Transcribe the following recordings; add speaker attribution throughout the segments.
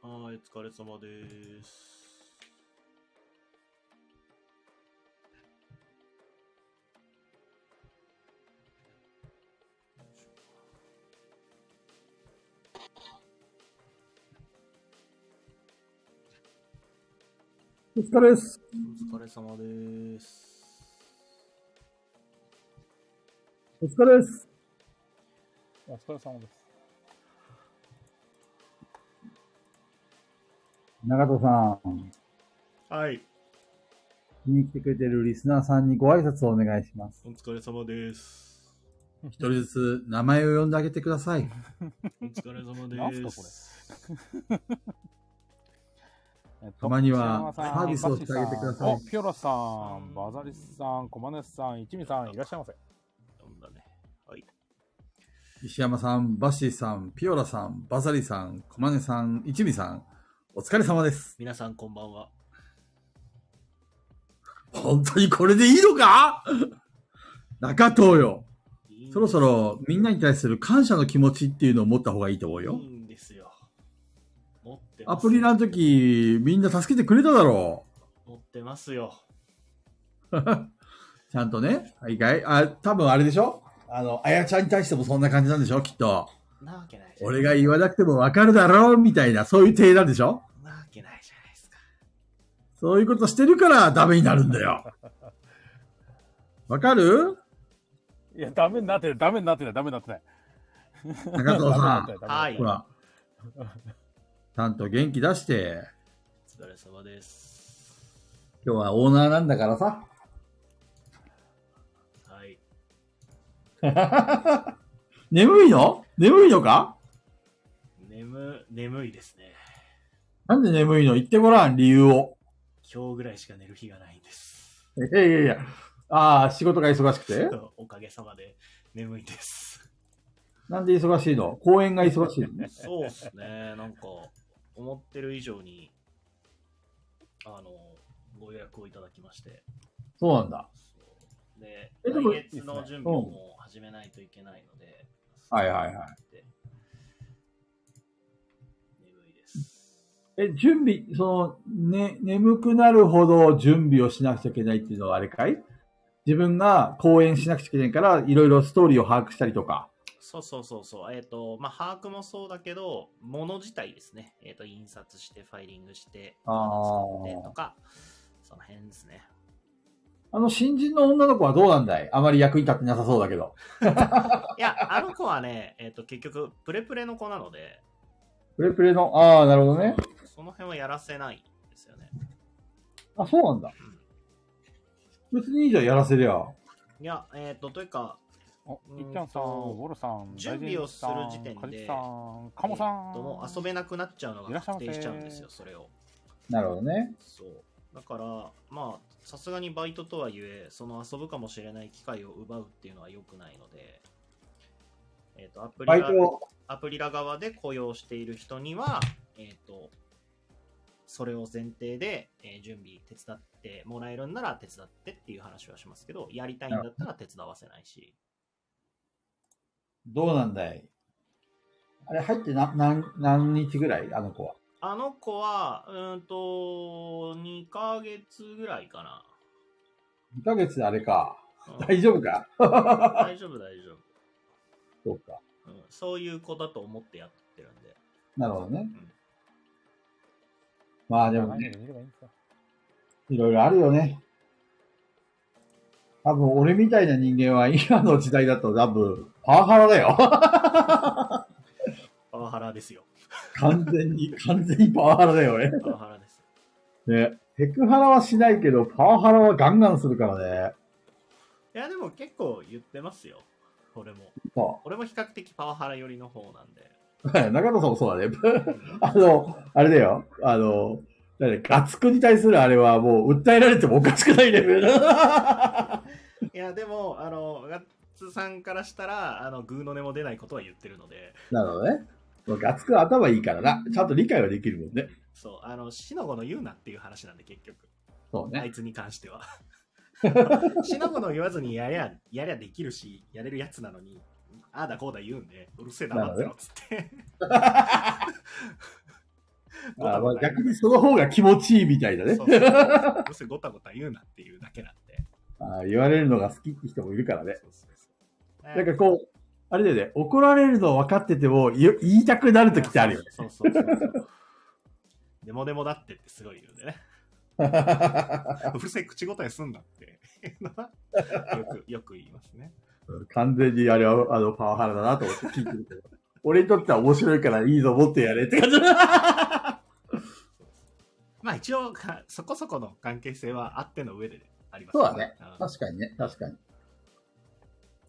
Speaker 1: はーい、お疲れ様です。
Speaker 2: お疲れです。
Speaker 1: お疲れ様 です。
Speaker 2: お疲れです。
Speaker 3: お疲れ様です。
Speaker 2: 長戸さん、
Speaker 1: はい、
Speaker 2: 気に来てくれてるリスナーさんにご挨拶をお願いします。
Speaker 1: お疲れ様です。
Speaker 2: 一人ずつ名前を呼んであげてください。
Speaker 1: お疲れ様
Speaker 3: なん
Speaker 1: です
Speaker 3: か
Speaker 1: す。
Speaker 3: えっと
Speaker 2: たまには
Speaker 3: 篠山
Speaker 2: サ
Speaker 3: さん
Speaker 2: ービスをしてあげてください
Speaker 3: バッシーんおピョロさん、バザリスさん、コマネスさん、一味さん、いらっしゃいませ。
Speaker 1: なんだね。はい。
Speaker 4: 石山さん、バッシーさん、ピオラさん、バザリさん、コマネさん、一味さん、お疲れ様です。
Speaker 1: 皆さんこんばんは。
Speaker 4: 本当にこれでいいのか中藤よ。
Speaker 1: いいん
Speaker 4: そろそろみんなに対する感謝の気持ちっていうのを持った方がいいと思うよ
Speaker 1: い。いんですよ。持ってま
Speaker 4: ア
Speaker 1: す
Speaker 4: プリの時、みんな助けてくれただろ
Speaker 1: 持ってますよ。
Speaker 4: う。ちゃんとね。はいかいあ、多分あれでしょあの、あやちゃんに対してもそんな感じなんでしょきっと。
Speaker 1: なわけないじゃない
Speaker 4: 俺が言わなくてもわかるだろうみたいな、そういう体なんでしょ
Speaker 1: なわけないじゃないですか。
Speaker 4: そういうことしてるからダメになるんだよ。わかる
Speaker 3: いや、ダメになってる、ダメになってない、ダメになってない。
Speaker 4: 中藤さん。
Speaker 3: は
Speaker 1: はい
Speaker 3: い。
Speaker 4: ほら。ちゃんと元気出して。
Speaker 1: お疲れ様です。
Speaker 4: 今日はオーナーなんだからさ。
Speaker 1: はい。
Speaker 4: 眠いの眠いのか
Speaker 1: 眠、眠いですね。
Speaker 4: なんで眠いの言ってごらん、理由を。
Speaker 1: 今日ぐらいしか寝る日がないんです。
Speaker 4: いやいやいや。ああ、仕事が忙しくて
Speaker 1: おかげさまで眠いです。
Speaker 4: なんで忙しいの公演が忙しいのね。
Speaker 1: そうっすね。 なんか、思ってる以上に、あの、ご予約をいただきまして。
Speaker 4: そうなんだ。
Speaker 1: そうで、
Speaker 4: えでも
Speaker 1: 来月の準備をもう始めないといけないので。。
Speaker 4: はいはいはい
Speaker 1: 眠いです。
Speaker 4: え、準備、その、ね、眠くなるほど準備をしなくちゃいけないっていうのはあれかい自分が公演しなくちゃいけないから、いろいろストーリーを把握したりとか。
Speaker 1: そうそうそうそう。えっ、と、まあ、把握もそうだけど、もの自体ですね。えっ、と、印刷して、ファイリングして、
Speaker 4: あー
Speaker 1: 作ってとか、その辺ですね。
Speaker 4: あの、新人の女の子はどうなんだいあまり役に立ってなさそうだけど。
Speaker 1: いや、あの子はね、えっ、と、結局、プレプレの子なので、
Speaker 4: プレプレの、ああ、なるほどね。
Speaker 1: その辺はやらせないんですよね。
Speaker 4: あ、そうなんだ。別にいいじゃん、やらせりゃ。
Speaker 1: いや、えっ、と、というか、
Speaker 3: お、いっちゃんさん、ウォルさん、
Speaker 1: 準備をする時点で
Speaker 3: カジキさん、カモさん、
Speaker 1: えっともう遊べなくなっちゃうのが確定しちゃうんですよ、
Speaker 3: いらっ
Speaker 1: それを。
Speaker 4: なるほどね。
Speaker 1: そう。だから、まあ、さすがにバイトとはいえ、その遊ぶかもしれない機会を奪うっていうのは良くないので、えっ、と、アプ
Speaker 4: バ
Speaker 1: リ
Speaker 4: イ
Speaker 1: ラ
Speaker 4: ト、を、
Speaker 1: アプリラ側で雇用している人には、えっ、と、それを前提で、えー準備手伝ってもらえるんなら手伝ってっていう話はしますけど、やりたいんだったら手伝わせないし。
Speaker 4: どうなんだいあれ、入ってな、何、何日ぐらいあの子は。
Speaker 1: あの子は、うーんと、2ヶ月ぐらいかな。
Speaker 4: 2ヶ月であれか。
Speaker 1: うん
Speaker 4: 大丈夫か
Speaker 1: 大丈夫、大丈
Speaker 4: そうか。
Speaker 1: 夫、うん。そういう子だと思ってやってるんで。
Speaker 4: なるほどね
Speaker 1: ん。
Speaker 4: まあ
Speaker 3: し
Speaker 4: で
Speaker 3: ゃい
Speaker 4: も
Speaker 3: 長い
Speaker 4: ね、
Speaker 3: 目で見ればいいんですよ
Speaker 4: いろいろあるよね。多分俺みたいな人間は今の時代だと多分パワハラだよ。
Speaker 1: パワハラですよ。
Speaker 4: 完全に、完全にパワハラだよ、俺。
Speaker 1: パワハラです。
Speaker 4: ね。ヘクハラはしないけど、パワハラはガンガンするからね。
Speaker 1: いや、でも結構言ってますよ。俺も。
Speaker 4: そ
Speaker 1: 俺も比較的パワハラ寄りの方なんで。
Speaker 4: う。 中野さんもそうだね。
Speaker 1: うん
Speaker 4: あの、あれだよ。あの、だね、ガツクに対するあれはもう訴えられてもおかしくないレベル。
Speaker 1: いや、でも、あの、ガッツさんからしたら、あの、グーの音も出ないことは言ってるので、
Speaker 4: なるほどね。もうガツクは頭いいからな。ちゃんと理解はできるもんね。
Speaker 1: そう、あの、しのごの言うなっていう話なんで、結局。
Speaker 4: そう
Speaker 1: あ
Speaker 4: ね。
Speaker 1: いつに関しては。 しのごの言わずにやりゃ、やりゃできるし、やれるやつなのに、 ああだこうだ言うんで、うるせえ黙ってろっつって。ごた
Speaker 4: あま
Speaker 1: ご
Speaker 4: あ
Speaker 1: た
Speaker 4: 逆にその方が気持ちいいみたいだ ね
Speaker 1: そう。そうそう要するにごたごた言うなっていうだけなんで。
Speaker 4: あー言われるのが好きって人もいるからね。
Speaker 1: そうそうそうね
Speaker 4: なんかこう、あれだよね、怒られるの分かってても、言言いたくなるときってあるよね。
Speaker 1: そうそうそうそう。でもでもだってってすごい言うん でね。うるせえ口答えすんだって。 よく、よく言いますね。
Speaker 4: 完全にあれは、あの、パワハラだなと思って聞いてるけど。 俺にとっては面白いからいいぞ、持ってやれって感じ
Speaker 1: まあ一応、かそこそこの関係性はあっての上であります
Speaker 4: そうだね
Speaker 1: ん
Speaker 4: 確かにね、確かに。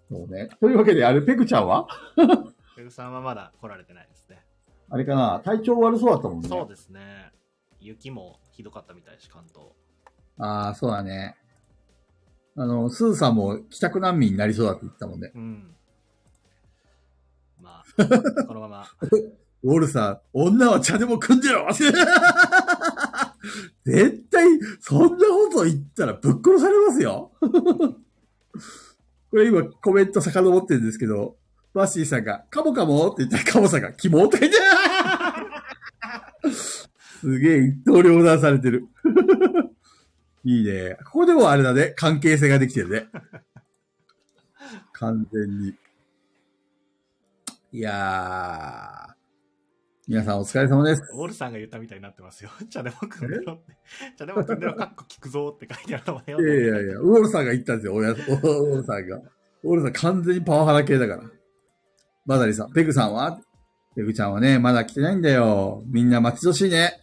Speaker 4: そうね。というわけで、あれ、ペグちゃんは
Speaker 1: ペグさんはまだ来られてないですね。
Speaker 4: あれかな、体調悪そうだったもんね。
Speaker 1: そうですね。雪もひどかったみたいし、関東。
Speaker 4: ああ、そうだね。あの、スーさんも帰宅難民になりそうだって言ったもんね。
Speaker 1: うん。ま あ、このまま。
Speaker 4: ウォルさん、女は茶でも組んでろ 絶対、そんなこと言ったらぶっ殺されますよ これ今コメント遡ってるんですけど、バッシーさんが、カモカモって言ったらカモさんが、キモって言って すげえ、一刀両断されてる。 いいね。ここでもあれだね、関係性ができてるね。完全に。いやー。皆さんお疲れ様です。
Speaker 1: ウォルさんが言ったみたいになってますよ。 茶でも組んでろって。 茶でも組んでろ、かっこ聞くぞって書いてあるの
Speaker 4: いやい
Speaker 1: よ。
Speaker 4: やいや、ウォールさんが言ったんですよ、おやおウォールさんが。ウォールさん完全にパワハラ系だから。バザリさん、ペグさんはペグちゃんはね、まだ来てないんだよ。みんな待ち遠しいね。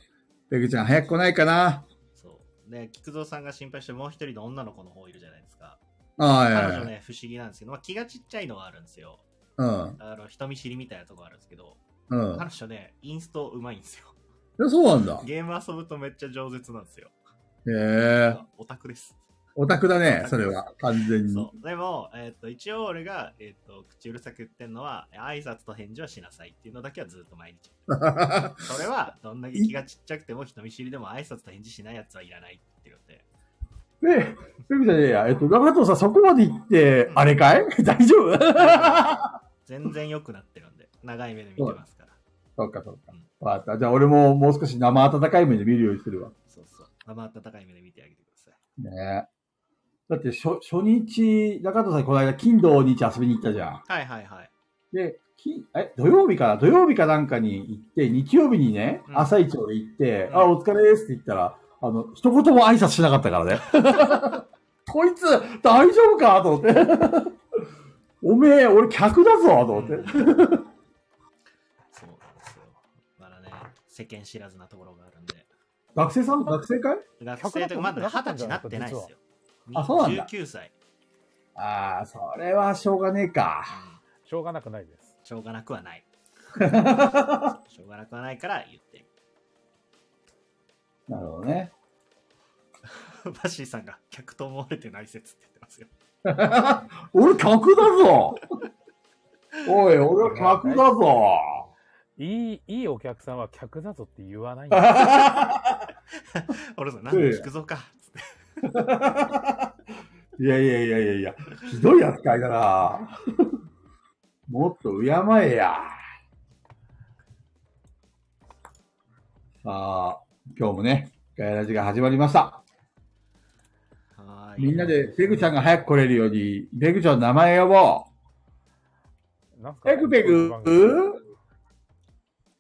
Speaker 4: ペグちゃん早く来ないかな。
Speaker 1: そう。で、菊蔵さんが心配して、もう一人の女の子の方いるじゃないですか。
Speaker 4: ああ、いや
Speaker 1: 彼
Speaker 4: いや
Speaker 1: 女ね、不思議なんですけど、まあ、気がちっちゃいのがあるんですよ。
Speaker 4: うん、
Speaker 1: あの人見知りみたいなとこあるんですけど、
Speaker 4: うん。い
Speaker 1: 彼女ね、インストうまいんですよ。
Speaker 4: やそうなんだ。
Speaker 1: ゲーム遊ぶとめっちゃ上手なんですよ。
Speaker 4: へえ。
Speaker 1: オタクです。
Speaker 4: オタクだね、それは。完全 に。
Speaker 1: そう。でも、えっと、一応俺が、えっと、口うるさく言ってんのは、挨拶と返事はしなさいっていうのだけはずっと毎日それは、どんだけ気がちっちゃくても人見知りでも挨拶と返事しないやつはいらないって言 って。
Speaker 2: で、ペグちゃんいやいや、えっと、中藤さんそこまで行って、
Speaker 1: あれ
Speaker 2: かい大丈夫
Speaker 1: 全然良くなってるんで、長い目で見てますから。
Speaker 4: そうか、そうか
Speaker 1: うん。
Speaker 4: わかった。じゃあ俺ももう少し生温かい目で見るようにするわ。
Speaker 1: そうそう。まあまあ、温かい目で見てあげてください。
Speaker 4: ねだって初、初日、中藤さんこの間、金土日遊びに行ったじゃん。
Speaker 1: はいはいはい。
Speaker 4: で、きえ、土曜日かな土曜日かなんかに行って、日曜日にね、
Speaker 1: うん
Speaker 4: 朝一まで行って、
Speaker 1: うん
Speaker 4: あ、お疲れですって言ったら、あの、一言も挨拶しなかったからね。 こいつ、大丈夫かと思って。おめえ、俺客だぞと思っ
Speaker 1: そう
Speaker 4: て。
Speaker 1: なんですよ。まだね、世間知らずなところがあるんで。
Speaker 4: 学生さん学生会
Speaker 1: 学生とかまだね二十歳になってないですよ。
Speaker 4: あそうなんだ
Speaker 1: 19歳。
Speaker 4: ああ、それはしょうがねえか。
Speaker 1: うん
Speaker 3: しょうがなくないです。
Speaker 1: しょうがなくは ない。しょうがなくはないから言ってる。
Speaker 4: なるほどね。
Speaker 1: バッシーさんが客と思われてない説って言ってますよ。
Speaker 4: 俺客だ ぞおい、俺は客だぞ
Speaker 3: いい、いいお客さんは客だぞって言わないんだ。
Speaker 1: 俺さん、なんで聞くぞか。つって
Speaker 4: いやいやいやいやいや、ひどい扱いだな。もっと敬えや。さあ、今日もね、ガヤラジが始まりました。
Speaker 1: はーい
Speaker 4: みんなで、ペグちゃんが早く来れるように、ペグちゃんの名前呼ぼ
Speaker 3: なんすか
Speaker 4: ペグペグう。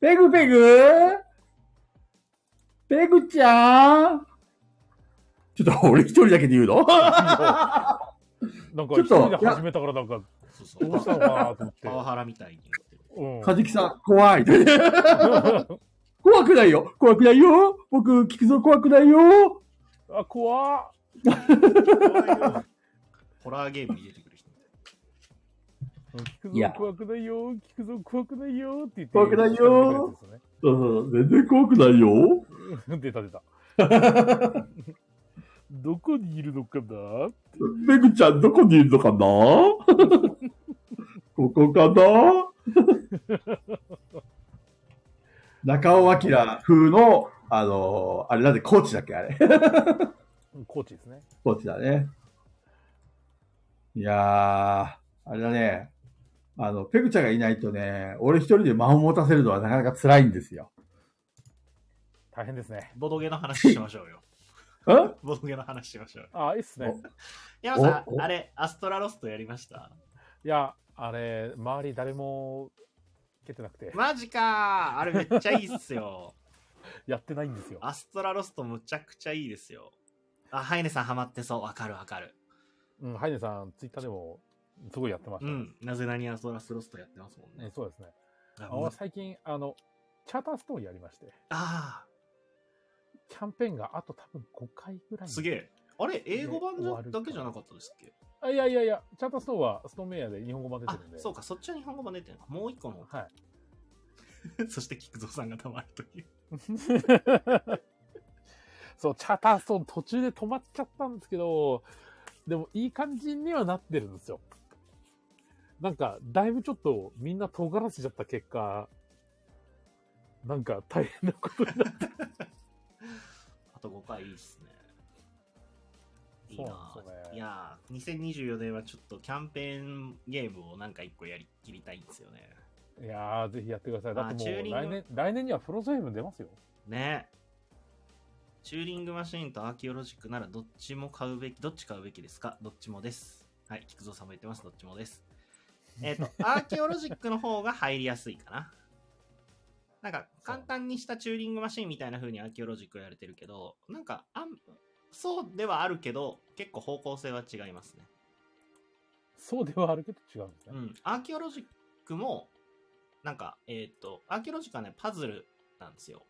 Speaker 4: ペグペグペグちゃんちょっと俺一人だけで言うの
Speaker 3: なんか
Speaker 4: ちょ
Speaker 3: 一
Speaker 4: っと
Speaker 3: 人で始めたからなんか、
Speaker 1: そうそう
Speaker 3: どうしたのかな
Speaker 1: パワ
Speaker 3: と
Speaker 1: ハラみたいに言ってる。
Speaker 3: 思
Speaker 4: カジキさん、怖い。
Speaker 3: って。
Speaker 4: 怖くないよ怖くないよ僕、聞くぞ怖くないよ
Speaker 3: うん。あ、怖っ。
Speaker 1: ホラーゲームに出てくる人みたい
Speaker 3: 聞く
Speaker 4: いや
Speaker 3: ぞ怖くないよ、聞くぞ怖くないよって言って。
Speaker 4: 怖くないよそうそう、全然怖くないよ。
Speaker 3: 出た出た。どこにいるのかな
Speaker 4: ペグちゃん、どこにいるのかな ここかな 中尾明風の、あのあれなんで、コーチだっけあれ。
Speaker 3: コーチですね。
Speaker 4: コーチだね。いやー、あれだね。あの、ペグちゃんがいないとね、俺一人で間を持たせるのはなかなか辛いんですよ。
Speaker 3: 大変ですね。
Speaker 1: ボドゲの話しましょうよ。
Speaker 4: あ
Speaker 1: ボドゲの話しましょうよ。
Speaker 3: あ、いいっすね。
Speaker 1: 山さ
Speaker 4: お
Speaker 1: ん、
Speaker 4: お
Speaker 1: あれ、アストラロストやりました
Speaker 3: いや、あれ、周り誰も蹴ってなくて、
Speaker 1: マジかーあれめっちゃいいっすよ。
Speaker 3: やってないんですよ。
Speaker 1: アストラロストむちゃくちゃいいですよ。あ、ハイネさんハマってそう。わかるわかる。
Speaker 3: うん、ハイネさん、ツイッターでも、すごいやってまし
Speaker 1: う
Speaker 3: たね。
Speaker 1: ん。なぜなにアストラロストやってますもん
Speaker 3: え
Speaker 1: ね。
Speaker 3: そうですね。
Speaker 1: あ
Speaker 3: あ最近、あの、チャーターストーンやりまして、
Speaker 1: あ
Speaker 3: キャンペーンがあと多分5回ぐら
Speaker 1: ー、
Speaker 3: い。
Speaker 1: すげえ。あれ、英語版じ
Speaker 3: 終
Speaker 1: ゃ
Speaker 3: わる
Speaker 1: だけじゃなかったですっけ
Speaker 3: あいやいやいや、チャーターストーンはストーンメイヤーで日本語版出て
Speaker 1: あ
Speaker 3: るんで。
Speaker 1: そうか、そっちは日本語版出てるのか。もう一個の。
Speaker 3: は い。
Speaker 1: そして、菊蔵さんがたまるという。
Speaker 3: そう、チャーターストーン途中で止まっちゃったんですけど、でもいい感じにはなってるんですよ。なんか、だいぶちょっとみんな尖らせちゃった結果、なんか大変なことになって。
Speaker 1: あと5回いいっすね。いいな
Speaker 3: そうなんですよね
Speaker 1: いやー、2024年はちょっとキャンペーンゲームをなんか一個やりきりたいんですよね。
Speaker 3: いやー、ぜひやってください。だって
Speaker 1: まあ
Speaker 3: も
Speaker 1: チュー
Speaker 3: う
Speaker 1: リング
Speaker 3: 来年、来年にはフローズウェーブン出ますよ。
Speaker 1: ねチューリングマシーンとアーキオロジックならどっちも買うべき、どっち買うべきですかどっちもです。はい、菊蔵さんも言ってます。どっちもです。えっ、と、アーキオロジックの方が入りやすいかな。なんか、簡単にしたチューリングマシーンみたいな風にアーキオロジックをやれてるけど、なんかあん、そうではあるけど、結構方向性は違いますね。
Speaker 3: そうではあるけど違うんです
Speaker 1: う
Speaker 3: ね。
Speaker 1: ん、アーキオロジックも、なんか、えっ、と、アーキオロジックはね、パズルなんですよ。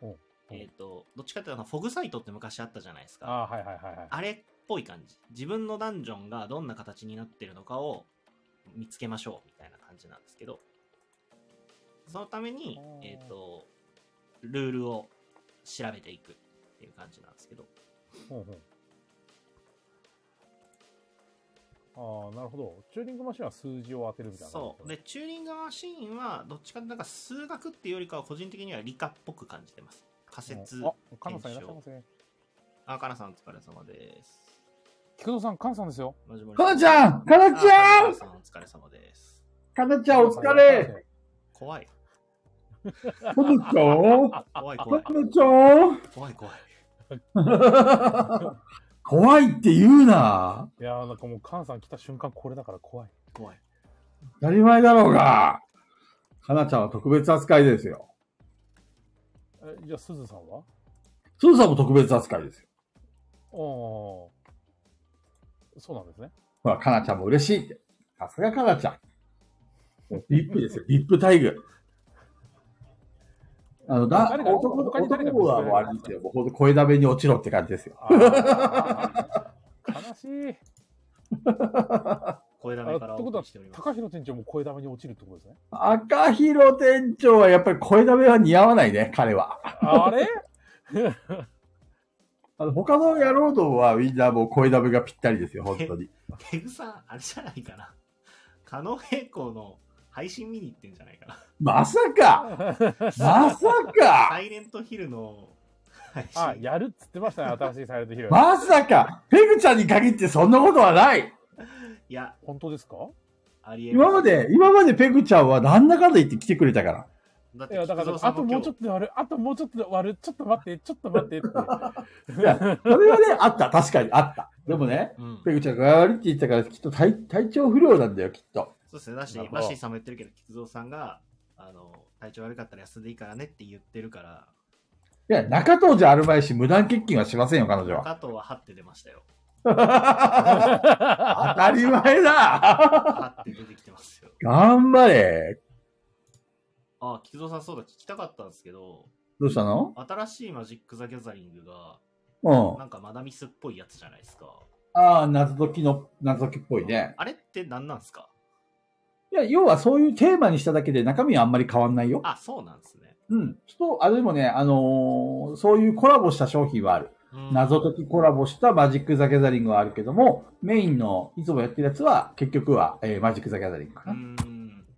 Speaker 3: おうおう
Speaker 1: えっ、と、どっちかっていうと、フォグサイトって昔あったじゃないですか。
Speaker 3: ああー、はいはいはいはい。
Speaker 1: あれっぽい感じ。自分のダンジョンがどんな形になってるのかを見つけましょうみたいな感じなんですけど、そのために
Speaker 3: お、ー
Speaker 1: えっ、と、ルールを調べていくっていう感じなんですけど、
Speaker 3: ほうほうああ、なるほど。チューリングマシンは数字を当てるみたいな。
Speaker 1: そう。で、チューリングマシーンは、どっちかってなんか数学っていうよりかは個人的には理科っぽく感じてます。仮説。
Speaker 3: あ、カナさんいらっしゃいませ。
Speaker 1: あ、かなさんお疲れ様です。
Speaker 3: 菊蔵さん、カナさんですよ。
Speaker 1: マジモリ
Speaker 4: かなちゃんかなちゃ
Speaker 1: あかなんさんお疲れ様です。
Speaker 4: かなちゃんお疲れ
Speaker 1: 怖い。
Speaker 4: かなちゃん
Speaker 1: 怖い怖い。
Speaker 4: かなちゃん
Speaker 1: 怖い怖い。
Speaker 4: 怖いって言うな。
Speaker 3: いやー、なんかもうカナさん来た瞬間これだから怖い。
Speaker 1: 怖い。
Speaker 4: 当たり前だろうが。かなちゃんは特別扱いですよ。
Speaker 3: えじゃあ、すずさんは
Speaker 4: すずさんも特別扱いですよ。
Speaker 3: おーそうなんですね。
Speaker 4: ほら、かなちゃんも嬉しいって。さすがかなちゃん。もうビップですよ、ビップ待遇。あの、だ、
Speaker 3: 誰が
Speaker 4: 男の
Speaker 3: 他に誰が
Speaker 4: 男はもうあれですよ。もうほんと声だめに落ちろって感じですよ。
Speaker 3: あー悲しい。
Speaker 1: 声だ
Speaker 3: あ
Speaker 1: め
Speaker 3: って
Speaker 1: からお
Speaker 3: こ
Speaker 1: 送
Speaker 3: と
Speaker 1: り
Speaker 3: は
Speaker 1: しており、ます。
Speaker 3: 高弘店長も声玉に落ちるってことですね。
Speaker 4: 赤広店長はやっぱり声だめは似合わないね、彼は。
Speaker 3: あれ
Speaker 4: あの、他の野郎どもはみんなもう声だめがぴったりですよ、本当に。
Speaker 1: ペグさん、あれじゃないかな。加納平行の配信見に行ってんじゃないかな。
Speaker 4: まさかま
Speaker 1: サ
Speaker 4: さ か
Speaker 1: イレントヒルの配
Speaker 3: あ、
Speaker 1: 信。
Speaker 3: やるっつってましたね、新しいサイレントヒル。
Speaker 4: まさかペグちゃんに限ってそんなことはない
Speaker 1: いや、
Speaker 3: 本当ですか
Speaker 1: ありえない
Speaker 4: 今まで、今までペグちゃんはなんだかんだ言って来てくれたから。
Speaker 1: だっ
Speaker 3: い
Speaker 1: て
Speaker 3: や、だ
Speaker 1: 菊
Speaker 3: から
Speaker 1: 蔵、さ
Speaker 3: あ
Speaker 1: んも今
Speaker 3: ともうちょっ
Speaker 1: 日
Speaker 3: とで終わる、あともうちょっとで終わる、ちょっと待って、ちょっと待ってって。
Speaker 4: いや、それはね、あった。確かにあった。でもね、
Speaker 1: うん、
Speaker 4: ペグちゃんが悪いって言ったから、きっと体体調不良なんだよ、きっと。
Speaker 1: そうですね、だし
Speaker 3: なる、ほど
Speaker 1: マシーさんも言ってるけど、菊蔵さんが、あの、体調悪かったら休んでいいからねって言ってるから、
Speaker 4: いや、中東じゃあるまいし、無断欠勤はしませんよ、彼女は。
Speaker 1: 加藤は張って出ましたよ。
Speaker 4: 当たり前だ
Speaker 1: 張って出てきてますよ。
Speaker 4: 頑張れ
Speaker 1: あ、菊蔵さんそうだ、聞きたかったんですけど、
Speaker 4: どうしたの
Speaker 1: 新しいマジック・ザ・ギャザリングが、
Speaker 4: うん。
Speaker 1: なんかマダミスっぽいやつじゃないですか。
Speaker 4: ああ、謎解きの、謎解きっぽいね。
Speaker 1: あれって何なんですか
Speaker 4: いや、要はそういうテーマにしただけで中身はあんまり変わんないよ。
Speaker 1: あ、そうなんですね。
Speaker 4: うん。ちょっと、あ、でもね、あのーそういうコラボした商品はある。
Speaker 1: うん
Speaker 4: 謎解きコラボしたマジック・ザ・ギャザリングはあるけども、メインのいつもやってるやつは、結局は、えーマジック・ザ・ギャザリングか
Speaker 1: う
Speaker 4: な。
Speaker 1: ん。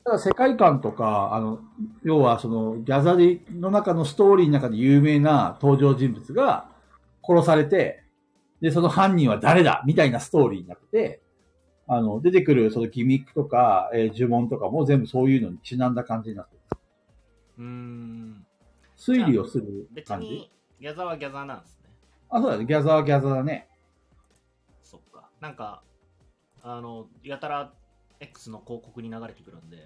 Speaker 4: ただ世界観とか、あの、要はその、ギャザリの中のストーリーの中で有名な登場人物が殺されて、で、その犯人は誰だみたいなストーリーになって、あの、出てくるそのギミックとか、えー呪文とかも全部そういうのにちなんだ感じになってる。
Speaker 1: うーん
Speaker 4: 推理をする
Speaker 1: 別
Speaker 4: 感じ
Speaker 1: にギャザーはギャザーなんですね。
Speaker 4: あ、そうだね。ギャザーはギャザーだね。
Speaker 1: そっか。なんか、あの、やたら X の広告に流れてくるんで、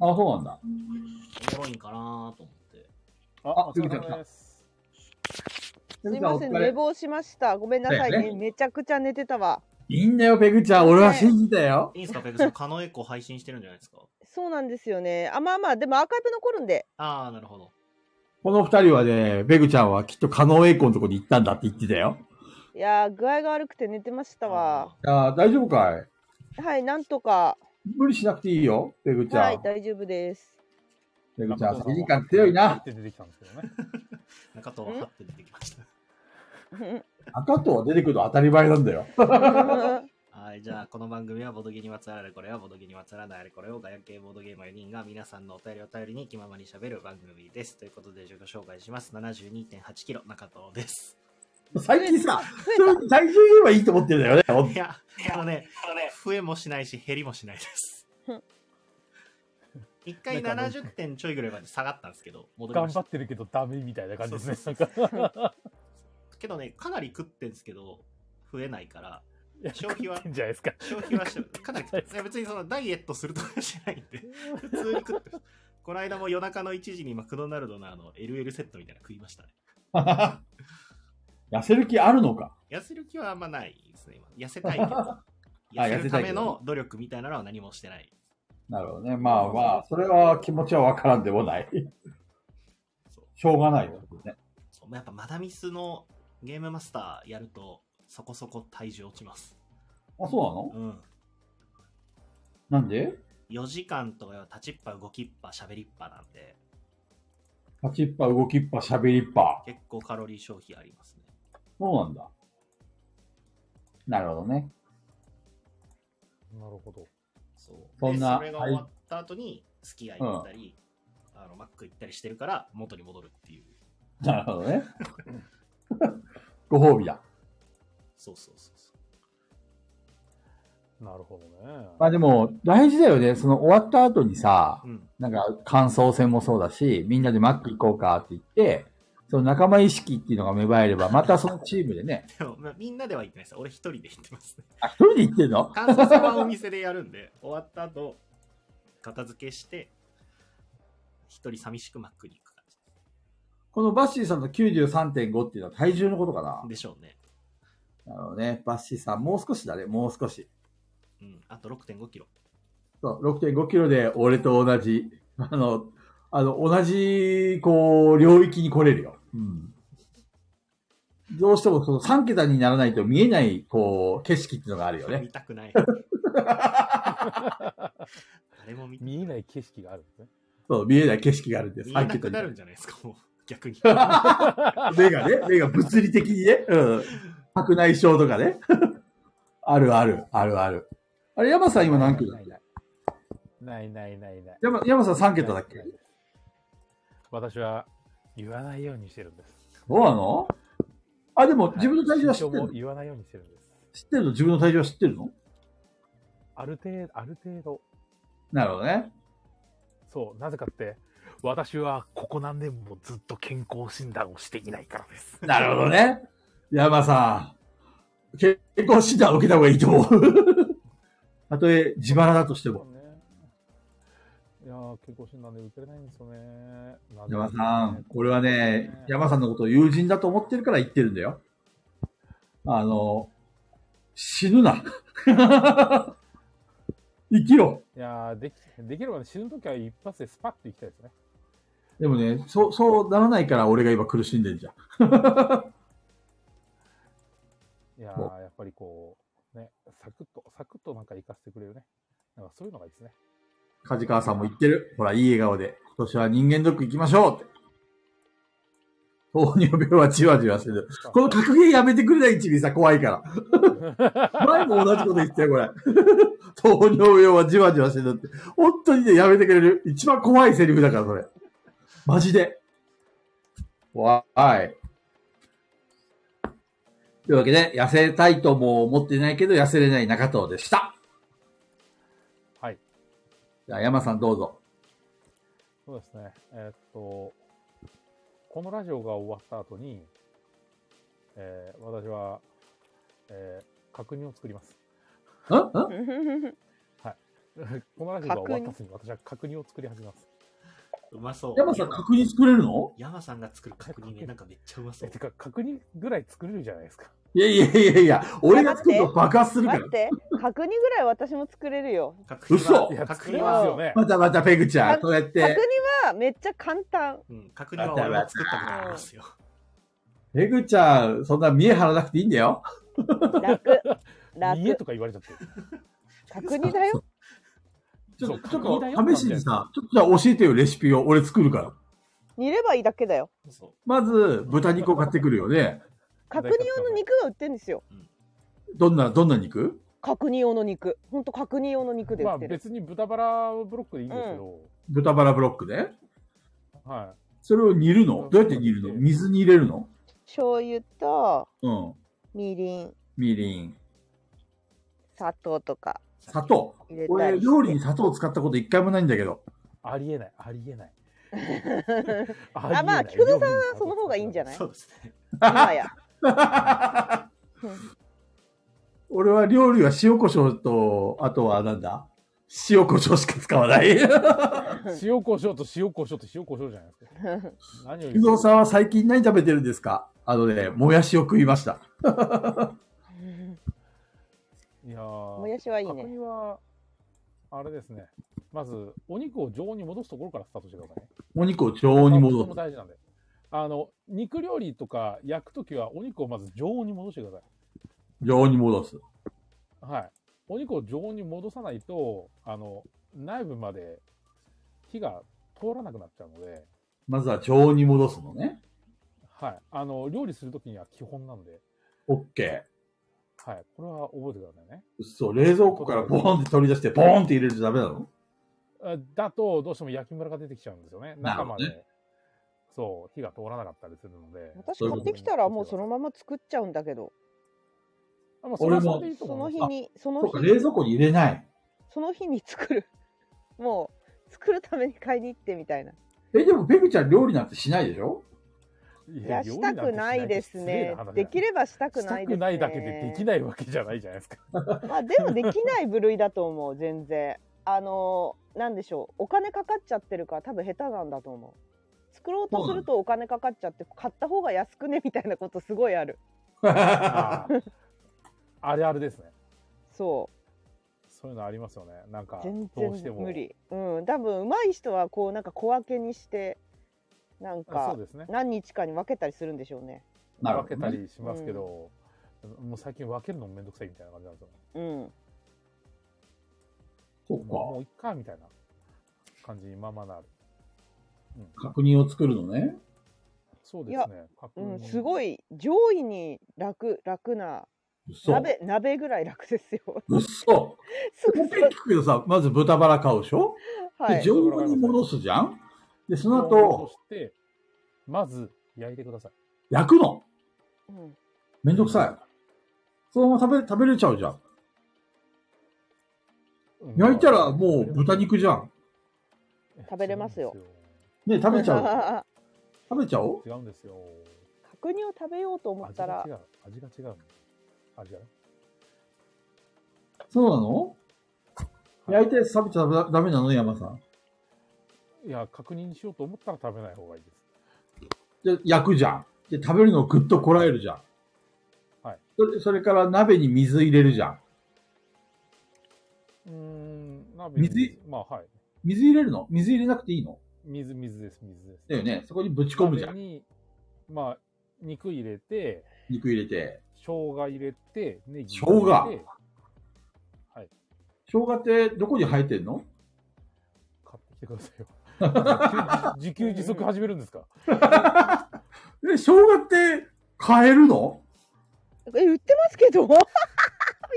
Speaker 4: あ、そうなんだ。
Speaker 1: おもろいんかなと思 って。
Speaker 3: あ、お
Speaker 4: ゆ
Speaker 3: 疲
Speaker 4: き
Speaker 3: れ
Speaker 4: ちゃん来た
Speaker 3: 様です。
Speaker 4: ペ
Speaker 5: す
Speaker 4: グち
Speaker 5: い
Speaker 4: ゃん
Speaker 5: ま
Speaker 4: お
Speaker 5: せ
Speaker 4: 疲
Speaker 5: ん、
Speaker 4: れ
Speaker 5: 寝坊しました。ごめんなさい
Speaker 4: だ
Speaker 5: ね。
Speaker 4: よ
Speaker 5: めちゃくちゃ寝てたわ。
Speaker 4: いいんだよ、ペグちゃん。俺は信じたよ。
Speaker 1: いいんすか、ペグさん。カノエコ配信してるんじゃないですか。
Speaker 5: そうなんですよね。あ、まあまあ、でもアーカイブ残るんで。
Speaker 1: ああ、なるほど。
Speaker 4: この二人はね、ペグちゃんはきっとカノエイコのとこに行ったんだって言ってたよ。
Speaker 5: いやー、具合が悪くて寝てましたわ。
Speaker 4: あー大丈夫かい
Speaker 5: はい、なんとか。
Speaker 4: 無理しなくていいよ、ペグちゃ
Speaker 5: はい
Speaker 4: ん。、
Speaker 5: 大丈 夫です。
Speaker 4: ペグちゃん、責任感強いな
Speaker 3: っ。て出てきたんですけどね。
Speaker 1: あー中藤ははって出てきました。
Speaker 4: 赤とは出てくるの当たり前なんだ よ。
Speaker 1: はい、じゃあ、この番組はボドゲにまつわるあれこれはボドゲにまつわらないあれこれをガヤ系ボードゲーマー4人が皆さんのお便りを頼りに気ままにしゃべる番組です。ということで、自己紹介します。72.8キロ、中藤です。
Speaker 4: 最初にさ、そういう体重言えばいいと思ってるんだよねほん
Speaker 1: いや、あのね、増えもしないし、減りもしない です
Speaker 5: うん。
Speaker 1: 一回
Speaker 3: なんかあの
Speaker 1: 70点ちょいぐらいまで下がったんですけど、戻り
Speaker 3: 頑
Speaker 1: まし
Speaker 3: 張
Speaker 1: た
Speaker 3: っ。てるけどダメみたいな感じですね。
Speaker 1: そ
Speaker 3: な
Speaker 1: うんそう
Speaker 3: か。
Speaker 1: けどね、かなり食ってんですけど、増えないから、消費はい
Speaker 3: いんじゃないですか。
Speaker 1: 消費はしてる。かなり食 って、いや別にそのダイエットするとかしないんで、 普通に食ってる。この間も夜中の1時にマクドナルドのあの LL セットみたいなの食いましたね。
Speaker 4: 痩せる気あるのか
Speaker 1: 痩せる気はあんまないですね、今。痩せたいけ ど。痩せるための努力みたいなのは何もしてない。
Speaker 4: なるほどね。まあまあ、それは気持ちはわからんでもない。
Speaker 1: そう
Speaker 4: しょうがないよ、ね。
Speaker 1: そうやっぱマダミスのゲームマスターやるとそこそこ体重落ちます。
Speaker 4: あ、そう
Speaker 1: うん。
Speaker 4: なのなんで
Speaker 1: 4時間とかは立ちっぱ動きっぱ喋りっぱなんで
Speaker 4: 立ちっぱ、動きっぱ、喋りっぱ。
Speaker 1: 結構カロリー消費ありますね。
Speaker 4: そうなんだ。なるほどね。
Speaker 3: なるほど。
Speaker 1: そう。
Speaker 4: そん
Speaker 1: で
Speaker 4: な
Speaker 1: それが終わった後にスキヤ行ったり、あのマック行ったりしてるから元に戻るっていう。
Speaker 4: なるほど ね。ご褒美だ。
Speaker 1: そうそうそうそう。
Speaker 3: なるほどね。
Speaker 4: まあでも、大事だよね。その終わった後にさ
Speaker 1: う、ん。
Speaker 4: なんか感想戦もそうだし、みんなでマック行こうかって言って、その仲間意識っていうのが芽生えれば、またそのチームでね、
Speaker 1: でも、まあ、みんなでは行ってないです。俺一人で行ってます ね。
Speaker 4: あ、一人で行ってんの
Speaker 1: 感想戦はお店でやるんで、終わった後、片付けして、一人寂しくマックに行く感じ
Speaker 4: このバッシーさんの93.5っていうのは体重のことかな
Speaker 1: でしょうね。
Speaker 4: なるほどね。バッシーさん、もう少しだね、もう少し。
Speaker 1: うん。あと6.5キロ。
Speaker 4: そう、6.5キロで俺と同じ、あの、あの、同じ、こう、領域に来れるよ。うん。どうしてもその3桁にならないと見えない、こう、景色っていうのがあるよね
Speaker 1: 見。たく ない。誰も見
Speaker 3: 見えない景色があるんですね。
Speaker 4: そう、見えない景色があるんで、
Speaker 1: 見え
Speaker 4: 3
Speaker 1: な
Speaker 4: 桁
Speaker 1: く
Speaker 4: に
Speaker 1: なるんじゃないですか、もう。逆 に。
Speaker 4: 目がね、目が物理的にね、うん。白内障とかね。 あるある、あるある。あれ、山さん今何キロだっけ
Speaker 3: ないないないない。
Speaker 4: 山山さん3桁だっけ
Speaker 3: ないない私は言わないようにしてるんです。
Speaker 4: どうなのあ、でも自分の体重は知
Speaker 3: 一
Speaker 4: っ
Speaker 3: 応
Speaker 4: てる
Speaker 3: も
Speaker 4: の
Speaker 3: う言わないようにしてるんです。
Speaker 4: 知ってるの自分の体重は知ってるの
Speaker 3: ある程度、ある程度。
Speaker 4: なるほどね。
Speaker 3: そう、なぜかって、私はここ何年もずっと健康診断をしていないからです。
Speaker 4: なるほどね。山さん、健康診断を受けた方がいいと思う。 たとえ自腹だとしても。
Speaker 3: ね。いやー、健康診断で受けれないんですよね。なぜか
Speaker 4: 山
Speaker 3: ね
Speaker 4: さん、これはね、山さんのことを友人だと思ってるから言ってるんだよ。あの、死ぬな。 生きろ。
Speaker 3: いやーでき、できればね、死ぬときは一発でスパッといきたいですね。
Speaker 4: でもね、そう、そうならないから俺が今苦しんでんじゃん。
Speaker 3: いや
Speaker 4: そ
Speaker 3: ーやっぱりこう、ね、サクッと、サクッとなんか行かせてくれるね。なんかそういうのがいいですね。
Speaker 4: 梶川さんも言ってる。ほら、いい笑顔で。今年は人間ドック行きましょうって。糖尿病はじわじわしてる。この格言やめてくれないうちにさ、怖いから。前も同じこと言ってたよ、これ。糖尿病はじわじわしてるって。本当にね、やめてくれる。一番怖いセリフだから、それ。マジで。怖い。というわけで、痩せたいとも思ってないけど、痩せれない中藤でした。
Speaker 3: はい。
Speaker 4: じゃあ、山さんどうぞ。
Speaker 3: そうですね。えーっと、このラジオが終わった後に、えー私は、えー確認を作ります。
Speaker 4: んん
Speaker 3: このラジオが終わった後に私は確認を作り始めます。
Speaker 1: うまそう。
Speaker 4: 山さん確認作れるの
Speaker 1: 山さんが作る角煮麺なんかめっちゃうまそ
Speaker 3: え、
Speaker 1: う
Speaker 3: て。か、確認ぐらい作れるじゃないですか。
Speaker 4: いやいやいやいや、俺が作ると爆発するか
Speaker 5: 待
Speaker 4: ら
Speaker 5: っ。て、角煮ぐらい私も作れるよ。
Speaker 1: 角
Speaker 4: 嘘
Speaker 3: いや、
Speaker 1: 角
Speaker 3: 作
Speaker 1: 煮
Speaker 3: れ
Speaker 1: は
Speaker 3: ますよね。
Speaker 4: またまたペグちゃん、そうやっ
Speaker 5: 角煮
Speaker 4: て。
Speaker 5: はめっちゃ簡単。
Speaker 1: うん、角煮は俺も作ったことありますよ。
Speaker 4: ペグちゃん、そんな見え張らなくていいんだよ。
Speaker 5: 楽。
Speaker 3: 家
Speaker 5: 楽。
Speaker 3: とか言われちゃってる。
Speaker 5: 角煮だよ。
Speaker 4: ちょっと、ち
Speaker 3: そう確認だよ
Speaker 4: ょっと試しにさ、ちょっとじゃあ教えてよ、レシピを。俺作るから。
Speaker 5: 煮ればいいだけだよ。
Speaker 1: そ
Speaker 4: まず、豚肉を買ってくるよね。
Speaker 5: 角煮用の肉が売ってんですよ。
Speaker 4: どんな、どんな肉
Speaker 5: 角煮用の肉。ほんと角煮用の肉で
Speaker 3: ま
Speaker 5: 売っ
Speaker 3: あ
Speaker 5: てる。
Speaker 3: 別に豚バラブロックでいいんですけど、
Speaker 4: 豚バラブロックで。
Speaker 3: は
Speaker 4: それを煮るのどうやって煮るの水に入れるの
Speaker 5: 醤油と
Speaker 4: うん。
Speaker 5: みりん、
Speaker 4: みりん。
Speaker 5: 砂糖とか
Speaker 4: 砂糖。
Speaker 5: 入れた
Speaker 4: 俺、
Speaker 5: りして。
Speaker 4: 料理に砂糖を使ったこと一回もないんだけど。
Speaker 3: い。ありえない、ありえない。あ
Speaker 5: あまあ菊蔵さんはその方がいいんじゃ
Speaker 1: う。
Speaker 5: ない
Speaker 1: そうですね。
Speaker 5: 今や。
Speaker 4: 俺は料理は塩コショウと、あとはなんだ塩コショウしか使わ ない。
Speaker 3: 塩コショウと塩コショウと塩コショウじゃないですか。何を
Speaker 4: 伊蔵さんは最近何食べてるんですかあのね、もやしを食いました。
Speaker 3: いやー
Speaker 5: もやしはいい
Speaker 3: 角
Speaker 5: ね。
Speaker 3: 煮は、あれですね。まず、お肉を常温に戻すところからスタートしてくださいね。
Speaker 4: お肉を常温に
Speaker 3: まあ
Speaker 4: 戻
Speaker 3: とても
Speaker 4: す。
Speaker 3: 大事なんで。あの、肉料理とか焼くときは、お肉をまず常温に戻してください。
Speaker 4: 常温に戻す。
Speaker 3: はい。お肉を常温に戻さないと、あの、内部まで火が通らなくなっちゃうので、
Speaker 4: まずは常温に戻すのね。
Speaker 3: はい。あの、料理するときには基本なんで、
Speaker 4: オッケ
Speaker 3: はい。これは覚えてくださいね。
Speaker 4: ー。そう、冷蔵庫からボーンって取り出して、ボーンって入れるとダメなの
Speaker 3: あだと、どうしても焼きムラが出てきちゃうんですよね。
Speaker 4: なる
Speaker 3: 中
Speaker 4: ほ
Speaker 3: ま
Speaker 4: どね
Speaker 3: で。そう、火が通らなかったりするので。
Speaker 5: 私買ってきたらもうそのまま作っちゃうんだけど、
Speaker 3: あまあ、それ
Speaker 4: 俺も
Speaker 3: はそれでいいと
Speaker 5: そ
Speaker 3: 思
Speaker 5: の
Speaker 3: い
Speaker 5: 日
Speaker 3: ます
Speaker 5: に、そ
Speaker 4: そ
Speaker 5: の
Speaker 4: うか、
Speaker 5: 日
Speaker 4: 冷
Speaker 5: に、
Speaker 4: 蔵庫に入れない。
Speaker 5: その日に作る。 もう、作るために買いに行ってみたいな。
Speaker 4: え、でもペグちゃん料理なんてしないでしょ
Speaker 3: い
Speaker 5: いや、
Speaker 3: 料
Speaker 5: し
Speaker 3: 理
Speaker 5: た
Speaker 3: んて
Speaker 5: くないですね。でき
Speaker 3: る
Speaker 5: ればしたくない
Speaker 3: し
Speaker 5: で
Speaker 3: たく
Speaker 5: すね。
Speaker 3: ないだけでできないわけじゃないじゃないですか。
Speaker 5: まあでもできない部類だと思う 全然あのーなんでしょうお金かかっちゃってるから多分下手なんだと思う作ろうとするとお金かかっちゃって買った方が安くねみたいなことすごいある
Speaker 3: あー あれあれですね。
Speaker 5: そ
Speaker 3: そういうのありますよね。なんか
Speaker 5: う、全
Speaker 3: どうして
Speaker 5: 然
Speaker 3: も。
Speaker 5: 無理うん多分上手い人はこうなんか小分けにしてなん
Speaker 3: あ
Speaker 5: か
Speaker 3: そうですね。
Speaker 5: 何日かに分けたりするんでしょうね
Speaker 4: なるほ
Speaker 3: 分
Speaker 4: どね
Speaker 3: けたりしますけど、もう最近分けるのもめんどくさいみたいな感じなんですよ。
Speaker 5: うん
Speaker 4: そ
Speaker 3: も
Speaker 4: う
Speaker 3: ういっか、みたいな感じにままなる。
Speaker 4: か。確認を作るのね。
Speaker 3: そうですね。確
Speaker 5: う
Speaker 3: 認
Speaker 5: ん、すご。い上位に楽楽な
Speaker 4: 嘘。
Speaker 5: 鍋鍋ぐらい楽で すよ
Speaker 4: 嘘。
Speaker 5: す
Speaker 4: も
Speaker 5: ぐ
Speaker 4: う一
Speaker 5: す
Speaker 4: 回聞くけどさ、まず豚バラ買うでしょ、
Speaker 5: ぐ は
Speaker 4: で、
Speaker 5: い
Speaker 4: 常温に戻すじゃんで、そ
Speaker 3: そ
Speaker 4: の
Speaker 3: そ
Speaker 4: 後、
Speaker 3: して、まず焼いてください。
Speaker 4: 焼くの。
Speaker 5: うん
Speaker 4: めんどくさい。そのまま食べ、食べれちゃうじゃん。
Speaker 3: うん
Speaker 4: 焼いたらもう豚肉じゃん。
Speaker 5: 食べれますよ
Speaker 3: 違うんで
Speaker 4: ね、食べちゃう。
Speaker 5: 角
Speaker 4: 食べちゃおう
Speaker 3: すよ。違うんですよ。
Speaker 5: 煮を食べようと思っ
Speaker 3: 味
Speaker 5: たら
Speaker 3: が違う。味が違う。味がね
Speaker 4: そうなの焼いて食べちゃダメなの山さん。
Speaker 3: いや、確認しようと思ったら食べない方がいいです。
Speaker 4: で、焼くじゃん。で、食べるのをぐっとこらえるじゃん。
Speaker 3: はい。
Speaker 4: それ、それから鍋に水入れるじゃん。
Speaker 3: うーん、鍋に
Speaker 4: 水
Speaker 3: まあ、はい。
Speaker 4: 水入れるの水入れなくていいの
Speaker 3: 水、水です、水です。
Speaker 4: だよね。そこにぶち込むじゃ
Speaker 3: 鍋
Speaker 4: ん。
Speaker 3: に、まあ、肉入れて、
Speaker 4: 肉入れて。
Speaker 3: 生姜入れて、ネギ
Speaker 4: 生
Speaker 3: 入れて。
Speaker 4: 姜生姜ってどこに生えてんの
Speaker 3: 買ってきてくださいよ。自給自自足始めるんですか
Speaker 4: え、生姜って買えるの
Speaker 5: え、売ってますけど 見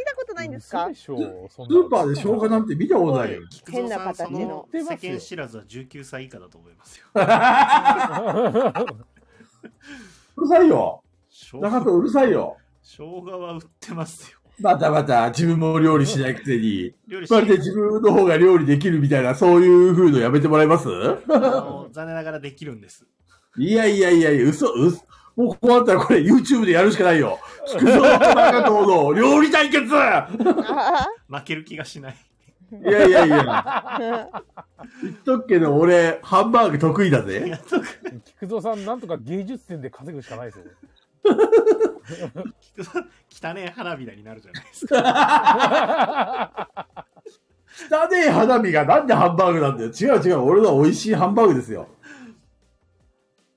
Speaker 5: たことないんですか
Speaker 3: 嘘でしょ、そん
Speaker 4: スーパーで生姜なんて
Speaker 3: て。
Speaker 4: 見たことないよ。
Speaker 1: 菊蔵さん、そ
Speaker 5: 変な
Speaker 1: の
Speaker 5: 形
Speaker 3: の
Speaker 1: 世間知らずは19歳以下だと思いますよ。
Speaker 4: うるさいよ。
Speaker 1: 生
Speaker 4: 中田うるさいよ。
Speaker 1: 生姜は売ってますよ。
Speaker 4: またまた自分も料理しないくせに、
Speaker 1: 料理し
Speaker 4: まるで自分の方が料理できるみたいな、そういう風のやめてもらえます
Speaker 1: あの残念ながらできるんです。
Speaker 4: いやいやいやいや、嘘、嘘。もうこうなったらこれ YouTube でやるしかないよ。つくぞ、田中堂々、料理対決いや
Speaker 5: あ
Speaker 1: 負ける気がしない。
Speaker 4: いやいや、
Speaker 5: ー
Speaker 4: 言っとくけど俺、ハンバーグ得意だ
Speaker 1: い
Speaker 4: ぜ。
Speaker 1: やとか
Speaker 3: 菊蔵さん、なんとか芸術点で稼ぐしかないですよ。
Speaker 1: 聞くと汚ねえ花びらになるじゃないですか。
Speaker 4: 汚ねえ花火がなんでハンバーグなんだよ。違う違う、俺のは美味しいハンバーグですよ。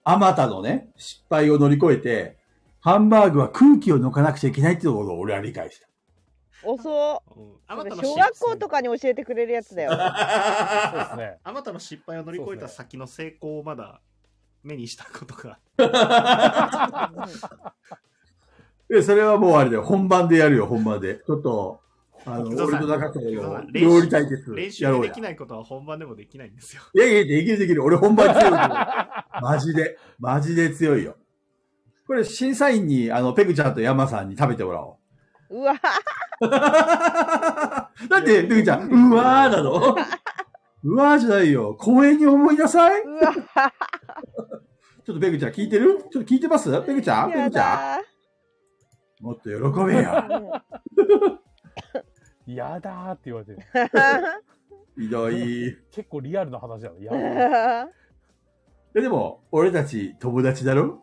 Speaker 4: あまたのね、失敗を乗り越えて、ハンバーグは空気を抜かなくちゃいけないってことを俺は理解した。
Speaker 5: 遅
Speaker 1: うんあ
Speaker 5: そ
Speaker 1: ま
Speaker 5: れ
Speaker 1: たの
Speaker 5: 小
Speaker 1: 失
Speaker 5: 学校とかに教えてくれるやつだよ
Speaker 3: そう です ね。
Speaker 1: あまたの失敗を乗り越えた先の成功をまだ目にしたことが。
Speaker 4: え、それはもうあれだよ。本番でやるよ、本番で。ちょっと、あの、
Speaker 1: 菊蔵
Speaker 4: 俺
Speaker 1: さん
Speaker 4: と中藤
Speaker 1: 菊蔵さ
Speaker 4: の
Speaker 1: ん練習
Speaker 4: 料理対決
Speaker 1: 練習
Speaker 4: やろう
Speaker 1: で
Speaker 4: や
Speaker 1: き。ないことは本番でもできないんですよ。
Speaker 4: いやいや、できるできる。俺本番強いよ。マジで。マジで強いよ。これ審査員に、あの、ペグちゃんと山さんに食べてもらおう。
Speaker 5: うわ
Speaker 4: だって、ペグちゃん、うわーなのうわーじゃないよ。光栄に思いなさい。
Speaker 5: うわ
Speaker 4: ちょっとペグちゃん聞いてるちょっと聞いてますペグちゃんペ
Speaker 5: や
Speaker 4: グちゃ
Speaker 5: だ
Speaker 4: んもっと喜べよ。
Speaker 5: ー
Speaker 3: やだーって言われてる。
Speaker 4: ひどい。
Speaker 3: 結構リアルな話だの。やだー
Speaker 4: えでも、俺たち友達だろ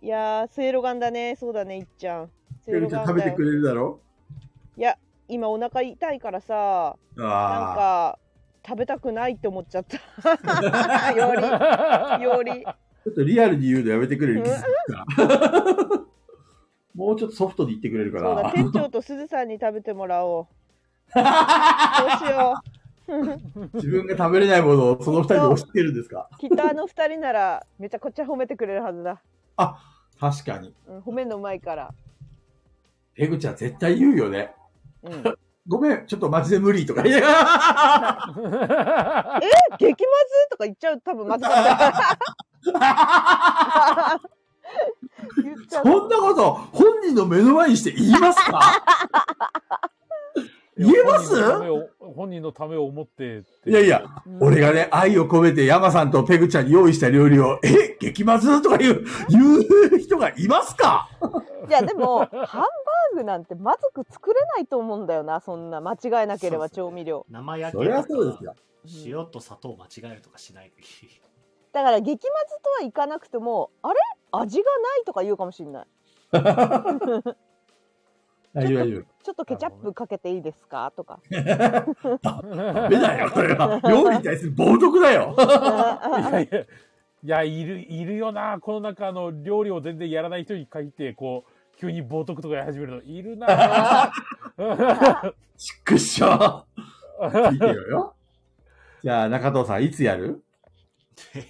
Speaker 5: いやーせいろがんだねそうだねいっちゃんせ
Speaker 4: ペ
Speaker 5: い
Speaker 4: グ
Speaker 5: ろ
Speaker 4: ちゃ
Speaker 5: が
Speaker 4: ん
Speaker 5: ん
Speaker 4: 食べ
Speaker 5: だ
Speaker 4: て
Speaker 5: よ
Speaker 4: くれるだろ
Speaker 5: 今お腹痛いからさなん
Speaker 4: あ
Speaker 5: か食べたくないって思っちゃった よ りより
Speaker 4: あ。ちょっとリアルに言うのやめてくれる気づくか。 もうちょっとソフトで言ってくれるか
Speaker 5: そうだ
Speaker 4: な。
Speaker 5: 店長とすずさんに食べてもらおうどうしよ
Speaker 4: 自分が食べれないものをその二人で押し付けるんですか
Speaker 5: うきっとあの二人ならめちゃくちゃ褒めてくれるはずだ、
Speaker 4: あ、確かに。
Speaker 5: うん、褒めんのうまいから、
Speaker 4: ペグちゃん絶対言うよね。
Speaker 5: うん、
Speaker 4: ごめん、ちょっとマジで無理とか言いながら
Speaker 5: 激まずとか言っちゃう多分まずかった言っち
Speaker 4: そ
Speaker 5: ゃうん
Speaker 4: なこと、本人の目の前にして言いますか言えます
Speaker 3: いや本人のためを本人のためを思ってって
Speaker 4: いやいや、俺がね、愛を込めて山さんとペグちゃんに用意した料理を、え、激まずとか言う、言う人がいますか
Speaker 5: いやでもハンバーグなんてまずく作れないと思うんだよなそんな間違えなければ調味料
Speaker 1: 生焼
Speaker 4: そ
Speaker 1: け
Speaker 4: り
Speaker 1: と
Speaker 4: ゃ
Speaker 1: か
Speaker 4: そうですよ。
Speaker 1: 塩と砂糖を間違えるとかしない限り
Speaker 5: だから激まずとはいかなくてもあれ味がないとか言うかもしれない
Speaker 4: 大丈夫大丈
Speaker 5: ちょっとケチャップかけていいですかとか
Speaker 4: 夫。ダメだよ、それは。料理に対する冒涜だよ。
Speaker 3: い やいやいやいるいるよなこの中の料理を全然やらない人に限ってこう急に冒涜とかやり始めるのい るな
Speaker 4: ちっくしょう。見てよよ。じゃあ、中藤さん、いつやる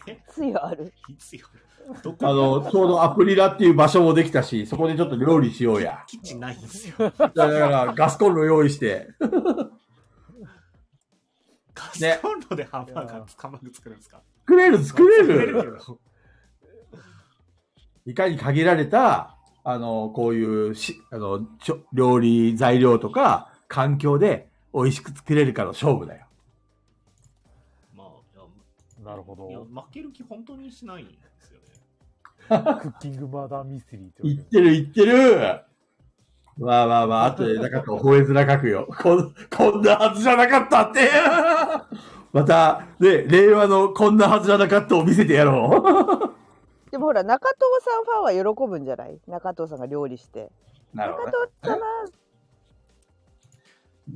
Speaker 1: え
Speaker 5: つゆある
Speaker 1: いつよ どこ
Speaker 4: あの、ちょうどアプリラっていう場所もできたし、そこでちょっと料理しようや。
Speaker 1: キッチンないんですよ
Speaker 4: だから、ガスコンロ用意して。
Speaker 1: ガスコンロでハンバーガーつかまぐ作るんですか
Speaker 4: 作れる、作れ
Speaker 1: け
Speaker 4: る。
Speaker 1: ど
Speaker 4: いかに限られた、あの、こういうし、あの、ちょ料理材料とか、環境で美味しく作れるかの勝負だよ。
Speaker 1: まあいや
Speaker 3: なるほ
Speaker 1: いや
Speaker 3: ど
Speaker 1: 負ける気本当にしないんですよね
Speaker 3: クッキングマーダーミステリーって
Speaker 4: 言っ
Speaker 3: わ
Speaker 4: てる、言ってるわあわあわあ、後で中と吠えづら書くよ。こん、こんなはずじゃなかったって。 また、ね、令和のこんなはずじゃなかったを見せてやろ
Speaker 5: でもほら中藤さんファンは喜ぶんじゃない中藤さんが料理して
Speaker 4: う。 なる
Speaker 5: 中
Speaker 4: ほど
Speaker 5: 藤
Speaker 4: ね。
Speaker 5: さんは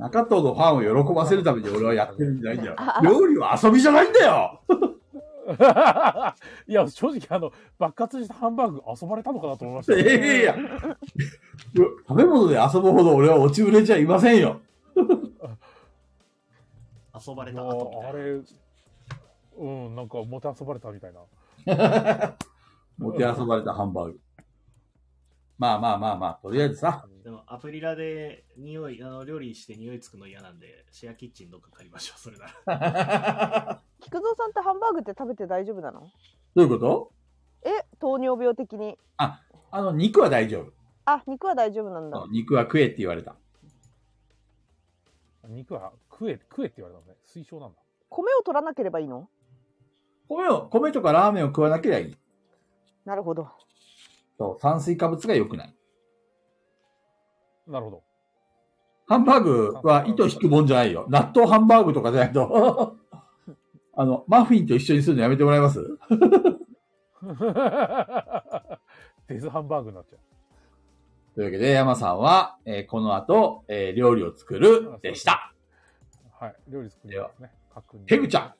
Speaker 4: 中藤のファンを喜ばせるために俺はやってるんじゃないんだよ。料理は遊びじゃないんだよ
Speaker 3: け いや正直あの爆発したハンバーグ遊ばれたのかなと思いま
Speaker 4: い
Speaker 3: した
Speaker 4: やい
Speaker 3: よ
Speaker 4: やいや。食べ物で遊ぶほど俺は落ちぶれじゃいませんよ。
Speaker 1: 遊ばれ
Speaker 3: いや
Speaker 1: た後みた
Speaker 3: あ
Speaker 1: いな
Speaker 3: れうんなんかもて遊ばれたみたいな
Speaker 4: もてあそばれたハンバーグ。まあまあまあまあ、とりあえずさ。
Speaker 1: でもアプリラで匂いあの料理して匂いつくの嫌なんでシェアキッチンどっか借りましょうそれなら
Speaker 5: 菊蔵さんってハンバーグって食べて大丈夫なの
Speaker 4: どういうこと
Speaker 5: え糖尿病的に
Speaker 4: あの、肉は大丈夫。
Speaker 5: あ肉は大丈夫なんだ
Speaker 4: 肉は食えって言われた。
Speaker 3: 肉は食え食えって言われたのね推奨なんだ
Speaker 5: 米を取らなければいいの
Speaker 4: 米を、米とかラーメンを食わなければいい。
Speaker 5: なるほど。
Speaker 4: そう、炭水化物が良くない。
Speaker 3: なるほど。
Speaker 4: ハンバーグは糸引くもんじゃないよ。納豆ハンバーグとかじゃないと。 あの、マフィンと一緒にするのやめてもらえます
Speaker 3: デズハンバーグになっちゃ
Speaker 4: というわけで、山さんは、えーこの後、えー料理を作るでした。
Speaker 3: う。はい。料理作りますね。確認。
Speaker 4: ペグちゃ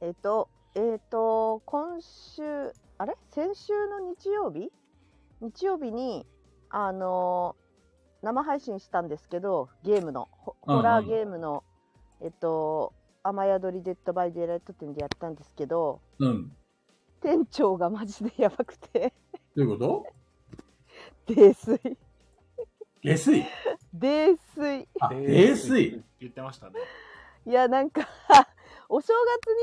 Speaker 5: えっ、と、えっ、と、今週、あれ先週の日曜日日曜日に、あのー生配信したんですけど、ゲームの、ホ
Speaker 4: うんうん
Speaker 5: ホラーゲームの、えっ、と、雨宿りデッドバイデイライト店でやったんですけど、
Speaker 4: ん。うん。
Speaker 5: 店長がマジでやばくて、
Speaker 4: どういうこと
Speaker 5: 泥酔。
Speaker 4: 下水。
Speaker 5: 泥酔。
Speaker 4: あ、
Speaker 3: 泥
Speaker 4: 下
Speaker 3: 酔
Speaker 4: 水。
Speaker 1: 言ってましたね。
Speaker 5: いや、なんか、 お正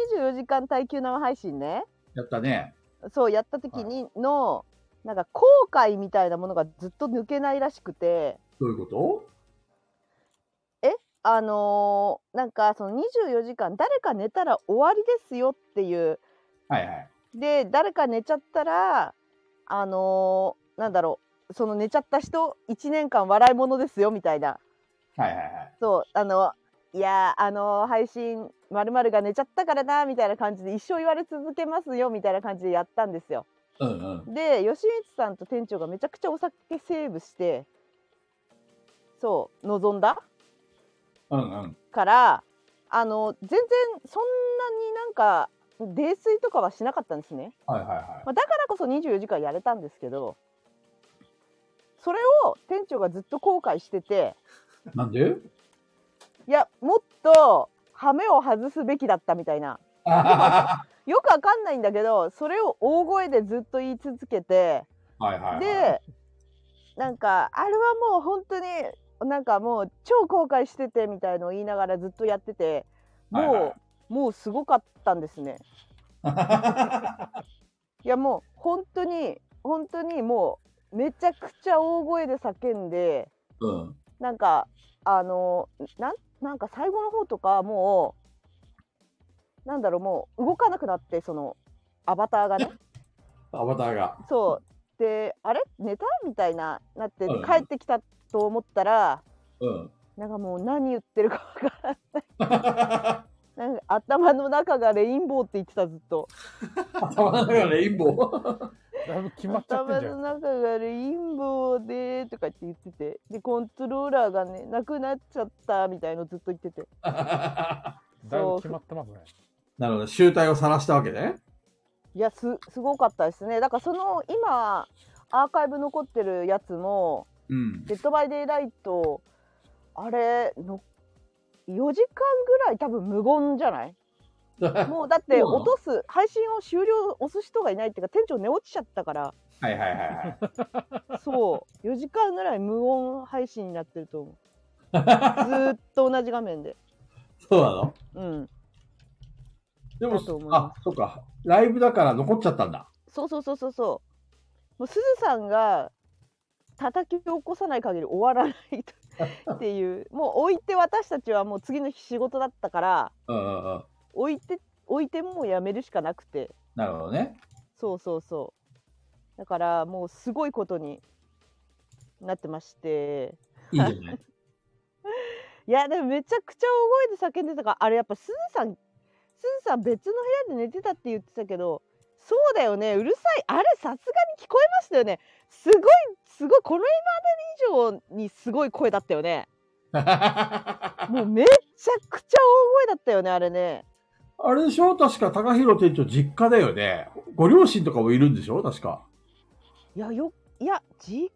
Speaker 5: 月24時間耐久生配信ね。
Speaker 4: やったね。
Speaker 5: そうやった時にの、なんか後悔みたいなものがずっと抜けないらしくて
Speaker 4: どういうこと
Speaker 5: あのーなんかその24時間誰か寝たら終わりですよっていう
Speaker 4: はいはい。
Speaker 5: で誰か寝ちゃったらあのーなんだろうその寝ちゃった人1年間笑い者ですよみたいな
Speaker 4: はいはいはい。
Speaker 5: そうあのいやーあのー配信まるが寝ちゃったからなみたいな感じで一生言われ続けますよみたいな感じでやったんですよ。
Speaker 4: うんうん。
Speaker 5: で吉光さんと店長がめちゃくちゃお酒セーブしてそう望んだ
Speaker 4: うんうん。
Speaker 5: からあの全然そんなになんか泥酔とかはしなかったんですね、
Speaker 4: はいはいは
Speaker 5: まあ、だからこそ24時間やれたんですけどそれを店長がずっと後悔してて
Speaker 4: い。なんで
Speaker 5: いやもっとハメを外すべきだったみたいな
Speaker 4: あはは
Speaker 5: よくわかんないんだけどそれを大声でずっと言い続けて
Speaker 4: ははいはいはい。
Speaker 5: でなんかあれはもう本当になんかもう超後悔しててみたいのを言いながらずっとやっててもう、
Speaker 4: はいは
Speaker 5: もうすごかったんですねいやもう本当に本当にもうめちゃくちゃ大声で叫んで
Speaker 4: うん。
Speaker 5: なんかあのなんなんか最後の方とかもうなんだろうもう動かなくなってそのアバター がね
Speaker 4: アバターが。
Speaker 5: そうであれ寝たみたいななって
Speaker 4: うん
Speaker 5: 帰ってきたと思ったら、
Speaker 4: うん。
Speaker 5: なんかもう何言ってるか分からんなんか頭の中がレインボーって言ってたずっと
Speaker 4: 頭の中がレインボ ー。
Speaker 3: だいぶ決まっちゃって
Speaker 5: 頭
Speaker 3: んじゃ
Speaker 5: の
Speaker 3: ん。
Speaker 5: 中がレインボーでとかって言っててでコントローラーがねなくなっちゃったみたいのずっと言ってて
Speaker 4: な
Speaker 3: だいぶ決まってますね。
Speaker 4: るほど。集体を晒したわけね。
Speaker 5: いやすすごかったですねだからその今アーカイブ残ってるやつも
Speaker 4: うん
Speaker 5: 「デッド・バイ・デイ・ライト」あれの4時間ぐらい多分無言じ ゃないもうだって
Speaker 4: そうなの
Speaker 5: 落とす配信を終了押す人がいないっていうか店長寝落ちちゃったから
Speaker 4: はいはいはいはい。
Speaker 5: そう4時 間ぐらい無音配信になってると思うずーっと同じ画面で
Speaker 4: そうなの
Speaker 5: うん
Speaker 4: で
Speaker 5: だと思い
Speaker 4: も、あ
Speaker 5: ま、
Speaker 4: そうか。ライブだから残っちゃったんだ。
Speaker 5: そうそうそうそうそうもうすずさんが叩き起こさない限り終わらないとっていうもう置いて私たちはもう次の日仕事だったから
Speaker 4: うんうんうん。
Speaker 5: 置いて置いてもうやめるしかなくて
Speaker 4: なるほど ね。
Speaker 5: そうそうそうだからもうすごいことになってまして
Speaker 4: いいんじゃない
Speaker 5: いやでもめちゃくちゃ大声で叫んでたからあれやっぱすずさんすずさん別の部屋で寝てたって言ってたけどそうだよねうるさいあれさすがに聞こえましたよねすごいすごいこの今まで以上にすごい声だったよねもうめちゃくちゃ大声だったよねあれね
Speaker 4: あれでしょ確か、高弘店長、実家だよね。ご両親とかもいるんでしょ確か。
Speaker 5: いやよいや実家で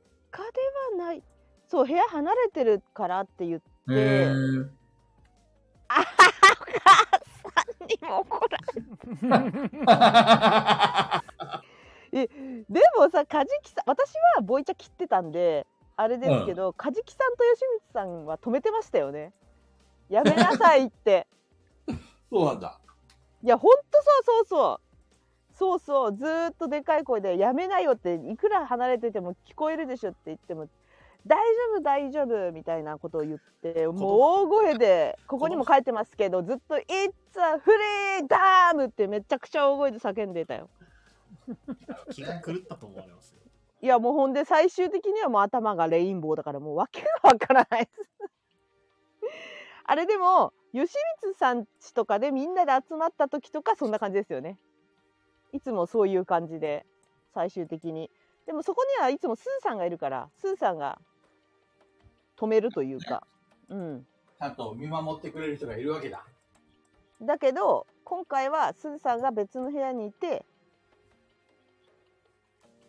Speaker 5: はないそう部屋離れてるからって言って
Speaker 4: へ
Speaker 5: え
Speaker 4: ー
Speaker 5: お母さんにも怒らでもさカジキさん私はボイチャ切ってたんであれですけど、カジキさんと吉光さんは止めてましたよねやめなさいって
Speaker 4: そうなんだ。
Speaker 5: いやほんとそうそうそうそうそうずーっとでかい声で「やめなよ」っていくら離れてても聞こえるでしょって言っても「大丈夫大丈夫」みたいなことを言ってもう大声でここにも書いてますけどずっと「It's a free d ってめちゃくちゃ大声で叫んでたよ
Speaker 1: 気が狂ったと思われますよ。
Speaker 5: いやもうほんで最終的にはもう頭がレインボーだからもう訳がわからないです。 あれでも吉光さんちとかでみんなで集まった時とかそんな感じですよね。いつもそういう感じで最終的に。でもそこにはいつもスーさんがいるからスーさんが止めるというか。うん、
Speaker 4: ちゃんと見守ってくれる人がいるわけだ。
Speaker 5: だけど今回はスーさんが別の部屋にいて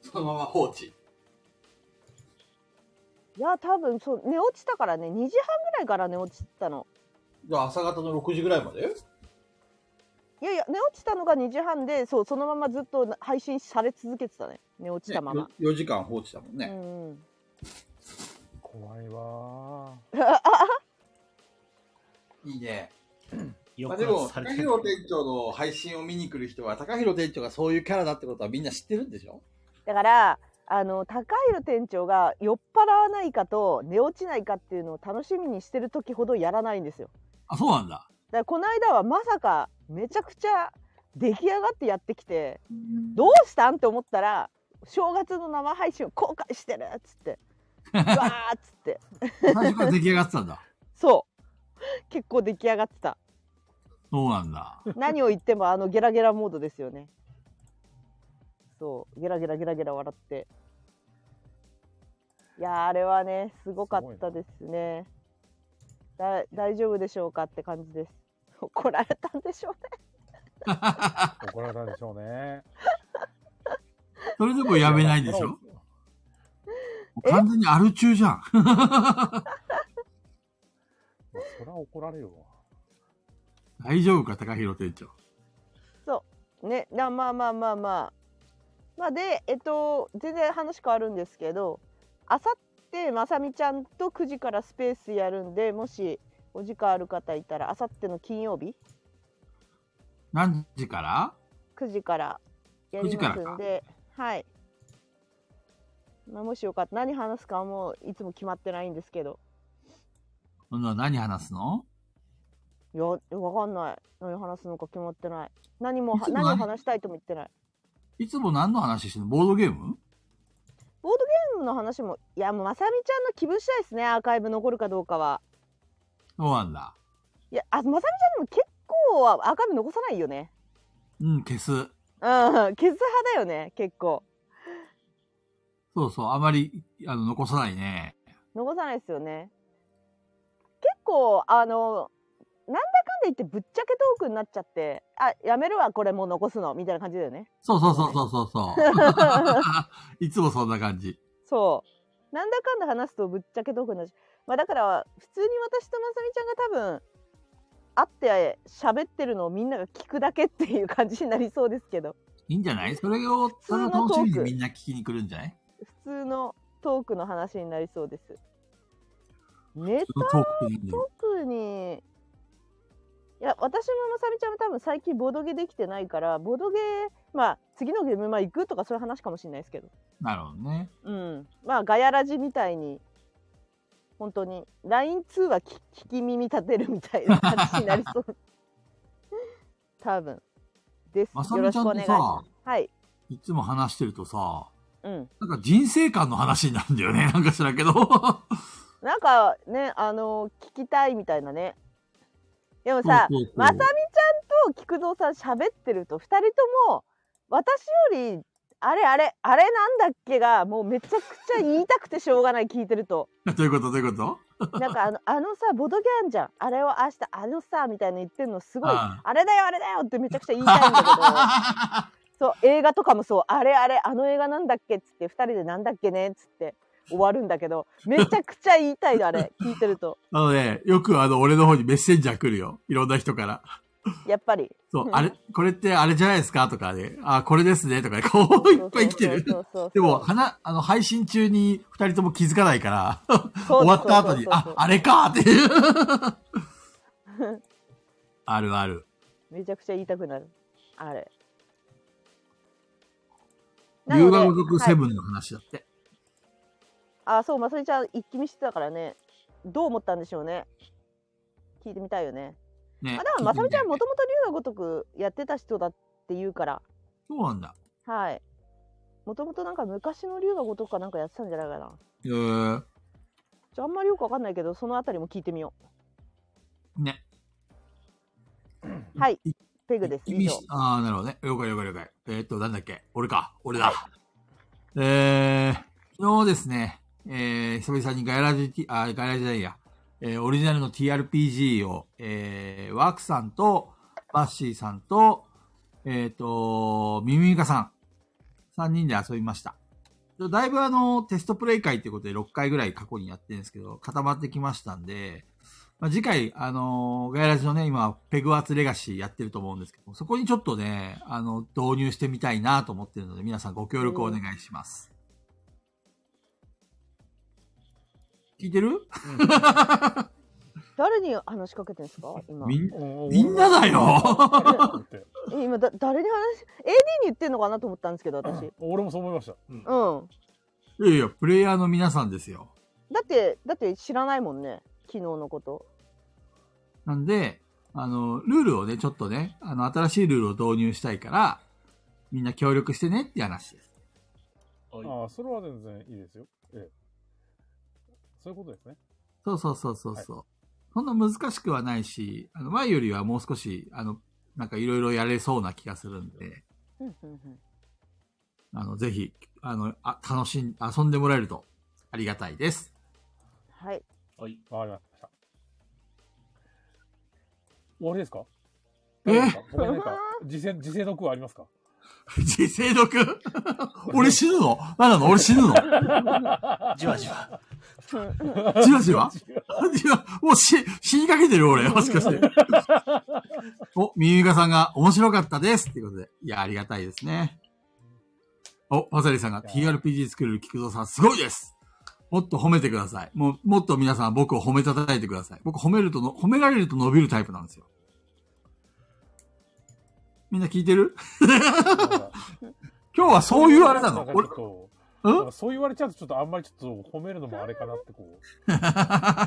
Speaker 4: そのまま放置。
Speaker 5: いや多分そう寝落ちたからね2時半ぐらいから寝落ちたの。
Speaker 4: じゃあ朝方の6時ぐらいまで
Speaker 5: いやいや寝落ちたのが2時半でそうそのままずっと配信され続けてたね寝落ちたまま、
Speaker 4: ?4 時間放置だもん
Speaker 5: う
Speaker 4: ね。
Speaker 5: んうん、
Speaker 3: 怖いわ
Speaker 4: いいね。まあ、で
Speaker 1: 抑
Speaker 4: も、
Speaker 1: 圧さ
Speaker 4: 高
Speaker 1: れてる
Speaker 4: 広店長の配信を見に来る人は、高広店長がそういうキャラだってことはみんな知ってるんでしょ
Speaker 5: だからあの高弘店長が酔っ払わないかと寝落ちないかっていうのを楽しみにしてる時ほどやらないんですよ
Speaker 4: あ、そうなんだ。
Speaker 5: だからこの間はまさかめちゃくちゃ出来上がってやってきてどうしたんって思ったら正月の生配信を後悔してるっつってうわーっ つって
Speaker 4: 最初から出来上がってたんだ。
Speaker 5: そう結構出来上がってた
Speaker 4: そうなんだ。
Speaker 5: 何を言ってもあのゲラゲラモードですよねそうゲラゲラゲラゲラ笑っていやーあれはねすごかったですねだ大丈夫でしょうかって感じです怒られたんでしょうね
Speaker 3: ー怒られたんでしょうね。
Speaker 4: それでもやめないでしょ完全にアル中じゃん。
Speaker 3: そりゃ怒られるわ。
Speaker 4: 大丈夫か、高広店長。
Speaker 5: ねなまあまあまあまあまあでえっと全然話変わるんですけどあさってまさみちゃんと9時からスペースやるんでもしお時間ある方いたらあさっての金曜日
Speaker 4: 何時から
Speaker 5: 9時からやりますんで、はい。まあ、もしよかった何話すかはもういつも決まってないんですけど。
Speaker 4: 今度は何話すの
Speaker 5: いや、いやわかんない。何話すのか決まってない。何も、
Speaker 4: いつも
Speaker 5: 何を
Speaker 4: 何
Speaker 5: 話したいとも言ってない。
Speaker 4: いつも何の話してるのボードゲーム
Speaker 5: ボードゲームの話も、いや、もうまさみちゃんの気分次第ですね、アーカイブ残るかどうかは。
Speaker 4: そうなんだ。
Speaker 5: いや、あ、まさみちゃんでも結構はアーカイブ残さないよね。
Speaker 4: うん、消す。
Speaker 5: うん、消す派だよね、結構。
Speaker 4: そうそう、あまり、あの、残さないね。
Speaker 5: 残さないですよね。結構あのなんだかんだ言ってぶっちゃけトークになっちゃってあやめるわこれもう残すのみたいな感じだよね。
Speaker 4: そうそうそうそうそう そう。いつもそんな感じ。
Speaker 5: そうなんだかんだ話すとぶっちゃけトークになっちゃう。まあだから普通に私とまさみちゃんが多分会って喋ってるのをみんなが聞くだけっていう感じになりそうですけど
Speaker 4: いいんじゃないそれを、それを楽しみにみんな聞きに来るんじゃない
Speaker 5: 普通のトークの話になりそうです。ネ
Speaker 4: そのトークっていいんだよ
Speaker 5: 特にいや私もまさみちゃんも多分最近ボドゲできてないからボドゲまあ次のゲームまあ行くとかそういう話かもしれないですけど
Speaker 4: なるほどね。
Speaker 5: うんまあガヤラジみたいに本当に LINE2 は聞聞き耳立てるみたいな話になりそう 多分です、
Speaker 4: まさ
Speaker 5: よ
Speaker 4: み
Speaker 5: ろ
Speaker 4: ち
Speaker 5: し
Speaker 4: ゃ
Speaker 5: く
Speaker 4: ん
Speaker 5: お
Speaker 4: と
Speaker 5: 願いしま
Speaker 4: さ、
Speaker 5: すはい
Speaker 4: いつも話してるとさ、
Speaker 5: うん
Speaker 4: なんか人生観の話になるんだよね。 なんか知らんけど。
Speaker 5: なんかねあの聞きたいみたいなねでもさ
Speaker 4: そうそうそう
Speaker 5: まさみちゃんと菊蔵さん喋ってると2人とも私よりあれあれあれなんだっけがもうめちゃくちゃ言いたくてしょうがない聞いてると
Speaker 4: どういうことどういう こと
Speaker 5: なんかあのあのさボドギャンじゃんあれをああしたあのさみたいな言ってるのすごい
Speaker 4: あ
Speaker 5: あれだよあれだよってめちゃくちゃ言いたいんだ けどそう映画とかもそうあれあれあの映画なんだっけっつって2人でなんだっけねっつって終わるんだけどめちゃくちゃ言いたいのあれ聞いてると
Speaker 4: なので、よくあの、俺の方にメッセンジャー来るよ。いろんな人から。
Speaker 5: やっ ぱり
Speaker 4: そう、あれ、これってあれじゃないですかとかね。あ、これですねとかね。こう、いっぱい来てる。
Speaker 5: そうそうそうそう
Speaker 4: でも、はな、あの、配信中に二人とも気づかないから、
Speaker 5: そう
Speaker 4: 終わった後に、
Speaker 5: そうそうそうそう
Speaker 4: あ、あれかって いう。あるある。
Speaker 5: めちゃくちゃ言いたくなるあれな
Speaker 4: 夕
Speaker 5: ので
Speaker 4: 方族セ
Speaker 5: はい
Speaker 4: ブンの話だって。
Speaker 5: あそうまさみちゃん一気見してたからねどう思ったんでしょうね聞いてみたいよね
Speaker 4: ね。
Speaker 5: あでもまさみちゃん
Speaker 4: 聞い
Speaker 5: も
Speaker 4: て
Speaker 5: ともと龍が如くやってた人だって言うから
Speaker 4: みてそうなんだ。
Speaker 5: はいもともとなんか昔の龍が如くかなんかやってたんじゃないかな
Speaker 4: えー、
Speaker 5: ちょあんまりよくわかんないけどそのあたりも聞いてみよ
Speaker 4: ね。
Speaker 5: うはいペグです以
Speaker 4: 意味
Speaker 5: 上
Speaker 4: しああ、なるほどね。了解了解了解。えーっと、なんだっけ俺か。俺だ。えー、昨日ですね、えー、久々にガイラジ、あー、ガイラジじゃないや、えー、オリジナルの TRPG を、えー、ワークさんと、バッシーさんと、えーっと、ミミミカさん、三人で遊びました。だいぶあの、テストプレイ会ってことで6回ぐらい過去にやってるんですけど、固まってきましたんで、まあ、次回、あのーガイラジのね、今、ペグアーツレガシーやってると思うんですけど、そこにちょっとね、あの、導入してみたいなと思ってるので、皆さんご協力をお願いします。聞いてる
Speaker 5: 誰に話しかけてんですか今
Speaker 4: みん
Speaker 3: お
Speaker 4: みんなだ よ
Speaker 5: え今だ誰に話し AD に言ってんのかなと思ったんですけど私
Speaker 3: 俺もそう思いました。
Speaker 1: うん
Speaker 5: うん
Speaker 4: いやいや、プレイヤーの皆さんですよ。
Speaker 5: だってだって知らないもんね昨日のこと
Speaker 4: なんで、あの、ルールをね、ちょっとね、あの、新しいルールを導入したいから、みんな協力してねっていう話です。
Speaker 1: はい
Speaker 3: ああ、それは全然いいですよ。ええ。そういうことですね。
Speaker 4: そうそうそうそうそう。そんな難しくはないし、あの、前よりはもう少し、あの、なんかいろいろやれそうな気がするんで、
Speaker 5: うんうんうん
Speaker 4: あの、ぜひ、あの、あ楽しん、遊んでもらえるとありがたいです。
Speaker 5: はい
Speaker 1: はい
Speaker 3: わかりました。終わりですか
Speaker 4: え
Speaker 3: 大丈夫ですか他に何か、時勢、時勢の句はありますか
Speaker 4: 人生毒俺死ぬのなんなの俺死ぬの
Speaker 1: じわじわ。
Speaker 4: じわ じわじわもう死、死にかけてる俺。もしか して。お、みゆかさんが面白かったです。っていうことで。いや、ありがたいですね。お、まさりさんが TRPG 作れる菊蔵さんすごいです。もっと褒めてください。もう、もっと皆さん僕を褒めたたえてください。僕褒めるとの、褒められると伸びるタイプなんですよ。みんな聞いてる今日は そういうあれなの
Speaker 3: んかち
Speaker 4: 俺、
Speaker 3: ょっと
Speaker 4: うん
Speaker 3: なんかそう言われちゃうとちょっとあんまりちょっと褒めるのもあれかなってこう。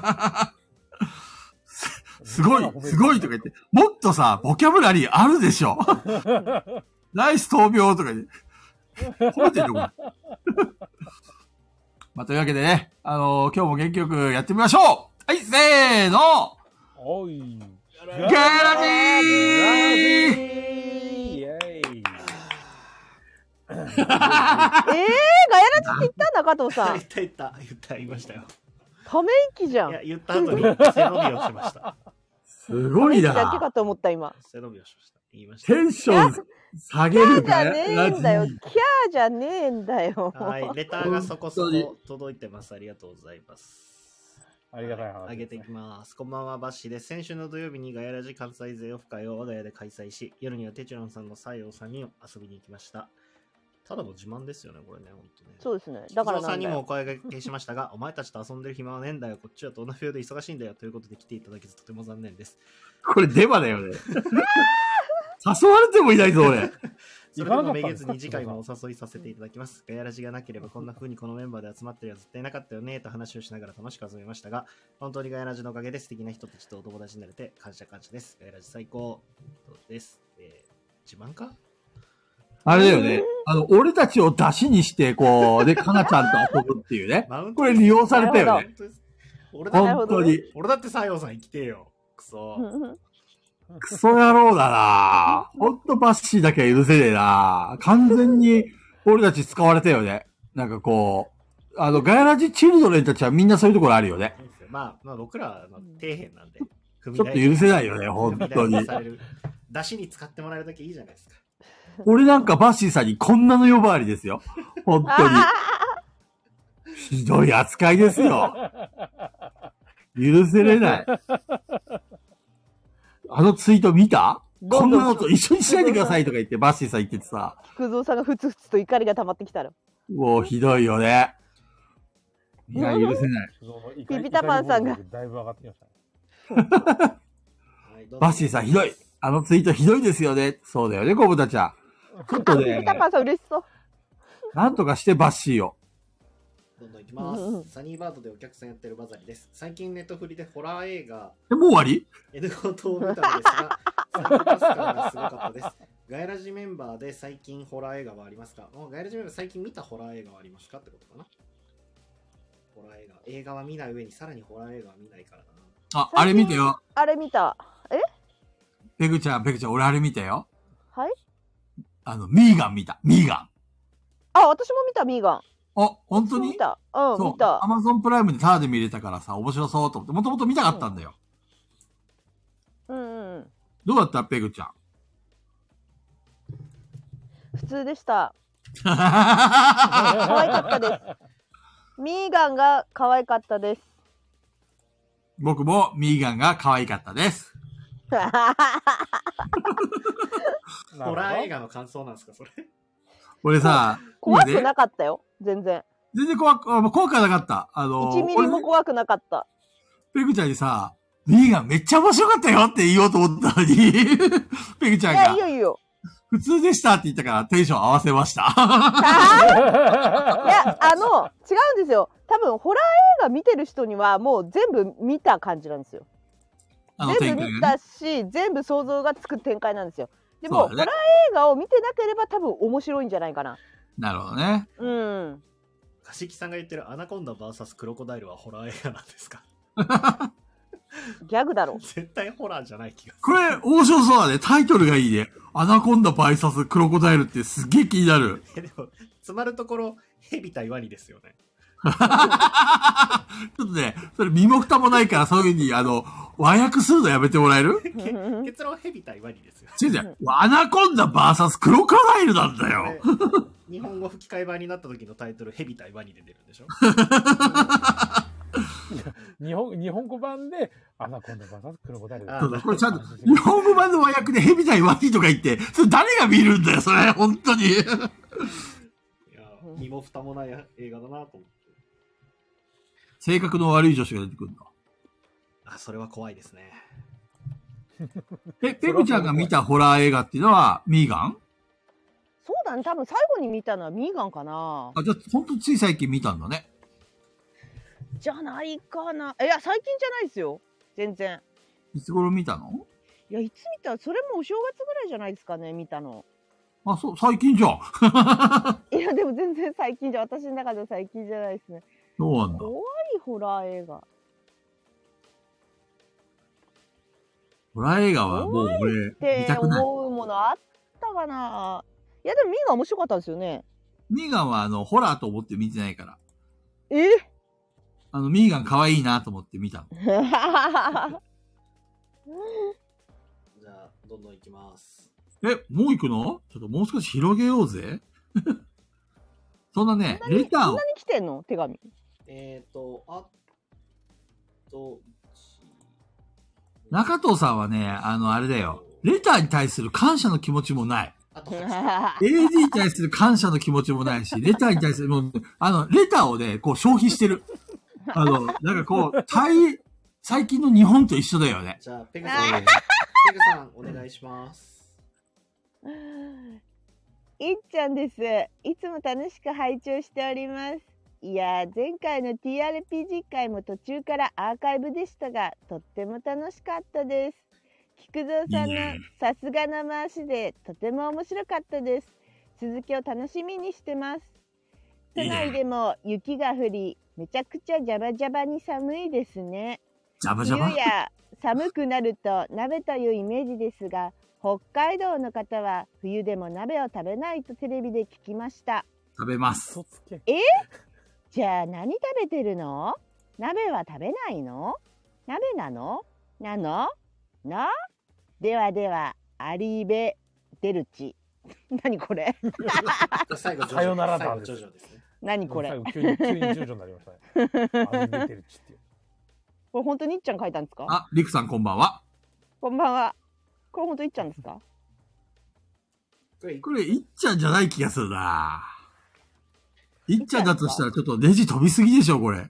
Speaker 4: すごい、すごいとか言って、もっとさ、ボキャブラリーあるでし ょ。ナイス闘病とか言って、褒めてるとこ。 まあ、というわけでね、あのー今日も元気よくやってみましょうはい、せーの
Speaker 3: おい。
Speaker 4: ゲラジー
Speaker 3: イエイ。
Speaker 5: えー、ガヤラチって言ったんだ加藤さ
Speaker 1: 言
Speaker 5: ん
Speaker 1: った言った、言った、言いましたよ。
Speaker 5: ため息じゃ
Speaker 1: い
Speaker 5: ん
Speaker 1: や、言った後に背伸びをしました。
Speaker 4: すごい
Speaker 5: ため息だけ
Speaker 4: な
Speaker 5: かと思った今
Speaker 1: 背伸びをしました。言いました
Speaker 4: テ。ンション下げる
Speaker 5: じゃねえ
Speaker 4: ラジ
Speaker 5: んだよ。
Speaker 4: ー
Speaker 5: キャーじゃねえんだよ。
Speaker 1: はい、レターがそこそこ届いてます。ありがとうございます。
Speaker 3: ありがたい話ですね
Speaker 1: あげていきます。こんばんは、バッシーです。先週の土曜日にガヤラジ関西勢オフ会を我が家で開催し、夜にはテチロンさんの西洋さんに遊びに行きました。ただの自慢ですよね、これね、本当ね。
Speaker 5: そうですね。だから
Speaker 1: 菊蔵
Speaker 5: な
Speaker 1: さ
Speaker 5: ん
Speaker 1: んに
Speaker 5: だ
Speaker 1: もお
Speaker 5: よ。
Speaker 1: 声掛けしましたが、お前たちと遊んでる暇はねえんだよ、こっちはトーナフィールド忙しいんだよということで来ていただけずとても残念です。
Speaker 4: これデマだよね。誘われてもいないぞ、俺。
Speaker 1: それでも
Speaker 3: い
Speaker 1: め
Speaker 3: かが
Speaker 1: げ
Speaker 3: だったんです
Speaker 1: ず
Speaker 3: か
Speaker 1: に次回もお誘いさせていただきます。ガヤラジがなければこんな風にこのメンバーで集まってるやつ絶対なかったよねと話をしながら楽しく遊びましたが、本当にガヤラジのおかげで素敵な人たちとお友達になれて感謝感謝です。ガヤラジ最高ということです。えー自慢か
Speaker 4: あれだよね。あの、俺たちを出しにして、こう、で、かなちゃんと遊ぶっていうね。
Speaker 1: マウント
Speaker 4: これ利用されたよね。
Speaker 1: 本当です俺だ
Speaker 5: なるほ
Speaker 4: 本
Speaker 5: ど
Speaker 4: 当
Speaker 5: ね
Speaker 4: に。
Speaker 1: 俺だって西洋さん生きてえよ。くそ。
Speaker 4: クソ野郎だなほんとバッシーだけは許せねえな完全に俺たち使われたよね。なんかこう、あの、ガヤラジチルドレンたちはみんなそういうところあるよね。
Speaker 1: まあ、まあ、僕らはまあ底辺なんで。ちょ
Speaker 4: ちょっと許せないよね、
Speaker 1: 本
Speaker 4: 本
Speaker 1: 当
Speaker 4: 当
Speaker 1: に
Speaker 4: に。。
Speaker 1: 出しに使ってもらえるだけいいじゃないですか。
Speaker 4: 俺なんかバッシーさんにこんなの呼ばわりですよ。本
Speaker 5: あ
Speaker 4: 当に。ひどい扱いですよ。許せれない。あのツイート見た
Speaker 5: ど
Speaker 4: こ
Speaker 5: ん
Speaker 4: ん
Speaker 5: どん
Speaker 4: なのと一緒にしないでくださいとか言って、バッシーさん言っててさ、
Speaker 5: あ、菊蔵さんがふつふつと怒りが溜まってきたら。
Speaker 4: もうひどいよね。いや、許せない。
Speaker 3: その怒り
Speaker 5: ピピタパンさんが
Speaker 3: 怒りの暴力だいぶ上がってきましたね。
Speaker 1: はいどうぞ
Speaker 4: バッシーさんひどい。あのツイートひどいですよね。そうだよね、コブタちゃん。ちょっと
Speaker 5: ピ
Speaker 4: ね
Speaker 5: ピ、タパンさん嬉しそう。
Speaker 4: なんとかしてバッシーを。
Speaker 1: どんどん行きま
Speaker 5: うんうん
Speaker 1: す。サニーバードでお客さんやってるバザリです。最近ネットフリでホラー映画、
Speaker 4: えもう終わり
Speaker 1: N コトを見たのですが、サニーパスカーがすごかったです。ガイラジメンバーで最近ホラー映画はありますかもうガイラジメンバー最近見たホラー映画はありますかってことかなホラー映画。映画は見ない上にさらにホラー映画は見ないからだな。
Speaker 4: あ、あれ見てよ。
Speaker 5: あれ見た。
Speaker 4: ペグちゃん、ペグちゃん、俺あれ見たよ。
Speaker 5: はい。
Speaker 4: あの、ミーガン見た。ミーガ
Speaker 5: あ、私も見た、ミーガン。
Speaker 4: ン。あ、本当に
Speaker 5: 見た。うん、
Speaker 4: そう
Speaker 5: 見た
Speaker 4: ア。マゾンプライムでタダで見れたからさ、面白そうと思って、もともと見たかったんだよ。
Speaker 5: うんうんうん。
Speaker 4: どうだったペグ ちゃん。
Speaker 5: 普通でした。可
Speaker 3: 可
Speaker 5: 愛かったで す。ミーガンが可愛かったです。
Speaker 4: 僕もミーガンが可愛かったです。
Speaker 3: す。
Speaker 1: ホラー映
Speaker 3: 画。
Speaker 1: 画の感想なんですか、それ。
Speaker 4: 俺さ、
Speaker 5: 怖く
Speaker 4: 今ね
Speaker 5: なかったよ。全然。
Speaker 4: 全然怖く、あ怖くはなかった。あの、
Speaker 5: 1ミリも
Speaker 4: 俺
Speaker 5: 怖くなかった。
Speaker 4: ペグちゃんにさ、ミーガンめっちゃ面白かったよって言おうと思ったの に、ペグちゃん
Speaker 5: いや、いい
Speaker 4: が、
Speaker 5: よいいよ。
Speaker 4: 普通でしたって言ったからテンション合わせました。
Speaker 5: あーいや、あの、違うんですよ。多分、ホラー映画見てる人には、もう全部見た感じなんですよ。
Speaker 4: あの展
Speaker 5: 全部
Speaker 4: 開
Speaker 5: 見
Speaker 4: がね。
Speaker 5: たし、全部想像がつく展開なんですよ。で
Speaker 4: そ
Speaker 5: も、
Speaker 4: う
Speaker 5: ホ
Speaker 4: だね
Speaker 5: ラー映画を見てなければ多分面白いんじゃないかな。
Speaker 4: なるほどね。
Speaker 5: うん。
Speaker 1: カシキさんが言ってるアナコンダ VS クロコダイルはホラー映画なんですか
Speaker 5: ギャグだろ。
Speaker 1: 絶対ホラーじゃない気がする。
Speaker 4: これ、面白そうだね。タイトルがいいね。アナコンダバイサスクロコダイルってすっげえ気になる。
Speaker 1: えでも、詰まるところ、ヘビ対ワニですよね。
Speaker 4: ちょっとね、それ身も蓋もないから、そういうふうに、あの、和訳するのやめてもらえる
Speaker 5: うん
Speaker 1: 結論、ヘビ対ワニですよ。
Speaker 4: 違う違う。アナコンダバーサスクロコダイルなんだよ。
Speaker 1: で日本語吹き替え版になった時のタイトル、ヘビ対ワニで出るんでしょ
Speaker 3: 日本、日本語版で、アナコンダバナナクロコダイル。
Speaker 1: あ
Speaker 4: そうだ、これちゃんと、
Speaker 3: 話して
Speaker 4: 日本語版の和訳でヘビ対ワニとか言って、それ誰が見るんだよ、それ、本当に。
Speaker 1: いや、身も蓋もない映画だなと思って。
Speaker 4: 性格の悪い女子が出てくるんだ。
Speaker 1: あ、それは怖いですね。
Speaker 4: え、ペグちゃんが見たホラー映画っていうのは、ミーガン
Speaker 5: そうだね。多分最後に見たのはミーガンかな。
Speaker 4: あ、じゃあ、ほんとつい最近見たんだね。
Speaker 5: じゃないかな。いや、最近じゃないですよ。全然。
Speaker 4: いつ頃見たの
Speaker 5: いや、いつ見たそれもお正月ぐらいじゃないですかね、見たの。
Speaker 4: あ、そう、最近じゃん。
Speaker 5: いや、でも全然最近じゃ、私の中では最近じゃないですね。
Speaker 4: そうなんだ。
Speaker 5: 怖いホラー映画。
Speaker 4: ホラー映画はもう俺
Speaker 5: っ、
Speaker 4: 見
Speaker 5: て
Speaker 4: たくない。
Speaker 5: 思うものあったかな。いや、でもミーガン面白かったですよね。
Speaker 4: ミーガンは、あの、ホラーと思って見てないから。
Speaker 5: え
Speaker 4: あの、ミーガン可愛いなと思って見たの。
Speaker 1: じゃあ、どんどんいきます。
Speaker 4: え、もう行くのちょっともう少し広げようぜ。 そんなね、レター
Speaker 5: そん
Speaker 4: を
Speaker 5: な、に来てんの 手紙。
Speaker 1: えっ、ー、と、あと、1
Speaker 4: 中藤さんはね、あの、あれだよ。レターに対する感謝の気持ちもない。
Speaker 1: あと8、
Speaker 5: い
Speaker 4: AD に対する感謝の気持ちもないし、レターに対する、もう、あの、レターをね、こう消費してる。あの、なんかこう、大、最近の日本と一緒だよね。
Speaker 1: じゃあ、ペグさん、
Speaker 4: え
Speaker 1: ペ
Speaker 4: ー
Speaker 1: グさん、お願いします。
Speaker 5: っちゃんです。いつも楽しく拝聴しております。いやー前回の TRPG 回も途中からアーカイブでしたがとっても楽しかったです菊蔵さん
Speaker 4: いい
Speaker 5: の
Speaker 4: ね
Speaker 5: さすがの回しでとても面白かったです続きを楽しみにしてます都
Speaker 4: いいね
Speaker 5: 内でも雪が降りめちゃくちゃジャバジャバに寒いですね
Speaker 4: ジャバジ
Speaker 5: 冬
Speaker 4: ャバ。
Speaker 5: や寒くなると鍋というイメージですが北海道の方は冬でも鍋を食べないとテレビで聞きました
Speaker 4: 食べます。
Speaker 3: 嘘つけ。
Speaker 5: じゃあ何食べてるの鍋は食べないの鍋なのなのなではではアリーベデルチ 何これ
Speaker 1: じゃあ最後、ジョジョ
Speaker 3: さよなら
Speaker 1: 最後
Speaker 3: だ
Speaker 1: ジョジョですね。
Speaker 5: 何これ
Speaker 3: 最
Speaker 5: こ
Speaker 3: 後急に、急に十条になりましたね。味出てるちっていう。
Speaker 5: れ本当にいっちゃん書いたんですか
Speaker 4: あ、リクさんこんばんは。
Speaker 5: こんばんはこれ本当いっちゃんですか
Speaker 1: これ、
Speaker 4: これ、いっちゃんじゃない気がするな。いっちゃんだとしたら、ちょっとネジ飛びすぎでしょ、これ。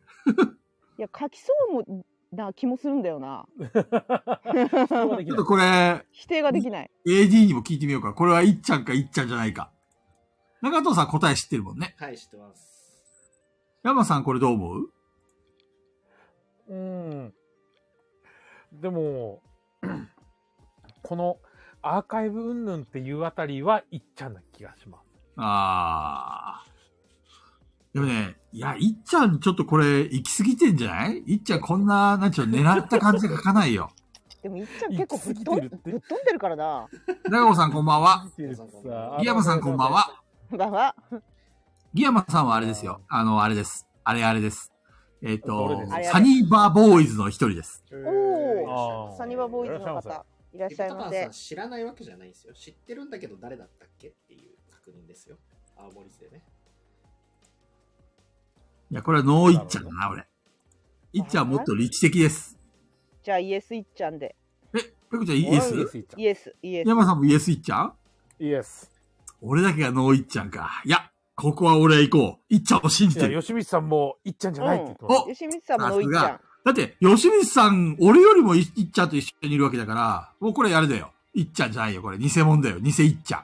Speaker 5: いや書きそうもな気もするんだよな
Speaker 3: 人ができ
Speaker 4: ちょっ
Speaker 3: ない
Speaker 4: とこれ、
Speaker 5: 否定ができない
Speaker 4: AD にも聞いてみようか。これはいっちゃんかいっちゃんじゃないか。中藤さん答え知ってるもんね。
Speaker 1: はい、知ってます。
Speaker 4: 山さんこれどう思う
Speaker 3: うん。でも、このアーカイブ云々っていうあたりはいっちゃんな気がします。
Speaker 4: ああ。でもね、いや、いっちゃんちょっとこれ行き過ぎてんじゃないいっちゃんこんな、なんちゅうの、狙った感じで書かないよ。
Speaker 5: でもいっちゃん結構ぶっ飛ん
Speaker 3: 行き過ぎてるって
Speaker 5: ぶっ飛んでるからな。
Speaker 4: 長尾さんこんばんは。
Speaker 1: さ
Speaker 4: ギヤマさんこんばん。は。
Speaker 5: まあまあ
Speaker 4: ギヤマさんはあれですよ。あの、あれです。あれあれです。えっ、
Speaker 3: どれ
Speaker 4: と
Speaker 3: です
Speaker 5: か、
Speaker 4: サニーバーボーイズの一人です。
Speaker 5: お
Speaker 3: ー
Speaker 5: サニバボーイズの方いらっしゃいま
Speaker 1: 高橋さ
Speaker 5: せ
Speaker 1: ん。知らないわけじゃないんですよ。知ってるんだけど誰だったっけっていう確認ですよ。青森市でね。
Speaker 4: いや、これはノーいっちゃんだな、俺。いっちゃんはもっと理知的です。
Speaker 5: じゃあイエスいっちゃんで。
Speaker 4: え、ペコちゃんイエス
Speaker 3: イエスいっちゃん
Speaker 5: イエスイエス
Speaker 4: ギヤ。マさんもイエスいっちゃん
Speaker 3: イエス。
Speaker 4: 俺だけがノーいっちゃんか。いや、ここは俺行こう。いっちゃんを信じ
Speaker 3: い
Speaker 4: て
Speaker 3: や、
Speaker 4: る。
Speaker 3: 吉光さんもいっちゃんじゃないって言ってます。
Speaker 4: お
Speaker 5: 吉光さんものいっちゃん。
Speaker 4: だって、吉光さん、俺よりもいいっちゃんと一緒にいるわけだから、もうこれやるだよ。いっちゃんじゃないよ、これ。偽物だよ。偽いっちゃん。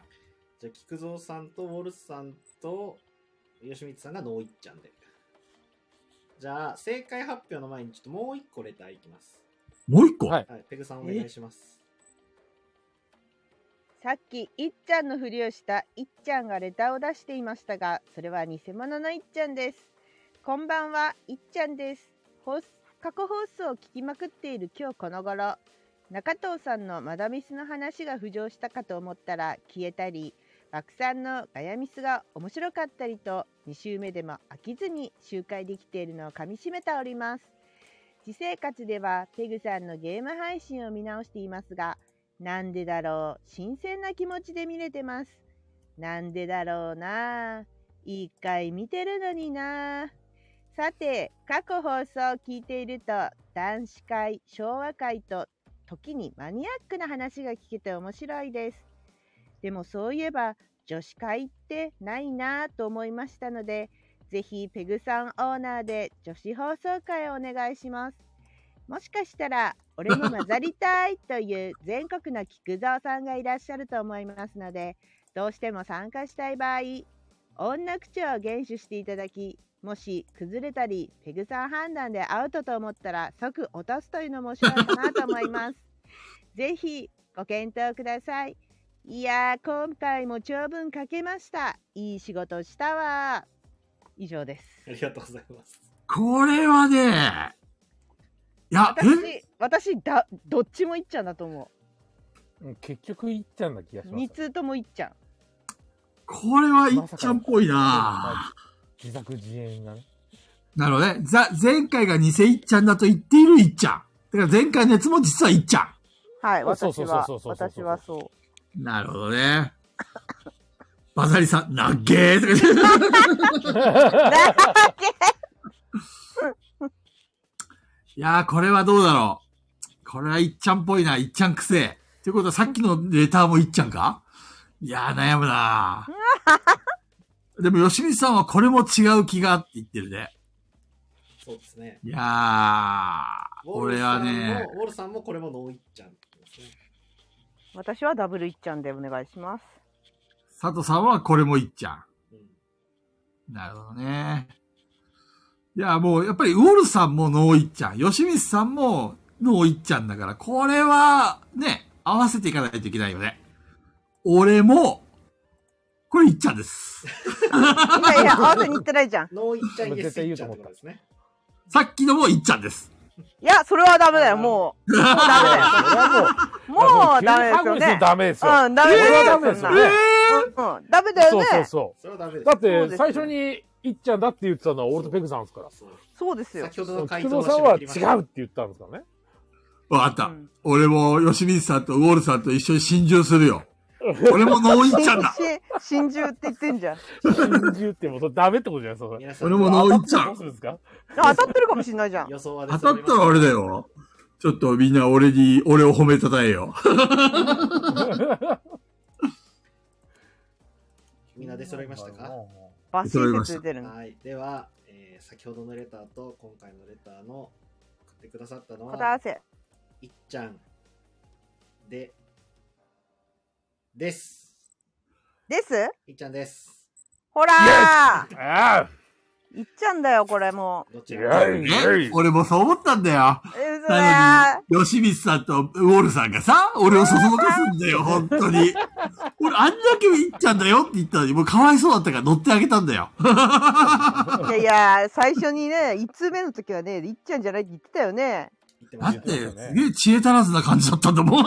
Speaker 1: じゃあ、菊蔵さんとウォルスさんと吉光さんがノーイッチャンで。じゃあ、正解発表の前にちょっともう一個レターいきます。
Speaker 4: もう一個、
Speaker 3: はい
Speaker 1: はい、ペグさんお願いします。
Speaker 5: さっきいっちゃんのふりをしたいっちゃんがレターを出していましたがそれは偽物のいっちゃんですこんばんはいっちゃんです放送過去放送を聞きまくっている今日この頃中藤さんのマダミスの話が浮上したかと思ったら消えたり枠さんのガヤミスが面白かったりと2週目でも飽きずに周回できているのをかみしめております私生活ではペグさんのゲーム配信を見直していますがなんでだろう、新鮮な気持ちで見れてます。なんでだろうな、一回見てるのにな。さて、過去放送を聞いていると、男子会、昭和会と、時にマニアックな話が聞けて面白いです。でもそういえば、女子会ってないなぁと思いましたので、ぜひペグさんオーナーで女子放送会をお願いします。もしかしたら俺も混ざりたいという全国の菊蔵さんがいらっしゃると思いますのでどうしても参加したい場合女口調を厳守していただきもし崩れたりペグさん判断でアウトと思ったら即落とすというのも面白いかなと思います。ぜひご検討ください。いやー今回も長文書けました。いい仕事したわ以上です。
Speaker 1: ありがとうございます。
Speaker 4: これはね、いや、え
Speaker 5: 私、私だ、どっちもいっちゃんだと思う。
Speaker 3: うん結局いっちゃんな気がします。
Speaker 5: 二通ともいっちゃん。
Speaker 4: これはいっちゃんっぽいな、
Speaker 3: 自作自演 がね。
Speaker 4: なるほどね。ざ、前回が偽いっちゃんだと言っているいっちゃん。だから前回のやつも実はいっちゃ
Speaker 5: はい、
Speaker 3: そう
Speaker 5: 私
Speaker 3: そう
Speaker 5: は
Speaker 3: そうそう、そうそう
Speaker 5: 私はそ
Speaker 4: ん。なるほどね。バザリさん、なっげーとか言って
Speaker 5: う。
Speaker 4: いやー、これはどうだろう。これはいっちゃんっぽいな、いっちゃんくせえ。ということはさっきのレターもいっちゃんかいやー、悩むなーでも、吉光さんはこれも違う気がって言ってるね。
Speaker 1: そうですね。
Speaker 4: いやー、俺はね、
Speaker 1: ウォルさんもウォルさんもこれもノーイッチャンって言いますね。
Speaker 5: 私はダブルいっちゃんでお願いします。
Speaker 4: 佐藤さんはこれもいっちゃ
Speaker 1: うん
Speaker 4: ん。なるほどね。いや、もう、やっぱり、ウォルさんもノーイッちゃん。吉光さんもノーイッちゃんだから、これは、ね、合わせていかないといけないよね。俺も、これいっちゃんです。
Speaker 5: いやいや、合わせに行ってないじゃん。
Speaker 1: ノーイッチャン、イエ
Speaker 3: 絶
Speaker 1: スイ
Speaker 3: 対言
Speaker 1: ッ
Speaker 3: う
Speaker 1: チャ
Speaker 3: と
Speaker 1: ンっ
Speaker 3: 思ってた
Speaker 1: ことですね。
Speaker 4: さっきのもいっちゃんです。
Speaker 5: いや、それはダメだよ、もう。もうダメだよ。もうダメですよね。
Speaker 3: ダメですよ。
Speaker 5: うん、ダメだよ。
Speaker 3: それはダメですよ
Speaker 5: そんなうん、ダメだよ
Speaker 3: そうそう
Speaker 5: ね。
Speaker 3: そ
Speaker 1: それはダメで
Speaker 3: う。
Speaker 1: す。
Speaker 3: だっ
Speaker 5: そう
Speaker 3: て、
Speaker 5: です
Speaker 3: 最初にいっちゃんだって言ってたのは俺とペグさんですから。
Speaker 1: そう
Speaker 5: そうですよ。
Speaker 1: 先ほどの回
Speaker 3: 菊
Speaker 1: 答
Speaker 3: 蔵さんは
Speaker 1: 締め切りま
Speaker 3: 違う
Speaker 1: し
Speaker 3: って言ったんですからね。
Speaker 4: わかった。
Speaker 5: うん
Speaker 4: 俺も、吉光さんとウォルさんと一緒に心中する よ。俺もノーイッちゃんだ。
Speaker 5: し真珠って言ってんじゃん。
Speaker 3: 真珠ってもうそれダメってことじゃないですかそ
Speaker 1: た。
Speaker 3: れ。
Speaker 1: 皆さん
Speaker 4: 俺もノーイッちゃ
Speaker 3: どうんす。るんですか
Speaker 5: あ当たってるかもしれないじゃん。
Speaker 1: 予想は出
Speaker 4: 当
Speaker 1: 揃
Speaker 4: た
Speaker 1: い
Speaker 4: っ
Speaker 1: ました
Speaker 4: ら俺だよ。ちょっとみんな俺に、俺を褒めたたえよ。
Speaker 1: みんな出揃いましたか
Speaker 5: バシーってついてるの。
Speaker 1: はい。では、えー先ほどのレターと今回のレターの送ってくださったの
Speaker 5: 答え合わ
Speaker 1: は、
Speaker 5: せ。
Speaker 1: いっちゃんで、です。
Speaker 5: です
Speaker 1: いっちゃんです。
Speaker 5: ほらー
Speaker 3: ああ
Speaker 5: いっちゃんだよ、これも
Speaker 1: どっち
Speaker 3: い
Speaker 1: ら
Speaker 3: やい
Speaker 4: ね
Speaker 3: やいや
Speaker 4: 俺もそう思ったんだよ
Speaker 5: う。。えそ
Speaker 4: なのに、吉光さんとウォールさんがさ、俺をそそのかすんだよ、本当に。俺、あんだけいっちゃんだよって言ったのに、もうかわいそうだったから乗ってあげたんだよ。
Speaker 5: いやいや、最初にね、1通目の時はね、いっちゃんじゃないって言ってたよね。
Speaker 1: 言って
Speaker 4: だ
Speaker 1: ま
Speaker 4: っ
Speaker 1: すよ
Speaker 4: て、すげえ知恵足らずな感じだったんだもん。
Speaker 5: いっ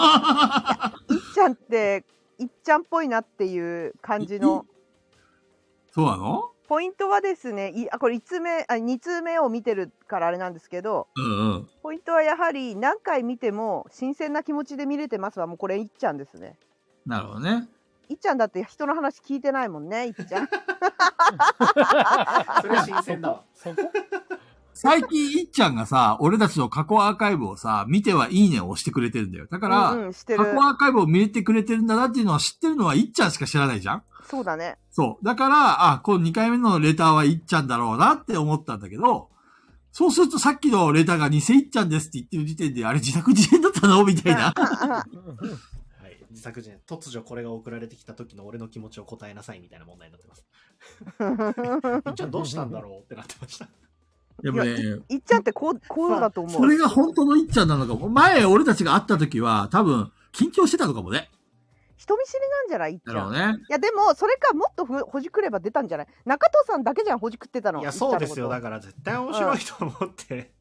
Speaker 5: ちゃんって、いっちゃんっぽいなっていう感じの。
Speaker 4: そうなの
Speaker 5: ポイントはですね、いあこれ1通目、あ2通目を見てるからあれなんですけど、
Speaker 4: うんうん。
Speaker 5: ポイントはやはり何回見ても新鮮な気持ちで見れてますわ。もうこれいっちゃんですね。
Speaker 4: なるほどね。
Speaker 5: いっちゃんだって人の話聞いてないもんね、いっち ゃん。
Speaker 1: それは新鮮だわ。
Speaker 3: そ こ
Speaker 4: 最近、いっちゃんがさ、俺たちの過去アーカイブをさ、見てはいいねを押してくれてるんだよ。だから、
Speaker 5: うんうん、して
Speaker 4: 過
Speaker 5: る
Speaker 4: 去。アーカイブを見れてくれてるんだなっていうのは知ってるのは、いっちゃんしか知らないじゃん
Speaker 5: そうだね。
Speaker 4: そう。だから、あ、この2回目のレターはいっちゃんだろうなって思ったんだけど、そうするとさっきのレターが偽いっちゃんですって言ってる時点で、あれ自作自演だったの みたいな。
Speaker 1: はい、自作人、突如これが送られてきた時の俺の気持ちを答えなさいみたいな問題になってます。いっちゃんどうしたんだろうってなってま した。
Speaker 4: でもね、
Speaker 5: いっちゃんってこう、こうだと思
Speaker 4: そうれ。が本当のいっちゃんなのかも。前、俺たちが会った時は、多分、緊張してたのかもね。
Speaker 5: 人見知りなんじゃないいっち
Speaker 4: だ
Speaker 5: ゃ
Speaker 4: ろ
Speaker 5: ん。
Speaker 4: うね。
Speaker 5: いやでもそれかもっとふほじくれば出たんじゃない中藤さんだけじゃんほじくってたの
Speaker 1: いや、そうですよ。
Speaker 5: いっ
Speaker 1: だから絶対面白いと思って、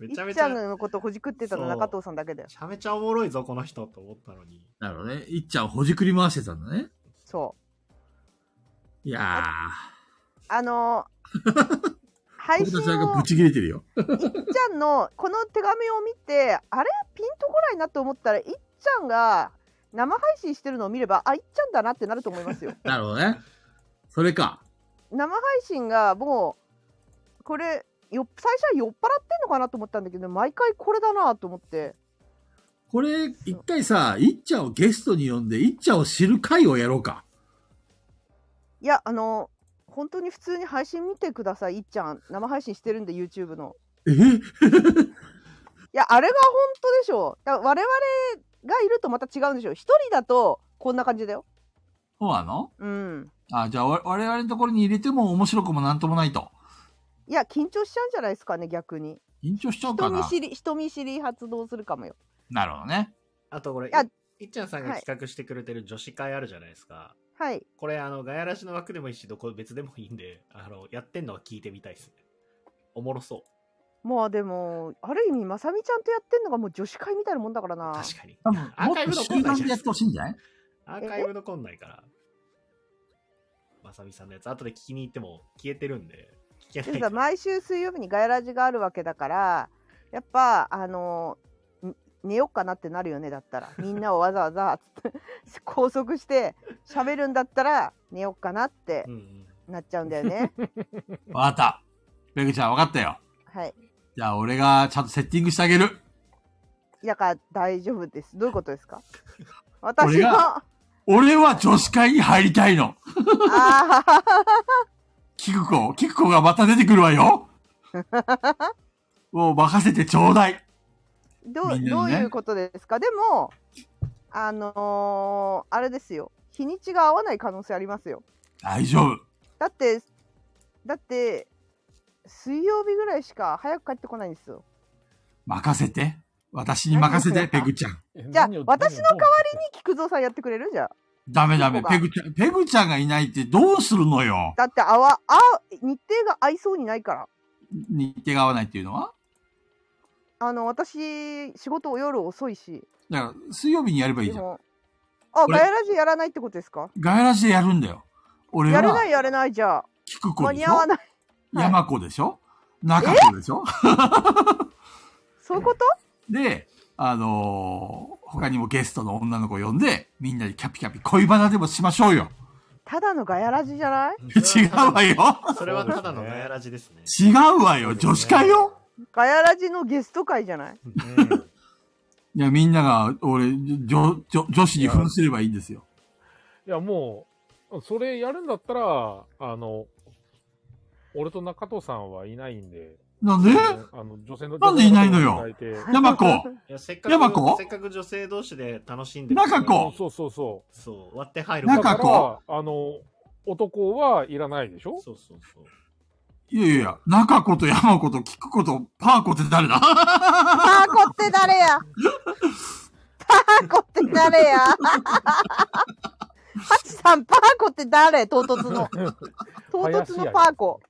Speaker 1: めちゃめ
Speaker 5: ち
Speaker 1: ちゃ、
Speaker 5: ゃん
Speaker 1: め
Speaker 5: のことほじくってたの
Speaker 1: そう
Speaker 5: 中藤さんだけだよ
Speaker 1: ちゃめちゃおもろいぞ、この人と思ったのに。
Speaker 4: だろうね。いっちゃんをほじくり回してたんだね。
Speaker 5: そう
Speaker 4: いや
Speaker 5: あのー
Speaker 4: ー、
Speaker 5: 配
Speaker 4: 俺
Speaker 5: 信
Speaker 4: たちなん
Speaker 5: を
Speaker 4: かブチ切れてるよ。
Speaker 5: いっちゃんのこの手紙を見てあれピンとこないなと思ったらいっちゃんが生配信してるのを見ればあいっちゃんだなってなると思います よ
Speaker 4: なるほどね。それか。
Speaker 5: 生配信がもうこれよ最初は酔っ払ってんのかなと思ったんだけど毎回これだなと思って
Speaker 4: これ、一回さ、いっちゃんをゲストに呼んで、いっちゃんを知る会をやろうか。
Speaker 5: いや、あの、本当に普通に配信見てください、いっちゃん。生配信してるんで、YouTube の。
Speaker 4: え
Speaker 5: いや、あれが本当でしょ。だから我々がいるとまた違うんでしょ。一人だと、こんな感じだよ。
Speaker 4: そうなの
Speaker 5: うん。
Speaker 4: あ、じゃあ、わ我々のところに入れても面白くもなんともないと。
Speaker 5: いや、緊張しちゃうんじゃないですかね、逆に。
Speaker 4: 緊張しちゃうか
Speaker 5: 人見
Speaker 4: な。
Speaker 5: 知り、人見知り発動するかもよ。
Speaker 4: なるほどね。
Speaker 1: あとこれ、い
Speaker 5: や
Speaker 1: いっちゃんさんが企画してくれてる女子会あるじゃないですか。
Speaker 5: はい。
Speaker 1: これ、あの、ガヤラジの枠でもいいし、どこ別でもいいんで、あの、やってんのは聞いてみたいですね。おもろそう。
Speaker 5: まあでも、ある意味、まさみちゃんとやってんのがもう女子会みたいなもんだからな。
Speaker 1: 確かに。
Speaker 4: 多分、
Speaker 1: アー
Speaker 4: もっ
Speaker 1: カイブ
Speaker 4: と
Speaker 1: の
Speaker 4: 集団でやってほしいんじゃない
Speaker 1: アーカイブ残んないから。まさみさんのやつ、後で聞きに行っても消えてるんで、聞
Speaker 5: で
Speaker 1: け
Speaker 5: も
Speaker 1: ない。
Speaker 5: さ毎週水曜日にガヤラジがあるわけだからやっぱあのん寝よっかなってなるよね だったらみんなをわざわざつって拘束して喋るんだったら寝よっかなって
Speaker 1: うんうん。
Speaker 5: なっちゃうんだ よね
Speaker 4: わかった。ペグちゃん、わかったよ。
Speaker 5: はい
Speaker 4: じゃあ、俺がちゃんとセッティングしてあげる。
Speaker 5: だから大丈夫ですどういうこと ですか
Speaker 4: 俺
Speaker 5: 私の
Speaker 4: が
Speaker 5: あ
Speaker 4: 俺は女子会に入りたいの。
Speaker 5: あ
Speaker 4: キクコ、キクコがまた出てくるわ よ。もう任せてちょうだい。
Speaker 5: ーどう、
Speaker 4: みんなにね
Speaker 5: どういうことですかでもあのーあれですよ日にちが合わない可能性ありますよ
Speaker 4: 大丈夫。
Speaker 5: だってだって水曜日ぐらいしか早く帰ってこないんですよ
Speaker 4: 任せて。私に任せて、ペグちゃん。
Speaker 5: じゃあ
Speaker 3: 何を
Speaker 5: 私の代わ
Speaker 3: り
Speaker 5: に菊蔵さんやってくれるじゃん
Speaker 4: ダメダメ。
Speaker 5: キクコ
Speaker 4: ペ
Speaker 5: が
Speaker 4: グちゃん、ペグちゃんがいないってどうするのよ。
Speaker 5: だってあわあ日程が合いそうにないから
Speaker 4: 日程が合わないっていうのは
Speaker 5: あの私仕事夜遅いし
Speaker 4: だから、水曜日にやればいい
Speaker 5: で
Speaker 4: じゃん。
Speaker 5: もあ
Speaker 4: 俺
Speaker 5: ガヤラジやらないってことですか
Speaker 4: ガヤラジでやるんだよ。俺
Speaker 5: やれな
Speaker 4: は、
Speaker 5: いやれないじゃあ
Speaker 4: キクコ
Speaker 5: 間
Speaker 4: で
Speaker 5: に
Speaker 4: し
Speaker 5: 合
Speaker 4: ょ
Speaker 5: わないはい
Speaker 4: 山子でしょ中子でしょ
Speaker 5: そういうこと
Speaker 4: で、あのー他にもゲストの女の子呼んで、みんなでキャピキャピ恋バナでもしましょうよ。
Speaker 5: ただのガヤラジじゃない
Speaker 4: 違うわよ。
Speaker 1: それはただのガヤラジですね。
Speaker 4: 違うわよ。女子会よ。
Speaker 5: ガヤラジのゲスト会じゃない
Speaker 4: いや、みんなが、俺、女、女、女子に扮すればいいんですよ。
Speaker 3: いや、もう、それやるんだったら、あの、俺と中藤さんはいないんで、
Speaker 4: なんで
Speaker 3: あの女性の
Speaker 4: なんでいないのよ
Speaker 3: 女性の方にいただいて
Speaker 4: 山子、
Speaker 1: いや、せっ
Speaker 4: やばこ
Speaker 1: かく、せっかく女性同士で楽しんで
Speaker 4: 中子
Speaker 3: そうそうそ
Speaker 1: そう、割って入
Speaker 3: う。
Speaker 1: る
Speaker 4: 中
Speaker 3: だ
Speaker 4: 子
Speaker 3: から、あの、男はいらないでしょ
Speaker 1: そうそうそう。
Speaker 4: いやいや、中子と山子と聞くこと、パー子って誰だ
Speaker 5: パーコって誰やパーコって誰 やハチさん、パーコって誰唐突 の。唐突のパーコ。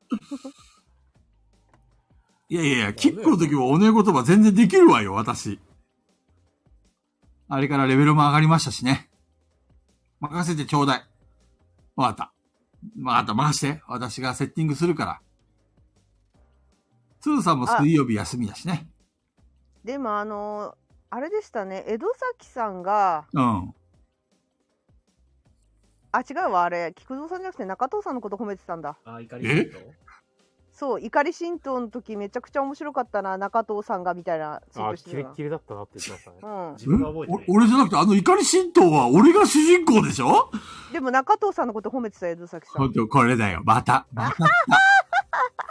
Speaker 4: いやいやいや、キックの時はおねえ言葉全然できるわよ、私。あれからレベルも上がりましたしね。任せてちょうだい。わかった。わかった、任して。私がセッティングするから。ツーさんも水曜日休みだしね。
Speaker 5: でも、あのあれでしたね。江戸崎さんが、
Speaker 4: うん。
Speaker 5: あ、違うわ、あれ。菊蔵さんじゃなくて中藤さんのこと褒めてたんだ。
Speaker 1: あ、怒りすると
Speaker 5: そう、怒り神道の時めちゃくちゃ面白かったな、中藤さんが、みたいなツイー
Speaker 3: あ
Speaker 5: ト
Speaker 3: ー、
Speaker 5: して
Speaker 3: キ
Speaker 5: た
Speaker 3: レ
Speaker 5: な
Speaker 3: ッキレだったなって言ってましたね。
Speaker 5: うん、
Speaker 1: 自分は覚えて
Speaker 4: お
Speaker 1: ない。
Speaker 4: 俺じゃなくて、あの怒り神道は俺が主人公でしょ
Speaker 5: でも中藤さんのこと褒めてた江戸崎さ
Speaker 4: 本
Speaker 5: ん
Speaker 4: 当これだよ。また。また。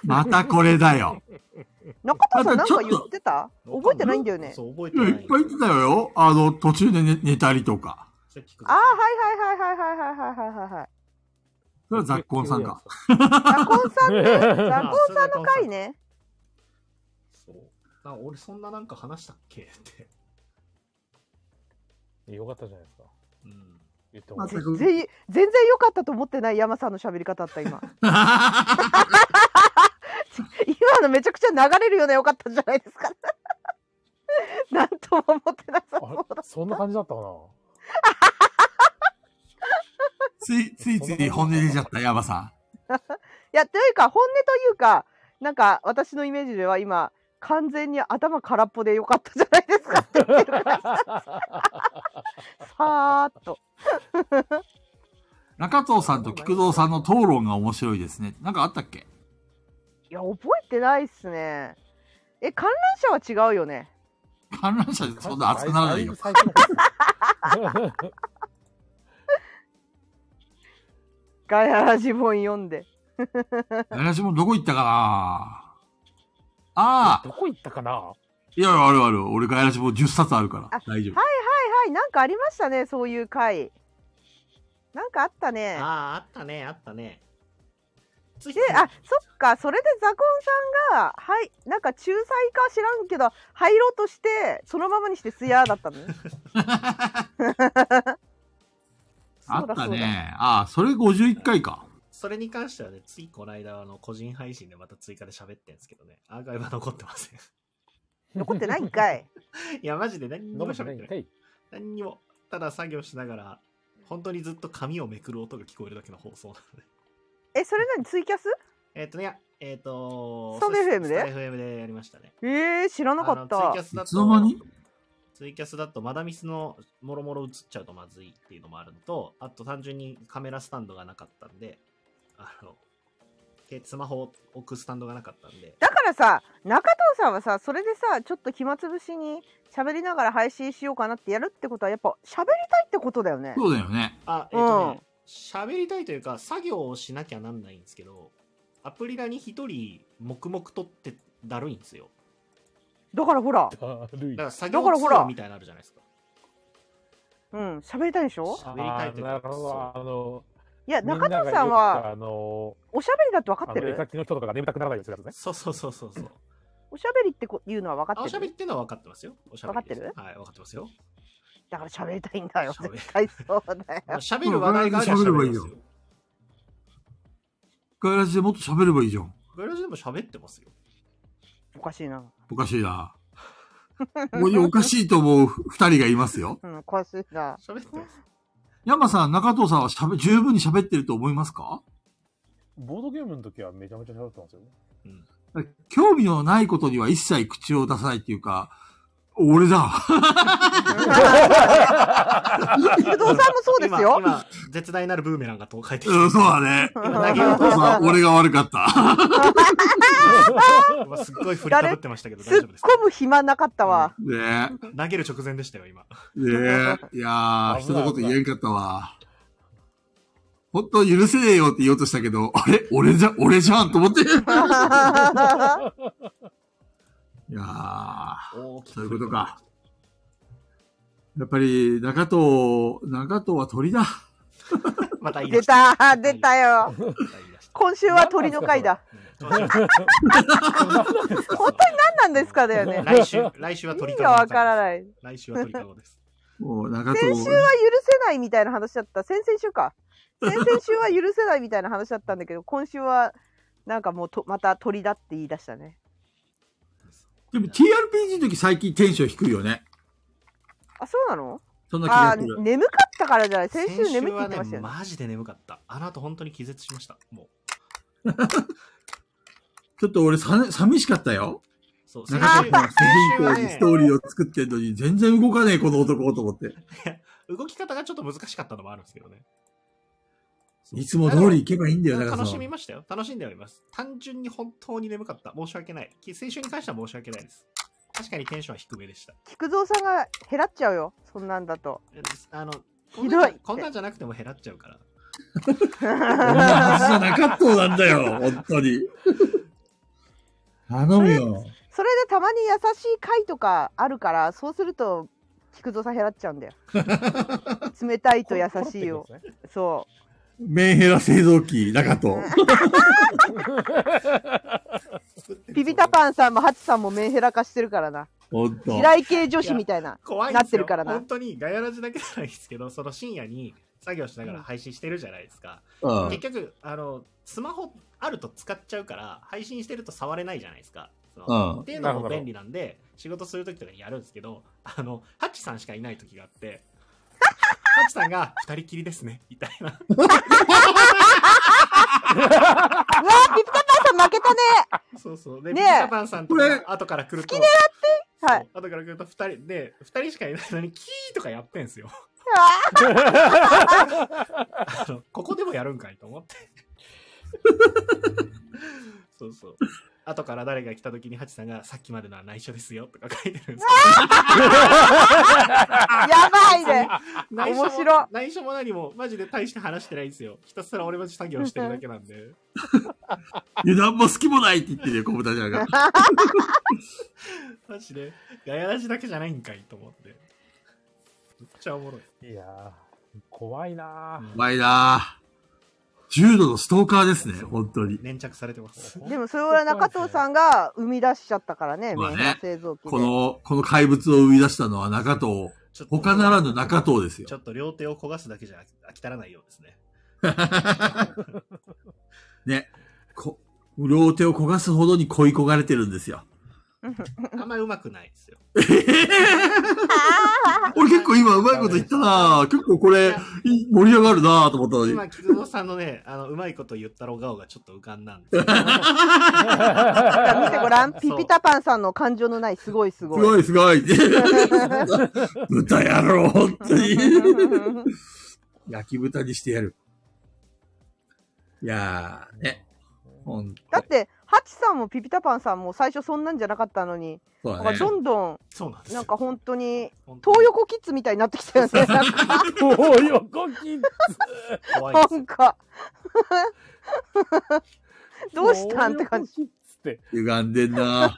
Speaker 4: またこれだよ。
Speaker 5: 中藤
Speaker 4: ま
Speaker 5: さんな
Speaker 4: た
Speaker 5: ん
Speaker 4: ちょっ
Speaker 5: か
Speaker 4: と
Speaker 5: 言ってた覚えてないんだよね
Speaker 1: そう、覚えて
Speaker 4: いや、
Speaker 1: ないい。
Speaker 4: っぱい言ってたよ。あの、途中で寝寝たりとか。
Speaker 1: それ聞く
Speaker 5: ああはいはいはいはいはいはいはいはいはい
Speaker 4: それはザッコンさんか。。
Speaker 5: ザコンさんねザ
Speaker 1: あ
Speaker 5: コンさんの回ね
Speaker 1: そう。あ、俺そんななんか話したっけって。
Speaker 3: よかったじゃないですか。
Speaker 1: うん。
Speaker 3: 言って
Speaker 4: ま
Speaker 3: も
Speaker 4: さか
Speaker 5: 全員全然良かったと思ってない山さんの喋り方だった今 今のめちゃくちゃ流れるよね良かったんじゃないですか なんとも思ってなさそう
Speaker 3: あれそんな感じだったかな
Speaker 4: つい、ついつい本音出ちゃった、ヤバさん。
Speaker 5: いやというか本音というかなんか私のイメージでは今完全に頭空っぽで良かったじゃないですかって言ってるからさーっと
Speaker 4: 中藤さんと菊蔵さんの討論が面白いですね。なんかあったっけ
Speaker 5: いや覚えてないっすねえ観覧車は違うよね
Speaker 4: 観覧車でそんな熱くならないよ。
Speaker 3: だいぶ最初の方ですね
Speaker 5: ガヤラジ本読んで
Speaker 4: 私もどこ行ったかなああ
Speaker 3: どこ行ったかない
Speaker 4: やいや、あるある。俺、ガヤラシも10冊あるから
Speaker 5: あ。
Speaker 4: 大丈夫。
Speaker 5: はいはいなんかありましたねそういう回なんかあったね
Speaker 1: ああ、あったね、あったね。つい
Speaker 5: であそっかそれでザコンさんがはいなんか仲裁か知らんけど入ろうとしてそのままにしてスヤーだったの ね
Speaker 4: あ
Speaker 5: そうだ
Speaker 4: った
Speaker 5: そうだ
Speaker 4: ね。ああ、それ51回か。
Speaker 1: それに関してはね、ついこの間、あの、個人配信でまた追加で喋ってんですけどね、アーカイブは残ってません。
Speaker 5: 残ってないんかい
Speaker 1: いや、マジで何にも
Speaker 3: 残ってな
Speaker 1: 喋
Speaker 3: い
Speaker 1: って
Speaker 3: ん
Speaker 1: な
Speaker 3: か
Speaker 1: い。
Speaker 3: い
Speaker 1: 何にも。ただ作業しながら、本当にずっと紙をめくる音が聞こえるだけの放送なので。
Speaker 5: えそれ何ツイキャス
Speaker 1: えっとね、いやえっ、と
Speaker 5: スタンド FM で
Speaker 1: スタンド FM でやりましたね。
Speaker 5: えー、知らなかっ
Speaker 1: あのツイキ
Speaker 5: た
Speaker 1: ャスだ
Speaker 4: いつの間に
Speaker 1: と、ツイキャスだとマダミスのもろもろ映っちゃうとまずいっていうのもあるのと、あと単純にカメラスタンドがなかったんで、あの、でスマホを置くスタンドがなかったんで、
Speaker 5: だからさ中藤さんはさそれでさちょっと暇つぶしに喋りながら配信しようかなってやるってことはやっぱ喋りたいってことだよね
Speaker 4: そうだよね。
Speaker 1: あ、えっ、とね、喋、りたいというか、作業をしなきゃなんないんですけど、アプリラに一人黙々とってだるいんですよ。
Speaker 5: だからほら
Speaker 3: だるい
Speaker 1: だから作業
Speaker 5: だからほら
Speaker 1: ツールみたいなのあるじゃないですか。
Speaker 5: うん喋りたいでしょ
Speaker 1: 喋りたいというか
Speaker 3: あーなるほど。あの、
Speaker 5: いや
Speaker 3: みん
Speaker 5: 中
Speaker 3: なが
Speaker 5: 藤さん
Speaker 3: よく
Speaker 5: は
Speaker 3: あの、
Speaker 5: おしゃべりだって分か
Speaker 3: あ
Speaker 5: って
Speaker 3: の絵
Speaker 5: る
Speaker 3: 描きの人とかが眠たくならないようにするやつね。
Speaker 1: そうそうそうそうそう。
Speaker 5: おしゃべりってこいうのは分
Speaker 1: あ
Speaker 5: か
Speaker 1: お
Speaker 5: っ
Speaker 1: しゃ
Speaker 5: て
Speaker 1: べり
Speaker 5: る
Speaker 1: っていうのは分かってますよ。おしゃべりです
Speaker 5: 分かっ
Speaker 1: はい、分かってますよ。
Speaker 5: だから喋りたいんだよ
Speaker 1: 喋る
Speaker 5: 絶対そうだ
Speaker 1: まあ
Speaker 5: よ
Speaker 1: 喋る話題があれば
Speaker 4: 喋れば
Speaker 1: 喋
Speaker 4: い
Speaker 1: りま
Speaker 4: いよ
Speaker 1: すよ。
Speaker 4: ガヤラシでもっと喋ればいいじゃん。
Speaker 1: ガイラジでも喋ってますよ。
Speaker 5: おかしいな
Speaker 4: おかしいな。おいおかしいと思う二人がいますよ。
Speaker 5: うんおかしいな
Speaker 1: 喋ってます。
Speaker 4: 山さん、中藤さんは喋十分に喋ってると思いますか
Speaker 3: ボードゲームの時はめちゃめちゃ喋ってますよね。
Speaker 4: 興味のないことには一切口を出さないっていうか、俺だ。
Speaker 5: 不動産もそうですよ
Speaker 1: 今、今絶大なるブーメランがと書いてき
Speaker 4: うん、そう
Speaker 1: た。
Speaker 4: だね。
Speaker 1: 今投げよう
Speaker 4: 中
Speaker 1: と
Speaker 4: 藤さん、俺が悪かった。
Speaker 1: 今すっごい振りかぶってましたけど、大
Speaker 5: 突
Speaker 1: 丈
Speaker 5: っ
Speaker 1: 夫ですか
Speaker 5: 込む暇なかったわ
Speaker 4: ね
Speaker 1: 投げる直前でしたよ、今。
Speaker 4: え、ねえ。いやー、人のこと言えんかったわ。本当許せねえよって言おうとしたけど、あれ俺じゃ、俺じゃんと思って。いやー。
Speaker 1: 大きく
Speaker 4: そういうことか。やっぱり、中藤、中藤は鳥だ。
Speaker 1: また言い出
Speaker 5: 出
Speaker 1: した。
Speaker 5: た出たよ
Speaker 1: また言い出した
Speaker 5: 今週は鳥の回だ
Speaker 1: うんどうしよう
Speaker 3: 何なんですか
Speaker 5: 本何なんですかだよね。
Speaker 1: 来週、来週は
Speaker 5: 意
Speaker 1: 鳥
Speaker 5: 味
Speaker 1: か
Speaker 5: がわから
Speaker 1: い。
Speaker 5: ない。
Speaker 1: 来週は鳥かごです。
Speaker 4: もう長
Speaker 5: 先
Speaker 4: 藤
Speaker 5: 週は許せないみたいな話だった。先々週か。先々週は許せないみたいな話だったんだけど、 今週はなんかもうとまた鳥だって言い出したね。
Speaker 4: でも TRPG の時最近テンション低いよね。
Speaker 5: あ、そうなの
Speaker 4: そんな気が
Speaker 5: あ
Speaker 4: す
Speaker 5: ー、
Speaker 4: る。
Speaker 5: 眠かったからじゃない。先週
Speaker 1: 先週
Speaker 5: 眠いって言
Speaker 1: はね
Speaker 5: ってました、よね。
Speaker 1: マジで眠かった。あの後本当に気絶しました。もう。
Speaker 4: ちょっと俺さ、寂しかったよ。
Speaker 1: そう、先
Speaker 4: 長
Speaker 1: 週
Speaker 4: 藤が主人公に
Speaker 1: 先
Speaker 4: ス
Speaker 1: 週
Speaker 4: ト
Speaker 1: は
Speaker 4: ー
Speaker 1: ね、
Speaker 4: リーを作ってんのに全然動かねえ、この男と思って。
Speaker 1: 動き方がちょっと難しかったのもあるんですけどね。そう
Speaker 4: いつも通り行けばいいんだよ、だから
Speaker 1: 楽
Speaker 4: さ
Speaker 1: し。みましたよ。楽しんでおります。単純に本当に眠かった。申し訳ない。き先週に関しては申し訳ないです。確かにテンションは低めでした。
Speaker 5: 菊蔵さんが減らっちゃうよ。そんなんだと。
Speaker 1: あの、こん
Speaker 5: ひ
Speaker 1: なんじ
Speaker 5: ど
Speaker 1: ゃ
Speaker 5: い
Speaker 1: こんなんじゃなくても減らっちゃうから。
Speaker 4: こんなはずじゃなかったなんだよ、本当に。頼むよ。
Speaker 5: それでたまに優しい回とかあるからそうすると菊蔵さん減らっちゃうんだよ冷たいと優しいよ
Speaker 3: これこれって
Speaker 5: そ
Speaker 4: メンヘラ製造機、長藤。
Speaker 5: うピピタパンさんもハチさんもメンヘラ化してるからな
Speaker 4: 本当
Speaker 5: 地。雷系女子みたいな
Speaker 1: 怖いんですよ
Speaker 5: なってるからな
Speaker 1: 本当にガヤラジだけじゃないですけど、その深夜に作業しながら配信してるじゃないですか。
Speaker 4: うん
Speaker 1: 結局、あの、スマホあると使っちゃうから、配信してると触れないじゃないですか。その
Speaker 4: うん
Speaker 1: っていうの
Speaker 3: なる
Speaker 1: も
Speaker 3: ほど
Speaker 1: 便利なんで、仕事するときとかにやるんですけど、あの、ハッチさんしかいないときがあって、ハッチさんが二人きりですね、みたいな。
Speaker 5: うわーピピタパンさん負けたね
Speaker 1: そうそう。で、
Speaker 5: ねえ
Speaker 1: ピピタパンさんと
Speaker 4: これ
Speaker 1: か後から来ると、そう
Speaker 5: はい
Speaker 1: 後から来ると二人で、二人しかいないのに、キーとかやってんすよ。
Speaker 5: あ
Speaker 1: あのここでもやるんかいと思って。そうそう。後から誰が来た時にハチさんがさっきまでのは内緒ですよとか書いてるんです
Speaker 5: ーやばいね
Speaker 1: けど、内緒も
Speaker 5: 面白い
Speaker 1: 内緒も何もマジで大して話してないんですよ。ひたすら俺も作業してるだけなん で。
Speaker 4: 油断も隙もないって言ってるよ、小豚ちゃんが。
Speaker 1: マジで、ガヤラジだけじゃないんかいと思って。めっちゃおもろい。
Speaker 3: いやー、怖いな
Speaker 1: うん
Speaker 4: うまいなぁ重度のストーカーですね、本当に。
Speaker 1: 粘着されてます。
Speaker 5: でもそれは中藤さんが生み出しちゃったからね
Speaker 4: まあ
Speaker 5: メ
Speaker 4: ね
Speaker 5: ンヘラ製造機で
Speaker 4: この、この怪物を生み出したのは中藤。
Speaker 1: ちょっと
Speaker 4: 他ならぬ中藤ですよ
Speaker 1: ちょ。っと両手を焦がすだけじゃ飽き足らないようですね。
Speaker 4: ね。こ、両手を焦がすほどに恋焦がれてるんですよ。
Speaker 1: あんまりうまくないですよ。
Speaker 4: 俺結構今うまいこと言ったなぁ結構これ、い盛り上がるなぁと思ったのに。
Speaker 1: 今、菊蔵さんのね、あの、うまいこと言ったろ顔がちょっと浮かんだんですよ。
Speaker 5: だから見てごらん
Speaker 1: そう
Speaker 5: ピピタパンさんの感情のないすごいす
Speaker 4: す
Speaker 5: ごい
Speaker 4: ごいすごい。豚野郎、本当に。 焼き豚にしてやる。いやー、ね。ほんと
Speaker 5: だってハチさんもピピタパンさんも最初そんなんじゃなかったのに、
Speaker 4: そう
Speaker 5: な
Speaker 4: だ
Speaker 5: んか
Speaker 4: ね。
Speaker 5: どんどん
Speaker 1: そうなんですよ。
Speaker 5: なんか本当に
Speaker 1: 本当に
Speaker 5: 東横キッズみたいになってきたよね。なんか
Speaker 3: ー。東横キッズ
Speaker 1: 怖いで
Speaker 5: な んかどうしたんって感じ。
Speaker 3: 東横キッズって。
Speaker 4: 歪んでんなぁ
Speaker 1: す。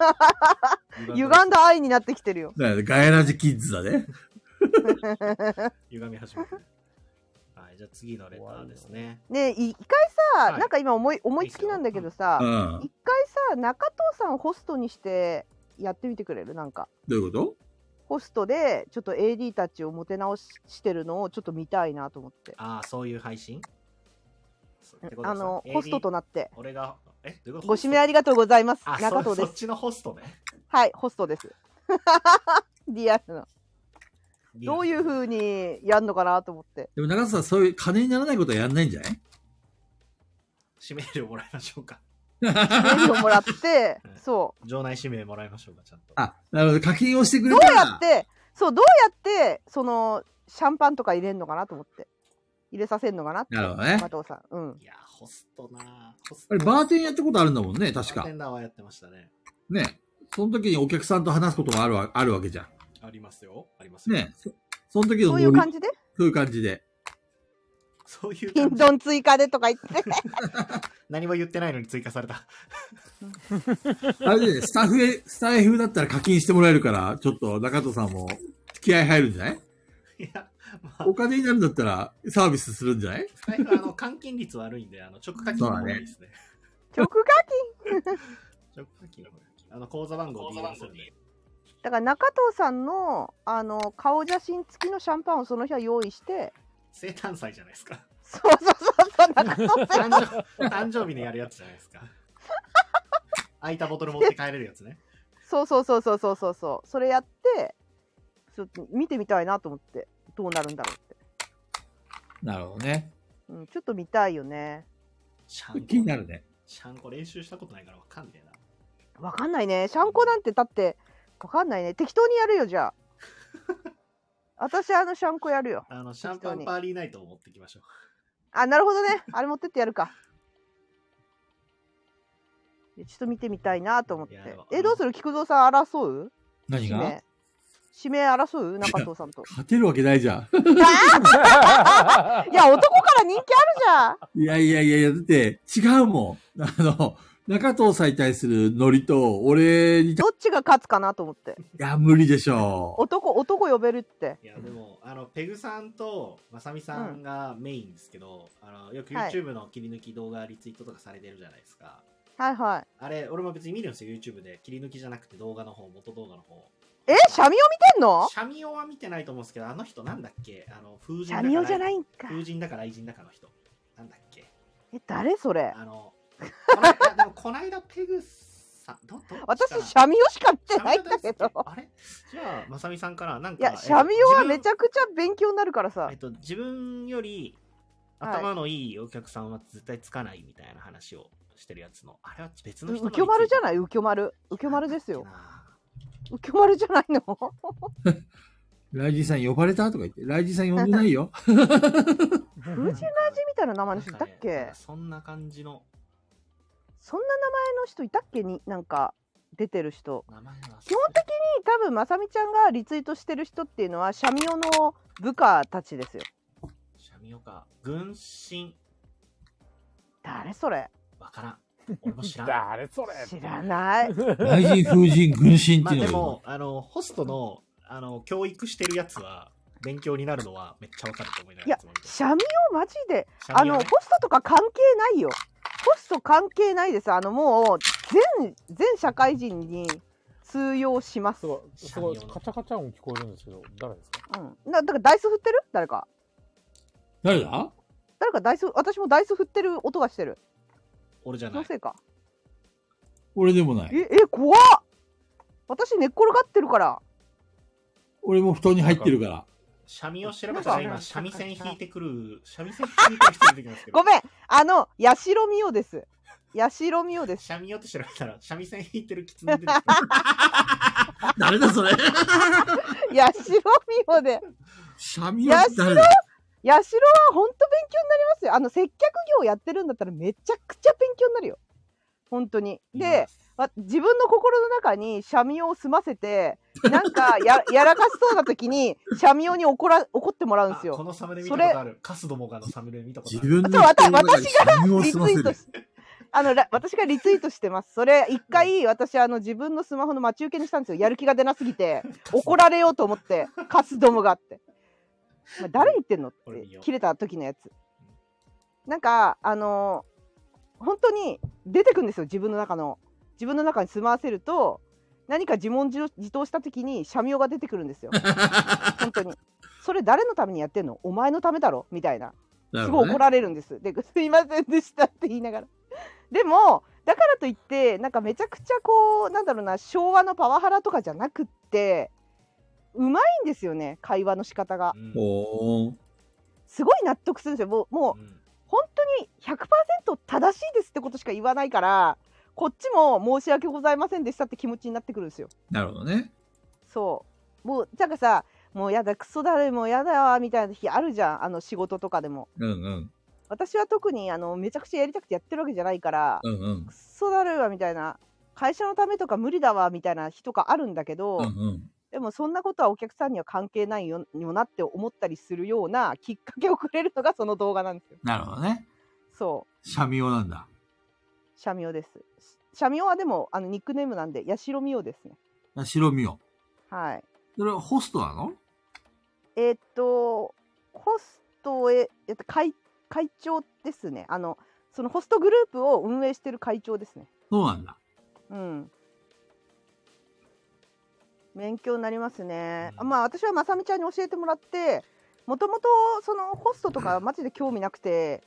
Speaker 5: 歪んだ愛になってきてるよ。
Speaker 4: だからガヤラジキッズだね。
Speaker 1: 歪み始め てる。はい、じゃあ次のレターですね。
Speaker 5: ねえい一回さ、
Speaker 1: はい
Speaker 5: なんか今思い思いつきなんだけどさ
Speaker 4: う、ん。
Speaker 5: 一回さ中藤さんをホストにしてやってみてくれるなんか
Speaker 4: どういうこと
Speaker 5: ホストでちょっと AD たちをもて直ししてるのをちょっと見たいなと思って。
Speaker 1: ああ、そういう配信そうってこと
Speaker 5: あ
Speaker 1: ですね
Speaker 5: の
Speaker 1: AD
Speaker 5: ホストとなって
Speaker 1: 俺が、えどういうこと
Speaker 5: ご指名ありがとうございます
Speaker 1: あ、
Speaker 5: 中
Speaker 1: 中
Speaker 5: 藤
Speaker 1: 藤で
Speaker 5: で
Speaker 1: すそっ。ちのホストね。
Speaker 5: はい、ホストです。 リアルな。どういうふ
Speaker 1: う
Speaker 5: うにやんのかなと 思って。
Speaker 4: でも長瀬さん、そういう金にならないことはやんないんじゃない
Speaker 1: 指名料もらいましょうか。
Speaker 5: メールをもらって、そ
Speaker 1: 場内指名もらいましょうか、ちゃんと。
Speaker 4: あ、なるほど。課金をしてく
Speaker 5: う。
Speaker 4: れ
Speaker 5: どう
Speaker 4: たら。
Speaker 5: やって、そう、どうやって、その、シャンパンとか入れんのかなと思って。入れさせんのかなって。
Speaker 4: なるほどね
Speaker 5: 加藤さん。うん。
Speaker 1: いや、ホストなぁホス
Speaker 4: あ
Speaker 1: ト
Speaker 4: れ、バーテンやったことあるんだもんね、確
Speaker 1: バー
Speaker 4: か
Speaker 1: テ。ンダーはやってましたね。
Speaker 4: ね。その時にお客さんと話すこともあるわあるわけじゃん。
Speaker 1: ありますよ。ありますよ。
Speaker 4: ね。そその時の
Speaker 5: そういう
Speaker 4: ノリ
Speaker 5: 感じで、
Speaker 4: そういう感じで。
Speaker 1: そういう
Speaker 5: ピ
Speaker 1: 感
Speaker 5: ン
Speaker 1: じ
Speaker 5: ドン追加でとか言って。
Speaker 1: 何も言ってないのに追加された。
Speaker 4: あれでね、スタッフへ、スタッフだったら課金してもらえるから、ちょっと中戸さんも付き合い入るんじゃない
Speaker 1: いや、まあ
Speaker 4: お、金になるんだったらサービスするんじゃない
Speaker 1: 財布あの換金率悪いんで、あの直課金の方がいいですね。
Speaker 5: 直課金
Speaker 1: ちょっとあの、口座番号を DM するんで。
Speaker 5: だから中藤さんのあの顔写真付きのシャンパンをその日は用意して
Speaker 1: 生誕祭じゃないですか。
Speaker 5: そうそうそうそう中藤さん
Speaker 1: 誕生誕生日にやるやつじゃないです か。空いたボトル持って帰れるやつね。
Speaker 5: そうそうそうそうそうそうそうそれやってちょっと見てみたいなと思ってどうなるんだろうって、
Speaker 4: なるほどね。
Speaker 5: うん、ちょっと見たいよね
Speaker 1: シャンコ
Speaker 4: 気になるね。
Speaker 1: シャンコ練習したことないからわかんねえな。
Speaker 5: わかんないねシャンコなんてだってわかんないね適当にやるよじゃあ私あのシャンコやるよ
Speaker 1: あの、シャンパンパーリーナイトを持ってきましょう。
Speaker 5: あなるほどねあれ持ってってやるかいやちょっと見てみたいなと思って
Speaker 1: いやでもあの
Speaker 5: えどうする菊蔵さん争う
Speaker 4: 何
Speaker 5: 指
Speaker 4: が
Speaker 5: 名指名争う中藤さんと
Speaker 4: 勝てるわけないじゃん。
Speaker 5: いや男から人気ある
Speaker 4: いやいやいやいや、だって違うもん。あの、中藤さんに対するノリと、俺に
Speaker 5: じ
Speaker 4: た
Speaker 5: ゃんどっちが勝つかなと思って
Speaker 4: いや、無理でしょ
Speaker 5: 男男呼べるって
Speaker 1: いや、でも、あの、ペグさんとまさみさんがメインですけど、あの、よく
Speaker 5: はい
Speaker 1: YouTube の切り抜き動画リツイートとかされてるじゃないですか。
Speaker 5: はいはい
Speaker 1: あれ、俺も別に見るんですよ、YouTube で。切り抜きじゃなくて動画の方、元動画の方。
Speaker 5: えシャミオ見てんの
Speaker 1: シャミオは見てないと思うんですけど、あの人なんだっけあの、風神。
Speaker 5: シャミオじゃないいんか
Speaker 1: 風神だから愛人だからの人。なんだっけ
Speaker 5: え誰それ
Speaker 1: あ の、こないだでもこないだペグさん、どど
Speaker 5: 私シャミオしか見てないんだけど
Speaker 1: あれじゃあ、まさみさんから、なん
Speaker 5: い
Speaker 1: か。
Speaker 5: やシャミオはめち
Speaker 1: ゃ
Speaker 5: ゃくちゃ勉強になるからさ
Speaker 1: えっと、自分より
Speaker 5: はい
Speaker 1: 頭のいいお客さんは絶対つかないみたいな話をしてるやつの、あれは別の人の
Speaker 5: うきょまるじゃないいうきょまるうきょまるですよ
Speaker 1: なんだっけな
Speaker 5: うきょまるじゃないの
Speaker 4: う。ライジンさん呼ばれたとか言って、ライジンさん呼んでないよ。
Speaker 5: 風神ラジみたいな名前の人いた
Speaker 1: なんか
Speaker 5: っ
Speaker 1: ね
Speaker 5: け
Speaker 1: なんかそんな感じの
Speaker 5: そんな名前の人いたっけになんか出てる人
Speaker 1: 名前は
Speaker 5: 基本的に多分まさみちゃんがリツイートしてる人っていうのはシャミオの部下たちですよ
Speaker 1: シャミオか軍神
Speaker 5: 誰それ
Speaker 1: わから ん俺も知らん
Speaker 3: 誰それ
Speaker 5: 知らない
Speaker 4: ライジン風神軍神っ
Speaker 1: ま
Speaker 4: て
Speaker 1: あ
Speaker 4: いう
Speaker 1: で
Speaker 4: のが
Speaker 1: もあのホストのあの教育してるやつは勉強になるのはめっちゃわかると思いながらつもりで
Speaker 5: シャミオマジで
Speaker 1: シャ
Speaker 5: あ
Speaker 1: ミオ
Speaker 5: の
Speaker 1: ね
Speaker 5: ホストとか関係ないよホスト関係ないですあのもう全全社会人に通用します
Speaker 3: す
Speaker 5: う
Speaker 3: ごい、すごい、カチャカチャ音聞こえるんですけど、誰ですか
Speaker 5: んなだからダイス振ってる誰か
Speaker 4: 誰だ
Speaker 5: 誰かダイス私もダイス振ってる音がしてる
Speaker 1: 俺じゃ
Speaker 5: 気
Speaker 1: な
Speaker 5: の
Speaker 1: い
Speaker 5: せいか
Speaker 4: 俺でもない。
Speaker 5: ええ怖っ私寝っ転がってるから
Speaker 4: 俺も布団に入ってるから。
Speaker 1: シャミを調べたら
Speaker 5: なんか
Speaker 1: 今三味線弾いてくる三味線弾いてる人出てきますけど
Speaker 5: ごめんあの八代美代です八代美 代です
Speaker 1: シャミオって調べたら三味線弾いてるキツネ出てきます
Speaker 4: 誰だそれ
Speaker 5: 八代美代で
Speaker 4: シャミオって誰だ
Speaker 5: 八代は本当勉強になりますよあの接客業やってるんだったらめちゃくちゃ勉強になるよ本当に
Speaker 1: いま
Speaker 5: ですわ自分の心の中にシャミを済ませてなんか ややらかしそうな時にシャミオに怒ら怒ってもらうんです
Speaker 1: あこ
Speaker 5: よ
Speaker 1: のサムネ見たことあるカスどもがのサムネ見たこと
Speaker 4: 自
Speaker 1: ある
Speaker 4: 分の布団の中にシャミオを
Speaker 5: リツイ
Speaker 4: 済ませ
Speaker 5: ート
Speaker 4: る
Speaker 5: し。あのら私がリツイートしてますそれ一回私あの自分のスマホの待ち受けにしたんですよやる気が出なすぎ て怒られようと思ってカスどもがあって、まあ、誰言ってんのっ
Speaker 1: これ見よ
Speaker 5: て
Speaker 1: う
Speaker 5: 切れた時のやつなんかあのー本当に出てくんですよ自分の中の自分の中に住まわせると何か自問自自答した時にシャミオが出てくるんです よ本当にそれ誰のためにやってんのお前のためだろみたいな
Speaker 4: な
Speaker 5: す
Speaker 4: る
Speaker 5: ご
Speaker 4: ほ
Speaker 5: い
Speaker 4: ど
Speaker 5: 怒
Speaker 4: ね
Speaker 5: られるんです。で、すいませんでしたって言いながら。でも、だからといって、なんかめちゃくちゃこう、なんだろうな、昭和のパワハラとかじゃなくって、うまいんですよね、会話の仕方が
Speaker 1: う。ん
Speaker 4: ほーん
Speaker 5: すごい納得するんですよ。もう、もう
Speaker 1: うん
Speaker 5: 本当に100%正しいですってことしか言わないから、こっちも申し訳ございませんでしたって気持ちになってくるんですよ。
Speaker 4: なるほどね。
Speaker 5: そう。もう、なんかさ、もうやだ、クソだるい、もうやだわ、みたいな日あるじゃん、あの仕事とかでも。
Speaker 4: うんうん。
Speaker 5: 私は特に、あの、めちゃくちゃやりたくてやってるわけじゃないから、
Speaker 4: うんうん。
Speaker 5: クソだるいわみたいな会社のためとか無理だわみたいな日とかあるんだけど、
Speaker 4: うんうん。
Speaker 5: でもそんなことはお客さんには関係ないよよなって思ったりするようなきっかけをくれるのがその動画なんですよ。
Speaker 4: なるほどね。
Speaker 5: そ
Speaker 4: シャミオなんだ。
Speaker 5: うシャミオです。シャミオはでもあのニックネームなんでヤシロミオですね。
Speaker 4: 白ミオ。
Speaker 5: はい。
Speaker 4: それはホストなの
Speaker 5: えーっとホストへえっと会会長ですね。あのそのホストグループを運営してる会長ですね。
Speaker 4: そうなんだ。
Speaker 5: うん。勉強になりますね。
Speaker 4: うん
Speaker 5: まあ私はまさみちゃんに教えてもらって、もともとそのホストと かマジで興味なくて、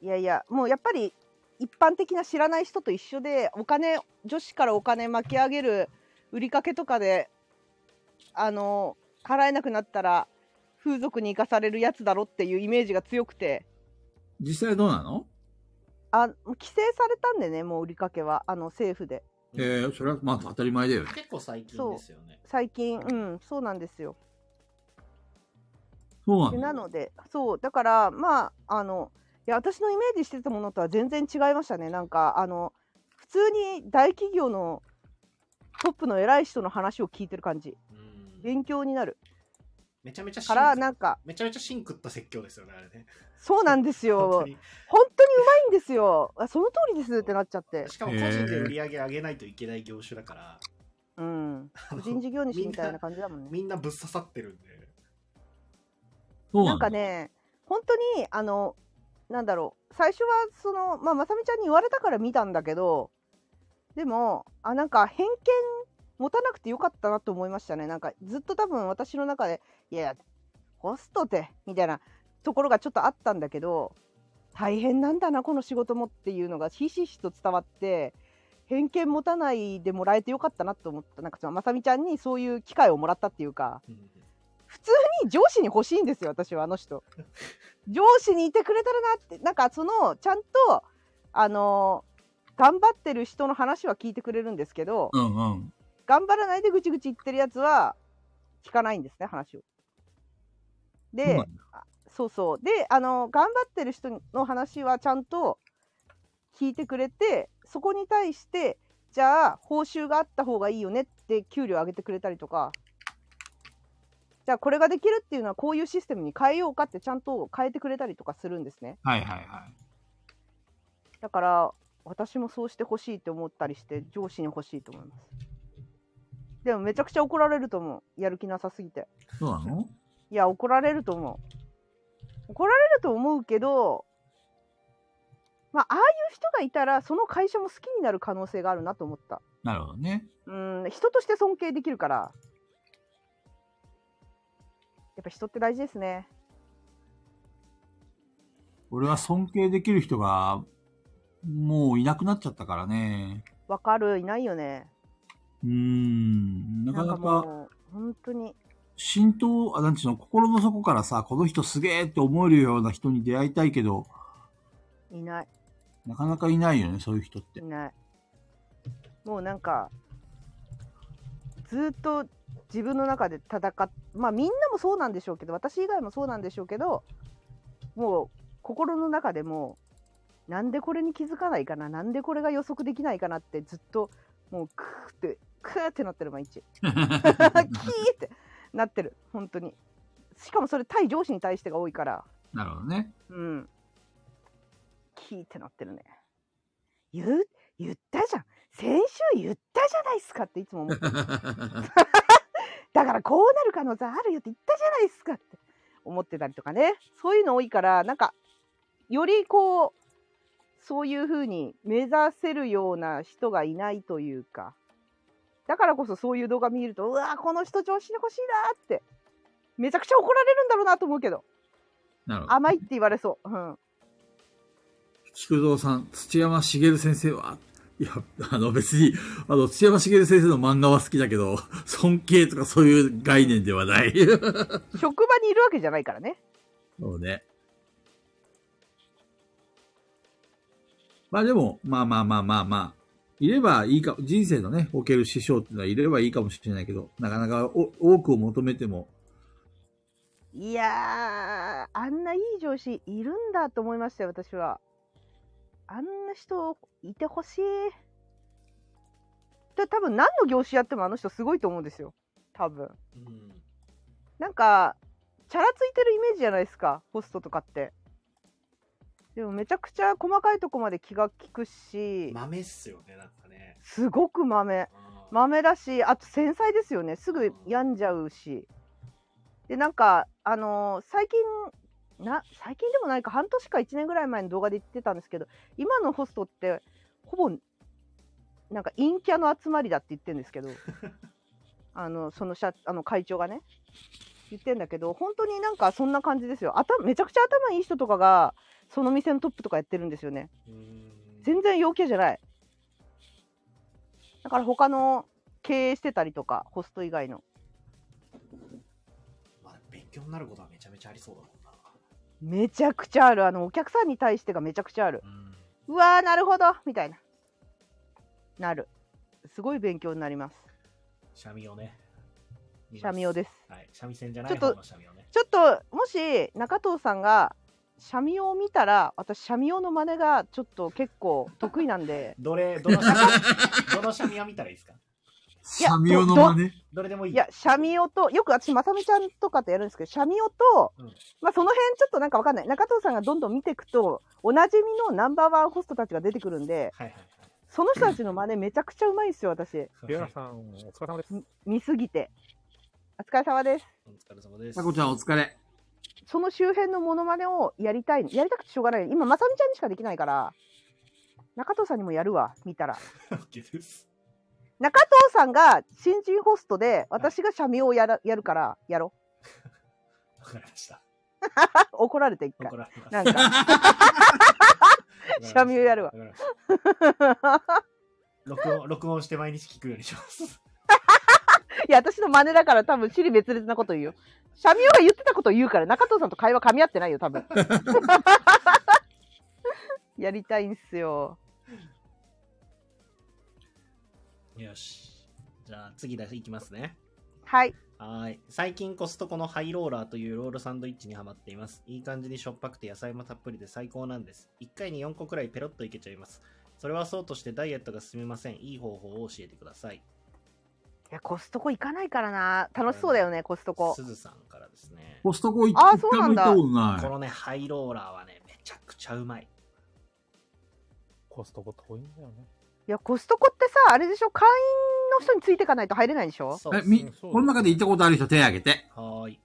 Speaker 5: いやいや、もうやっぱり一般的な知らない人と一緒で、お金、女子からお金巻き上げる売りかけとかで、あの、払えなくなったら風俗に行かされるやつだろっていうイメージが強くて、
Speaker 4: 実際どうなの
Speaker 5: あ、規制されたんでね、もう売りかけは、あの政府で。
Speaker 4: えー、それはまあ当たり前だよね。
Speaker 1: 結構最近ですよね。
Speaker 5: 最近うんそうなんですよ
Speaker 4: そう
Speaker 5: で
Speaker 4: なんだ。
Speaker 5: なのでそうだからまああのいや私のイメージしてたものとは全然違いましたねなんかあの普通に大企業のトップの偉い人の話を聞いてる感じ
Speaker 1: うん、
Speaker 5: 勉強になる
Speaker 1: めちゃめちゃシン
Speaker 5: からなんか
Speaker 1: めちゃめちゃシンクった説教ですよね、あれね。
Speaker 5: そうなんです
Speaker 1: 本
Speaker 5: よ
Speaker 1: 当に
Speaker 5: 本当にうまいんですよあその通りですってなっちゃって
Speaker 1: しかも個人で売り上げ上げないといけない業種だから、
Speaker 5: うん
Speaker 1: あ
Speaker 5: 個
Speaker 1: の
Speaker 5: 人事業主みたいな感じだもんね
Speaker 1: みんなぶっ刺さってるんで。
Speaker 4: そう
Speaker 5: な
Speaker 4: なんんだ
Speaker 5: か。ね、本当に、あの、なんだろう、最初は、その、まあ、まさみちゃんに言われたから見たんだけど、でも、あ、なんか、偏見持たなくてよかったなと思いましたね。なんか、ずっと多分私の中で、いやいや、ホストで、みたいなところがちょっとあったんだけど、大変なんだな、この仕事もっていうのが、ひしひしと伝わって、偏見持たないでもらえてよかったなと思った。なんかその、まさみちゃんにそういう機会をもらったっていうか、
Speaker 1: うん
Speaker 5: 普通に上司に欲しいんですよ私はあの人上司にいてくれたらなってなんかそのちゃんとあの頑張ってる人の話は聞いてくれるんですけど
Speaker 4: うんうん。
Speaker 5: 頑張らないでぐちぐち言ってるやつは聞かないんですね話を。で、
Speaker 4: そうなんだ
Speaker 5: そうそう。で、あの、頑張ってる人の話はちゃんと聞いてくれて、そこに対して、じゃあ、報酬があった方がいいよねって給料上げてくれたりとか、じゃあ、これができるっていうのはこういうシステムに変えようかってちゃんと変えてくれたりとかするんですね。
Speaker 4: はいはいはい。
Speaker 5: だから、私もそうしてほしいって思ったりして、上司に欲しいと思います。でも、めちゃくちゃ怒られると思う。やる気なさすぎて。
Speaker 4: そうなの
Speaker 5: いや、怒られると思う。怒られると思うけど、まあ、ああいう人がいたら、その会社も好きになる可能性があるなと思った。
Speaker 4: なるほどね。
Speaker 5: うん、人として尊敬できるから。やっぱ人って大事ですね。
Speaker 4: 俺は尊敬できる人が、もういなくなっちゃったからね。
Speaker 5: わかる、いないよね。
Speaker 4: うーん。なかな
Speaker 5: なんか
Speaker 4: か、
Speaker 5: もう、本当に。
Speaker 4: 浸透、あ、なんちゅうの、心の底からさ、この人すげえって思えるような人に出会いたいけど、
Speaker 5: いない、
Speaker 4: なかなかいないよね、そういう人って
Speaker 5: い。ない。もうなんか、ずっと自分の中で戦っまあみんなもそうなんでしょうけど私以外もそうなんでしょうけどもう心の中でもうなんでこれに気づかないかななんでこれが予測できないかなってずっともうクーってクーってなってる毎日キーってなってる本当にしかもそれ対上司に対してが多いから
Speaker 4: なるほどね。
Speaker 5: うんキーってなってるね言う言ったじゃん先週言ったじゃないですかっていつも思 ってるだからこうなる可能性あるよって言ったじゃないですかって思ってたりとかねそういうの多いからなんかよりこうそういうふうに目指せるような人がいないというかだからこそそういう動画見るとうわーこの人調子に欲しいなーってめちゃくちゃ怒られるんだろうなと思うけど
Speaker 4: なるほど。
Speaker 5: 甘いって言われそう、うん、
Speaker 4: 菊蔵さん、土山茂先生はいや、あの別に、あの、土山茂先生の漫画は好きだけど、尊敬とかそういう概念ではない。
Speaker 5: 職場にいるわけじゃないからね
Speaker 4: そうね。まあでも、まあまあまあまあまあ、いればいいか、人生のね、おける師匠っていうのはいればいいかもしれないけど、なかなかお多くを求めても、
Speaker 5: いやーあんないい上司いるんだと思いましたよ私はあんな人いてほしいた多分何の業種やってもあの人すごいと思うんですよ多分
Speaker 1: うん
Speaker 5: なんかチャラついてるイメージじゃないですかホストとかってでもめちゃくちゃ細かいとこまで気が利くし
Speaker 1: 豆っすよね、なんかね。
Speaker 5: すごく豆
Speaker 1: うん
Speaker 5: 豆だしあと繊細ですよねすぐ病んじゃうしでなんかあのー最近な最近でもないか半年か1年ぐらい前の動画で言ってたんですけど今のホストってほぼなんか陰キャの集まりだって言ってるんですけどあのその社あの会長がね言ってんだけど本当になんかそんな感じですよ頭めちゃくちゃ頭いい人とかがその店のトップとかやってるんですよね全然陽キャじゃないだから他の経営してたりとかホスト以外の
Speaker 1: まあ、勉強になることはめちゃめちゃありそうだもんな。
Speaker 5: めちゃくちゃあるあのお客さんに対してがめちゃくちゃある
Speaker 1: うん。
Speaker 5: うわーなるほどみたいななるすごい勉強になります
Speaker 1: シャミをね。見
Speaker 5: シ
Speaker 1: ま
Speaker 5: ャミオです
Speaker 1: はい。シャミ線じゃない
Speaker 5: ちょっと
Speaker 1: 方のシャミをね。
Speaker 5: ちょっともし中藤さんがシャミオを見たら私シャミオの真似がちょっと結構得意なんで
Speaker 1: どれ、どの シャミ、どのシャミを見たらいいですか
Speaker 5: いや
Speaker 4: サミオの真似
Speaker 1: どれでもいい。
Speaker 5: いやシャミオとよく私まさみちゃんとかとやるんですけどシャミオと、
Speaker 1: うん
Speaker 5: まあ、その辺ちょっとなんかわかんない中藤さんがどんどん見ていくとおなじみのナンバーワンホストたちが出てくるんで
Speaker 1: はいはいはい。
Speaker 5: その人たちの真似めちゃくちゃうまいですよ私
Speaker 3: 杉浦さん、お疲れ様です。
Speaker 5: 見すぎてお疲れ様です
Speaker 1: お疲れ様です。
Speaker 4: さこちゃんお疲れ。
Speaker 5: その周辺のモノマネをやりたいやりたくてしょうがない今まさみちゃんにしかできないから中藤さんにもやるわ見たら
Speaker 1: OK です。
Speaker 5: 中藤さんが新人ホストで私が社名をやらやるからやろ
Speaker 1: わかりました。
Speaker 5: う怒られて一回
Speaker 1: 怒られます。
Speaker 5: なんかシャミをやるわ
Speaker 1: かりました。録音、録音して毎日聞くようにします。
Speaker 5: いや私の真似だから多分尻滅裂なこと言うよ社名は言ってたこと言うから中藤さんと会話噛み合ってないよ多分 やりたいんすよ
Speaker 1: よし。じゃあ次だ、いきますね。
Speaker 5: はい
Speaker 1: はい。最近コストコのハイローラーというロールサンドイッチにハマっています。いい感じにしょっぱくて野菜もたっぷりで最高なんです。1回に4個くらいペロッといけちゃいます。それはそうとしてダイエットが進みません。いい方法を教えてください。
Speaker 5: いやコストコ行かないからな楽しそうだよねコストコ
Speaker 1: すずさんからですね。
Speaker 4: コストコ行
Speaker 5: あ
Speaker 4: っ
Speaker 5: ーそう
Speaker 4: た
Speaker 5: な
Speaker 4: も行
Speaker 5: ん
Speaker 4: っ
Speaker 5: だ
Speaker 4: たこと
Speaker 1: こ
Speaker 4: な
Speaker 1: のね、ハイローラーはね、めちゃくちゃうまい。
Speaker 3: コストコ遠いんだよね。
Speaker 5: いやコストコってさあれでしょ会員の人についていかないと入れないでしょ
Speaker 1: そう
Speaker 4: い。え、
Speaker 1: です
Speaker 4: み、
Speaker 1: ね。
Speaker 4: この中で行ったことある人手挙げて。
Speaker 1: はーい。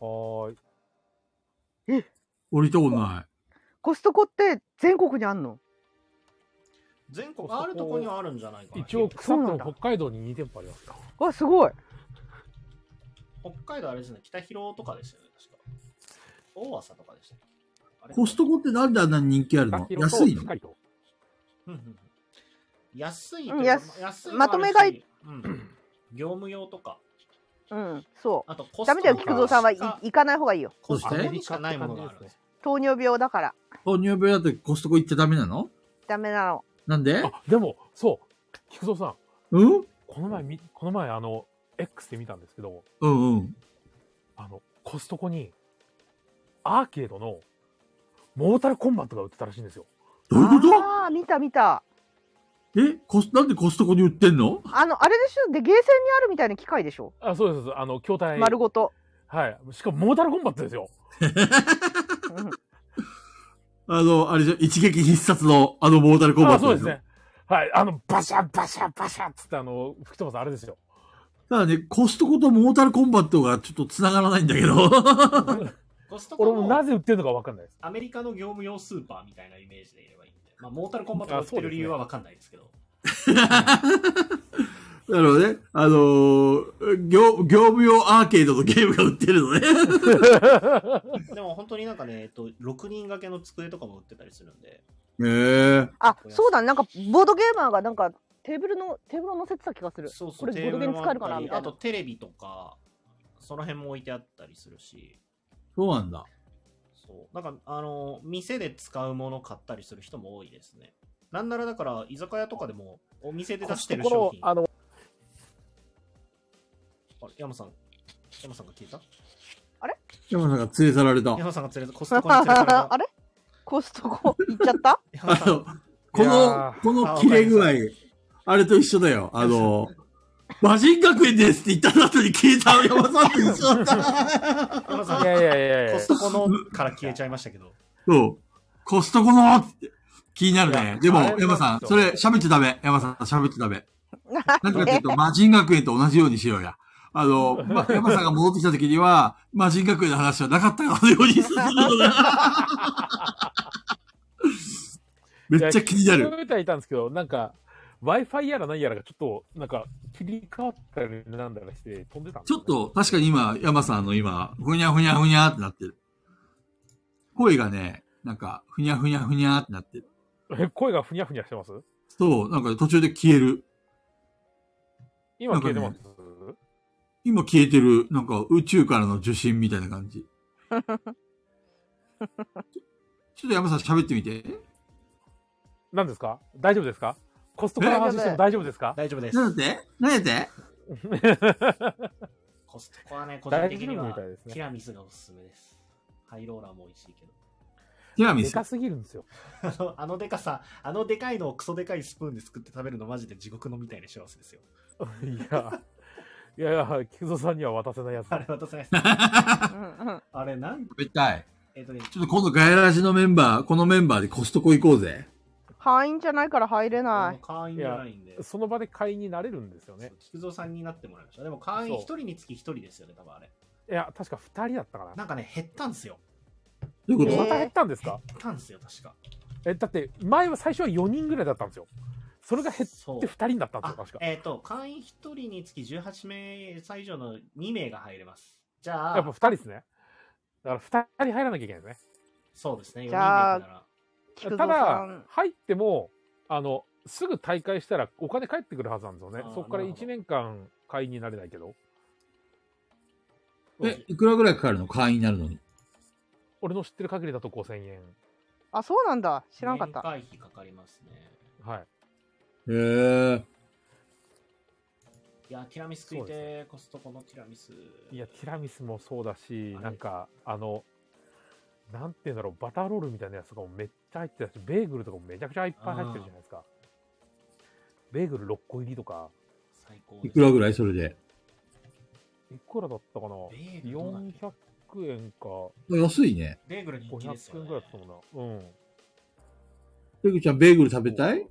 Speaker 3: はーい。
Speaker 4: 俺行ったことない。
Speaker 5: コストコって全国にあんの
Speaker 1: 全国あるとこにはあるんじゃないかな。
Speaker 3: 一応、
Speaker 1: 広
Speaker 3: 草津
Speaker 5: そうなん
Speaker 3: の
Speaker 5: だ
Speaker 3: 北海道に2店舗ありますか。
Speaker 5: あすごい
Speaker 1: く北海道あれですね、北広とかですよね、確か。大浅とかでしたっけ。あれ
Speaker 4: コストコってなんであんなに人気ある
Speaker 3: 北
Speaker 4: の
Speaker 3: 広と
Speaker 4: 安いの
Speaker 3: 北海道。
Speaker 1: うんうんうん安いと
Speaker 5: う
Speaker 1: い
Speaker 5: ん
Speaker 1: うか
Speaker 5: 安
Speaker 1: 安いの
Speaker 5: まとめ買い
Speaker 1: あるし、うん、業務用とか
Speaker 5: うんそう
Speaker 1: あとコス
Speaker 5: ダ
Speaker 1: ト
Speaker 5: メ
Speaker 1: コ
Speaker 5: だよ菊蔵さんはい
Speaker 1: しか
Speaker 5: 行かない方がいいよ
Speaker 1: コストコにしかないものがあるんですよ
Speaker 5: 糖尿病だから
Speaker 4: 糖尿病だってコストコ行っちゃダメなの
Speaker 5: ダメなの
Speaker 4: なんで
Speaker 3: あ、でも、そう。菊蔵さん、
Speaker 4: うん
Speaker 3: この前み、この前、あの、X で見たんですけど、
Speaker 4: うんうん。
Speaker 3: あの、コストコに、アーケードの、モータルコンバットが売ってたらしいんですよ。
Speaker 4: どういうこ
Speaker 5: ああ見た見た
Speaker 4: とえコスなんでコストコに売ってんの
Speaker 5: あのあれでしょでゲーセンにあるみたいな機械でしょ、
Speaker 3: あ、そうですそうです。あの、筐体。
Speaker 5: 丸ごと、
Speaker 3: はい。しかも、モータルコンバットですよ。
Speaker 5: うん
Speaker 4: あの、あれじゃ、一撃必殺のあのモータルコンバ
Speaker 3: あ、
Speaker 4: ッ
Speaker 3: そう
Speaker 4: ト
Speaker 3: ですね。はい。あの、バシャバシャバシャっつって、あの、吹き飛ばすあれですよ。
Speaker 4: ただね、コストコとモータルコンバットがちょっと繋がらないんだけど。
Speaker 1: コストコ
Speaker 3: 俺もな
Speaker 1: も
Speaker 3: ぜ売ってるのかわかん ないです。
Speaker 1: アメリカの業務用スーパーみたいなイメージでいればいいんで、まあ、モータルコンバットが売ってる理由は分かんないですけど
Speaker 4: なるほどね。あのー業、業務用アーケードのゲームが売ってるのね。
Speaker 1: で,、も本当になんかね、えっと、6人掛けの机とかも売ってたりするんで
Speaker 4: へえ。
Speaker 5: あ そうだ、ね、なんかボードゲーマーがなんかテーブルのテーブルを乗せてた気がする
Speaker 1: そうそう
Speaker 5: これ
Speaker 1: テーブルも
Speaker 5: ボードゲーム使えるかな
Speaker 1: あったり
Speaker 5: みたい
Speaker 1: あ
Speaker 5: な
Speaker 1: とテレビとかその辺も置いてあったりするし
Speaker 4: そうなんだ。
Speaker 1: そう。なんか、あの、店で使うもの買ったりする人も多いですね。なんならだから、居酒屋とかでも、お店で出してる
Speaker 3: コスト
Speaker 1: 商
Speaker 3: コ
Speaker 1: 品。
Speaker 3: の、あの、
Speaker 1: あれ、山さん。山さんが消えた
Speaker 4: 山さんが連れ去られた。
Speaker 1: 山さんが連れた、コストコに連れられた。
Speaker 5: あれコス トコ行っちゃった
Speaker 1: 山
Speaker 4: あ
Speaker 1: さん
Speaker 4: の、こ
Speaker 3: いや
Speaker 4: の、この切れ具合
Speaker 1: あわか、
Speaker 4: あれと一緒だよ。あの、和人学園ですって言った後に消えた山さんと一緒だった。
Speaker 1: 山さん
Speaker 3: いやいやいやい
Speaker 1: コ
Speaker 3: や
Speaker 1: ス。トコのから消えちゃいましたけど。
Speaker 4: そう。コストコのって気になる
Speaker 3: い
Speaker 4: ね
Speaker 3: や。
Speaker 4: でも
Speaker 3: あれなん、ですよ
Speaker 4: 山さん、それ喋っちゃダメ。山さん、喋っちゃダメ。
Speaker 5: な
Speaker 4: なんん
Speaker 5: で
Speaker 4: かちょっと、魔人学園と同じようにしようや。あの、ま、山さんが戻ってきた時には、魔人学園の話はなかったかのように進んでるの だ。めっちゃ気にな
Speaker 3: 聞
Speaker 4: る。
Speaker 3: こえてはいたんですけど、なんか、Wi-Fi やら何やらがちょっと、なんか、切り替わったりなんだらして飛んでたんです
Speaker 4: ち
Speaker 3: よ
Speaker 4: ょ
Speaker 3: ね
Speaker 4: っと、確かに今、山さんの今、ふにゃふにゃふにゃってなってる。声がね、なんか、ふにゃふにゃふにゃってなってる。
Speaker 3: え声がふにゃふにゃしてます
Speaker 4: そう、なんか途中で消える。
Speaker 3: 今消えてます、
Speaker 4: 今消えてる、なんか宇宙からの受信みたいな 感じ。ちょちょっと山さん喋ってみて。
Speaker 3: 何ですか大丈夫ですかコストコの話しても大丈夫ですか
Speaker 1: 大丈夫です。
Speaker 4: なんだってなんだって
Speaker 1: コストコはね、個人的には
Speaker 3: 大丈夫みたいですね
Speaker 1: ティラミスがおすすめです。ハイローラーも美味しいけど。
Speaker 4: ティラミ
Speaker 3: で
Speaker 4: ス。
Speaker 3: かすぎるんですよ。
Speaker 1: あの あのでかさ、あのでかいのをクソでかいスプーンで作って食べるのマジで地獄のみたいな幸せですよ。
Speaker 3: いや、いやいや、菊蔵さんには渡せないやつ。
Speaker 1: あれ渡せない
Speaker 4: 食
Speaker 5: うんうん
Speaker 1: あれなん、
Speaker 4: べたい。
Speaker 1: えっ、とね、
Speaker 4: ちょっと今度ガヤラジのメンバー、このメンバーでコストコ行こうぜ。
Speaker 5: 会員じゃないから入れ
Speaker 1: あ
Speaker 5: な
Speaker 1: の
Speaker 5: い。
Speaker 1: 会員じゃないんで、
Speaker 3: その場で会員になれるんですよね。
Speaker 1: 菊蔵さんになってもらいました。でも会員
Speaker 3: そ
Speaker 1: 一
Speaker 3: う
Speaker 1: 人につき一人ですよね、多分あれ。
Speaker 3: いや、確か2人だったかな。
Speaker 1: なんかね、減ったんですよ。
Speaker 4: どういうこ
Speaker 5: え
Speaker 4: と、
Speaker 3: また減ったんですか
Speaker 1: 減ったんですよ、確か。
Speaker 3: え、だって、前は最初は4人ぐらいだったんですよ。それが減っ
Speaker 1: そう
Speaker 3: て2人になったんです
Speaker 1: あ
Speaker 3: よ、確か。
Speaker 1: えっ、と、会員一人につき18名歳以上の2名が入れます。じゃ
Speaker 3: やっぱ2
Speaker 1: あ、
Speaker 3: 人ですね。だから2人入らなきゃいけないですね。
Speaker 1: そうですね、4人で
Speaker 5: じゃあ
Speaker 1: 行くなら。
Speaker 5: 菊
Speaker 3: た
Speaker 5: 蔵さ
Speaker 3: だ
Speaker 5: ん、
Speaker 3: 入っても、あの、すぐ大会したらお金返ってくるはずなんですよね
Speaker 1: あ。ー
Speaker 3: そこから
Speaker 1: なるほど
Speaker 3: 1年間会員になれないけど。
Speaker 4: え、いくらぐらいかかるの会員になるのに。
Speaker 3: 俺の知ってる限りだと5000円。
Speaker 5: あ、そうなんだ。知らんかった。
Speaker 1: 年会費かかりますね。
Speaker 3: はい。
Speaker 4: へえ。
Speaker 1: いや、ティラミス食い
Speaker 3: そうです
Speaker 1: て、コストコのティラミス。
Speaker 3: いや、ティラミスもそうだし
Speaker 1: は、い
Speaker 3: なんか、あの、なんていうんだろう、バターロールみたいなやつとかもめっちゃ入ってたし、ベーグルとかもめちゃくちゃいっぱい入ってるじゃないですか。ベーグル6個入りとか、
Speaker 1: 最高
Speaker 4: いくらぐらいそれで。
Speaker 3: いくらだったかな
Speaker 1: ベーグルどうだっけ
Speaker 3: ?400 円か
Speaker 4: 安いね。
Speaker 1: ベーグル人気です
Speaker 3: 500
Speaker 1: よ、ね
Speaker 3: 円ぐらいだった。もんな。うん。
Speaker 4: ペグちゃん、ベーグル食べたい
Speaker 5: い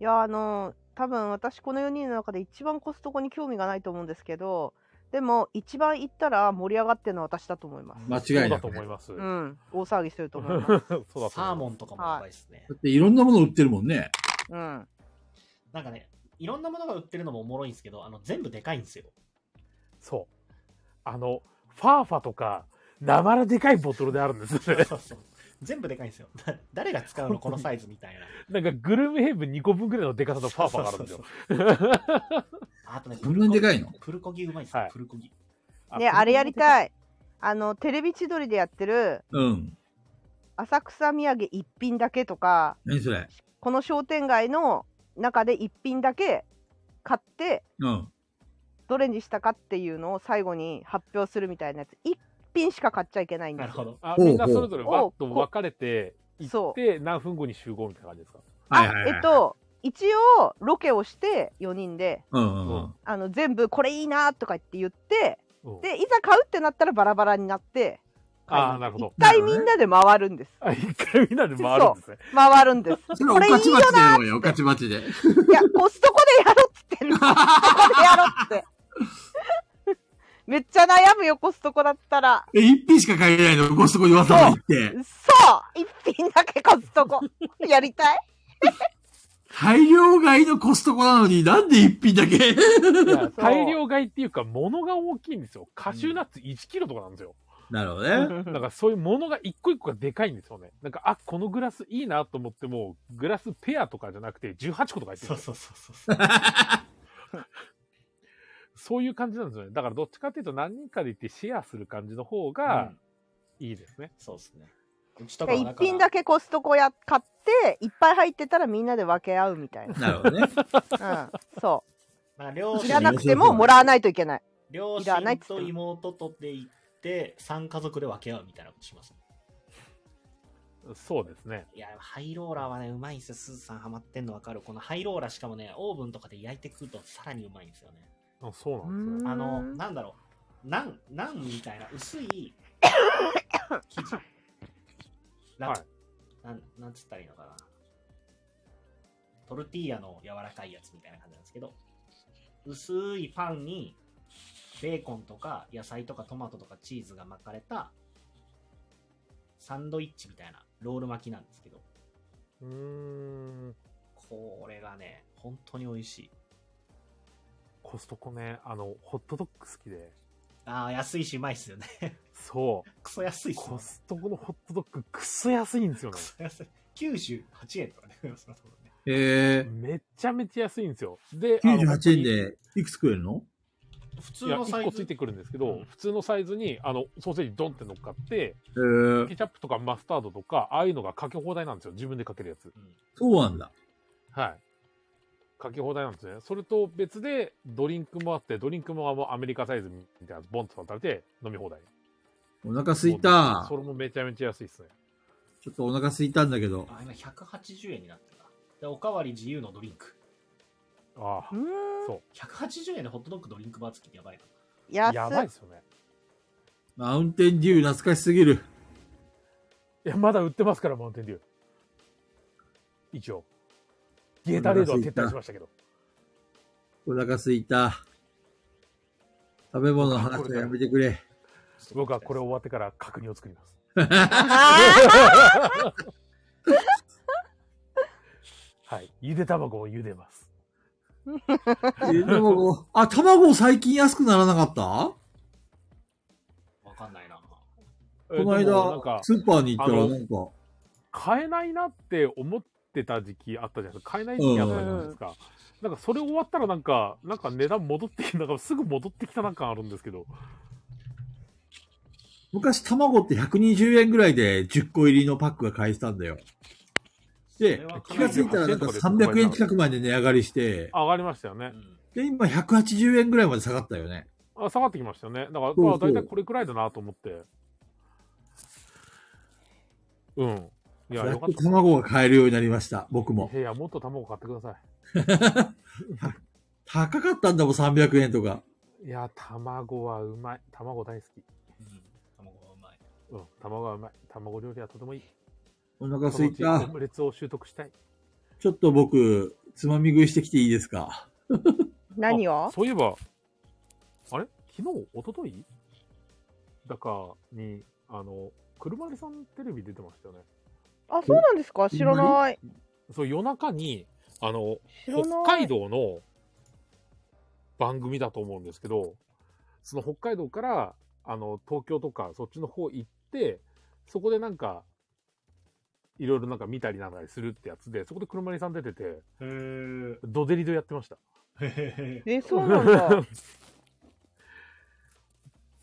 Speaker 5: や、あの、多分私この4人の中で一番コストコに興味がないと思うんですけど、でも一番行ったら盛り上がってるのは私だと思います。
Speaker 4: 間違い
Speaker 3: そ
Speaker 4: な
Speaker 3: うだと
Speaker 4: く、ね。
Speaker 3: 思い
Speaker 4: だ
Speaker 3: ます。
Speaker 5: う
Speaker 3: うん
Speaker 5: ん、大騒ぎしてると思い ます。
Speaker 3: そうだと思います。
Speaker 1: サーモンとかもやばいですね。
Speaker 4: っていろんなもの売ってるもんね。
Speaker 5: うん。
Speaker 1: なんかね、いろんなものが売ってるのもおもろいんですけど、あの全部でかいん ですよ。
Speaker 3: そう。あの、ファーファとか、なまらでかいボトルであるんですよ ね。
Speaker 1: そうそう全部でかいんですよ。だ誰が使うのこのサイズみたいな。
Speaker 3: なんかグルメヘブン2個分ぐらいのでかさのファーファがあるんですよ
Speaker 1: そう。そう そうあとね、
Speaker 4: こんなにでかいの
Speaker 1: プルコギうまいですよ、
Speaker 3: はい
Speaker 1: プルコギ。
Speaker 5: ね、あれやりた
Speaker 3: い。
Speaker 5: い。あの、テレビ千鳥でやってる、
Speaker 4: うん。
Speaker 5: 浅草土産一品だけとか、
Speaker 4: 何それ
Speaker 5: この商店街の中で一品だけ買って、
Speaker 4: うん。
Speaker 5: どれにしたかっていうのを最後に発表するみたいなやつ。一品しか買っちゃいけないん
Speaker 1: な
Speaker 5: で
Speaker 1: る
Speaker 5: す
Speaker 1: ほ
Speaker 5: よ。
Speaker 1: ど。
Speaker 3: あ、
Speaker 4: ほうほう
Speaker 3: みんなそれぞれわっと分かれて、行
Speaker 5: そ
Speaker 3: っ
Speaker 5: う
Speaker 3: て、何分後に集合みたいな感じですか。
Speaker 4: はい
Speaker 5: あ
Speaker 4: はい、はい。
Speaker 5: えっ。と、一応ロケをして4人で、
Speaker 4: うんうんうん。
Speaker 5: あの全部これいいなとか言って言って、
Speaker 3: うん
Speaker 5: で、いざ買うってなったらバラバラになって、
Speaker 3: あーなるほど
Speaker 5: 一回みんなで回るんです。
Speaker 3: あ、一回みんなで回るんですね。
Speaker 5: 回るんです。
Speaker 4: それ
Speaker 5: こ
Speaker 4: お
Speaker 5: れいい
Speaker 4: かち
Speaker 5: よ
Speaker 4: まちでやろうよ、おかちまちで。
Speaker 5: いや、コストコでやろっつってんの。コストコでやろうって。めっちゃ悩むよ、コストコだったら。
Speaker 4: え、一品しか買えないの、コストコにわざわざ行って。
Speaker 5: そう一品だけコストコ。やりたい
Speaker 4: 大量買いのコストコなのになんで一品だけ
Speaker 3: いや大量買いっていうか、物が大きいんですよ。カシューナッツ1キロとかなんですよ。
Speaker 4: なるほどね。
Speaker 3: なんかそういうものが一個一個がでかいんですよね。なんか、あ、このグラスいいなと思っても、グラスペアとかじゃなくて18個とか入ってるん
Speaker 1: そう
Speaker 3: ですよ。
Speaker 1: そうそうそう。
Speaker 3: そういう感じなんですよね。だからどっちかっていうと何人かで行ってシェアする感じの方が
Speaker 1: うん
Speaker 3: いいですね。
Speaker 1: そうですね。うちとか
Speaker 5: で
Speaker 1: は
Speaker 5: 一品だけコストコや買って、いっぱい入ってたらみんなで分け合うみたいな。
Speaker 4: なるほどね。
Speaker 5: うん、そ
Speaker 1: まあ、両
Speaker 5: う。い
Speaker 1: 親
Speaker 5: らなくてももらわないといけない。
Speaker 1: 両
Speaker 5: いらないっ
Speaker 1: 親
Speaker 5: つっても
Speaker 1: と妹とで行って、3家族で分け合うみたいなことします。
Speaker 3: そうですね。
Speaker 1: いや、ハイローラーはね、うまいんですよ。すずさんハマってんのわかる。このハイローラーしかもね、オーブンとかで焼いて食うとさらにうまいんですよね。
Speaker 3: あそうなんですよ
Speaker 5: うん。
Speaker 1: あの、なんだろう。なん、なんみたいな薄い生地。ラ
Speaker 3: はい
Speaker 1: なん、なんつったらいいのかな。トルティーヤの柔らかいやつみたいな感じなんですけど、薄いパンにベーコンとか野菜とかトマトとかチーズが巻かれたサンドイッチみたいなロール巻きなんですけど、
Speaker 3: うーん。
Speaker 1: これがね、本当に美味しい。
Speaker 3: コストコね、あの、ホットドッグ好きで。
Speaker 1: ああ、安いしうまいっすよね。
Speaker 3: そ。
Speaker 1: クソ安いうっすよ
Speaker 3: コ
Speaker 1: ね。
Speaker 3: ストコのホットドッグ、くそ安いんですよ
Speaker 1: クソ安い。98円とかね。その多分ね
Speaker 4: へえ。
Speaker 3: ね。めちゃめちゃ安いんですよ。で、あの
Speaker 4: 98円。で、いくつ食えるの
Speaker 1: 普通
Speaker 3: いや、
Speaker 1: のサ
Speaker 3: 1個
Speaker 1: イ
Speaker 3: つい
Speaker 1: ズ
Speaker 3: てくるんですけ
Speaker 1: う
Speaker 3: ど
Speaker 1: ん、
Speaker 3: 普通のサイズに、あの、ソーセージドンって乗っかって、
Speaker 4: へえ。
Speaker 3: ケチャップとかマスタードとか、ああいうのがかけ放題なんですよ。自分でかけるやつ。
Speaker 1: うん
Speaker 4: そうなんだ。
Speaker 3: はい。かけ放題なんですね。それと別で、ドリンクもあって、ドリンクもあのアメリカサイズみたいなやつ、ボンと渡されて飲み放題。
Speaker 4: お腹すいた
Speaker 3: そ。れもめちゃめちゃ安いですね。
Speaker 4: ちょっとお腹すいたんだけど。
Speaker 1: あ、今180円になってるな。で、おかわり自由のドリンク。
Speaker 3: ああ、
Speaker 5: うん
Speaker 3: そう。
Speaker 1: 180円でホットドッグドリンクバー付きってやばいな。
Speaker 5: 安
Speaker 3: やばいですよね。
Speaker 4: マウンテンデュー懐かしすぎる。
Speaker 3: いや、まだ売ってますから、マウンテンデュー。一応。ゲータレードは撤退しましたけど。
Speaker 4: お腹すいた。食べ物の話はやめてくれ。
Speaker 3: 僕はこれ終わってから確認を作ります。はい。ゆで卵を茹でます。
Speaker 4: え卵。あ、卵最近安くならなかったこ
Speaker 1: わかんないな。
Speaker 4: の
Speaker 3: えーでもなん
Speaker 4: 間
Speaker 3: か、、
Speaker 4: スーパーに行ったら
Speaker 3: あの
Speaker 4: なんか、
Speaker 3: 買えないなって思ってた時期あったじゃないですか。買えない時期あったじゃないですか。なんか、それ終わったらなんか、なんか値段戻ってきた、なんかすぐ戻ってきたなんかあるんですけど。
Speaker 4: 昔卵って120円ぐらいで10個入りのパックが買えてたんだよ。
Speaker 1: そ
Speaker 4: で
Speaker 1: れは、か
Speaker 4: 気
Speaker 1: な
Speaker 4: が
Speaker 1: り
Speaker 4: ついたらなんか300円近くまで値上がりして、
Speaker 3: 上がりましたよね。
Speaker 1: うん
Speaker 4: で、今180円ぐらいまで下がったよね。
Speaker 3: あ下がってきましたよね。だから、
Speaker 4: そう
Speaker 3: まあ、大体これくらいだなと思って。うん。いや、
Speaker 4: や
Speaker 3: よ
Speaker 4: っ
Speaker 3: かっ
Speaker 4: と
Speaker 3: た。
Speaker 4: 卵が買えるようになりました、僕も
Speaker 3: い。やいや、もっと卵買ってくださ
Speaker 4: 高かったんだもん、300円とか。
Speaker 3: い。いや、卵はうまい。卵大好き。
Speaker 1: うん卵はうまい。
Speaker 3: うん、卵はうまい。卵料理はとてもいい。
Speaker 4: お腹
Speaker 3: そ
Speaker 4: す
Speaker 3: の
Speaker 4: いう
Speaker 3: ちオ
Speaker 4: た。
Speaker 3: ムレツを習得したい。
Speaker 4: ちょっと僕、つまみ食いしてきていいですか
Speaker 5: 何を
Speaker 3: そういえば、あれ昨日、一昨日だかに、あの、車でさんテレビ出てましたよね。
Speaker 5: あそうなんですか知らない
Speaker 3: そう、夜中に、あの、
Speaker 5: 知らない
Speaker 3: 北海道の番組だと思うんですけど、その北海道から、あの、東京とか、そっちの方行って、そこでなんか、いろいろなんか見たりなんかするってやつで、そこで車にさん出てて、
Speaker 1: へー
Speaker 3: ドデリドやってました。
Speaker 1: へへへ
Speaker 5: えそうな んだ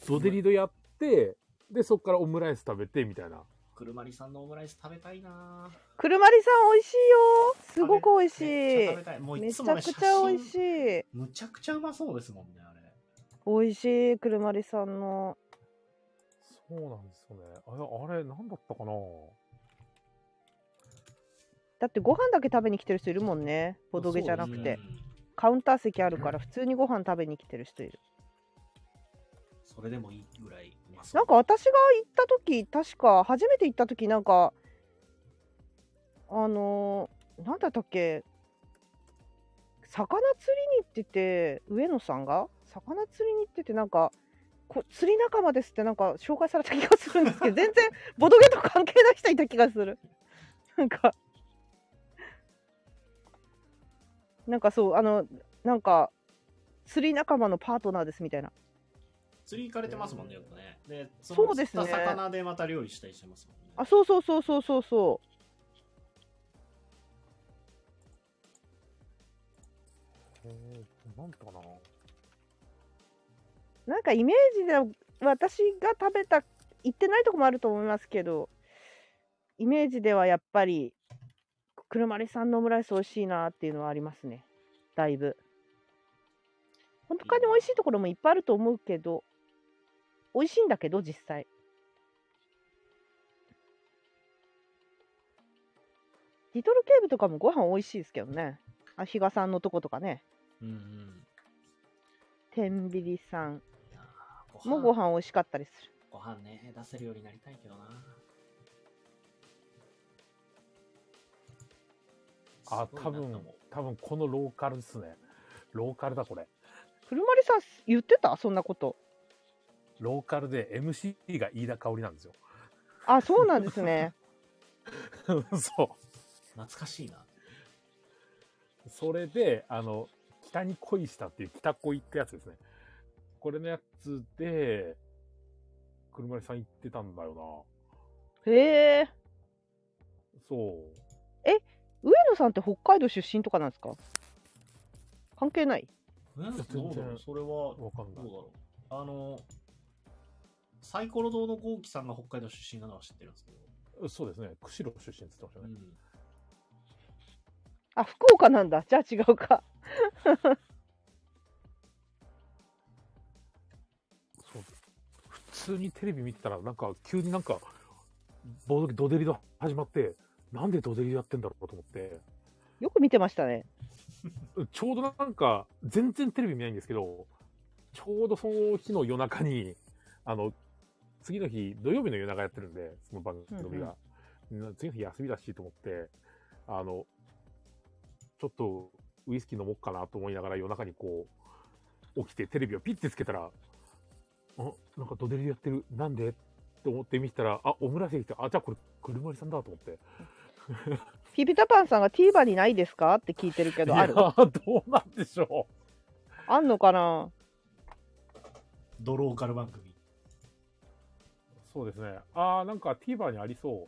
Speaker 3: ドデリドやって、で、そこからオムライス食べて、みたいな。
Speaker 1: 車りさんのオムライス食べたいな
Speaker 5: 車りさん美味しいよすごく美味し
Speaker 1: めっちゃ
Speaker 5: い
Speaker 1: 食べたい。もうい
Speaker 5: め
Speaker 1: つ
Speaker 5: ち
Speaker 1: も
Speaker 5: ゃ
Speaker 1: ね
Speaker 5: く
Speaker 1: 写
Speaker 5: ちゃ美味し
Speaker 1: 真
Speaker 5: い
Speaker 1: むちゃくちゃうまそうですもんね、あれ。
Speaker 5: 美味しい車りさんの
Speaker 3: そうなんですよね。あれ、あれ、なんだったかな
Speaker 5: だってご飯だけ食べに来てる人いるもんねボドゲじゃなく
Speaker 3: そう
Speaker 5: て、
Speaker 3: で
Speaker 1: うん
Speaker 5: カウンター席あるから普通にご飯食べに来てる人いる
Speaker 1: それでもいいぐらいうまそう
Speaker 5: なんか私が行った時確か初めて行った時なんかあのー、なんだったっけ魚釣りに行ってて上野さんが魚釣りに行っててなんかこ釣り仲間ですってなんか紹介された気がするんですけど全然ボドゲと関係ない人いた気がするなんかなんかそうあのなんか釣り仲間のパートナーですみたいな
Speaker 1: 釣り行かれてますもんね、よくね。で、そ
Speaker 5: そうですね
Speaker 1: 釣った魚でまた料理したりしてますもんね。
Speaker 5: あそうそうそうそうそうそう
Speaker 3: へーなんだったかな
Speaker 5: なんかイメージでは私が食べた行ってないとこもあると思いますけどイメージではやっぱり車りさんのオムライス美味しいなっていうのはありますねだいぶ本当に美味しいところもいっぱいあると思うけど美味しいんだけど実際リトルケーブとかもご飯美味しいですけどねあ比嘉さんのとことかね
Speaker 1: うんうん。
Speaker 5: 天秤さん
Speaker 1: いやー
Speaker 5: もご飯美味しかったりする
Speaker 1: ご飯ね、出せるようになりたいけどな。
Speaker 3: あ、
Speaker 1: すごいなと
Speaker 3: 多分
Speaker 1: 思う、
Speaker 3: 多分このローカルですね。ローカルだ、これ。
Speaker 5: 古丸さん言ってたそんなこと
Speaker 3: ローカルで MC が飯田香織なんですよ。
Speaker 5: あそうなんですね
Speaker 3: そ
Speaker 1: 懐かしいな。
Speaker 3: う。それで、あの、北に恋したっていう北恋ってやつですね。これのやつで、車屋さん行ってたんだよ
Speaker 5: へえ
Speaker 3: な。そう。
Speaker 5: 上野さんって北海道出身とかなんですか関係ない
Speaker 1: えどうだろうそれは、ど
Speaker 3: わかん
Speaker 1: う
Speaker 3: な
Speaker 1: だ
Speaker 3: い。
Speaker 1: ろう。あの、サイコロ堂のゴーキさんが北海道出身なのは知ってるんですけど。
Speaker 3: そうですね。釧路出身って言ってました
Speaker 1: う
Speaker 3: ね。
Speaker 1: ん
Speaker 5: あ福岡なんだじゃあ違うか
Speaker 3: そう普通にテレビ見てたら、なんか急になんか、ボドドデリが始まって、なんでドデリやってんだろうと思って、
Speaker 5: よく見てましたね
Speaker 3: ちょうどなんか、全然テレビ見ないんですけど、ちょうどその日の夜中に、あの、次の日、土曜日の夜中やってるんで、その番組が。うん次の日休みだしと思って、あの、ちょっとウイスキー飲もうかなと思いながら夜中にこう、起きてテレビをピッてつけたら、あ、なんかドデリやってる。なんでと思って見てたら、あ、オムライスできた。あ、じゃあこれ、車りさんだと思って。
Speaker 5: ピピタパンさんが TVer にないですかって聞いてるけ
Speaker 3: い
Speaker 5: ど
Speaker 3: や
Speaker 5: ある
Speaker 3: ー、どうなんでしょう。
Speaker 5: あんのかな
Speaker 1: ドローカル番組。
Speaker 3: そうですね。ああ、なんか TVer にありそう。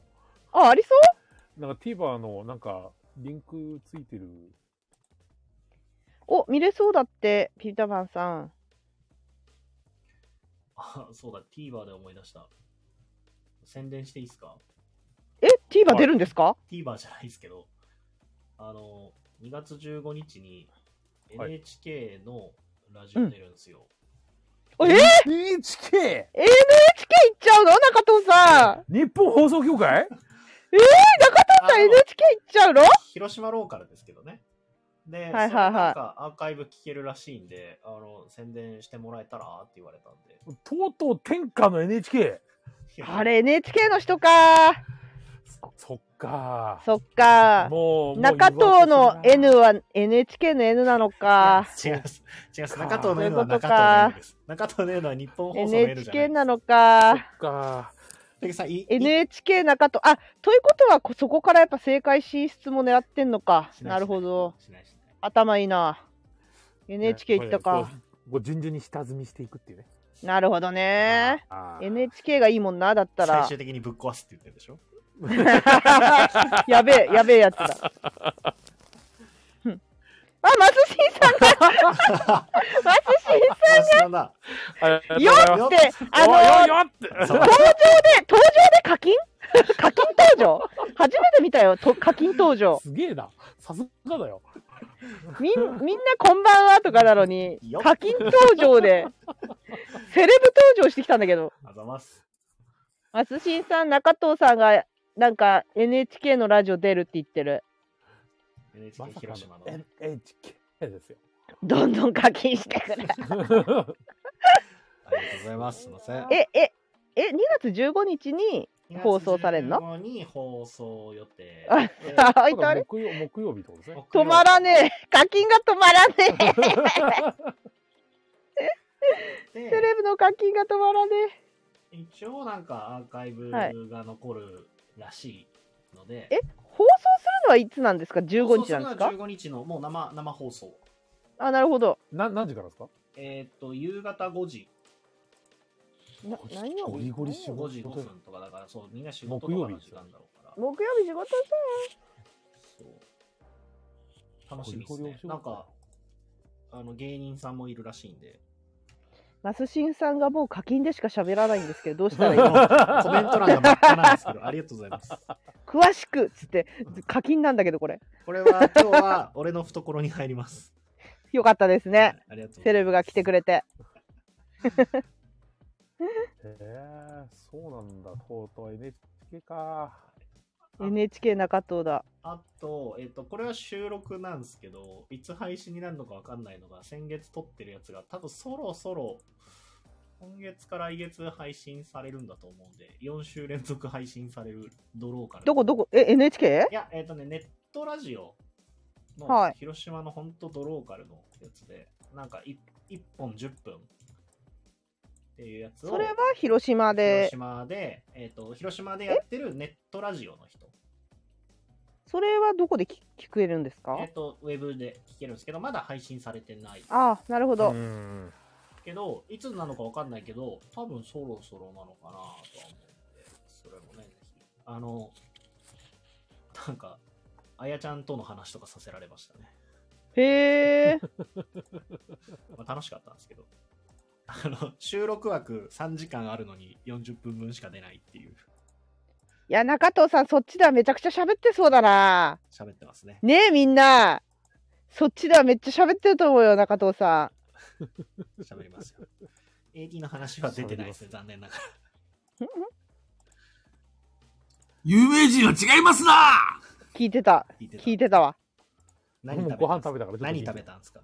Speaker 5: あありそう
Speaker 3: なんか TVer のなんかリンクついてる。
Speaker 5: お見れそうだってピピタパンさん
Speaker 1: あ、そうだ、TVer で思い出した。宣伝していいですか
Speaker 5: え TVer 出るんですか
Speaker 1: ?TVer じゃないですけど、あの、2月15日に
Speaker 3: はい
Speaker 1: NHK のラジオ出るんですよ。
Speaker 5: えー、NHK 行
Speaker 3: NHK!
Speaker 5: っちゃうの中藤さん
Speaker 3: 日本放送協会
Speaker 1: あの
Speaker 5: NHK 行っちゃうの
Speaker 1: 広島ローカルですけどね。で、
Speaker 5: はいはいはい
Speaker 1: それなんかアーカイブ聞けるらしいんで、あの、宣伝してもらえたらって言われたんで。
Speaker 3: とうとう天下の NHK!
Speaker 5: あれ NHK の人か
Speaker 3: そっか
Speaker 5: そっか
Speaker 3: もう、
Speaker 5: 中藤の N は NHK の N なのか
Speaker 1: 違います。違います。
Speaker 3: か
Speaker 1: 中藤の N は
Speaker 5: そうい
Speaker 1: 中
Speaker 5: うことか
Speaker 1: 藤の N です。中藤の N は日本放送の N じゃない。
Speaker 5: NHK なの
Speaker 3: そっ
Speaker 5: か
Speaker 3: か
Speaker 1: ペグさん、い、い
Speaker 5: NHK 中とあということはこそこからやっぱ正解進出も狙ってんのか
Speaker 1: しい
Speaker 5: なるほど。
Speaker 1: しないしない。
Speaker 5: 頭いいな NHK 行った
Speaker 3: こ
Speaker 5: か
Speaker 3: う。こう順々に下積みしていくっていうね。
Speaker 5: なるほどね
Speaker 3: あー
Speaker 5: NHK がいいもんなだった
Speaker 1: 最
Speaker 5: ら
Speaker 1: 終的にぶっ壊すって言ってるでしょ
Speaker 5: やべえやべえやつだうんあマスシンさんだマスシンさん
Speaker 1: 私のな、
Speaker 3: ありがとうございま
Speaker 5: よ
Speaker 3: す
Speaker 1: よ
Speaker 5: ってあの
Speaker 3: おいよよって
Speaker 1: そう
Speaker 5: で登場で課金 課金登場初めて見たよと課金登場
Speaker 3: すげえな。さすがだよ。
Speaker 5: みんみんなこんばんはとかなのに
Speaker 1: よっ
Speaker 5: 課金登場でセレブ登場してきたんだけど
Speaker 1: あざます。
Speaker 5: 松新さん中藤さんがなんか NHK のラジオ出るって言ってる
Speaker 1: NHK
Speaker 3: まさか
Speaker 1: 広島の
Speaker 3: の。NHK です よ。
Speaker 5: どんどん課金してく
Speaker 1: あ
Speaker 5: る
Speaker 1: りがとうございます。すいません。
Speaker 5: えええ2月15日に放送されんの
Speaker 1: 2月15に放送予定。
Speaker 5: あ
Speaker 1: で
Speaker 5: あい
Speaker 3: ただ
Speaker 5: たれ
Speaker 3: 木曜木曜日ってことですね。
Speaker 5: 止まらねえ課金が止まらねえ
Speaker 1: え
Speaker 5: セレブの課金が止まらねえ
Speaker 1: 一応なんかアーカイブ
Speaker 5: はい
Speaker 1: が残るらしいので、
Speaker 5: え放送するのはいつなんですか15日なんです
Speaker 1: 放送
Speaker 5: か
Speaker 1: るのは15日のもう生生放送。
Speaker 5: あなるほど
Speaker 3: な何時からですか
Speaker 1: えーっと、夕方5時、
Speaker 5: な何曜日
Speaker 3: ゴリゴリ仕事
Speaker 1: 5時5分とかだから、そう、みんな仕事
Speaker 3: 木
Speaker 1: とか
Speaker 3: 曜日
Speaker 1: の時間だろうから、
Speaker 5: 木曜日仕事す
Speaker 1: そう。楽しみです
Speaker 3: ゴリゴリお
Speaker 1: ね
Speaker 3: 仕。事
Speaker 1: なんか、あの、芸人さんもいるらしいんで、
Speaker 5: マスシンさんがもう課金でしか喋らないんですけどどうしたらいい の
Speaker 1: コメント欄が真っ赤なんですけど、ありがとうございます。
Speaker 5: 詳しくっつって課金なんだけどこれ
Speaker 1: これは今日は俺の懐に入ります。
Speaker 5: よかったです ね
Speaker 1: ありがとうございます。
Speaker 5: セレブが来てくれて
Speaker 3: へえ、そうなんだ。とうとう NHK か。
Speaker 5: NHK 中藤だ
Speaker 1: あと、えっ、と、これは収録なんですけど、いつ配信になるのかわかんないのが、先月撮ってるやつが、多分そろそろ、今月から来月配信されるんだと思うんで、4週連続配信されるドローから。
Speaker 5: どこどこえ NHK?
Speaker 1: いや、えっ、とね、ネットラジオの
Speaker 5: はい
Speaker 1: 広島のほんとドローカルのやつで、なんか 1, 本10分っていうやつを
Speaker 5: それは広島
Speaker 1: 広
Speaker 5: で
Speaker 1: 島で、えっと広島でやってるネットラジオの人
Speaker 5: それはどこで聞聞けるんですか
Speaker 1: えっ、と、ウェブで聞けるんですけど、まだ配信されてない
Speaker 5: ああなるほど、
Speaker 3: うん。
Speaker 1: けど、いつなのかわかんないけど、多分そろそろなのかなとは思うんで、それもね、ぜひ。あの、なんか、あやちゃんとの話とかさせられましたね。
Speaker 5: へえ
Speaker 1: まあ、楽しかったんですけど。あの、収録枠3時間あるのに40分分しか出ないっていう、
Speaker 5: いや中藤さんそっちではめちゃくちゃ喋ってそうだな
Speaker 1: 喋ってますね。
Speaker 5: ねえみんなそっちではめっちゃ喋ってると思うよ中藤さ
Speaker 1: 喋ります よ。AD の話は出てないですね、残念ながら。
Speaker 4: 有名人は違いますな
Speaker 5: うん聞いてた
Speaker 1: 聞いてた
Speaker 5: 聞いてたわ
Speaker 1: 何食べたん
Speaker 3: 僕もご飯食べたからちょっと聞い
Speaker 1: 何
Speaker 3: て
Speaker 1: 食べたんですか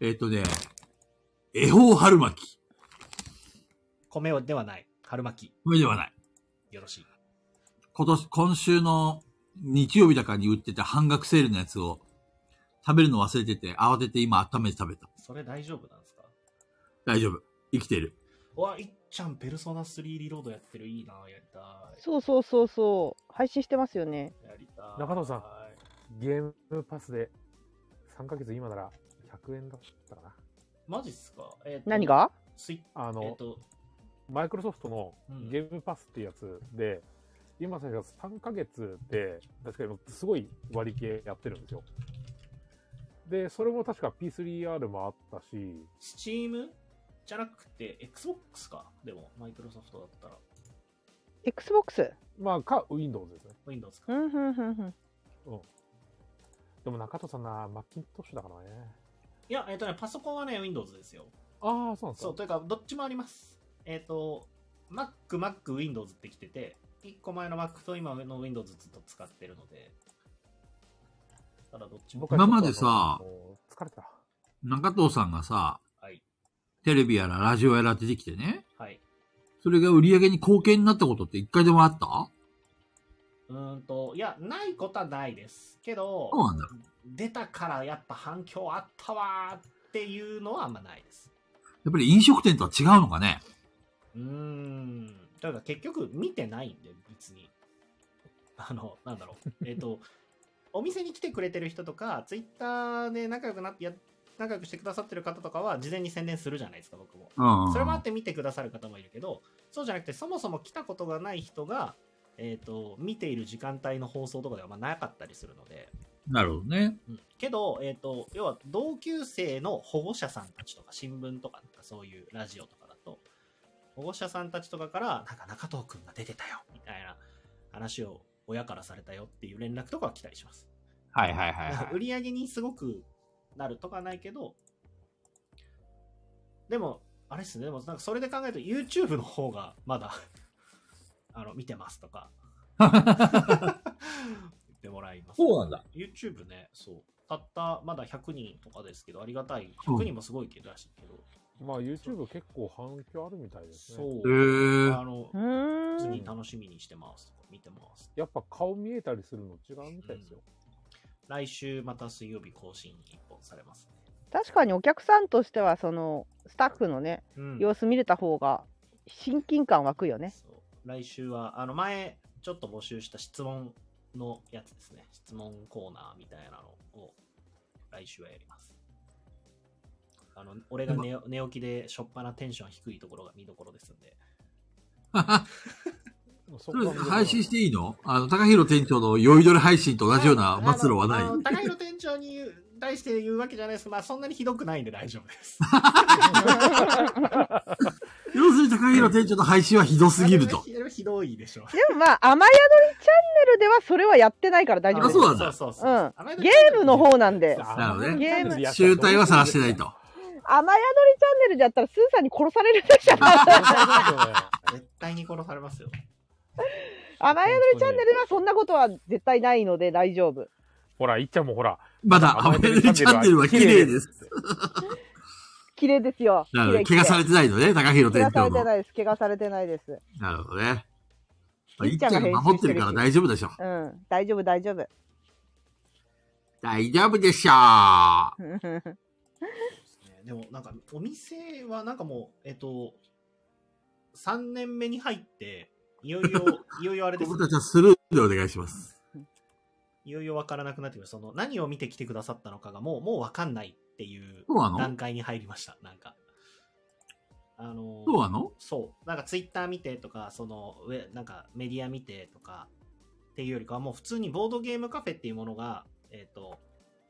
Speaker 4: えっ、とね、恵方春巻き。
Speaker 1: 米をではない。春巻
Speaker 4: これではない。
Speaker 1: き。よろしい。
Speaker 4: 今年、今週の日曜日だからに売ってた半額セールのやつを食べるの忘れてて、慌てて今温めて食べた。
Speaker 1: それ大丈夫なんですか
Speaker 4: 大丈夫。生きてる。
Speaker 1: うわ、いっちゃん、ペルソナ3リロードやってる、いいな、やりた
Speaker 5: そうそうそうそう配信してますよね
Speaker 1: い。やりたい。
Speaker 3: 中野さんゲームパスで3ヶ月今なら100円だったかな。
Speaker 1: マジっすかえーと
Speaker 5: 何が
Speaker 1: スイ
Speaker 3: あの、
Speaker 1: えっと、
Speaker 3: マイクロソフトの
Speaker 1: うん
Speaker 3: ゲームパスっていうやつで、今最初3ヶ月で、確かにすごい割り切れやってるんですよ。で、それも確か P3R もあったし、
Speaker 1: スチームじゃなくて、Xbox か。でも、マイクロソフトだったら、
Speaker 5: XBOX
Speaker 3: まあ、か Windows ですね。
Speaker 1: Windows か
Speaker 5: う。んうんうんうん
Speaker 3: うん。でも中戸さんな、マッキントッシュだからね。
Speaker 1: いや、えっ、とね、パソコンはね、Windows ですよ。
Speaker 3: ああ、そうなんです
Speaker 1: そう、。
Speaker 3: か
Speaker 1: というか、どっちもあります。えっ、と、Mac、Mac、Windows ってきてて、1個前の Mac と今の Windows ずっと使ってるので、ただどっちも
Speaker 3: 僕。はちょっと
Speaker 4: 今までさ
Speaker 3: あの疲れた。
Speaker 4: 中藤さんがさ、
Speaker 1: はい。
Speaker 4: テレビやらラジオやら出てきてね、
Speaker 1: はい。
Speaker 4: それが売り上げに貢献になったことって一回でもあった
Speaker 1: うーんと、いや、ないことはないです。けど、
Speaker 4: そうなんだ
Speaker 1: 出たからやっぱ反響あったわーっていうのはあんまないです。
Speaker 4: やっぱり飲食店とは違うのかね
Speaker 1: うーん。だから結局見てないんで、別に。あの、なんだろ う。えっと、お店に来てくれてる人とか、ツイッターで仲良くなってや、仲良くしてくださってる方とかは事前に宣伝するじゃないですか、僕も。
Speaker 4: うん。
Speaker 1: それもあって見てくださる方もいるけど、そうじゃなくて、そもそも来たことがない人が、えっ、と、見ている時間帯の放送とかではまあなかったりするので、
Speaker 4: なるほどね。
Speaker 1: うんけど、えっと要は同級生の保護者さんたちとか新聞とかなんかそういうラジオとかだと保護者さんたちとかからなんか中藤くんが出てたよみたいな話を親からされたよっていう連絡とかは来たりします。
Speaker 4: はいはいはい、
Speaker 1: だ
Speaker 4: は
Speaker 1: から売り上げにすごくなるとかはないけどでもあれっすねでもなんかそれで考えると YouTube の方がまだ あの見てますと か言ってもらいます。
Speaker 4: そうなんだ。
Speaker 1: YouTube ね、そう。たったまだ100人とかですけど、ありがたい。
Speaker 4: うん
Speaker 1: 100人もすごいけどらしいけど、
Speaker 3: まあ YouTube 結構反響あるみたいですね。
Speaker 1: そう。
Speaker 4: へー
Speaker 1: あの
Speaker 5: う、ーん
Speaker 1: 普通に楽しみにしてますとか、見てます。
Speaker 3: やっぱ顔見えたりするの違うみたいですよ。
Speaker 1: 来週また水曜日更新一本されますね。
Speaker 5: 確かにお客さんとしてはそのスタッフのね、
Speaker 1: うん
Speaker 5: 様子見れた方が親近感湧くよね。
Speaker 1: そう来週は、あの、前、ちょっと募集した質問のやつですね。質問コーナーみたいなのを、来週はやります。あの、俺が寝寝起きで、しょっぱなテンション低いところが見どころですんで。
Speaker 4: そ
Speaker 3: そ
Speaker 4: れ
Speaker 3: こは
Speaker 4: 配信していいのあの、高弘店長の酔いどれ配信と同じような末路はない
Speaker 1: あ。の高弘店長に対して言うわけじゃないですけど、まあ、そんなにひどくないんで大丈夫です。
Speaker 4: 要するに高弘店長の配信はひどすぎると。
Speaker 1: あれはひどいでしょう。
Speaker 5: でもまあ、雨宿りチャンネルではそれはやってないから大丈
Speaker 4: あ
Speaker 5: 夫
Speaker 4: そうな
Speaker 5: で
Speaker 4: んだ
Speaker 1: そうそう
Speaker 5: う
Speaker 1: そ
Speaker 5: ん
Speaker 1: あれだけ
Speaker 5: ゲームの方なんで
Speaker 4: なるほどね
Speaker 5: ゲーム
Speaker 4: 集大は晒してないと。。
Speaker 5: す。雨宿りチャンネルでやったらスーさんに殺されるでしょ。
Speaker 1: 絶対に殺されますよ。
Speaker 5: 雨宿りチャンネルではそんなことは絶対ないので大丈夫。
Speaker 3: ほら、いっちゃんもほら、
Speaker 4: まだ、アメリカチャンネルは綺麗です。。
Speaker 5: 綺麗ですよ。
Speaker 4: なるほど。怪我さ
Speaker 5: れ
Speaker 4: れてないのね、高弘店
Speaker 5: 怪我さ
Speaker 4: 長
Speaker 5: れて
Speaker 4: の。
Speaker 5: ないです。怪我されてないです。
Speaker 4: なるほどね。まあい
Speaker 5: い
Speaker 4: っ
Speaker 5: っ
Speaker 4: ち
Speaker 5: ち
Speaker 4: ゃ
Speaker 5: ゃ
Speaker 4: んが
Speaker 5: んが
Speaker 4: 守ってるから大丈夫でしょ。
Speaker 5: うん。大丈夫、大丈夫。
Speaker 4: 大丈夫でしょ。
Speaker 5: うん
Speaker 1: でもなんかお店はなんかもう、えっと、3年目に入って、いよい よ、いよいよあれです
Speaker 4: 僕たちはスルーでお願いします。
Speaker 1: いよいよ分からなくなってくる。その何を見てきてくださったのかがもう、もう分かんないっていう
Speaker 4: そうなの
Speaker 1: 段階に入りました。なんか。あの
Speaker 4: そうなの
Speaker 1: そう。なんかツイッター見てとか、その、ウェなんかメディア見てとかっていうよりかはもう普通にボードゲームカフェっていうものが、えっ、と、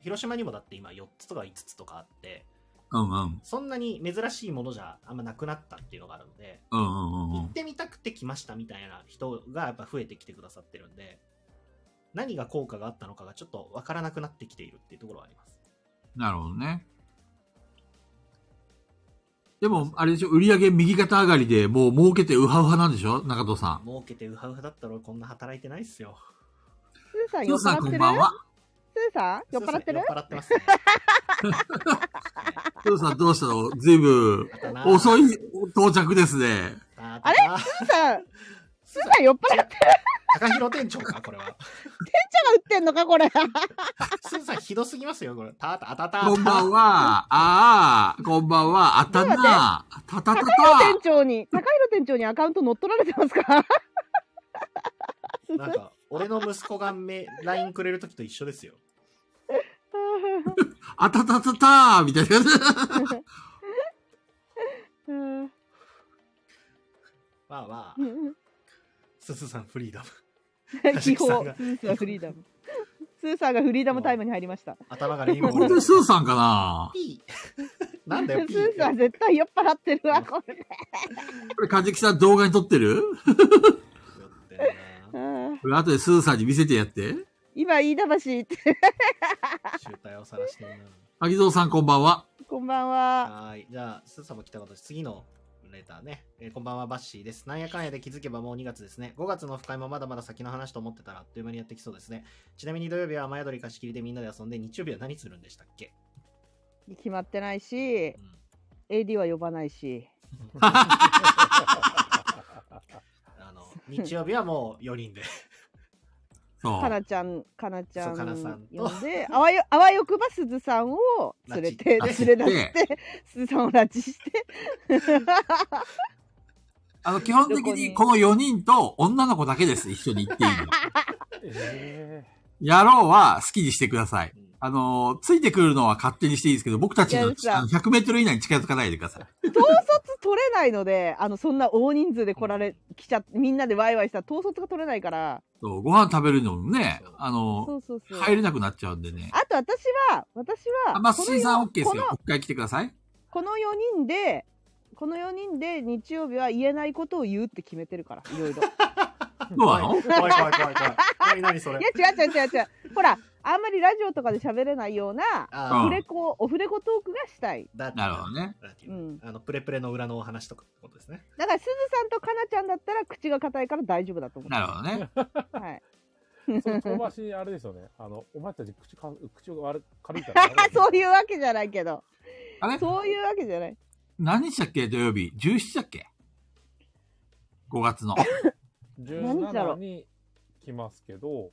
Speaker 1: 広島にもだって今4つとか5つとかあって、
Speaker 4: うんうん。
Speaker 1: そんなに珍しいものじゃあんまなくなったっていうのがあるので、
Speaker 4: うんうんうんう
Speaker 1: 行っ
Speaker 4: ん。
Speaker 1: てみたくて来ましたみたいな人がやっぱ増えてきてくださってるんで、何が効果があったのかがちょっとわからなくなってきているっていうところはあります。
Speaker 4: なるほどね。でも、あれでしょ、売り上げ右肩上がりでもう儲けてウハウハなんでしょ中藤さん。
Speaker 1: 儲けてウハウハだったら俺こんな働いてないっすよ。
Speaker 5: スーさん
Speaker 4: 中
Speaker 5: 酔っ
Speaker 4: 藤さん
Speaker 5: 払っ
Speaker 4: こ
Speaker 5: て
Speaker 4: ん
Speaker 5: る
Speaker 4: ばん は。
Speaker 5: スーさん酔っ払ってる
Speaker 1: そうそう酔っ払ってますね、
Speaker 4: 中藤さんどうしたのずいぶ
Speaker 1: またなん
Speaker 4: 遅い到着ですね。
Speaker 1: あ
Speaker 5: あれスーさんスーさん酔っ払って
Speaker 1: 高広店長か、これは。
Speaker 5: 打ってんのかこれ
Speaker 1: すずさん、ひどすぎますよ、これ。たたたた
Speaker 4: こんばんは。ああ、こんばんは。あったな。たたたた。
Speaker 5: 店長に高弘店長にアカウント乗っ取られてますかスー
Speaker 1: な
Speaker 5: さ
Speaker 1: んか、俺の息子がめ LINE くれるときと一緒ですよ。
Speaker 4: あたたたたみたいな。
Speaker 5: ん
Speaker 1: まあまあ
Speaker 5: う、ん
Speaker 1: すずさんフリーダム。
Speaker 5: 秘
Speaker 1: さん
Speaker 5: 宝
Speaker 1: が
Speaker 5: スーさんフリーダムスーさんがフリーダムタイムに入りました
Speaker 1: 頭がね、今
Speaker 4: 本当にスーさんかな
Speaker 1: ピー。 なん
Speaker 5: ス
Speaker 1: だよ、ピーっ
Speaker 5: ー
Speaker 1: て。
Speaker 5: さん絶対酔っ払ってるわこれ
Speaker 4: これ、かじきさん動画に撮ってる
Speaker 1: 酔ってんな
Speaker 5: うん
Speaker 4: これ、後でスーさんに見せてやって。
Speaker 5: 今飯田橋行って
Speaker 1: 集大を晒してる
Speaker 4: 萩蔵さん、こんばんは。
Speaker 5: こんば
Speaker 1: な。
Speaker 5: んは
Speaker 1: はーい。じゃあ、すずさんも来たことです次のレターね、えーこんばんは、バッシーです。なんやかんやで気づけばもう2月ですね。5月のオフ会もまだまだ先の話と思ってたらあっという間にやってきそうですね。ちなみに土曜日は雨宿り貸し切りでみんなで遊んで、日曜日は何するんでしたっけ、
Speaker 5: 決まってないし
Speaker 1: うん
Speaker 5: AD は呼ばないし
Speaker 1: あの日曜日はもう4人で。
Speaker 4: そ
Speaker 5: か
Speaker 4: う。
Speaker 5: なちゃんかなちゃ
Speaker 1: そうかなさん
Speaker 5: ん
Speaker 1: と
Speaker 5: 呼んであわよあわよくばすずさんを連れて
Speaker 4: 拉致
Speaker 5: 連れ出してすずさんを拉致して
Speaker 4: あの、基本的にこの4人と女の子だけです。一緒に行っていいの。
Speaker 3: え
Speaker 4: 野郎は好きにしてください。
Speaker 1: うん
Speaker 4: あのーついてくるのは勝手にしていいですけど、僕たち
Speaker 5: い
Speaker 4: の
Speaker 5: やうちは
Speaker 4: あの100メートル以内に近づかないでください。
Speaker 5: 統率取れないのであのそんな大人数で来られ来ちゃみんなでワイワイしたら統率が取れないから
Speaker 4: そうご飯食べるのもね
Speaker 1: そう、
Speaker 4: あの
Speaker 5: そうそう
Speaker 4: ー
Speaker 5: そう
Speaker 4: 入れなくなっちゃうんでね。
Speaker 5: あと私は私は
Speaker 4: あ、マッシーさん OK です
Speaker 5: この
Speaker 4: よ。一回来てください。
Speaker 5: この4人でこの4人で日曜日は言えないことを言うって決めてるから いろいろい
Speaker 4: どうなの
Speaker 1: 怖い怖い怖い怖い。何何それ。
Speaker 5: や違う違う違う違うほらあんまりラジオとかで喋れないような
Speaker 1: あ
Speaker 4: う
Speaker 5: オ
Speaker 4: ん
Speaker 5: フレコオフレコトークがしたい
Speaker 1: だって
Speaker 4: なるほどね。
Speaker 1: だって
Speaker 5: うん
Speaker 1: あのプレプレの裏のお話とかってことですね。
Speaker 5: だからすずさんとかなちゃんだったら口が硬いから大丈夫だと思
Speaker 4: なるほど ね。
Speaker 5: う、はい、
Speaker 3: えその遠回し、あれですよね。あの、お前たち口か、口が悪い軽いから。
Speaker 5: そういうわけじゃないけど
Speaker 4: あれ
Speaker 5: そういうわけじゃない
Speaker 4: 何日だっけ土曜日。17日だっけ ?5 月 の。
Speaker 5: 何だろ
Speaker 3: 17
Speaker 5: う
Speaker 3: に来ますけど、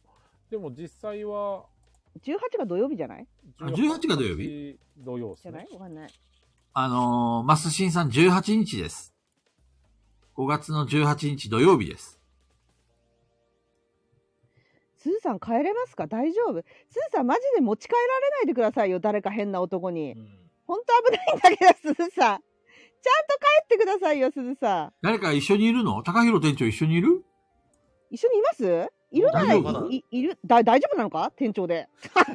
Speaker 3: でも実際は、
Speaker 5: 18が土曜日じゃない
Speaker 4: あ18が土曜
Speaker 3: 日土曜です
Speaker 5: じゃない
Speaker 3: ね。
Speaker 5: わかんない
Speaker 4: あのー、マスシンさん18日です。5月の18日土曜日です。
Speaker 5: すずさん帰れますか大丈夫すずさんマジで持ち帰られないでくださいよ誰か変な男に
Speaker 1: うん
Speaker 5: 本当危ないんだけど、すずさん。ちゃんと帰ってくださいよ、すずさん。
Speaker 4: 誰か一緒にいるの高弘店長一緒にい る
Speaker 5: 一緒にいますいるなら
Speaker 4: 大丈
Speaker 5: い
Speaker 4: 夫かない
Speaker 5: いるだ大丈夫なのか店長で。 大丈夫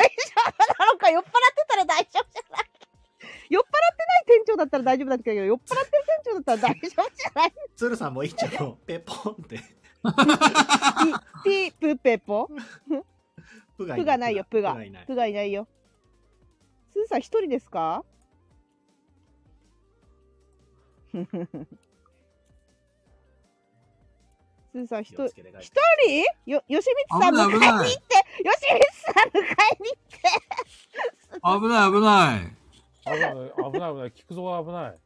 Speaker 5: なのか酔っ払ってたら大丈夫じゃない。酔っ払ってない店長だったら大丈夫だけど、酔っ払ってる店長だったら大丈夫じゃない。
Speaker 1: 鶴さんもいっちゃんもペポンって。
Speaker 5: ピピー プーペーポ
Speaker 1: プが
Speaker 5: プがないよ、プが。
Speaker 1: プいない
Speaker 5: プがいないよ。すずさん一人です かすずさん一
Speaker 1: 気を
Speaker 5: 人
Speaker 1: つ。けて帰って
Speaker 5: 一人よ、よしみつさん
Speaker 4: 危ない
Speaker 5: 迎え
Speaker 4: 危
Speaker 5: に行っ
Speaker 4: ない。
Speaker 5: て、よしみつさん迎えに行って、
Speaker 4: 危ない危ない。
Speaker 3: 危ない、危ない、危ない。菊蔵は危ない。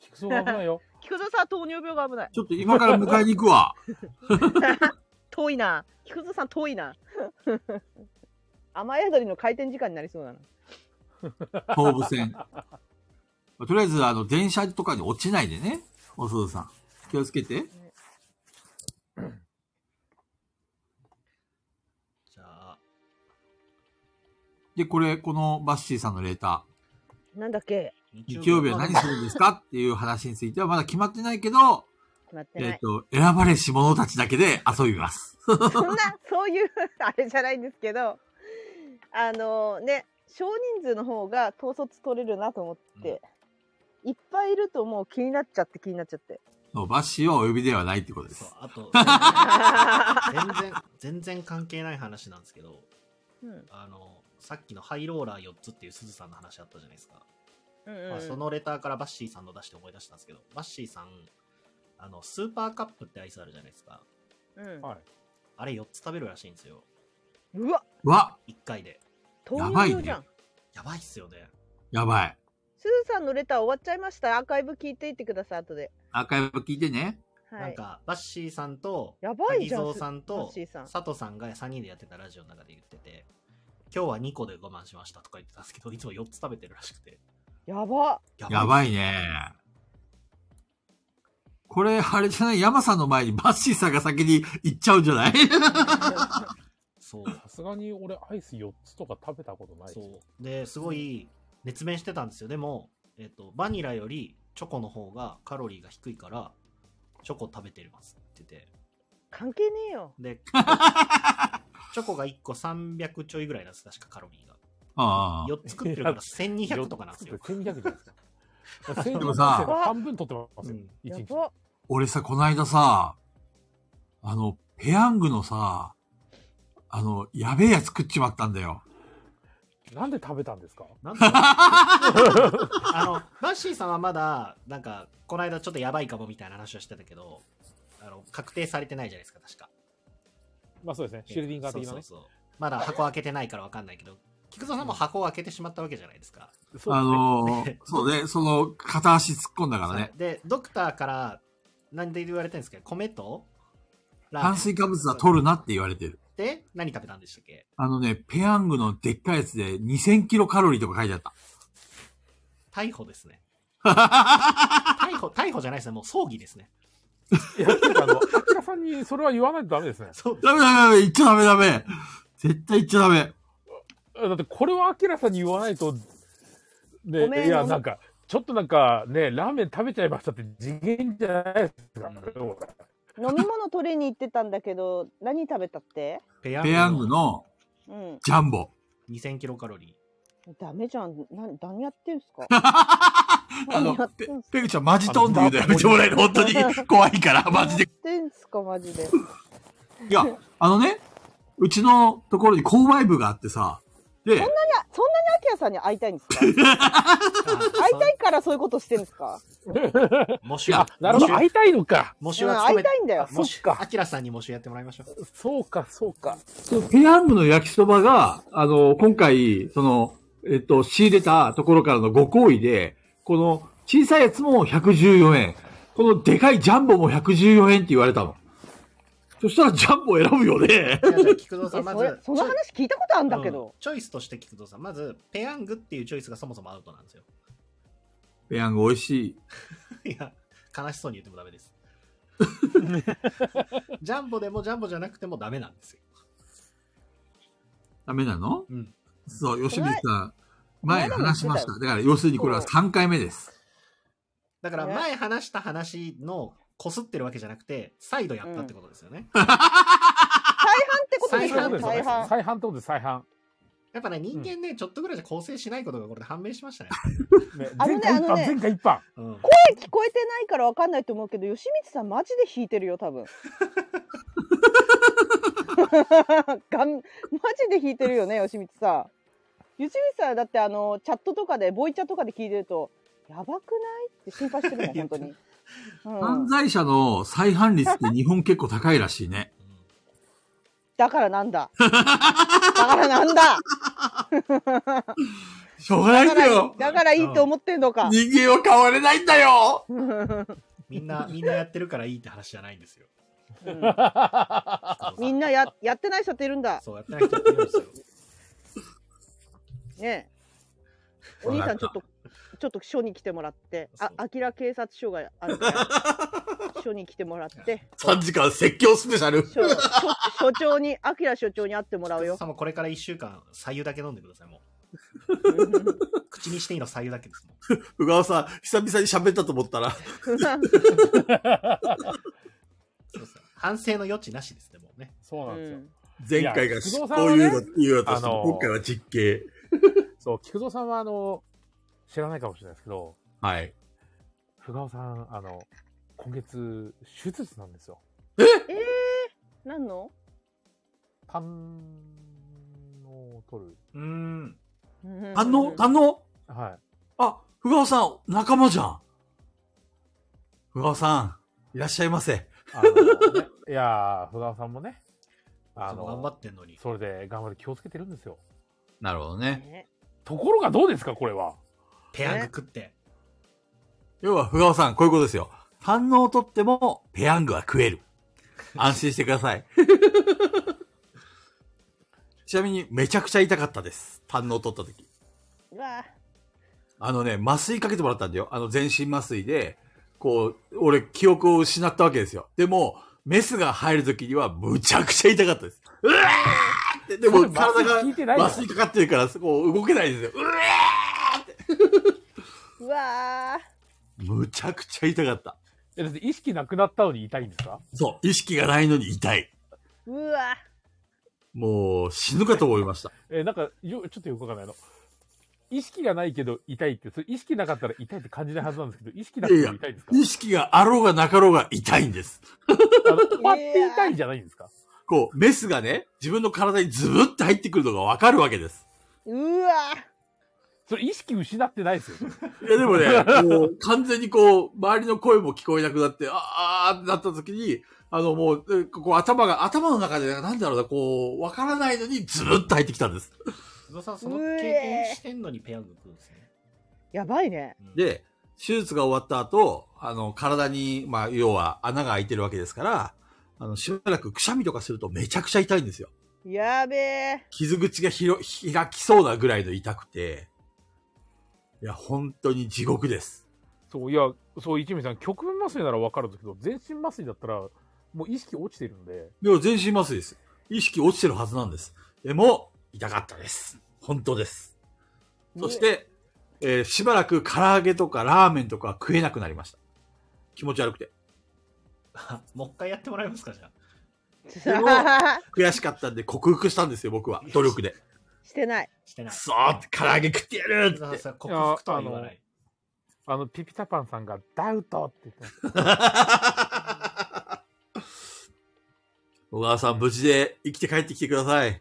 Speaker 3: 菊蔵は危ないよ。
Speaker 5: 菊蔵さん糖尿病が危ない。
Speaker 4: ちょっと今から迎えに行く わ。
Speaker 5: 遠いな。菊蔵さん遠いな。雨宿りの開店時間になりそうだなの。
Speaker 4: 東武線。とりあえず、あの、電車とかに落ちないでね。おすずさん。気をつけて。
Speaker 1: じゃあ、
Speaker 4: で、これ、このバッシーさんのレータ
Speaker 5: なんだっけ
Speaker 4: ー、日曜日は何するんですかっていう話についてはまだ決まってないけど、
Speaker 5: 決まって
Speaker 4: え
Speaker 5: な
Speaker 4: っ
Speaker 5: い、。
Speaker 4: と、選ばれし者たちだけで遊びます。
Speaker 5: そんなそういう あれじゃないんですけどあのね少人数の方が統率取れるなと思って、いっぱいいるともう気になっちゃって気になっちゃって
Speaker 4: そうバッシーはお呼びではないってことで
Speaker 1: そう
Speaker 4: す。
Speaker 1: あと、
Speaker 5: あ
Speaker 1: 全然、 全然関係ない話なんですけど、
Speaker 5: うんうん
Speaker 1: あの、さっきのハイローラー4つっていうすずさんの話あったじゃないですか。
Speaker 5: うん
Speaker 1: まあそのレターからバッシーさんの出して思い出したんですけど、バッシーさん、あの、スーパーカップってアイスあるじゃないですか。
Speaker 5: うん
Speaker 3: はい。
Speaker 1: あれ4つ食べるらしいんですよ。
Speaker 5: うわ
Speaker 4: うわ
Speaker 1: 1回で。
Speaker 5: 糖
Speaker 4: やばい
Speaker 5: 尿
Speaker 4: ね
Speaker 5: 病じゃ
Speaker 1: や
Speaker 5: ん、
Speaker 1: ばいっすよね。
Speaker 4: やばい。
Speaker 5: すずさんのレター終わっちゃいましたアーカイブ聞いていってください後で
Speaker 4: アーカイブ聞いてね。
Speaker 5: はい
Speaker 1: なんか、バッシーさんと、
Speaker 5: やばいじゃん
Speaker 1: 萩蔵さん
Speaker 5: バ
Speaker 1: と
Speaker 5: ッシーさん、
Speaker 1: 佐藤さんが3人でやってたラジオの中で言ってて、今日は2個で我慢しましたとか言ってたんですけど、いつも4つ食べてるらしくて。
Speaker 5: やば
Speaker 1: や
Speaker 4: や
Speaker 1: い
Speaker 4: ばいね。これ、あれじゃない山さんの前にバッシーさんが先に行っちゃうんじゃない
Speaker 1: そう。
Speaker 3: さすがに俺、アイス4つとか食べたことない。
Speaker 1: そうですごい熱弁してたんですよでも、えっとバニラよりチョコの方がカロリーが低いからチョコ食べてますって言って
Speaker 5: 関係ねえよ
Speaker 1: でチョコが1個300ちょいぐらいなんです確かカロリーが
Speaker 4: ああ。
Speaker 1: 4つ食ってるから1200とかなんですよ
Speaker 3: 4、つって1200じゃないですか。1200
Speaker 4: もさ
Speaker 3: が半分取ってます
Speaker 1: う
Speaker 3: よ。
Speaker 1: ん
Speaker 3: 一
Speaker 5: や
Speaker 3: 日。
Speaker 5: ば
Speaker 4: 俺さ、この間さ、あの、ペヤングのさ、あの、やべえやつ食っちまったんだよ。
Speaker 3: なんで食べたんですか
Speaker 1: なんだろう あのバッシーさんはまだなんかこの間ちょっとやばいかもみたいな話をしてたけどあの確定されてないじゃないですか確か
Speaker 3: まあそうですね。シュルディンガー的なね。
Speaker 1: そうそうそうまだ箱開けてないからわかんないけど菊蔵さんも箱を開けてしまったわけじゃないですか
Speaker 3: そう
Speaker 4: あ
Speaker 3: です
Speaker 4: のー、
Speaker 3: ね
Speaker 4: そうね、その、片足突っ込んだからね。
Speaker 1: で、ドクターから、何で言われてるんですか米とラーメン
Speaker 4: 炭水化物は取るなって言われてる。
Speaker 1: で、何食べたんでしたっけ
Speaker 4: あのね、ペヤングのでっかいやつで2000キロカロリーとか書いてあった。
Speaker 1: 逮捕です ね。逮捕、逮捕じゃないですね。もう葬儀ですね。
Speaker 3: いや、なんかあの、あきらさんにそれは言わないとダメですね。
Speaker 1: そう
Speaker 4: ダメダメダメ、言っちゃダメダメ。絶対言っちゃダメ。
Speaker 3: だってこれはあきらさんに言わないと、ね、
Speaker 5: ごめん
Speaker 3: いや、なんか、ちょっとなんかね、ラーメン食べちゃいましたって次元じゃないですか。
Speaker 5: 飲み物取りに行ってたんだけど 何食べたって
Speaker 1: ペヤ
Speaker 4: ペヤングの
Speaker 5: うん
Speaker 4: ジャンボ。
Speaker 1: 2000キロカロリ
Speaker 5: ダメじゃんな何やってんす か
Speaker 4: あの
Speaker 5: 何やっ、
Speaker 4: ペ
Speaker 5: てんすか
Speaker 4: ペグちゃんマジ飛んで言うのやめてもらえる。本当に怖いから、マジで
Speaker 5: 何やってんすかマジで
Speaker 4: いや、あのね、うちのところに購買部があってさ、で、
Speaker 5: そんなにアキラさんに会いたいん ですか会い
Speaker 1: ー。
Speaker 5: たいからそういうことしてんですか
Speaker 1: いもし
Speaker 3: あ、なるほど。会いたいのか。
Speaker 1: もし
Speaker 5: うん
Speaker 1: は
Speaker 5: 会いたいんだ
Speaker 1: あ
Speaker 5: よ
Speaker 1: もし
Speaker 3: そっか
Speaker 1: アキラさんにもしやってもらいましょう。
Speaker 3: そうか、そうか。
Speaker 4: そのペヤングの焼きそばが、あの、今回、その、えっと、仕入れたところからのご好意で、この小さいやつも114円、このでかいジャンボも114円って言われたの。そしたらジャンボ選ぶよね。
Speaker 1: じゃあじゃあ菊蔵
Speaker 5: え
Speaker 1: さん、ま
Speaker 5: それ
Speaker 1: ず。
Speaker 5: その話聞いたことあるんだけ
Speaker 1: うん
Speaker 5: ど、
Speaker 1: チョイスとして菊蔵さん、まず、ペヤングっていうチョイスがそもそもアウトなんですよ。
Speaker 4: ペヤング美味しい。
Speaker 1: いや、悲しそうに言ってもダメ です。ジャンボでもジャンボじゃなくてもダメなんですよ。
Speaker 4: ダメなの
Speaker 1: うん。
Speaker 4: そう、吉光さん、
Speaker 5: 前
Speaker 4: 前話しまし
Speaker 5: 前
Speaker 4: た。だから、要するにこれは3回目です。
Speaker 1: だから
Speaker 5: ね
Speaker 1: 前話した話のこすってるわけじゃなくて、再度やったってことですよね。
Speaker 5: 再
Speaker 1: 再
Speaker 5: 販っ
Speaker 1: 販
Speaker 5: てことですよ
Speaker 1: 再
Speaker 5: ね再
Speaker 1: 販
Speaker 5: 販
Speaker 3: 再販ってことです、再販。
Speaker 1: やっぱね、人間ね、ちょっとぐらいじゃ構成しないことがこれで判明しましたね。
Speaker 3: ね
Speaker 5: あの
Speaker 3: 前
Speaker 5: ね
Speaker 3: 回一
Speaker 5: あの
Speaker 3: 般、
Speaker 5: ね
Speaker 3: 前回一般。
Speaker 1: うん、
Speaker 5: 声聞こえてないからわかんないと思うけど吉光さんマジで弾いてるよ多 分がんマジで弾いてるよね吉光さん吉光さんだってあのチャットとかでボイチャとかで聞いてるとやばくないって心配して るもん本当に、うん
Speaker 4: 犯、罪者の再犯率って日本結構高いらしいね。
Speaker 5: だからなん だだからなんだ
Speaker 4: しょうがない
Speaker 5: だ
Speaker 4: ん
Speaker 5: か
Speaker 4: だ
Speaker 5: ら
Speaker 4: よ
Speaker 5: だからいいと思ってんのか
Speaker 4: 人間は変われないんだよ
Speaker 1: みんな、みんなやってるからいいって話じゃないんですよ。
Speaker 5: うんみんなややってない人っているんだ
Speaker 1: そうやってない人やってるんですよ。
Speaker 5: ねお兄さ
Speaker 4: なんん
Speaker 5: ちょ
Speaker 4: か
Speaker 5: っとちょっと署に来てもらって
Speaker 1: そう
Speaker 5: ああきら警察署があるから署に来てもらって
Speaker 4: 3時間説教スペシャル。
Speaker 5: 署署署長にあきら署長に会ってもらうよ
Speaker 1: さんもこれから1週間、左右だけ飲んでください、も
Speaker 5: うん
Speaker 1: う。口にしていいの左右だけですもん。
Speaker 4: 小川さん、久々に喋ったと思ったら、
Speaker 1: そうそう反省の余地なしですね、もうね。
Speaker 3: そうなんですよ。
Speaker 4: 前回が
Speaker 3: いや
Speaker 4: 執
Speaker 3: 工
Speaker 4: 行
Speaker 3: 藤さんは
Speaker 4: 猶
Speaker 3: ね
Speaker 4: 予って言うやつ
Speaker 3: あのー
Speaker 4: 今回は実刑。
Speaker 3: そう、菊蔵さんは、あの、知らないかもしれないですけど、
Speaker 4: はい。
Speaker 3: ふがおさん、あの、今月、手術なんですよ。
Speaker 5: えー、何の
Speaker 3: 痰を取る。
Speaker 1: うーん。
Speaker 4: あの、あの、
Speaker 3: は
Speaker 4: あ、ふがおさん、仲間じゃん。ふがおさん、いらっしゃいませ。
Speaker 3: い。あの、ね、いやー、ふがおさんもね、あ
Speaker 1: あの頑張
Speaker 3: の、
Speaker 1: ってんのに。
Speaker 3: それで頑張って気をつけてるんですよ。
Speaker 4: なるほどね。
Speaker 5: ね
Speaker 3: ところがどうですか、これは。
Speaker 1: ペヤング食って。
Speaker 4: 要は、ふがおさん、こういうことですよ。反応をとっても、ペヤングは食える。安心してくださ い。ちなみに、めちゃくちゃ痛かったです。反応を取った時。
Speaker 5: うわ
Speaker 4: あのね、麻酔かけてもらったんだよ。あの、全身麻酔で、こう、俺、記憶を失ったわけですよ。でも、メスが入る時には、むちゃくちゃ痛かったです。うわーって、で
Speaker 3: そ
Speaker 4: も、
Speaker 3: れ麻酔
Speaker 4: 体
Speaker 3: 効いて
Speaker 4: が
Speaker 3: ないよ
Speaker 4: 麻酔かかってるから、こう、動けないんですよ。うわーって。
Speaker 5: うわ
Speaker 4: むちゃくちゃ痛かった。
Speaker 3: え、だって意識なくなったのに痛いんですか
Speaker 4: そう、意識がないのに痛い。
Speaker 5: うわ
Speaker 4: もう死ぬかと思いました。
Speaker 3: えーなんか、よ、ちょっとよくわかんないの。意識がないけど痛いって、それ意識なかったら痛いって感じないはずなんですけど、意識なくても痛いんですか
Speaker 4: 意識があろうがなかろうが痛いんです。
Speaker 3: あ の、割って痛いんじゃないんですか
Speaker 4: こう、メスがね、自分の体にズブって入ってくるのがわかるわけです。
Speaker 5: うわ
Speaker 3: それ意識失ってないですよ。
Speaker 4: いやでもね、もう完全にこう、周りの声も聞こえなくなって、あーあーってなった時に、あのもう、えここ頭が、頭の中でなんだろうな、こう、わからないのにズブって入ってきたんです。
Speaker 1: 須藤さん、その経験してんのにペヤング食うんですね。
Speaker 5: やばいね
Speaker 1: うん、
Speaker 4: で、手術が終わった後、あの、体に、まあ、要は穴が開いてるわけですから、あの、しばらくくしゃみとかするとめちゃくちゃ痛いんですよ。
Speaker 5: やべえ
Speaker 4: 傷口がひろ開きそうなぐらいの痛くて、いや、本当に地獄です。
Speaker 3: そう、いや、そう、一味さん、局面麻酔ならわかるんですけど、全身麻酔だったら、もう意識落ちてるんで、
Speaker 4: でも全身麻酔です。意識落ちてるはずなんです。でも、痛かったです。本当です。そして、えーしばらく唐揚げとかラーメンとか食えなくなりました。気持ち悪くて。
Speaker 1: あもう一回やってもらえますか、じゃあ。
Speaker 5: して
Speaker 4: も悔しかったんで克服したんですよ、僕は。努力で。
Speaker 5: してない
Speaker 1: して
Speaker 4: く
Speaker 1: ない。
Speaker 4: そー唐揚げ食ってやる
Speaker 1: 須
Speaker 4: っ
Speaker 1: 藤
Speaker 4: て。
Speaker 1: さん、克服とは言わない。
Speaker 3: あの、ピピタパンさんが、ダウトって言ってます、
Speaker 4: 小川さん、無事で生きて帰ってきてください。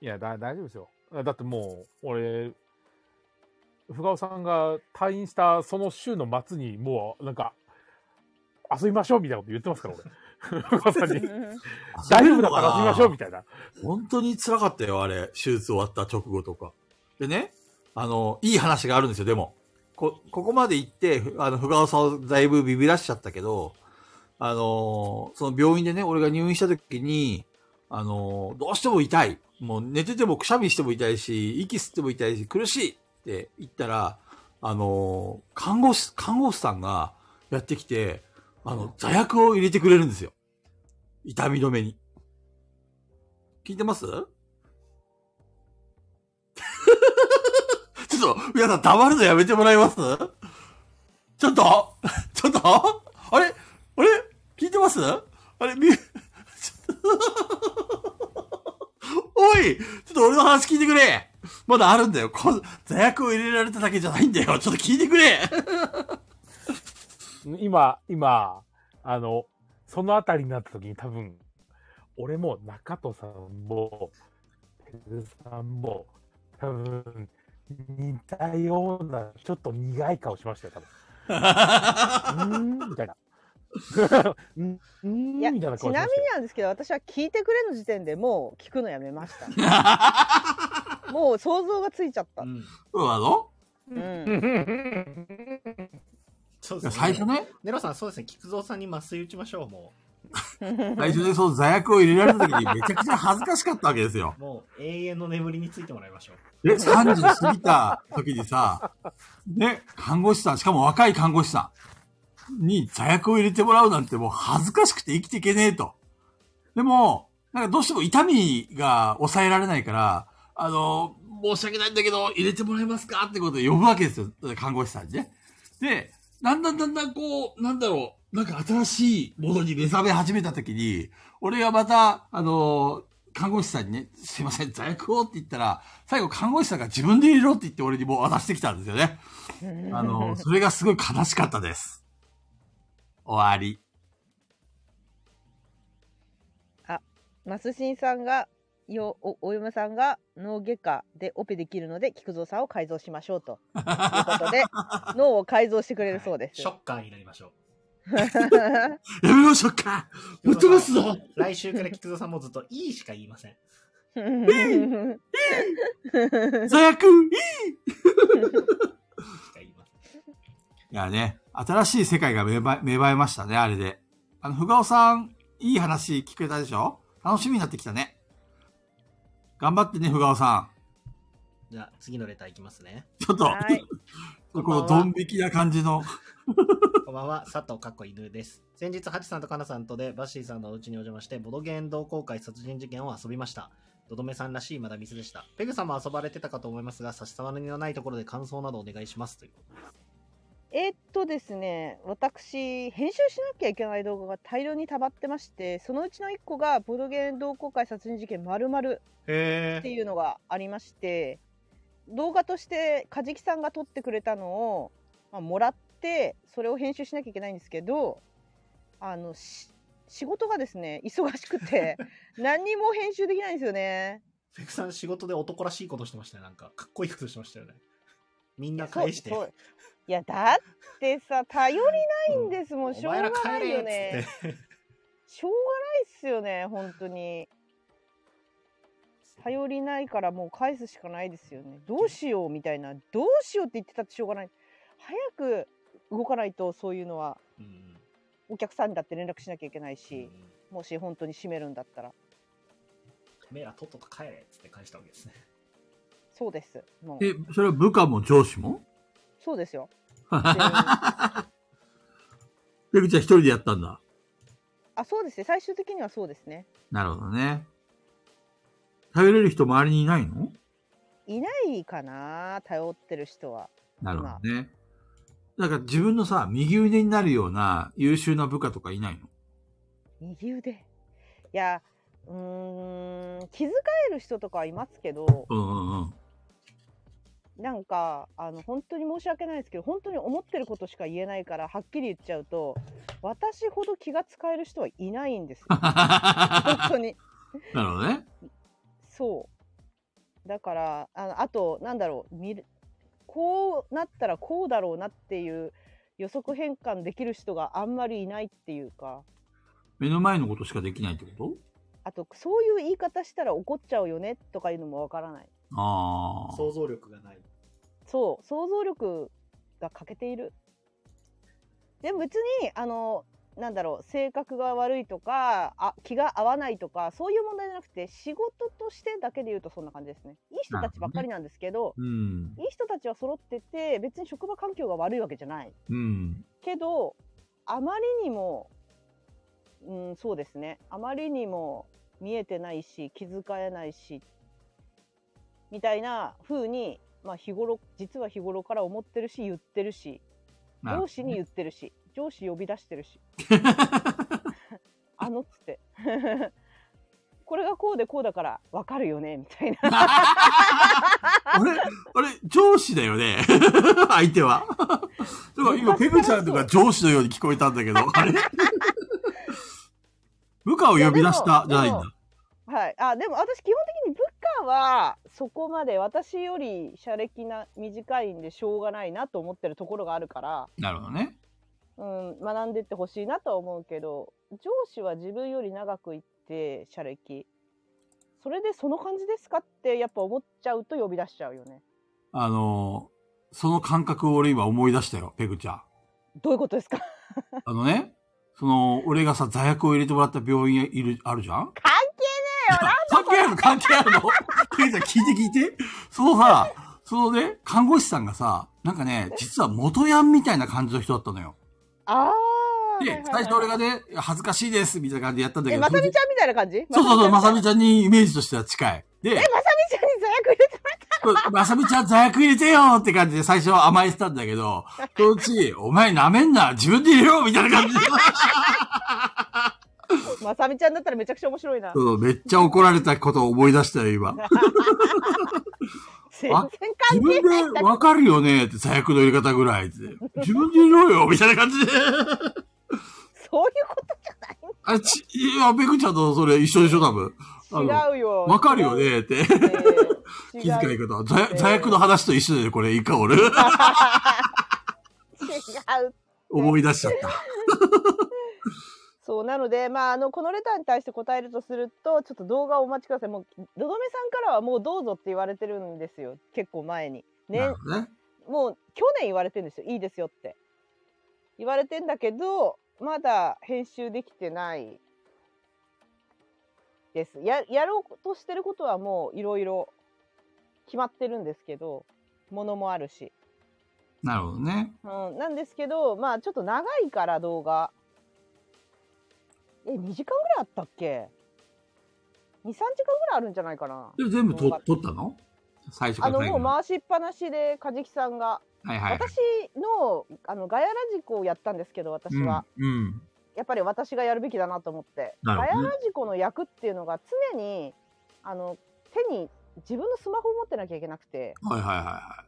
Speaker 3: いや、だ、大丈夫ですよ。だってもう、俺、ふがおさんが退院したその週の末に、もう、なんか、遊びましょうみたいなこと言ってますから、 俺。ふがおさんに、大丈夫だから遊びましょうみたいな。
Speaker 4: 本当に辛かったよ、あれ。手術終わった直後とか。でね、あの、いい話があるんですよ、でも。こ、ここまで行って、ふあの、ふがおさんをだいぶビビらしちゃったけど、あのーその病院でね、俺が入院した時に、あのーどうしても痛い。もう寝ててもくしゃみしても痛いし、息吸っても痛いし、苦しいって言ったら、あのー看護師、看護師さんがやってきて、あの、座薬を入れてくれるんですよ。痛み止めに。聞いてます ちょっと、皆さん黙るのやめてもらえますちょっと ちょっとあれあれ聞いてますあれみ、ち ょっとおいちょっと俺の話聞いてくれまだあるんだよ。こ座薬を入れられただけじゃないんだよ。ちょっと聞いてくれ
Speaker 3: 今、今、あの、そのあたりになった時に多分、俺も中戸さんも、ペグさんも、多分、似たような、ちょっと苦い顔しましたよ、多分。うー ん、みたいな。うーん、
Speaker 5: い
Speaker 3: み
Speaker 5: や
Speaker 3: た
Speaker 5: ち
Speaker 3: いな顔しました
Speaker 5: なみに
Speaker 3: よ。
Speaker 5: なんですけど私は聞いてくれの時点でもう聞くのやめました もう想像がついちゃった、
Speaker 1: うん。
Speaker 4: そうなの
Speaker 5: うん、
Speaker 1: そうで
Speaker 4: いや
Speaker 1: すね。
Speaker 4: 最初ね、
Speaker 1: ネロさん、そうですね。菊蔵さんに麻酔打ちましょう、も
Speaker 4: 最初でその座薬を入れられた時にめちゃくちゃ恥ずかしかったわけですよ。
Speaker 1: う。もう永遠の眠りについてもらいましょう。
Speaker 4: え、30過ぎた時にさ、ね、看護師さん、しかも若い看護師さんに座薬を入れてもらうなんてもう恥ずかしくて生きていけねえと。でも、なんかどうしても痛みが抑えられないから、あの、申し訳ないんだけど、入れてもらえますかってことで呼ぶわけですよ。看護師さんにね。で、だんだんだんだんこう、なんだろう、なんか新しいものに目覚め始めた時に、俺がまた、あの、看護師さんにね、すいません、座薬をって言ったら、最後看護師さんが自分で入れろって言って俺にもう渡してきたんですよね。あの、 それがすごい悲しかったです。終わり。
Speaker 5: マスシンさんがよおお嫁さんが脳外科でオペできるので菊蔵さんを改造しましょうということ で脳を改造してくれるそうです
Speaker 1: ショ。ッカーになりましょ
Speaker 4: やめましょうか
Speaker 1: う。
Speaker 4: ぶっ飛ばすぞ
Speaker 1: 来週から菊蔵さんもずっといいしか言いません。
Speaker 4: 座薬
Speaker 1: しか言いません
Speaker 4: いやね、新しい世界が芽生え芽生えましたね、あれで。あの、ふがおさん、いい話聞けたでしょ楽しみになってきたね。頑張ってね、ふがおさ
Speaker 1: じゃあ次のレターいきますね。
Speaker 4: ん。ちょっと、
Speaker 5: はい
Speaker 4: このドン引きな感じの。
Speaker 1: こんばんは、佐藤かっこ犬です。先日、ハチさんとカナさんとで、バッシーさんのお家にお邪魔して、ボドゲーン同好会殺人事件を遊びました。ドドメさんらしいまだミスでした。ペグさんも遊ばれてたかと思いますが、差し障りのないところで感想などお願いします。ということで
Speaker 5: えーっとですね私編集しなきゃいけない動画が大量にたまってましてそのうちの1個がボドゲン同好会殺人事件まるまる
Speaker 1: へ
Speaker 5: っていうのがありまして動画としてカジキさんが撮ってくれたのを、まあ、もらってそれを編集しなきゃいけないんですけどあのし仕事がですね忙しく て何にも編集できないんですよね。
Speaker 1: ペグさん仕事で男らしいことしてましたよ。なんか、かっこいいことしてましたよね。みんな
Speaker 5: そう
Speaker 1: 返して。
Speaker 5: そういやだってさ頼りないんですもん、
Speaker 1: お
Speaker 5: しょう
Speaker 1: 前
Speaker 5: が
Speaker 1: ら
Speaker 5: な
Speaker 1: 帰れ
Speaker 5: い
Speaker 1: よ
Speaker 5: よ
Speaker 1: っ
Speaker 5: ね。
Speaker 1: つって。
Speaker 5: しょうがないっすよね本当に頼りないからもう返すしかないですよねどうしようみたいなどうしようって言ってたってしょうがない早く動かないとそういうのは
Speaker 1: うん
Speaker 5: お客さんにだって連絡しなきゃいけないうし
Speaker 1: ん、
Speaker 5: もし本当に閉めるんだったら
Speaker 1: てめえらとっとと帰れっつって返したわけですね。
Speaker 5: そうですもう
Speaker 4: え、それは部下も上司も
Speaker 5: そうですよ全員
Speaker 4: ペグちゃん一人でやったんだ。
Speaker 5: あそうですね最終的にはそうですね
Speaker 4: なるほどね。頼れる人周りにいないの
Speaker 5: いないかな頼ってる人は
Speaker 4: なるほどね。なんか自分のさ、右腕になるような優秀な部下とかいないの
Speaker 5: 右腕いやうーん気遣える人とかはいますけど
Speaker 4: うんうん うん。
Speaker 5: なんかあの本当に申し訳ないですけど本当に思ってることしか言えないからはっきり言っちゃうと私ほど気が使える人はいないんですよ本当に
Speaker 4: なるほどね。
Speaker 5: そうだからあのあとなんだろう見るこうなったらこうだろうなっていう予測変換できる人があんまりいないっていうか
Speaker 4: 目の前のことしかできないってこ
Speaker 5: あとそういう言い方したら怒っちゃうよねとかいうのもわからない
Speaker 4: とああ。
Speaker 1: 想像力がない。
Speaker 5: そう想像力が欠けているでも別にあのなんだろう性格が悪いとかあ気が合わないとかそういう問題じゃなくて仕事としてだけで言うとそんな感じですねいい人たちばっかりなんですけど
Speaker 4: うん。
Speaker 5: いい人たちは揃ってて別に職場環境が悪いわけじゃない
Speaker 4: うん。
Speaker 5: けどあまりにもうんそうですねあまりにも見えてないし気遣えないしみたいな風にまあ日頃実は日頃から思ってるし言ってるし
Speaker 4: なるほ
Speaker 5: 上
Speaker 4: ど
Speaker 5: 司に言ってるし上司呼び出して るしあのっつって これがこうでこうだから分かるよねみたいな
Speaker 4: あ れあれ上司だよね 相手 は。だから今、ペグちゃんとか上司のように聞こえたんだけど、 あれ部下を呼び出したじゃないんだ。
Speaker 5: はいあでも私基本的に部下はそこまで私より社歴な短いんでしょうがないなと思ってるところがあるから、
Speaker 4: なるほどね。
Speaker 5: うん、学んでってほしいなとは思うけど上司は自分より長くいって社歴それでその感じですかってやっぱ思っちゃうと呼び出しちゃうよね
Speaker 4: あのーその感覚を俺今思い出したよ、ペグちゃん。
Speaker 5: どういうことですか
Speaker 4: あのね、 その、俺がさ、座薬を入れてもらった病院いる、あるじゃん
Speaker 5: 関
Speaker 4: 係ねえよ関係あるの関係あるのペグちゃん聞いて聞いて。そのさ、そのね、看護師さんがさ、なんかね、実は元ヤンみたいな感じの人だったのよ。
Speaker 5: ああ。
Speaker 4: で、最初俺がね、恥ずかしいです、みたいな感じでやったんだけ
Speaker 5: え、
Speaker 4: ど。
Speaker 5: まさみちゃんみたいな感じ
Speaker 4: そうそうそう、まさみ
Speaker 5: ち
Speaker 4: ちゃんにイメージとしては近い。で
Speaker 5: ゃん。え、、まさみちゃんに座薬入れてもらった
Speaker 4: まさみちゃん座薬入れてよって感じで最初は甘えてたんだけど、そのうち、お前舐めんな、自分で入れろみたいな感じで。
Speaker 5: まさみちゃんだったらめちゃくちゃ面白いな。
Speaker 4: そうめっちゃ怒られたことを思い出したよ、今。
Speaker 5: 全然関
Speaker 4: 自
Speaker 5: 係ない
Speaker 4: 分でわかるよねって、最悪の入れ方ぐらいって。自分で入れろよみたいな感じで。
Speaker 5: そういうことじ
Speaker 4: あれ、ち、いや、ペグちゃんとそれ一緒でしょ、多分。あの
Speaker 5: ゃ違うよ。
Speaker 4: わかるよ。ねって。
Speaker 5: えー、
Speaker 4: 気
Speaker 5: 違
Speaker 4: 遣いう方。座薬座薬の話と一緒だよ、これ。いいか、俺。
Speaker 5: 違う。
Speaker 4: 思い出しちゃった。
Speaker 5: そうなので、まあ、あのこのレターに対して答えるとするとちょっと動画をお待ちくださいもうどどめさんからはもうどうぞって言われてるんですよ結構前に、
Speaker 4: な
Speaker 5: ね
Speaker 4: る、ほどね。
Speaker 5: もう去年言われてるんですよいいですよって言われてんだけどまだ編集できてないですややろうとしてることはもういろいろ決まってるんですけどものもあるし
Speaker 4: なるほどね。
Speaker 5: うん、なんですけど、まあちょっと長いから動画。え、2時間ぐらいあったっけ ?2、3時間ぐらいあるんじゃないかな。
Speaker 4: で全部と取ったの最初か
Speaker 5: あ
Speaker 4: ら
Speaker 5: の、
Speaker 4: 最
Speaker 5: も
Speaker 4: 後
Speaker 5: う
Speaker 4: ま
Speaker 5: 回しっぱなしで、カジキさんが。
Speaker 4: で。はいはい。
Speaker 5: 私の、あの、ガヤラジコをやったんですけど、私は。
Speaker 4: うん。うん。
Speaker 5: やっぱり私がやるべきだなと思って。
Speaker 4: なるほ
Speaker 5: ガ
Speaker 4: ど
Speaker 5: ヤ
Speaker 4: ね
Speaker 5: ラジコの役っていうのが常に、あの、手に自分のスマホを持ってなきゃいけなくて、
Speaker 4: はいはいはいは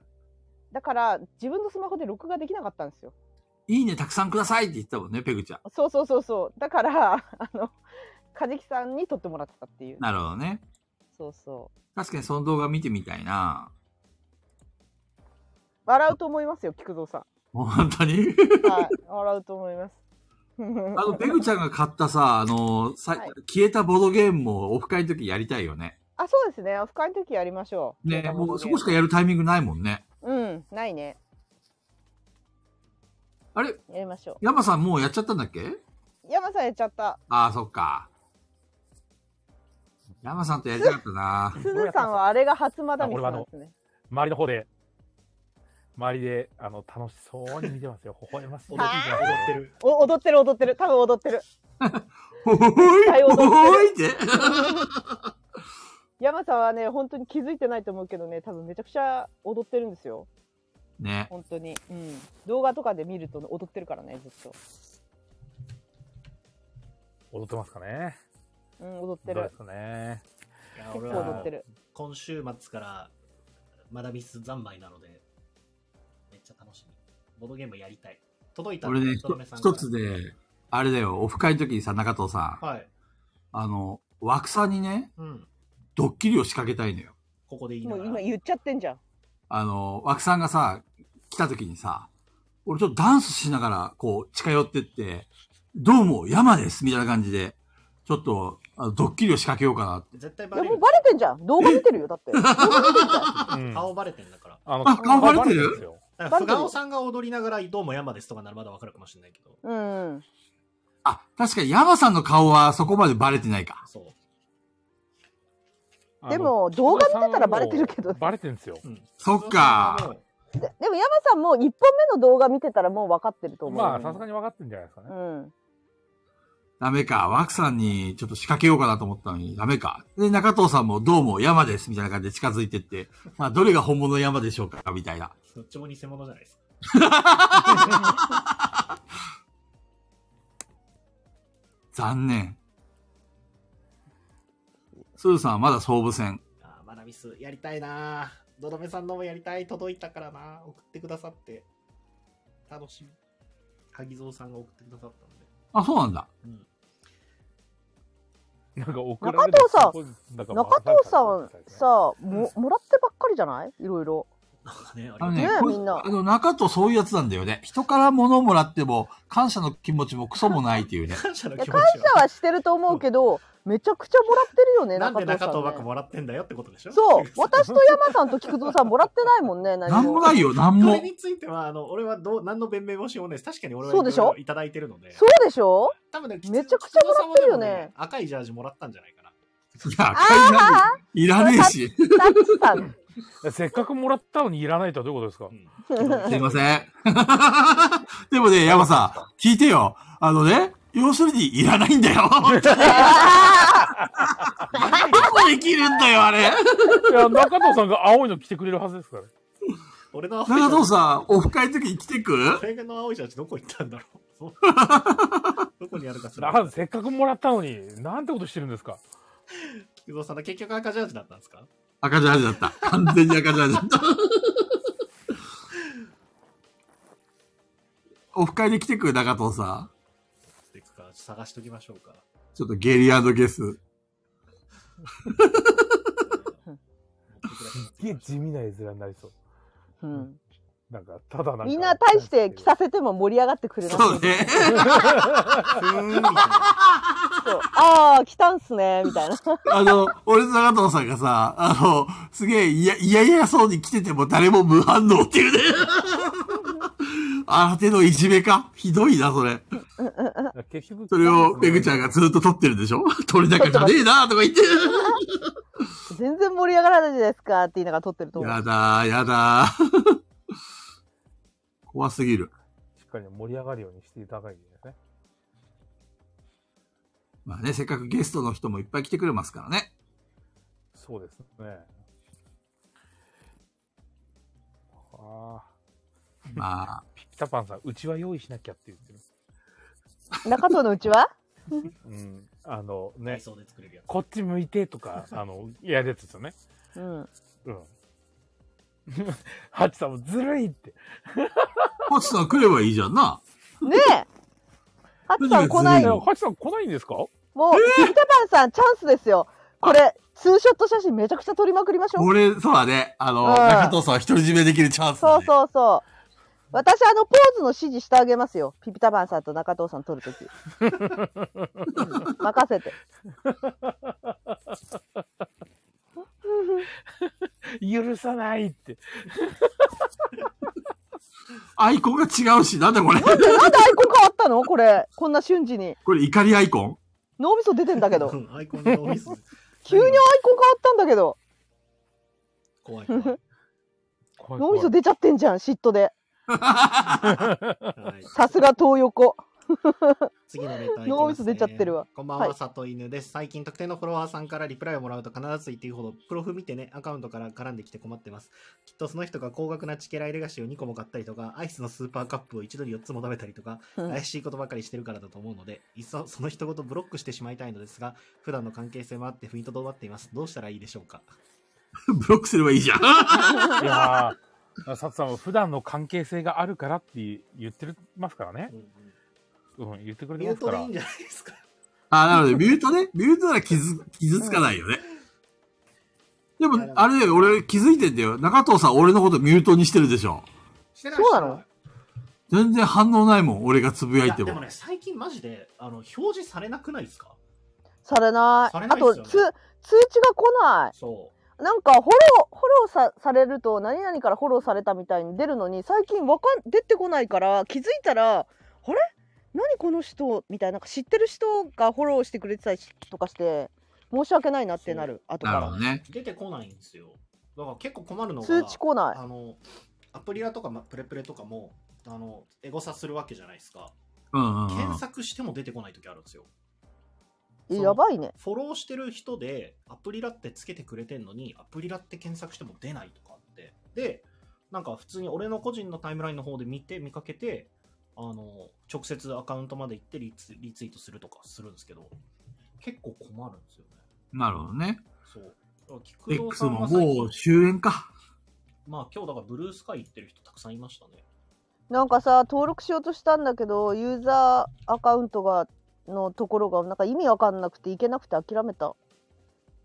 Speaker 5: だから自分のスマホで録画できなかったんですよ。
Speaker 4: い。いいね、たくさんくださいって言ったもんね、ペグちゃん。
Speaker 5: そうそうそうそう。だから、 あの、カジキさんに撮ってもらってたっていう。
Speaker 4: なるほどね。
Speaker 5: そうそう。
Speaker 4: 確かにその動画見てみたいな。
Speaker 5: 笑うと思いますよ、菊蔵さ
Speaker 4: 本 当に
Speaker 5: ん。はい。笑うと思います。
Speaker 4: あの、ペグちゃんが買ったさ、あの、さ
Speaker 5: はい
Speaker 4: 消えたボードゲームもオフ会の時やりたいよね。
Speaker 5: あ、そうですね。オフ会の時やりましょう。
Speaker 4: ね、もうそこしかやるタイミングないもんね。
Speaker 5: うん、ないね。
Speaker 4: あれ
Speaker 5: やりましょ
Speaker 4: 山さんもうやっちゃったんだっけ
Speaker 5: う。山さんやっちゃった。
Speaker 4: ああ、そっか。山さんとやりたかったな。
Speaker 5: すずさんはあれが初マダミスなんですね。
Speaker 3: 周りの方で、周りで、あの、楽しそうに見てますよ。微笑ましい。
Speaker 1: 踊ってる。
Speaker 5: お踊ってる踊ってる。多分踊ってる。
Speaker 4: ほほい
Speaker 5: 対応
Speaker 4: ほ
Speaker 5: できてる
Speaker 4: ほい って。
Speaker 5: 山さんはね、本当に気づいてないと思うけどね、多分めちゃくちゃ踊ってるんですよ。
Speaker 4: ね。
Speaker 5: 本当に。うん。動画とかで見ると踊ってるからね、ずっと。
Speaker 3: 踊ってますかね。
Speaker 5: うん、踊って
Speaker 3: どうで
Speaker 5: る
Speaker 3: す。かね。
Speaker 1: いや
Speaker 5: 結
Speaker 1: 俺
Speaker 5: 構踊
Speaker 1: は
Speaker 5: ってる。
Speaker 1: 今週末からまだミス三昧なので、めっちゃ楽しみ。ボードゲームやりたい。届いた
Speaker 4: 俺ね、ひ
Speaker 1: 人
Speaker 4: と
Speaker 1: 目さんか
Speaker 4: 一
Speaker 1: ら
Speaker 4: つで、あれだよ、オフ会の時にさ、中藤さん、
Speaker 1: はい。
Speaker 4: あの、枠さんにね、
Speaker 1: うん。
Speaker 4: ドッキリを仕掛けたいのよ。
Speaker 1: ここで言いな
Speaker 5: もう
Speaker 1: が
Speaker 5: 今
Speaker 1: ら。
Speaker 5: 言っちゃってんじゃん。
Speaker 4: あの、枠さんがさ、来た時にさ、俺ちょっとダンスしながら、こう、近寄ってって、どうも、山ですみたいな感じで、ちょっと、あのドッキリを仕掛けようかなって。
Speaker 1: 絶対
Speaker 5: い
Speaker 1: バ
Speaker 5: や
Speaker 1: レ
Speaker 5: もう
Speaker 1: る。
Speaker 5: バレてんじゃん。動画見てるよ。だ って。動画見てんじゃん。
Speaker 3: うん
Speaker 1: 顔バレてんだから。
Speaker 3: あ
Speaker 4: あ顔バレてる
Speaker 3: んですよ
Speaker 1: だ
Speaker 5: バ
Speaker 1: か
Speaker 5: レ
Speaker 1: ら、
Speaker 5: て
Speaker 1: 菅
Speaker 5: る
Speaker 1: 尾さんが踊りながら、どうも山ですとかならまだわかるかもしれないけど。
Speaker 5: うん。
Speaker 4: あ、確かに山さんの顔はそこまでバレてないか。
Speaker 1: そう。
Speaker 3: あの
Speaker 5: でも、動画見てたらバレてるけど。で
Speaker 3: バレてるんですよ。
Speaker 1: うん。
Speaker 4: そっか
Speaker 1: 菅尾さんはも
Speaker 5: でも山さんも一本目の動画見てたらもう分かってると思う。
Speaker 3: まあ、さすがに分かってるんじゃないですかね。
Speaker 5: うん。
Speaker 4: ダメか。枠さんにちょっと仕掛けようかなと思ったのに、ダメか。で、中藤さんもどうも山ですみたいな感じで近づいてって、まあ、どれが本物の山でしょうかみたいな。
Speaker 1: うどっちも偽物じゃないですか。
Speaker 4: 残念。スーさんはまだ総武線。
Speaker 1: あーまだミスやりたいなーどどめさんのもやりたい届いたからな送ってくださって楽しみ萩蔵さんが送ってくださったんで、
Speaker 4: あ、そうなんだ。
Speaker 1: うん、
Speaker 3: なんか送ら
Speaker 5: 中
Speaker 3: れる
Speaker 5: 藤さん
Speaker 3: となんか
Speaker 5: 中藤さん
Speaker 3: ん。
Speaker 5: さ、も、もらってばっかりじゃないいろいろ。
Speaker 1: なんかねあり
Speaker 4: あ
Speaker 1: が
Speaker 4: のね
Speaker 5: ね
Speaker 1: と
Speaker 5: え
Speaker 4: こ
Speaker 5: みんな
Speaker 4: あの、中藤そういうやつなんだよね。人から物をもらっても、感謝の気持ちもクソもないっていうね
Speaker 1: う。感謝の
Speaker 5: いや、
Speaker 1: 気持ちは
Speaker 5: 感謝はしてると思うけど、めちゃくちゃもらってるよね、
Speaker 1: なん
Speaker 5: 中
Speaker 1: で
Speaker 5: 藤さ
Speaker 1: 中
Speaker 5: ん、
Speaker 1: 藤ばっか
Speaker 5: ね。
Speaker 1: もらってんだよってことでしょ
Speaker 5: そう。私と山さんと菊蔵さんもらってないもんね、
Speaker 4: な
Speaker 5: 何
Speaker 4: ん
Speaker 5: も。
Speaker 4: もないよ、なん
Speaker 1: こ
Speaker 4: も
Speaker 1: れ。についてはあの俺はどう何の弁明もしようもないです確かに俺は
Speaker 5: そうでしょ
Speaker 1: 色々いただいてるので
Speaker 5: そうでしょ
Speaker 1: 多分ね
Speaker 5: めちゃくちゃもらってる
Speaker 1: 吉田さん
Speaker 5: よね
Speaker 1: はでも赤いジャージもらったんじゃないかな
Speaker 4: いや、買いないいらねえし。
Speaker 5: タッチ さん。
Speaker 3: せっかくもらったのにいらないとはどういうことですか
Speaker 4: すいません。 でもね、山さん、聞いてよ。あのね、要するにいらないんだ よ。 どこで切るんだよ、あれ。
Speaker 3: いや、中藤さんが青いの着てくれるはずですから。
Speaker 1: 俺の青いシ
Speaker 4: 長
Speaker 1: ャ
Speaker 4: 藤
Speaker 1: ツ、
Speaker 4: さん、オフ会の時に来てく
Speaker 1: 俺の青いシャツどこ行ったんだろう。どこにあるかすら。
Speaker 3: なんせっかくもらったのに、なんてことしてるんですか
Speaker 1: 菊蔵さんだ、結局赤ジャージだったんですか
Speaker 4: 赤字味だった。完全に赤字味だった。オフ会で来てく長藤さん。
Speaker 1: いくか探しときましょうか。
Speaker 4: ちょっとゲリアンドゲス。
Speaker 3: すげえ地味な絵面になりそう。
Speaker 5: うん
Speaker 3: なんか、ただなんか。
Speaker 5: みんな大して着させても盛り上がってくれない。
Speaker 4: そうね。
Speaker 1: ふーんみたいな。
Speaker 5: そうああ、来たんすね、みたいな。
Speaker 4: あの、俺と長藤さんがさ、あの、すげえ、いや、いやいやそうに来てても誰も無反応っていうね。あ手のいじめかひどいな、それ。
Speaker 3: 結局、
Speaker 4: それを、ペグちゃんがずっと撮ってるでしょ撮り高じゃねえな、とか言って。
Speaker 5: 全然盛り上がらないじゃないですかって言いながら撮ってると思う。
Speaker 4: やだー、やだー。怖すぎる。
Speaker 3: しっかり盛り上がるようにしていただかないといけないですね。
Speaker 4: まあね、せっかくゲストの人もいっぱい来てくれますからね。
Speaker 3: そうですね。ああ、
Speaker 4: まあ、
Speaker 3: ピピタパンさん、うちは用意しなきゃって言ってる。
Speaker 5: 中藤のうちは
Speaker 3: うん。あのね
Speaker 1: 内、装で作れるやつ。
Speaker 3: こっち向いてと か、あの、やるやつですよね。
Speaker 5: うん。
Speaker 3: うん。 ハチさんもずるいって。
Speaker 4: ポチさん来ればいいじゃんな。
Speaker 5: ねえハチさん来ない
Speaker 4: ずるい
Speaker 5: よ。
Speaker 3: ハチさん来ないんですか
Speaker 5: もう、ピピタパンさんチャンスですよ。これ、ツーショット写真めちゃくちゃ撮りまくりましょう。
Speaker 4: 俺、そうだね。あの、
Speaker 5: うん
Speaker 4: 中藤さんは独り占めできるチャンスだ、ね。
Speaker 5: そうそうそう。私、あの、ポーズの指示してあげますよ。ピピタパンさんと中藤さん撮るとき、うん任せて。
Speaker 3: 許さないって。
Speaker 4: アイコンが違うし、なんだこれ。
Speaker 5: なんで、なんでアイコン変わったのこれ。こんな瞬時に。
Speaker 4: これ怒りアイコン
Speaker 5: 脳みそ出てんだけど。
Speaker 1: うんアイコンのオフ ィス。
Speaker 5: 急にアイコン変わったんだけど。
Speaker 1: 怖い怖い。は
Speaker 3: 怖い
Speaker 5: 脳みそ出ちゃってんじゃん、嫉妬で。
Speaker 1: い
Speaker 5: さすが東横。
Speaker 1: 次のレターいきます、ね。
Speaker 5: 脳みそ出ちゃってるわ
Speaker 1: こんばんは、
Speaker 5: はい
Speaker 1: 里犬です。最近特定のフォロワーさんからリプライをもらうと必ず言っていいほど、プロフ見てね、アカウントから絡んできて困ってます。きっとその人が高額なチケライレガシーを2個も買ったりとか、アイスのスーパーカップを一度に4つも食べたりとか、
Speaker 5: うん
Speaker 1: 怪しいことばかりしてるからだと思うので、いっそその人ごとブロックしてしまいたいのですが、普段の関係性もあって踏みとどまっています。どうしたらいいでしょうか
Speaker 4: ブロックすればいいじゃん。
Speaker 3: いやー、サツさんは普段の関係性があるからって言ってますからね。うん、言ってくれて
Speaker 1: ミ
Speaker 3: ま
Speaker 1: ュー
Speaker 3: すか
Speaker 1: トでい
Speaker 3: ら
Speaker 1: いん。じゃないですか。
Speaker 4: あ、なので、ミュートね。ミュートなら傷、傷つかないよね。でも、あれだよ、俺気づいてんだよ。中藤さん、俺のことミュートにしてるでしょ。
Speaker 1: してない
Speaker 5: そうなの
Speaker 1: してい
Speaker 4: 全然反応ないもん、俺がつぶや
Speaker 1: い
Speaker 4: い
Speaker 1: や
Speaker 4: て
Speaker 1: で
Speaker 4: も。
Speaker 1: もね、最近マジで、あの、表示されなくないですか
Speaker 5: されない。
Speaker 1: されな
Speaker 5: あ
Speaker 1: いっ
Speaker 5: と、
Speaker 1: すよね
Speaker 5: つ通知が来な
Speaker 1: そう。
Speaker 5: い。なんか、フォロー、フォローさされると、何々からフォローされたみたいに出るのに、最近わかん、出てこないから、気づいたら、あれ何この人みたいな、なんか知ってる人がフォローしてくれてたりとかして、申し訳ないなってなる、後
Speaker 4: なる
Speaker 5: か
Speaker 4: ほどね。
Speaker 1: 出てこないんですよだから結構困るの
Speaker 5: ら。
Speaker 1: が
Speaker 5: 通知来ない。
Speaker 1: あのアプリラとかまプレプレとかもあのエゴサするわけじゃないですか
Speaker 4: うんうん、うん。
Speaker 1: 検索しても出てこない時あるんですよ
Speaker 5: え
Speaker 1: そう
Speaker 5: やばいね。
Speaker 1: フォローしてる人でアプリラってつけてくれてんのにアプリラって検索しても出ないとかあってでなんか普通に俺の個人のタイムラインの方で見て見かけてあの直接アカウントまで行ってリツリツイートするとかするんですけど結構困るんですよね
Speaker 4: なるほどね。
Speaker 1: そうだから菊蔵さ
Speaker 4: X
Speaker 1: ん
Speaker 4: も
Speaker 1: は最近
Speaker 4: もう終焉か。
Speaker 1: まあ今日だからブルースカイ行ってる人たくさんいましたね。
Speaker 5: なんかさ登録しようとしたんだけどユーザーアカウントがのところがなんか意味わかんなくていけなくて諦めた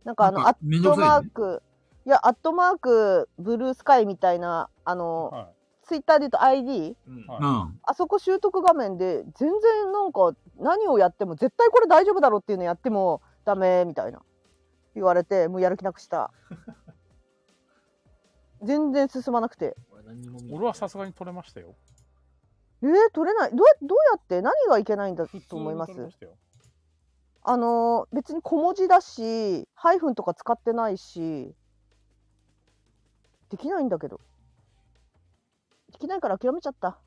Speaker 5: なんかあ
Speaker 4: なん
Speaker 5: の
Speaker 4: か
Speaker 5: アッ
Speaker 4: めんど
Speaker 5: ト
Speaker 4: くさ
Speaker 5: マ
Speaker 4: い
Speaker 5: ー
Speaker 4: ね
Speaker 5: クいやアットマークブルースカイみたいなあの
Speaker 3: は
Speaker 5: ツイッターで言うと ID
Speaker 1: うん
Speaker 3: は
Speaker 4: う
Speaker 3: い
Speaker 4: ん。
Speaker 5: あそこ習得画面で全然なんか何をやっても絶対これ大丈夫だろうっていうのやってもダメみたいな言われてもうやる気なくした 全然進まなくて
Speaker 1: 俺何にも見
Speaker 3: い、
Speaker 1: えない
Speaker 3: 俺はさすがに取れましたよ。
Speaker 5: えー、取れないどうやどうやって何がいけないんだと思います
Speaker 3: 普通に取れしたよ
Speaker 5: あのー別に小文字だしハイフンとか使ってないしできないんだけどできないから諦めちゃった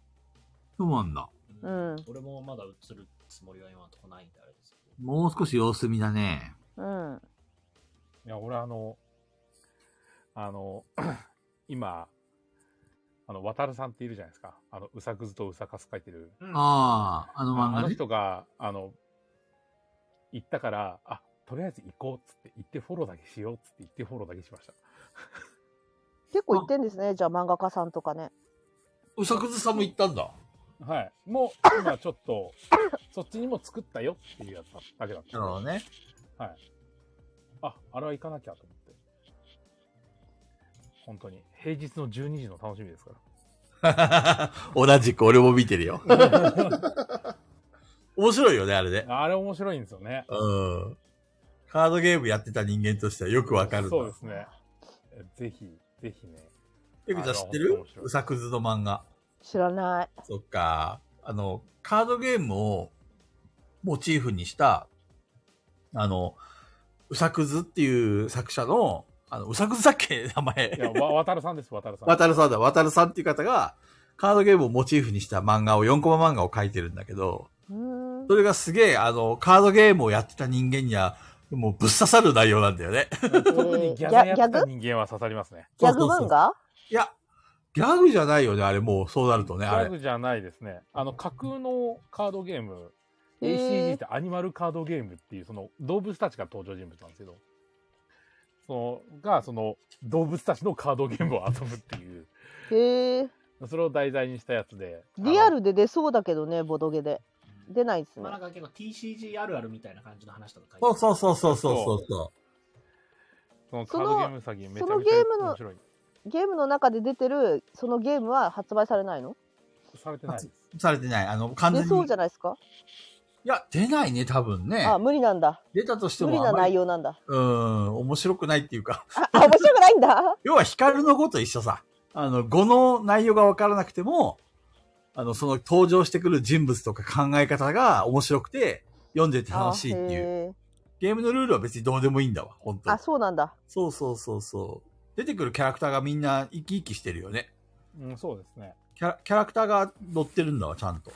Speaker 4: そうなんだ。
Speaker 5: うん
Speaker 1: 俺もまだ映るつもりは今のとこないんであれですけど。
Speaker 4: もう少し様子見だね。
Speaker 5: うん
Speaker 3: いや、俺あの、あの、 今、あの、渡るさんっているじゃないですか。あの、うさくずとうさかす書いてる。
Speaker 4: ああ、あの漫
Speaker 3: あ
Speaker 4: 画
Speaker 3: の
Speaker 4: ね。
Speaker 3: 人が、あの、行ったから、あ、とりあえず行こうっつって、行ってフォローだけしようっつって、行ってフォローだけしました。
Speaker 5: 結構言ってんですねじゃあ漫画家さんとかね
Speaker 4: うさくずさんも行ったんだ。
Speaker 3: はい。もう、今ちょっと、そっちにも作ったよっていうやつだけだった。
Speaker 4: なるほどね。
Speaker 3: あ、あれは行かなきゃと思って。本当に。平日の12時の楽しみですから。
Speaker 4: 同じく俺も見てる よ。面白いよね、あれね。
Speaker 3: あれ面白いんですよね。
Speaker 4: うん。カードゲームやってた人間としてはよくわかるんだ
Speaker 3: そうですね。えぜひ、ぜひね。
Speaker 4: ペグちゃん知って
Speaker 3: あれは
Speaker 4: る
Speaker 3: 面白いう
Speaker 4: さくずの漫画。
Speaker 5: 知らない
Speaker 4: そっか。あの、カードゲームをモチーフにした、あの、うさくずっていう作者の、あの、うさくずだっけ名
Speaker 3: いや、
Speaker 4: 前。
Speaker 3: わ、渡るさんです、渡るさん。
Speaker 4: 渡るさんだ。渡るさんっていう方が、カードゲームをモチーフにした漫画を、4コマ漫画を書いてるんだけど、
Speaker 5: うーん
Speaker 4: それがすげえ、あの、カードゲームをやってた人間には、もうぶっ刺さる内容なんだよね。
Speaker 3: 特にギャグやってた人間は刺さりますね。
Speaker 5: ギャグ漫画
Speaker 4: いや、ギャグじゃないよね、あれ。もう、そうなるとね、
Speaker 3: ギ
Speaker 4: あ
Speaker 3: ャ
Speaker 4: れ。
Speaker 3: グじゃないですね。あの、架空のカードゲーム、
Speaker 5: へー
Speaker 3: ACG ってアニマルカードゲームっていう、その動物たちが登場人物なんですけど、その、が、その動物たちのカードゲームを遊ぶっていう、
Speaker 5: へえ
Speaker 3: それを題材にしたやつで。
Speaker 5: リア
Speaker 3: あの
Speaker 5: ルで出そうだけどねボドゲで出ないです
Speaker 1: ま
Speaker 5: ね
Speaker 1: あなんか結構 TCG あるあるみたいな感じの話とか書いてあ
Speaker 4: そう
Speaker 1: る
Speaker 4: そうそうそうそうそ
Speaker 3: そのカードゲーム詐欺めちゃ
Speaker 5: その
Speaker 3: めちゃ
Speaker 5: そのゲームの
Speaker 3: 面白い。
Speaker 5: ゲームの中で出てるそのゲームは発売されないの
Speaker 3: されてないです。
Speaker 4: う。されてない。あの、完全
Speaker 5: 出
Speaker 4: に。
Speaker 5: そうじゃないですか
Speaker 4: いや、出ないね、多分ね。
Speaker 5: あ無理なんだ
Speaker 4: 出たとして
Speaker 5: 無
Speaker 4: も
Speaker 5: 理な
Speaker 4: あまり
Speaker 5: 内容なんだ
Speaker 4: うん、面白くないっていうか。
Speaker 5: ああ面白くないんだ
Speaker 4: 要は、ヒカルの語と一緒さ。あの、語の内容がわからなくても、あの、その登場してくる人物とか考え方が面白くて、読んでて楽しいっていう。
Speaker 5: いう
Speaker 4: ゲームのルールは別にどうでもいいんだわ、本当
Speaker 5: あそうなんだ
Speaker 4: そうそうそうそう。出てくるキャラクターがみんな生き生きしてるよね。
Speaker 3: うん、そうですね。
Speaker 4: キャラキャラクターが乗ってるんだわ、ちゃんと。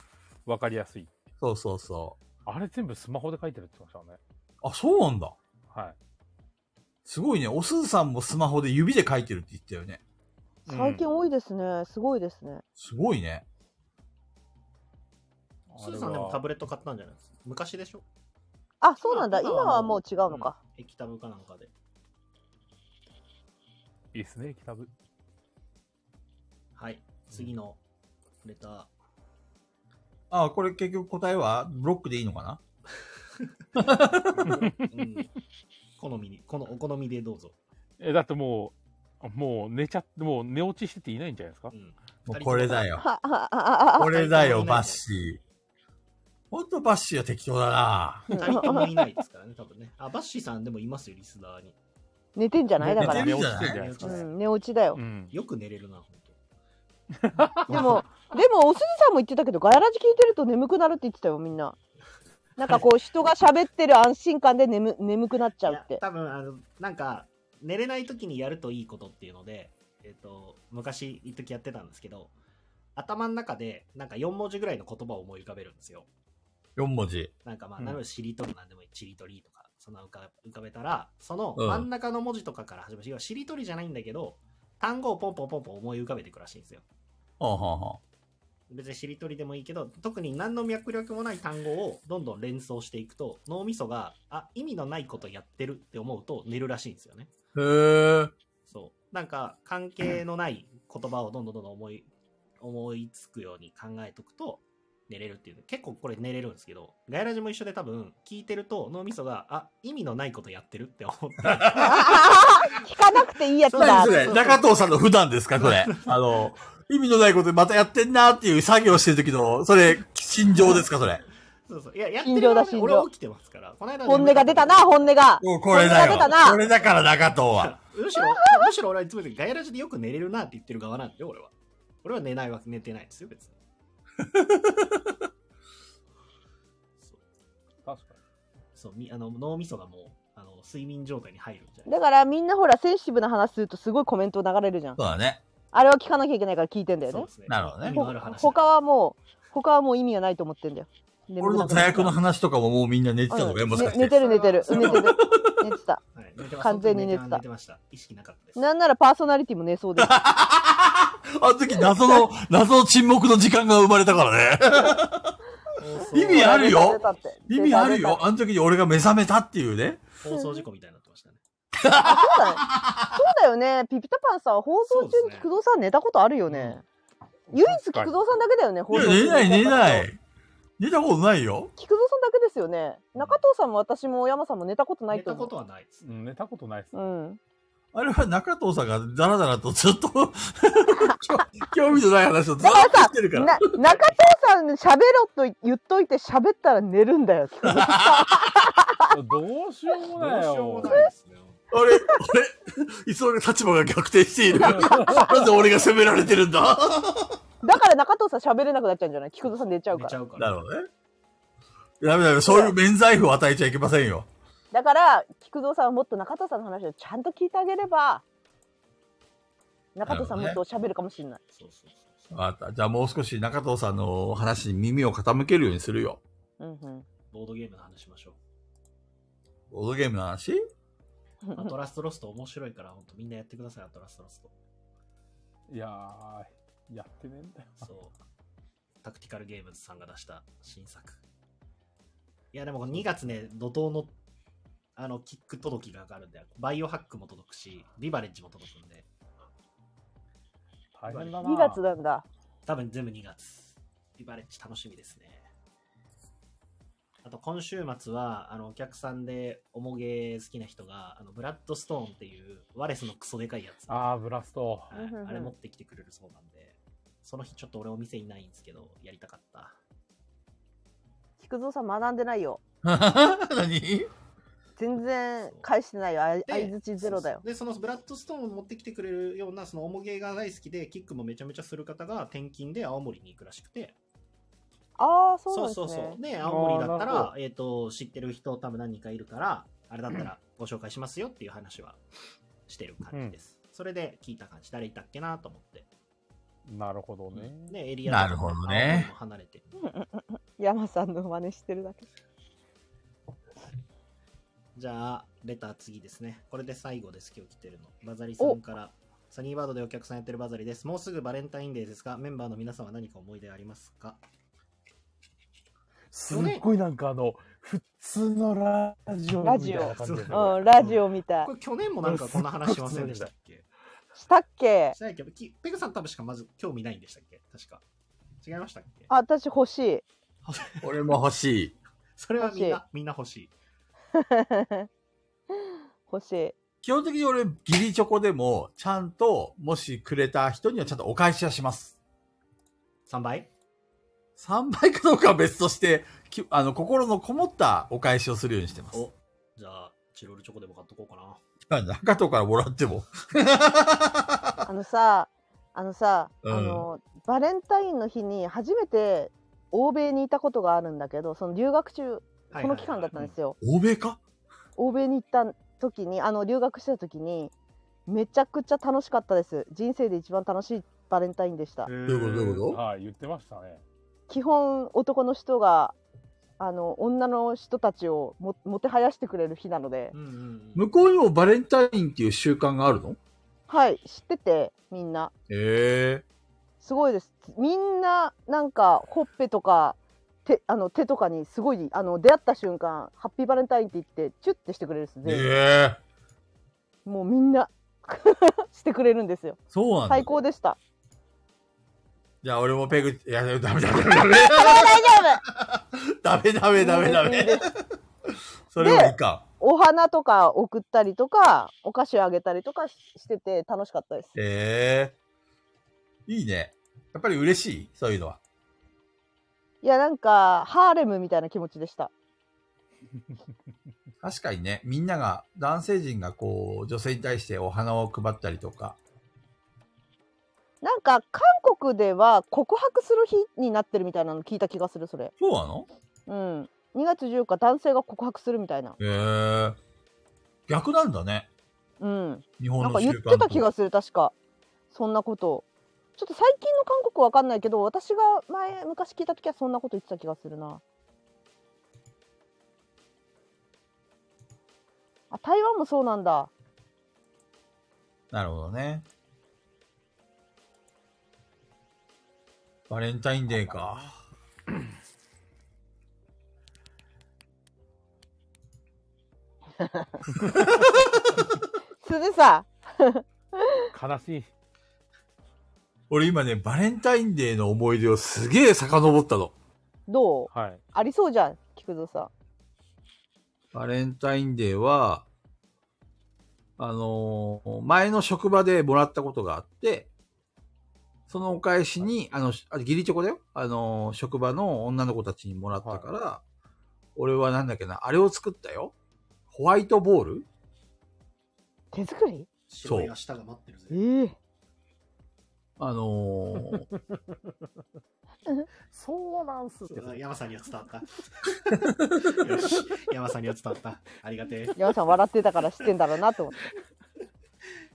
Speaker 3: わかりやすい。
Speaker 4: そうそうそ
Speaker 3: あれ全部スマホで書いてるって言ってましたね。
Speaker 4: う。あ、そうなんだ。
Speaker 3: はい。
Speaker 4: すごいね。おすずさんもスマホで指で書いてるって言ったよね。
Speaker 3: うん
Speaker 5: 最近多いですねすごいですね
Speaker 4: すごいね。
Speaker 1: スーさんでも
Speaker 3: あれ
Speaker 1: タ
Speaker 3: は
Speaker 1: ブレット買ったんじゃないですか昔でしょ
Speaker 5: あそうなんだ今はもう違うのか、
Speaker 1: ん液タブかなんかで。
Speaker 3: いいですね、タブ。
Speaker 1: はい。次のレター。
Speaker 4: あ、これ結局答えはブロックでいいのかな
Speaker 1: うん好みに、このお好みでどうぞ。
Speaker 3: え、だってもう、もう寝ちゃって、もう寝落ちしてていないんじゃないですか
Speaker 1: うん
Speaker 4: もうこれだよ。
Speaker 5: はあはあはあは
Speaker 4: これだよ、
Speaker 1: あ
Speaker 4: バッシー。ほんとバッシーは適当だな。
Speaker 1: 二人ともいないですからね、多分ね。あ、バッシーさんでもいますよ、リスナーに。
Speaker 5: 寝てんじゃないだから、
Speaker 4: 寝てる
Speaker 3: 落ちてるじゃな
Speaker 1: 寝
Speaker 3: いで
Speaker 1: 落
Speaker 3: す
Speaker 1: ち
Speaker 3: か
Speaker 5: う
Speaker 1: て。
Speaker 5: ん、寝落ちだよ、
Speaker 3: うん。
Speaker 1: よく寝れるな、本当。
Speaker 5: でもでもおすずさんも言ってたけどガヤラジ聞いてると眠くなるって言ってたよみんななんかこう人が喋ってる安心感で眠眠くなっちゃうっ
Speaker 1: いや
Speaker 5: て
Speaker 1: 多分あのなんか寝れない時にやるといいことっていうので、えっと昔一時やってたんですけど頭の中でなんか4文字ぐらいの言葉を思い浮かべるんですよ
Speaker 4: 4文字。
Speaker 1: なんかまあ
Speaker 3: うん
Speaker 1: なのでしりとりなんでもいいちりとりとかそんな浮か浮かべたらその
Speaker 4: うん
Speaker 1: 真ん中の文字とかから始まる要はしりとりじゃないんだけど単語をポンポンポンポン思い浮かべていくらしいんですよ
Speaker 4: ほうほうほ
Speaker 1: 別にしりとりでもいいけど特に何の脈絡もない単語をどんどん連想していくと脳みそがあ意味のないことやってるって思うと寝るらしいんですよね
Speaker 4: う。へー。
Speaker 1: そう。なんか、関係のない言葉をどんどんどんどん思い、思いつくように考えとくと、寝れるっていう。結構これ寝れるんですけど、ガヤラジも一緒で多分、聞いてると脳みそが、あ、意味のないことやってるって思って。
Speaker 5: あああ聞かなくていいやつだ
Speaker 4: 何
Speaker 5: っ
Speaker 4: そ
Speaker 5: て
Speaker 4: れ中藤さんの普段ですかこ れ。あの、意味のないことまたやってんなっていう作業してる時の、それ、心情ですかそれ。
Speaker 1: そうそう。いや、やって
Speaker 5: 心
Speaker 1: る
Speaker 5: 情だ
Speaker 1: 側
Speaker 5: 心
Speaker 1: に
Speaker 5: 情
Speaker 1: 俺は起きてますから。この間
Speaker 5: 本音が出たな本音が
Speaker 4: もうこれだよ
Speaker 5: これが出た。な
Speaker 4: これだから中藤は。
Speaker 1: むしろ、むしろ俺はいつも言ってるガヤラジでよく寝れるなって言ってる側なんで、俺は。俺は寝ないわけ、寝てないですよ、 別に。
Speaker 3: 確かに。
Speaker 1: そうみあの脳みそがもうあの睡眠状態に入るんじゃない
Speaker 5: だからみんなほらセンシティブな話するとすごいコメント流れるじゃん
Speaker 4: そうだね。
Speaker 5: あれは聞かなきゃいけないから聞いてんだよ
Speaker 1: そう
Speaker 5: ね
Speaker 1: ですね。
Speaker 4: なるほどね
Speaker 1: 意味
Speaker 5: ほ
Speaker 1: のある話だ
Speaker 5: 他はもう他はもう意味がないと思ってんだよで
Speaker 4: 俺の
Speaker 5: 眠れ
Speaker 4: 大
Speaker 5: なく
Speaker 4: 学
Speaker 5: な
Speaker 4: の
Speaker 5: っ
Speaker 4: 話とかももうみんな寝てたのか
Speaker 5: う
Speaker 4: ね、
Speaker 5: ん
Speaker 4: もしかし
Speaker 5: ね寝て
Speaker 4: て。
Speaker 5: る寝てる
Speaker 1: それ
Speaker 5: 寝
Speaker 1: は
Speaker 5: てる寝てた
Speaker 1: はい、寝てます
Speaker 5: 完全に寝てた
Speaker 1: 寝てました。意識なかったです。
Speaker 5: なんならパーソナリティも寝そうです
Speaker 4: あの時謎 の、謎の沈黙の時間が生まれたから ね。
Speaker 1: 放送
Speaker 4: 意味ある
Speaker 5: 出
Speaker 4: よ
Speaker 5: た出たって
Speaker 4: 意味ある
Speaker 5: 出た出
Speaker 4: よ。あの時に俺が目覚めたっていうね。
Speaker 1: 放送事故みたいになってましたね。
Speaker 5: たそうだねそうだよねピピタパンさん放
Speaker 1: そ
Speaker 5: 送中
Speaker 1: う
Speaker 5: に
Speaker 1: ですね
Speaker 5: 菊蔵さん寝たことあるよね唯一菊蔵さんだけだよね
Speaker 4: い
Speaker 5: 放
Speaker 4: や、
Speaker 5: 送中
Speaker 4: 寝
Speaker 5: に
Speaker 4: ない寝な
Speaker 5: 寝たこと
Speaker 4: い。寝たことないよ。
Speaker 5: 菊蔵さんだけですよね中藤さんも私も山さんも寝たことな
Speaker 1: 寝
Speaker 5: いと
Speaker 1: た
Speaker 5: 思
Speaker 1: こ
Speaker 5: う
Speaker 1: とはないです。
Speaker 3: うん、寝たことない です。
Speaker 5: うん
Speaker 4: あれは中藤さんがダラダラとずっと 興味のない話をずっ
Speaker 5: だ
Speaker 4: と
Speaker 5: からさ
Speaker 4: してるから。
Speaker 5: な中藤さん喋ろと言っといて喋ったら寝るんだよ。
Speaker 3: どうしようも
Speaker 1: ど
Speaker 3: な
Speaker 1: う
Speaker 3: い
Speaker 1: し
Speaker 3: よ。
Speaker 1: ようもないですね。
Speaker 4: あれ、あれ、いつの間にか立場が逆転している。 なぜ俺が責められてるんだ
Speaker 5: だから中藤さん喋れなくなっちゃうんじゃない菊田さん寝ちゃうか
Speaker 1: 寝ち
Speaker 5: ら。
Speaker 1: ゃうか
Speaker 4: なる
Speaker 1: ら。
Speaker 4: ほどね。ダメダメ、そういう免罪符を与えちゃいけませんよ。
Speaker 5: だから菊蔵さんはもっと中藤さんの話をちゃんと聞いてあげれば中藤さんもっと喋るかもしれない。
Speaker 1: そうそうそうそう。
Speaker 4: わかった。じゃあもう少し中藤さんの話に耳を傾けるようにするよ。
Speaker 5: うん
Speaker 1: ボードゲームの話しましょ
Speaker 4: ボードゲームの話
Speaker 5: う
Speaker 1: う。 アト
Speaker 5: ん、
Speaker 1: ラストロスト面白いから、本当みんなやってください、アトラストロスト。
Speaker 3: いやー、やってねえんだよ。
Speaker 1: そう。タクティカルゲームズさんが出した新作。いや、でもこの2月ね、怒涛の、あの、キック届きが上がるんで、バイオハックも届くし、ビバレッジも届くんで、
Speaker 3: 大変だな。
Speaker 5: 2月なんだ。
Speaker 1: 多分全部2月。ビバレッジ楽しみですね。あと今週末は、あの、お客さんで、おもげ好きな人が、あの、ブラッドストーンっていう、ワレスのクソでかいやつ。は
Speaker 3: あー、ブラスト。
Speaker 1: い
Speaker 5: うんうんうん
Speaker 1: あれ持ってきてくれるそうなんで、その日ちょっと俺お店いないんですけど、やりたかった。
Speaker 5: 菊蔵さん学んでないよ。
Speaker 4: 何
Speaker 5: 全然返してないよ。あい
Speaker 1: で
Speaker 5: 相槌ゼロだよ
Speaker 1: そう。そうでそのブラッドストーンを持ってきてくれるようなそのおもげが大好きでキックもめちゃめちゃする方が転勤で青森に行くらしくて
Speaker 5: ああそうなんですね。
Speaker 1: で青森だった
Speaker 3: なる
Speaker 1: ら、えー、と知ってる人多分何人かいるからあれだったらご紹介しますよっていう話はしてる感じです、それで聞いた感じ誰いたっけなと思って
Speaker 3: なるほどね。
Speaker 1: でエリア
Speaker 4: なるほど
Speaker 1: 青
Speaker 4: ね
Speaker 1: 森も離れて
Speaker 5: 山さんの真似してるだけ。
Speaker 1: じゃあ、レター次ですね。これで最後です、今日来てるの。バザリさんから。サニーバードでお客さんやってるバザリです。もうすぐバレンタインデーですが、メンバーの皆さんは何か思い出ありますか
Speaker 3: すっごいなんかあの、普通のラジオみたいな感じで
Speaker 1: ラ
Speaker 3: す
Speaker 1: ジ
Speaker 3: ね。
Speaker 1: オ
Speaker 5: うんラジオみたい
Speaker 1: こ。れ去年もなんかこんな話しませんでしたっけ
Speaker 5: したっけ
Speaker 1: し？ないけど、きペグさん多分しかまず興味ないんでしたっけ確か。違いましたっけ
Speaker 5: あ私欲しい。
Speaker 4: 俺も欲しい。
Speaker 1: それはみん
Speaker 5: 欲
Speaker 1: な、みんな欲しい。
Speaker 5: 欲しい。
Speaker 4: 基本的に俺、ギリチョコでも、ちゃんと、もしくれた人にはちゃんとお返しはします。
Speaker 1: 3倍
Speaker 4: 3倍かどうかは別として、きあの、心のこもったお返しをするようにしてます。
Speaker 1: お、じゃあ、チロルチョコでも買っとこうかな。
Speaker 4: 中藤からもらっても。
Speaker 5: あのさ、あのさ、
Speaker 4: うん
Speaker 5: あのバレンタインの日に初めて欧米にいたことがあるんだけど、その留学中
Speaker 1: はい
Speaker 5: こ
Speaker 1: はいは
Speaker 5: の
Speaker 1: い
Speaker 5: 期間だったんですよ。
Speaker 4: 欧米か
Speaker 5: 欧米に行った時に、あの留学してた時にめちゃくちゃ楽しかったです。人生で一番楽しいバレンタインでした
Speaker 1: へ。
Speaker 4: ど
Speaker 1: ー
Speaker 4: ういうことどういうこ
Speaker 3: はい、言ってましたね。
Speaker 5: 基本男の人があの女の人たちをももてはやしてくれる日なので
Speaker 1: う、んうん
Speaker 4: と
Speaker 1: うん
Speaker 4: 向こうにもバレンタインっていう習慣があるの
Speaker 5: はい、知っててみんな
Speaker 4: へえ。
Speaker 5: すごいです。みんななんかほっぺとか手あの手とかにすごいあの出会った瞬間ハッピーバレンタインって言ってチュッてしてくれるんです。
Speaker 4: へ
Speaker 5: 全員
Speaker 4: え。
Speaker 5: もうみんな してくれるんですよ。
Speaker 4: そうなんだ。
Speaker 5: 最高でした。
Speaker 4: じゃあ俺もペグ、いや、ダメダ メダメダメ。大丈夫ダメダメダメダメ。それはいいか。
Speaker 5: お花とか送ったりとかお菓子をあげたりとかししてて楽しかったです。
Speaker 4: へえ。いいね。やっぱり嬉しいそういうのは。
Speaker 5: いやなんかハーレムみたいな気持ちでした。
Speaker 4: 確かにね、みんなが、男性陣がこう、女性に対してお花を配ったりとか。
Speaker 5: なんか韓国では告白する日になってるみたいなの聞いた気がするそれ。
Speaker 4: そうなの
Speaker 5: うん。 2月14日男性が告白するみたいな
Speaker 4: えー、逆なんだね。
Speaker 5: うん
Speaker 4: 日本
Speaker 5: なんか
Speaker 4: の
Speaker 5: 言っ
Speaker 4: 習慣
Speaker 5: てた気がする確かそんなことちょっと最近の韓国わかんないけど私が前昔聞いた時はそんなこと言ってた気がするなあ台湾もそうなんだ
Speaker 4: なるほどね。バレンタインデーか。
Speaker 5: 鈴さ
Speaker 3: 悲しい。
Speaker 4: 俺今ね、バレンタインデーの思い出をすげえ遡ったの。
Speaker 5: んどう
Speaker 3: はい。
Speaker 5: ありそうじゃん菊蔵さ
Speaker 4: バレンタインデーは、あのー前の職場でもらったことがあって、そのお返しに、あの、あ義理チョコだよ。あのー職場の女の子たちにもらったから、俺はなんだっけな、あれを作ったよ。ホワイトボール
Speaker 5: ん手作り
Speaker 1: 白い明日が待ってるぜ。
Speaker 5: ええ
Speaker 4: あのー
Speaker 3: そうなんすって。
Speaker 1: 山さんには伝わった。 よし、山さんには伝わった。ありがてえ。
Speaker 5: 山さん笑ってたから知ってんだろうなと思って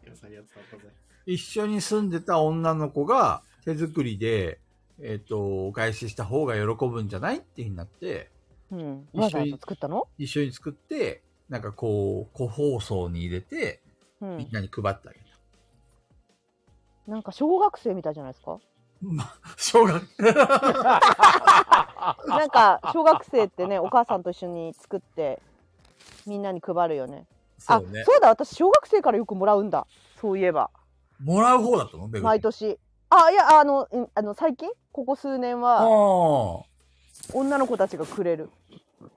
Speaker 1: 山さんには伝わったぜ。
Speaker 4: 一緒に住んでた女の子が手作りで、えっ、と、お返しした方が喜ぶんじゃないっていうふうになって、
Speaker 5: うん
Speaker 4: 一緒に
Speaker 5: わざわざ作ったの
Speaker 4: 一緒に作って、なんかこう、個包装に入れて、
Speaker 5: う
Speaker 4: みん
Speaker 5: ん
Speaker 4: なに配ってあげた。
Speaker 5: なんか小学生みたいじゃないですか
Speaker 4: 小学、
Speaker 5: なんか小学生ってねお母さんと一緒に作ってみんなに配るよね
Speaker 4: そうね
Speaker 5: あ。そうだ私小学生からよくもらうんだそういえば
Speaker 4: もらう方だったのベグ
Speaker 5: 毎年あいやあのうんあの最近ここ数年
Speaker 4: あ
Speaker 5: は
Speaker 4: あ、
Speaker 5: 女の子たちがくれる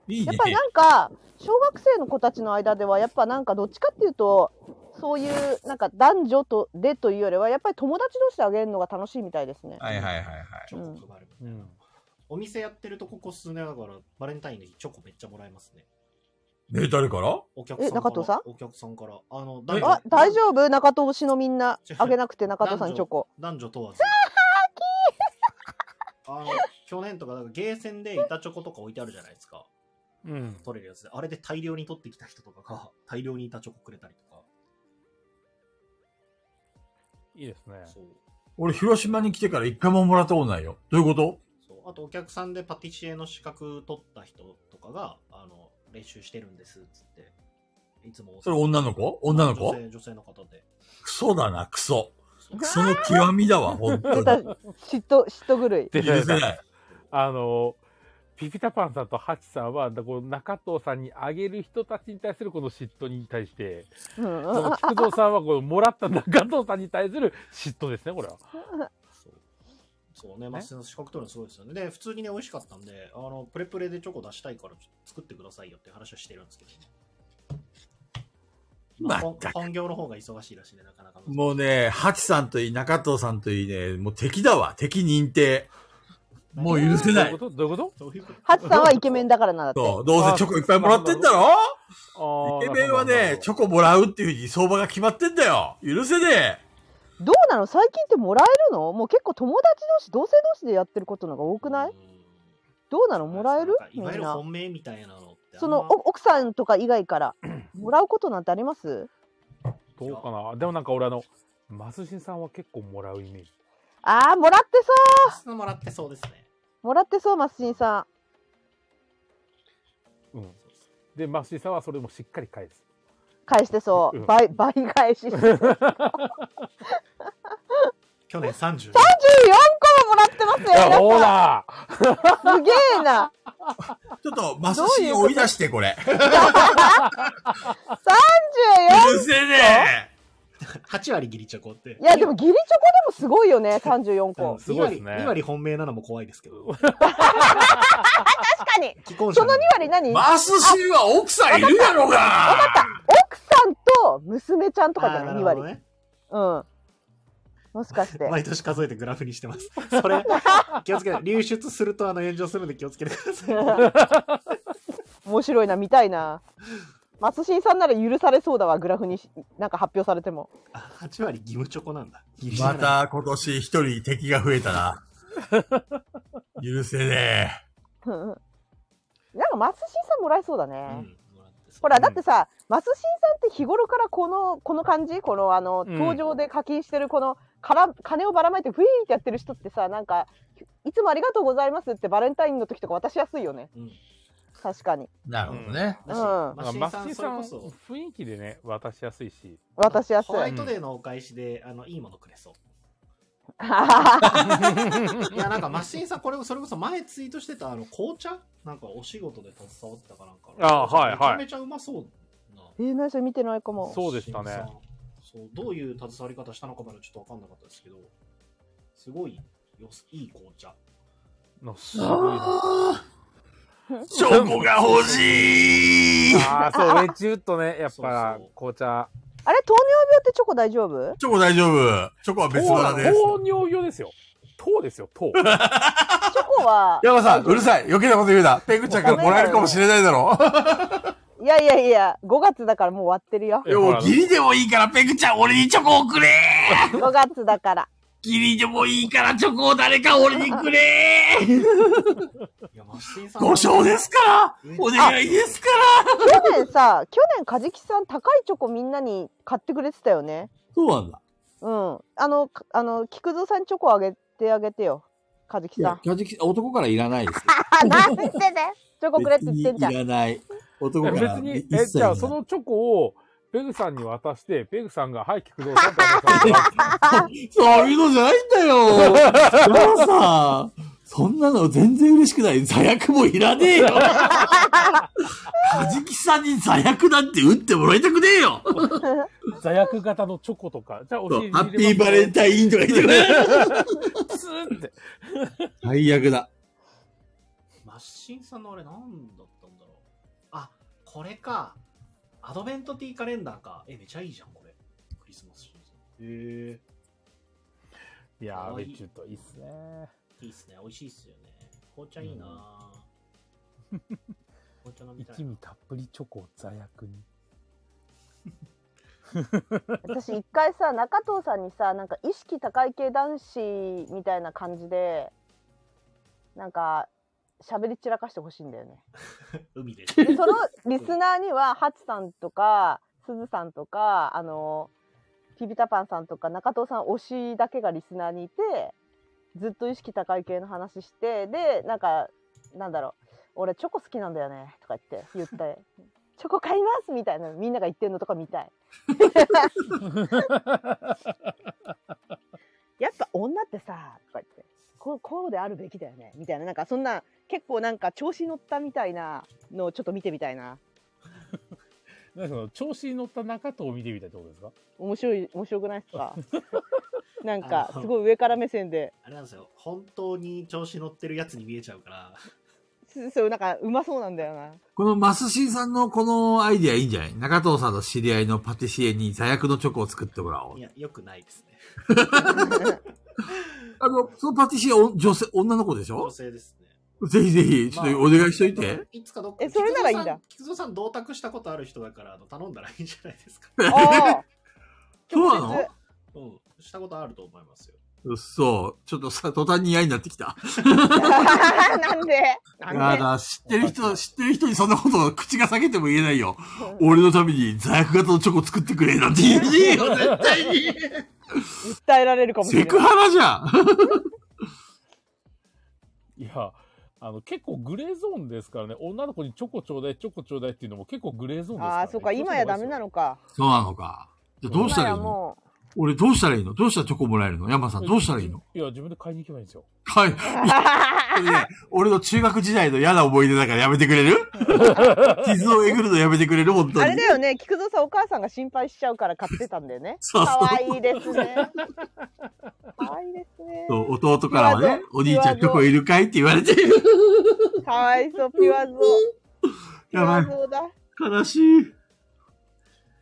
Speaker 4: いい
Speaker 5: やっ
Speaker 4: ね
Speaker 5: ぱ。りなんか小学生の子たちの間ではやっぱなんかどっちかっていうとそういうなんか男女とでというよりはやっぱり友達同士であげるのが楽しいみたいですね
Speaker 4: はいはいはいはい。
Speaker 1: チョコ配る。
Speaker 3: うん。
Speaker 1: お店やってるとここ数年だから、バレンタインの日チョコめっちゃもらえますね。
Speaker 4: ね誰から
Speaker 1: お客さん
Speaker 5: え中
Speaker 1: か
Speaker 5: 藤
Speaker 1: ら。
Speaker 5: さん
Speaker 1: お客さんから。あの、
Speaker 4: え
Speaker 5: あ大丈夫中藤推しのみんなあげなくて中藤さんにチョコ
Speaker 1: 男女問わず。あの去年とか、だからゲーセンで板チョコとか置いてあるじゃないですか。
Speaker 3: うん。
Speaker 1: 取れるやつで。あれで大量に取ってきた人とかが、 大量に板チョコくれたりとか。
Speaker 3: いいですね。
Speaker 1: そう。
Speaker 4: 俺、広島に来てから一回ももらったことないよ。どういうこと
Speaker 1: そうあとお客さんでパティシエの資格取った人とかがあの練習してるんですっつっていつも
Speaker 4: それ女の子女の子
Speaker 1: 女性女性の方で
Speaker 4: クソだな、クソ。
Speaker 1: そう
Speaker 4: クソの極みだわ、本当
Speaker 5: 出た
Speaker 4: に。
Speaker 5: 嫉妬嫉妬狂い
Speaker 3: 出た
Speaker 4: 許
Speaker 3: 出
Speaker 4: せ
Speaker 3: た
Speaker 4: ない。
Speaker 3: あの、ピピタパンさんとハチさんは、だこの中藤さんにあげる人たちに対するこの嫉妬に対して、
Speaker 5: うん
Speaker 3: この菊蔵さんはこのもらった中藤さんに対する嫉妬ですね、これは。
Speaker 1: そうそうね、まあ、その資格取るのすごいですよねで普通にね美味しかったんであのプレプレでチョコ出したいからちょっと作ってくださいよって話はしてるんですけどね、まあ
Speaker 4: ま
Speaker 1: 本
Speaker 4: ったく
Speaker 1: 本業の方が忙しいらしいねなかなか難しい
Speaker 4: もうね、ハチさんといい、中藤さんといいね、もう敵だわ。敵認定。もう許せ
Speaker 3: どう
Speaker 4: な
Speaker 3: いう
Speaker 4: い。
Speaker 3: ことどういうこ
Speaker 1: そういうこと
Speaker 5: ハチさんはイケメンだからなんだって。
Speaker 4: そう、どうせチョコいっぱいもらってんだろ
Speaker 3: と
Speaker 4: イケメンはね、チョ
Speaker 3: コ。
Speaker 4: コもらうっていうふうに相場が決まってんだよ。許せねえ。
Speaker 5: どうなの最近ってもらえるのもう結構友達同士、同性同士でやってることの方が多くな
Speaker 1: う
Speaker 5: い
Speaker 1: ん
Speaker 5: どうなのもらえる
Speaker 1: い
Speaker 5: みん
Speaker 1: わゆる
Speaker 5: な。
Speaker 1: 本命みたいなのってあ
Speaker 5: そ
Speaker 1: んま
Speaker 5: のお奥さんとか以外からもらうことなんてあります
Speaker 3: どうかなでもなんか俺あの、マスシンさんは結構もらうイメージ。
Speaker 5: ああ、もらってそ
Speaker 1: 質問もらってそうですね
Speaker 5: うもらってそう、マスシンさ
Speaker 3: うん。で、マスシンさんはそれもしっかり返す。
Speaker 5: ん。返してそうう。
Speaker 3: ん
Speaker 5: 倍、倍返し。34個
Speaker 1: 去年30
Speaker 5: ももらってますよ
Speaker 3: いや、ほ
Speaker 5: 皆
Speaker 3: ら
Speaker 5: さん。すげえな。
Speaker 4: ちょっと、マスシン追い出して、これ。
Speaker 5: 34!
Speaker 4: うるせえね
Speaker 1: 8割ギリチョコって
Speaker 5: いや、でもギリチョコでもすごいよね、34個。
Speaker 3: すごいですね
Speaker 1: 2割 ,2 割本命なのも怖いですけど。
Speaker 5: 確かに
Speaker 1: 既婚者
Speaker 5: そ
Speaker 1: な
Speaker 5: の2
Speaker 1: で
Speaker 5: 割何
Speaker 4: え
Speaker 5: 奥
Speaker 4: マスシンは奥さんいるやろが
Speaker 5: さんと娘ちゃんとかじゃ
Speaker 1: あ
Speaker 5: な
Speaker 1: ー
Speaker 5: い
Speaker 1: な
Speaker 5: ?2
Speaker 1: る
Speaker 5: 割
Speaker 1: ほど。ね
Speaker 5: うん。もしかして。
Speaker 1: 毎年数えてグラフにして ます。それ、気をつけて、流出するとあの炎上するんで気をつけてください。
Speaker 5: 面白いな、見たいな。マスシンさんなら許されそうだわ、グラフにしなんか発表されても。
Speaker 1: あ8割義務チョコなんだ。ギリチョコ
Speaker 4: また今年一人敵が増えたな。許せねえ。
Speaker 5: なんかマスシンさんもらえそうだね。
Speaker 1: うんもらってそう
Speaker 5: ほら、だってさ、マスシンさんって日頃からこの、この感じこの、あの、
Speaker 3: うん
Speaker 5: 登場で課金してるこの、から、金をばらまいて、ふいーってやってる人ってさ、なんか、いつもありがとうございますってバレンタインの時とか渡しやすいよね。
Speaker 1: うん
Speaker 5: 確かに。
Speaker 6: なるほどね。
Speaker 5: うん
Speaker 1: マ
Speaker 3: なんか
Speaker 1: シ
Speaker 3: マ
Speaker 1: ン
Speaker 3: ス
Speaker 1: さ
Speaker 3: キ
Speaker 1: ん、そ
Speaker 3: さ
Speaker 1: れ
Speaker 3: ん、
Speaker 1: こそ、
Speaker 3: 雰囲気でね、渡しやすいし。
Speaker 5: 渡しやすい
Speaker 1: ホ。ワイトデーのお返しで、あの、いいものくれそう。いや、なんか、マシンさん、これも、それこそ前ツイートしてた、あの、紅茶なんか、お仕事で携わってたかなんかの。
Speaker 3: あはいは
Speaker 1: めちゃ
Speaker 3: い
Speaker 1: めちゃうまそうな。
Speaker 5: えー、何それ見てないかも。
Speaker 3: そうでしたね
Speaker 1: マシンさん。そう、どういう携わり方したのかまだちょっとわかんなかったですけど、すごい、よす、いい紅茶。
Speaker 3: のすごいな
Speaker 4: チョコが欲しい
Speaker 3: ああ、そう、ね、ちゅっとね、や
Speaker 1: そ
Speaker 3: っぱ
Speaker 1: うそう
Speaker 3: 紅茶。
Speaker 5: あれ、糖尿病ってチョコ大丈夫
Speaker 4: チョコ大丈夫。チョコは別腹です。
Speaker 3: 糖尿病ですよ。糖ですよ、糖。
Speaker 5: チョコは、
Speaker 4: ヤマさん、うるさい。余計なこと言うな。ペグちゃんからもらえるかもしれないだろ。
Speaker 5: いやいやいや、5月だからもう終わってるよ。
Speaker 3: いや
Speaker 4: もうギリでもいいから、ペグちゃん、俺にチョコをくれ
Speaker 5: 5月だから。
Speaker 4: ギリでもいいから、チョコを誰か俺にくれ
Speaker 1: いや、マシンさん。
Speaker 4: ご賞ですからお願いですから
Speaker 5: 去年さ、去年、カジキさん高いチョコみんなに買ってくれてたよね。
Speaker 4: そうなんだ。
Speaker 5: うん。あの、かあの、菊蔵さんにチョコあげてあげてよ。カジキさん。
Speaker 6: 正直男からいらないです。
Speaker 5: あ、なんでね。チョコくれって言ってんじゃん。
Speaker 4: 別にいらない。男
Speaker 3: 別
Speaker 4: から
Speaker 3: に
Speaker 4: 一、切
Speaker 3: え、じゃ
Speaker 4: いら
Speaker 3: あ
Speaker 4: ない
Speaker 3: そのチョコを、ペグさんに渡して、ペグさんが、はい、菊堂さんって渡した ら
Speaker 4: そういうのじゃないんだよ。ヤマさん、そんなの全然嬉しくない。座薬もいらねえよ。カジキさんに座薬なんて打ってもらいたくねえよ。
Speaker 3: 座薬型のチョコとか、じゃあお
Speaker 4: そ
Speaker 3: 尻
Speaker 4: う
Speaker 3: に
Speaker 4: ハ
Speaker 3: 入
Speaker 4: ッ
Speaker 3: れま
Speaker 4: ピ
Speaker 3: す
Speaker 4: ーバレンタインとか言ってくれ。
Speaker 3: ツーって。
Speaker 4: 最悪だ。
Speaker 1: マッシンさんのあれなんだったんだろうあこれかアドベントティーカレンダーかえめちゃいいじゃんこれクリスマスシーズンへ
Speaker 3: いや
Speaker 1: か
Speaker 3: ー、
Speaker 1: わいい
Speaker 3: ベチュッといいっすね。
Speaker 1: えいいっすね美味しいっすよね紅茶いいなぁ、 紅茶飲みた
Speaker 3: 一
Speaker 1: いな
Speaker 3: 味たっぷりチョコを座薬に。
Speaker 5: 私、一回さ、中藤さんにさ、なんか意識高い系男子みたいな感じで、なんか、喋り散らかしてほしいんだよね。
Speaker 1: 海で
Speaker 5: でそのリスナーには、ハツさんとか、すずさんとか、あの、きびたぱんさんとか、中藤さん推しだけがリスナーにいて、ずっと意識高い系の話して、で、なんか、なんだろう、俺チョコ好きなんだよね、とか言って、言って、チョコ買いますみたいな、みんなが言ってんのとか見たい。やっぱ女ってさ、とか言って、こう、こうであるべきだよね、みたいな、なんかそんな、結構なんか調子乗ったみたいなのをちょっと見てみたいな。
Speaker 3: なんかその、調子に乗った中藤を見てみたいってことですか
Speaker 5: 面白い面白くないです かなん
Speaker 1: あ
Speaker 5: か
Speaker 1: の
Speaker 5: すごい上から目線で
Speaker 1: あれなんですよ本当に調子乗ってるやつに見えちゃうから
Speaker 5: すそうなんかうまそうなんだよ な
Speaker 6: このマスシンさんのこのアイディアいいんじゃない中藤さんの知り合いのパティシエに座薬のチョコを作ってもらおう
Speaker 1: い。やよくないですね
Speaker 6: あの、そのパティシエ、お女性、女の子でし
Speaker 1: 女
Speaker 6: ょ
Speaker 1: 性ですね
Speaker 6: ぜひぜひ、ちょっとお願いしといて。
Speaker 1: いつかどっか
Speaker 5: えそれならいいん
Speaker 1: 菊蔵さ
Speaker 5: だ
Speaker 1: ん菊蔵さん同卓したことある人だからあの頼んだらいいんじゃないですか
Speaker 5: ああ
Speaker 6: そうなの
Speaker 5: 直接
Speaker 1: うんしたことあると思いますよ
Speaker 6: うっそ、ちょっとさ、途端に嫌になってきた。
Speaker 5: なんで
Speaker 6: あ
Speaker 5: なんで
Speaker 6: ら、知ってる人、知ってる人にそんなことを口が裂けても言えないよ。俺のために座薬型のチョコ作ってくれなんて言えねえよ、絶対に。
Speaker 5: 訴えられるかもしれ
Speaker 6: セク
Speaker 5: ない
Speaker 6: ハラじゃん。
Speaker 3: いや、あの、結構グレーゾーンですからね、女の子にチョコちょうだい、チョコちょうだいっていうのも結構グレーゾーンですから、ね。
Speaker 5: ああそうか今やダメなのか
Speaker 6: そうなのか。じゃあどうし
Speaker 5: 今
Speaker 6: たらい
Speaker 5: や
Speaker 6: いの
Speaker 5: も
Speaker 6: 俺どうしたらいいのどうしたらチョコもらえるの山さん、どうしたらいいの
Speaker 3: いや、自分で買いに行けばいいんですよ。
Speaker 6: はい。それね、俺の中学時代の嫌な思い出だからやめてくれ る傷をえぐるのやめてくれる本
Speaker 5: う
Speaker 6: 当
Speaker 5: あ
Speaker 6: に。
Speaker 5: れだよね菊蔵さんお母さんが心配しちゃうから買ってたんだよね
Speaker 6: そうそう
Speaker 5: 可愛いいですね可愛いいですね
Speaker 6: そう弟からはね、お兄ちゃんチョコいるかいって言われてる。
Speaker 5: かわいそうピュアゾピ
Speaker 6: や
Speaker 5: ュ
Speaker 6: ば
Speaker 5: ア
Speaker 6: い。
Speaker 5: ゾだ
Speaker 6: 悲しい。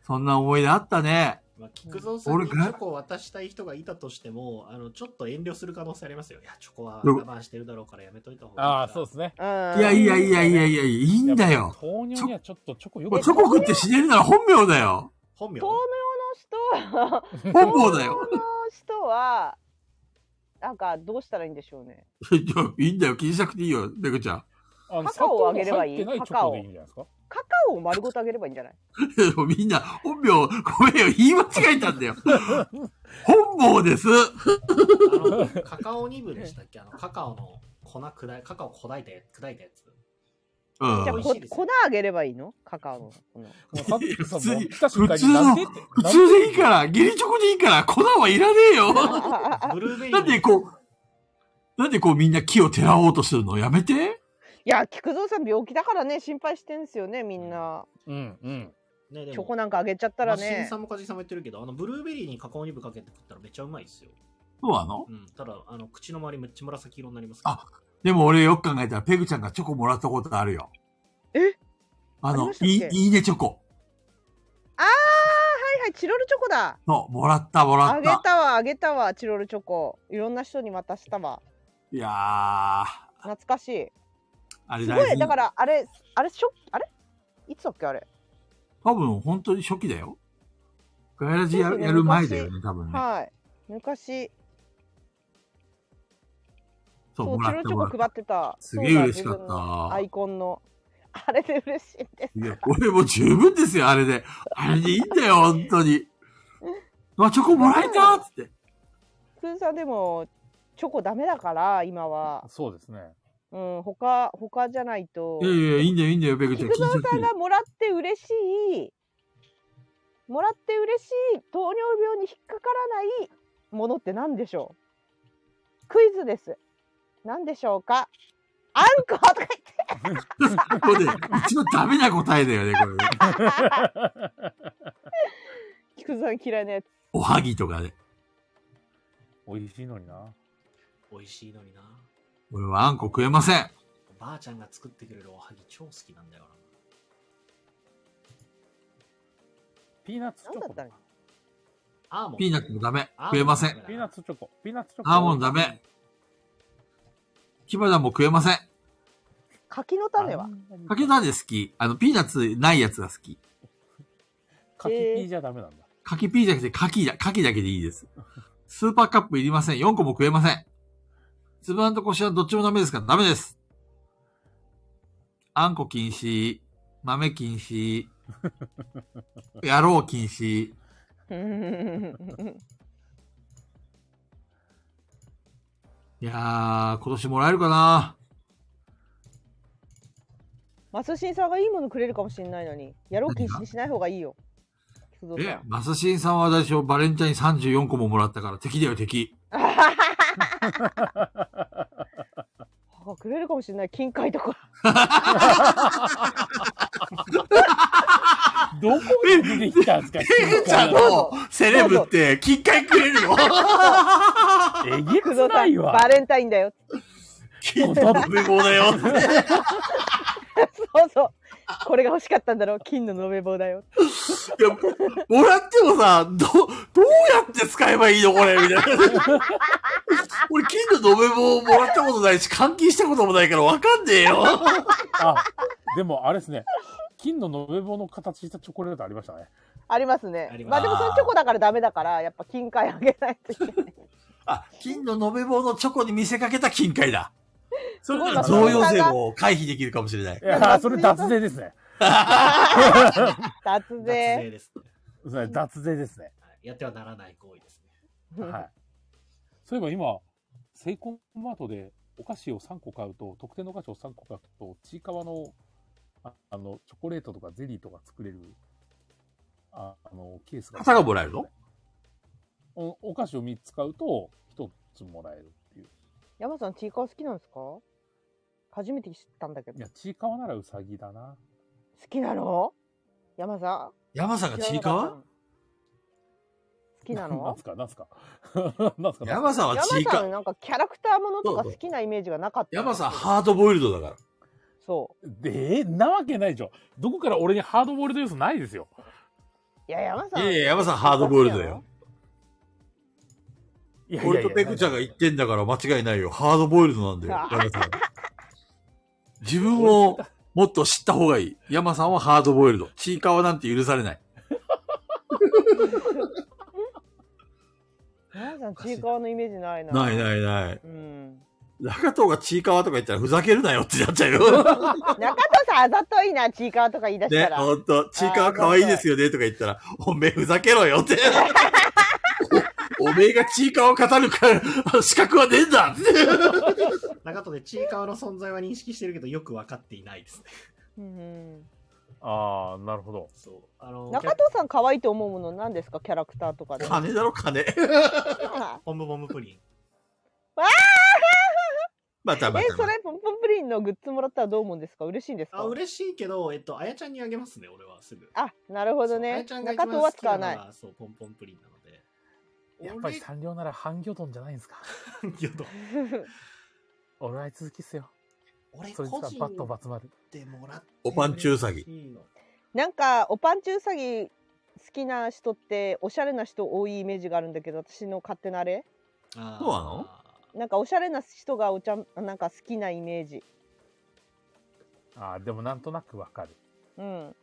Speaker 6: そんな思い出あったね。
Speaker 1: まあ、菊蔵さん
Speaker 6: 俺
Speaker 1: にチ
Speaker 6: が
Speaker 1: ョコを渡したい人がいたとしても、あのちょっと遠慮する可能性ありますよ。いや、チョコは
Speaker 6: うん
Speaker 1: 我慢してるだろうからやめといた方がいい。
Speaker 3: ああ、そうですね。
Speaker 5: うん
Speaker 6: いやいやいやいやいや、いいんだよ。。
Speaker 3: 糖尿にはちょっとチョコよ
Speaker 6: もう
Speaker 3: く
Speaker 6: チョコ食って死ねるなら本名だよ。
Speaker 1: 本名
Speaker 5: 糖尿の人は
Speaker 6: 本望だよ。
Speaker 5: この人はなんかどうしたらいいんでしょうね。
Speaker 6: いやいいんだよ。気にしなくていいよ、ペグちゃん。
Speaker 3: あの
Speaker 5: カカオをあげればいい
Speaker 3: 砂糖の入ってないチョコでいいんじゃないですか
Speaker 5: カカオを丸ごとあげればいいんじゃない
Speaker 4: でもみんな、本名、ごめんよ、言い間違えたんだよ。本望です。
Speaker 1: あ のカカオニブでしたっけあのカカオの粉砕いカカオ砕いて砕いたやつ
Speaker 4: う
Speaker 5: じゃあ
Speaker 1: 美
Speaker 4: ん。
Speaker 1: 味し
Speaker 5: こ
Speaker 1: いです
Speaker 5: 粉あげればいいのカカオのこの
Speaker 3: もうさっき
Speaker 4: 普
Speaker 3: さ、
Speaker 4: 通に
Speaker 3: もう来た瞬間になんでって。
Speaker 4: 普
Speaker 3: なん
Speaker 4: 通でいいから、義理チョコでいいから、粉はいらねえよ。
Speaker 5: ああああ
Speaker 1: ブルーベリー
Speaker 4: なんでこう、なんでこうみんな木をてらおうとするのやめて。
Speaker 5: いや菊蔵さん病気だからね心配してんですよねみんな
Speaker 3: うんうん。
Speaker 1: ねでも
Speaker 5: チョコなんかあげちゃったら
Speaker 1: マシン
Speaker 5: ね
Speaker 1: さんもカジさんも言ってるけどあのブルーベリーにカカオニブかけて食ったらめっちゃうまいですよ、
Speaker 4: そうなの
Speaker 1: うん、ただあの口の周りめっちゃ紫色になります
Speaker 4: あでも俺よく考えたら、ペグちゃんがチョコもらったことあるよ。
Speaker 5: え
Speaker 4: あ
Speaker 5: あり
Speaker 4: の
Speaker 5: まし、たっ
Speaker 4: いい
Speaker 5: け、
Speaker 4: いいねチョコ。
Speaker 5: ああはいはいチロルチョコだ
Speaker 4: そう、もらった、もら
Speaker 5: あ
Speaker 4: っ
Speaker 5: げ
Speaker 4: た。
Speaker 5: たわあげたわチロルチョコいろんな人に渡したわ
Speaker 4: いやー、あ
Speaker 5: 懐かしい
Speaker 4: れ
Speaker 5: すご
Speaker 4: 大
Speaker 5: い
Speaker 4: 事
Speaker 5: だ。からあれあれしょあれいつだっけあれ
Speaker 4: 多分本当に初期だよ。ガヤラジや
Speaker 5: そう
Speaker 4: る
Speaker 5: です
Speaker 4: や
Speaker 5: ね
Speaker 4: る前だよね、多分ね。
Speaker 5: はい昔
Speaker 4: そう、
Speaker 5: そう
Speaker 4: も
Speaker 5: チ
Speaker 4: らっ
Speaker 5: ロ
Speaker 4: た
Speaker 5: ルチ
Speaker 4: もらっ
Speaker 5: ョ
Speaker 4: た。
Speaker 5: コ配ってた
Speaker 4: すげえ
Speaker 5: そうだ
Speaker 4: 嬉しかった
Speaker 5: 自分のアイコンのあれで嬉しいです
Speaker 4: いや、俺もう十分ですよ、あれで。あれでいいんだよ、本当に。あ、チョコもらえたっつって。
Speaker 5: ふうさんでもチョコダメだから今は
Speaker 3: そうですね。
Speaker 5: うん他他じゃないと
Speaker 4: いやいや、いいんだよ、いいんだよ、ペグちゃん。
Speaker 5: 菊蔵さんがもらって嬉しいもらって嬉しい糖尿病に引っかからないものって何でしょうクイズです何でしょうかあんことか言って
Speaker 4: これね、一番ダメな答えだよね、これね。
Speaker 5: 菊蔵さん嫌いなやつ
Speaker 4: おはぎとかで。
Speaker 3: 美味しいのにな。
Speaker 1: 美味しいのにな
Speaker 4: 俺はあんこ食えません。
Speaker 1: おばあちゃんが作ってくれるおはぎ超好きなんだよ
Speaker 3: ピーナッツチョ
Speaker 5: 何だ
Speaker 3: コ
Speaker 5: っ。たの
Speaker 1: なアーモンド
Speaker 4: ピーナッツもダメ。食えません。
Speaker 3: ピーナッツチョコ。ピーナッツチョコ。
Speaker 4: アーモンドダメ。キバダも食えません。
Speaker 5: 柿の 種は
Speaker 4: かけたで好き。あの、ピーナッツないやつが好き。
Speaker 3: 柿ピーじゃダメなんだ。
Speaker 4: かきピーじゃなくて、かきだ、かきだけでいいです。スーパーカップいりません。4個も食えません。つぶあんとこしあんどっちもダメですから、ダメです。あんこ禁止。豆禁 止。野郎禁止。いやー、今年もらえるかな
Speaker 5: マスシンさんがいいものくれるかもしれないのにやろう禁止にしない方がいいよ菊蔵さ
Speaker 4: え
Speaker 5: ん、
Speaker 4: マサシンさんは私をバレンタイン34個ももらったから敵だよ、敵。
Speaker 5: あくれるかもしれない金塊とか
Speaker 3: どこに出てきたんですか
Speaker 4: ペグちゃんのセレブって、金塊くれるの
Speaker 3: えげ
Speaker 5: 菊
Speaker 3: つ
Speaker 5: 蔵
Speaker 3: な
Speaker 5: さん
Speaker 3: いわ
Speaker 5: バ。レンタインだよ
Speaker 4: 金の延べ棒だよ。
Speaker 5: そうそう。これが欲しかったんだろう。金の延べ棒だよ。
Speaker 4: いや、ももらってもさ、ど、どうやって使えばいいのこれみたいな。俺、金の延べ棒もらったことないし、換金したこともないからわかんねえよ。
Speaker 3: あ、でもあれですね。金の延べ棒の形したチョコレートありましたね。
Speaker 5: ありますね
Speaker 1: あり。ます
Speaker 5: まあでもそのチョコだからダメだから、やっぱ金塊あげないといけない。
Speaker 4: あ、金の延べ棒のチョコに見せかけた金塊だ。それなら
Speaker 5: すご
Speaker 4: 贈
Speaker 5: い
Speaker 4: 与税も回避できるかもしれない
Speaker 3: い。や、それ脱税ですね。
Speaker 5: 脱
Speaker 1: 脱税
Speaker 5: 税。
Speaker 1: ですね
Speaker 3: それ脱税ですね。
Speaker 1: はいやってはならない行為ですね
Speaker 3: はい。そういえば今、セイコンマートでお菓子を3個買うと、特定のお菓子を3個買うと、ちいかわの、ああの、チョコレートとかゼリーとか作れる、ああの、ケースが。
Speaker 4: 傘がもらえるの
Speaker 3: おお菓子を3つ買うと、1つもらえるっていう。
Speaker 5: 山さん、チーカー好きなんですか初めて知ったんだけ
Speaker 3: い
Speaker 5: ど。
Speaker 3: や
Speaker 5: 好、
Speaker 3: ちいかわならうさぎだな。
Speaker 5: きなの山さ
Speaker 4: 山さん
Speaker 5: ん
Speaker 4: がちい
Speaker 5: 知ら
Speaker 4: か
Speaker 5: なった
Speaker 4: わ
Speaker 5: の好きな
Speaker 3: なん
Speaker 5: の
Speaker 3: すか、なんすか。なんすか、 なんすか。
Speaker 4: 山さんは
Speaker 5: 山
Speaker 4: ちい
Speaker 5: さ
Speaker 4: か
Speaker 5: ん、なんかキャラクターものとか
Speaker 4: そうそう
Speaker 5: 好きなイメージがなかった。
Speaker 4: 山さんハードボイルドだから。
Speaker 5: そう。
Speaker 3: で、えーなわけないでしょ。どこから俺にハードボールド要素ないですよ。
Speaker 5: いや、山さん。
Speaker 4: いやいや、山さんハードボイルドだよ。
Speaker 3: いやいやいや
Speaker 4: 俺とペクちゃんが言ってんだから間違いないよ。ハードボイルドなんだよ。
Speaker 5: あ
Speaker 4: 山さん自分をもっと知った方がいい。山さんはハードボイルド。ちいかわなんて許されない。
Speaker 5: 山さん、チーカーのイメージないな。
Speaker 4: ないないない。
Speaker 5: うん。
Speaker 4: 中藤がちいかわとか言ったらふざけるなよってなっちゃうよ。
Speaker 5: 中藤さんあざといなちいかわとか言い出し
Speaker 4: ね、
Speaker 5: たら、
Speaker 4: ほんと、ちいかわ可愛いですよねとか言ったら、おめえふざけろよって。おおめえがちいかわを語るから、資格はねえんだって。
Speaker 1: 中戸でちいかわの存在は認識してるけど、よく分かっていないですね。
Speaker 5: うん
Speaker 3: ああ、なるほど。
Speaker 1: そう。あの、
Speaker 5: 中藤さん可愛いと思うもの何ですかキャラクターとかで
Speaker 4: 金だろ、金。
Speaker 1: ボンブボンブプリン。
Speaker 4: またま
Speaker 5: え
Speaker 4: た
Speaker 5: そ。れポンポンプリンのグッズもらったらどう思うんですか嬉しいんですか
Speaker 1: あ、嬉しいけど、えっと、あやちゃんにあげますね、俺はすぐ。
Speaker 5: あなるほど
Speaker 1: そうあ
Speaker 5: ね
Speaker 1: やちゃんが一番
Speaker 5: 中藤は
Speaker 1: 好き
Speaker 5: 使わ
Speaker 1: なの
Speaker 5: ない
Speaker 1: が、そう、ポンポンプリンなので。
Speaker 3: やっぱり三両なら半魚丼じゃないんですか。
Speaker 1: 俺けど
Speaker 3: 俺はい続きっすよ。
Speaker 1: 俺
Speaker 3: そ
Speaker 1: 個
Speaker 3: れさ、
Speaker 1: 人
Speaker 3: バットバツ丸。
Speaker 1: でもらって
Speaker 4: おパンチュウサギ
Speaker 1: 嬉しいの
Speaker 5: なんかおパンチウサギ好きな人っておしゃれな人多いイメージがあるんだけど私の勝手なあれ
Speaker 1: あー
Speaker 4: そうなの
Speaker 5: なんかおしゃれな人がおちゃんなんか好きなイメージ
Speaker 3: ああ、でもなんとなくわかる。
Speaker 5: うん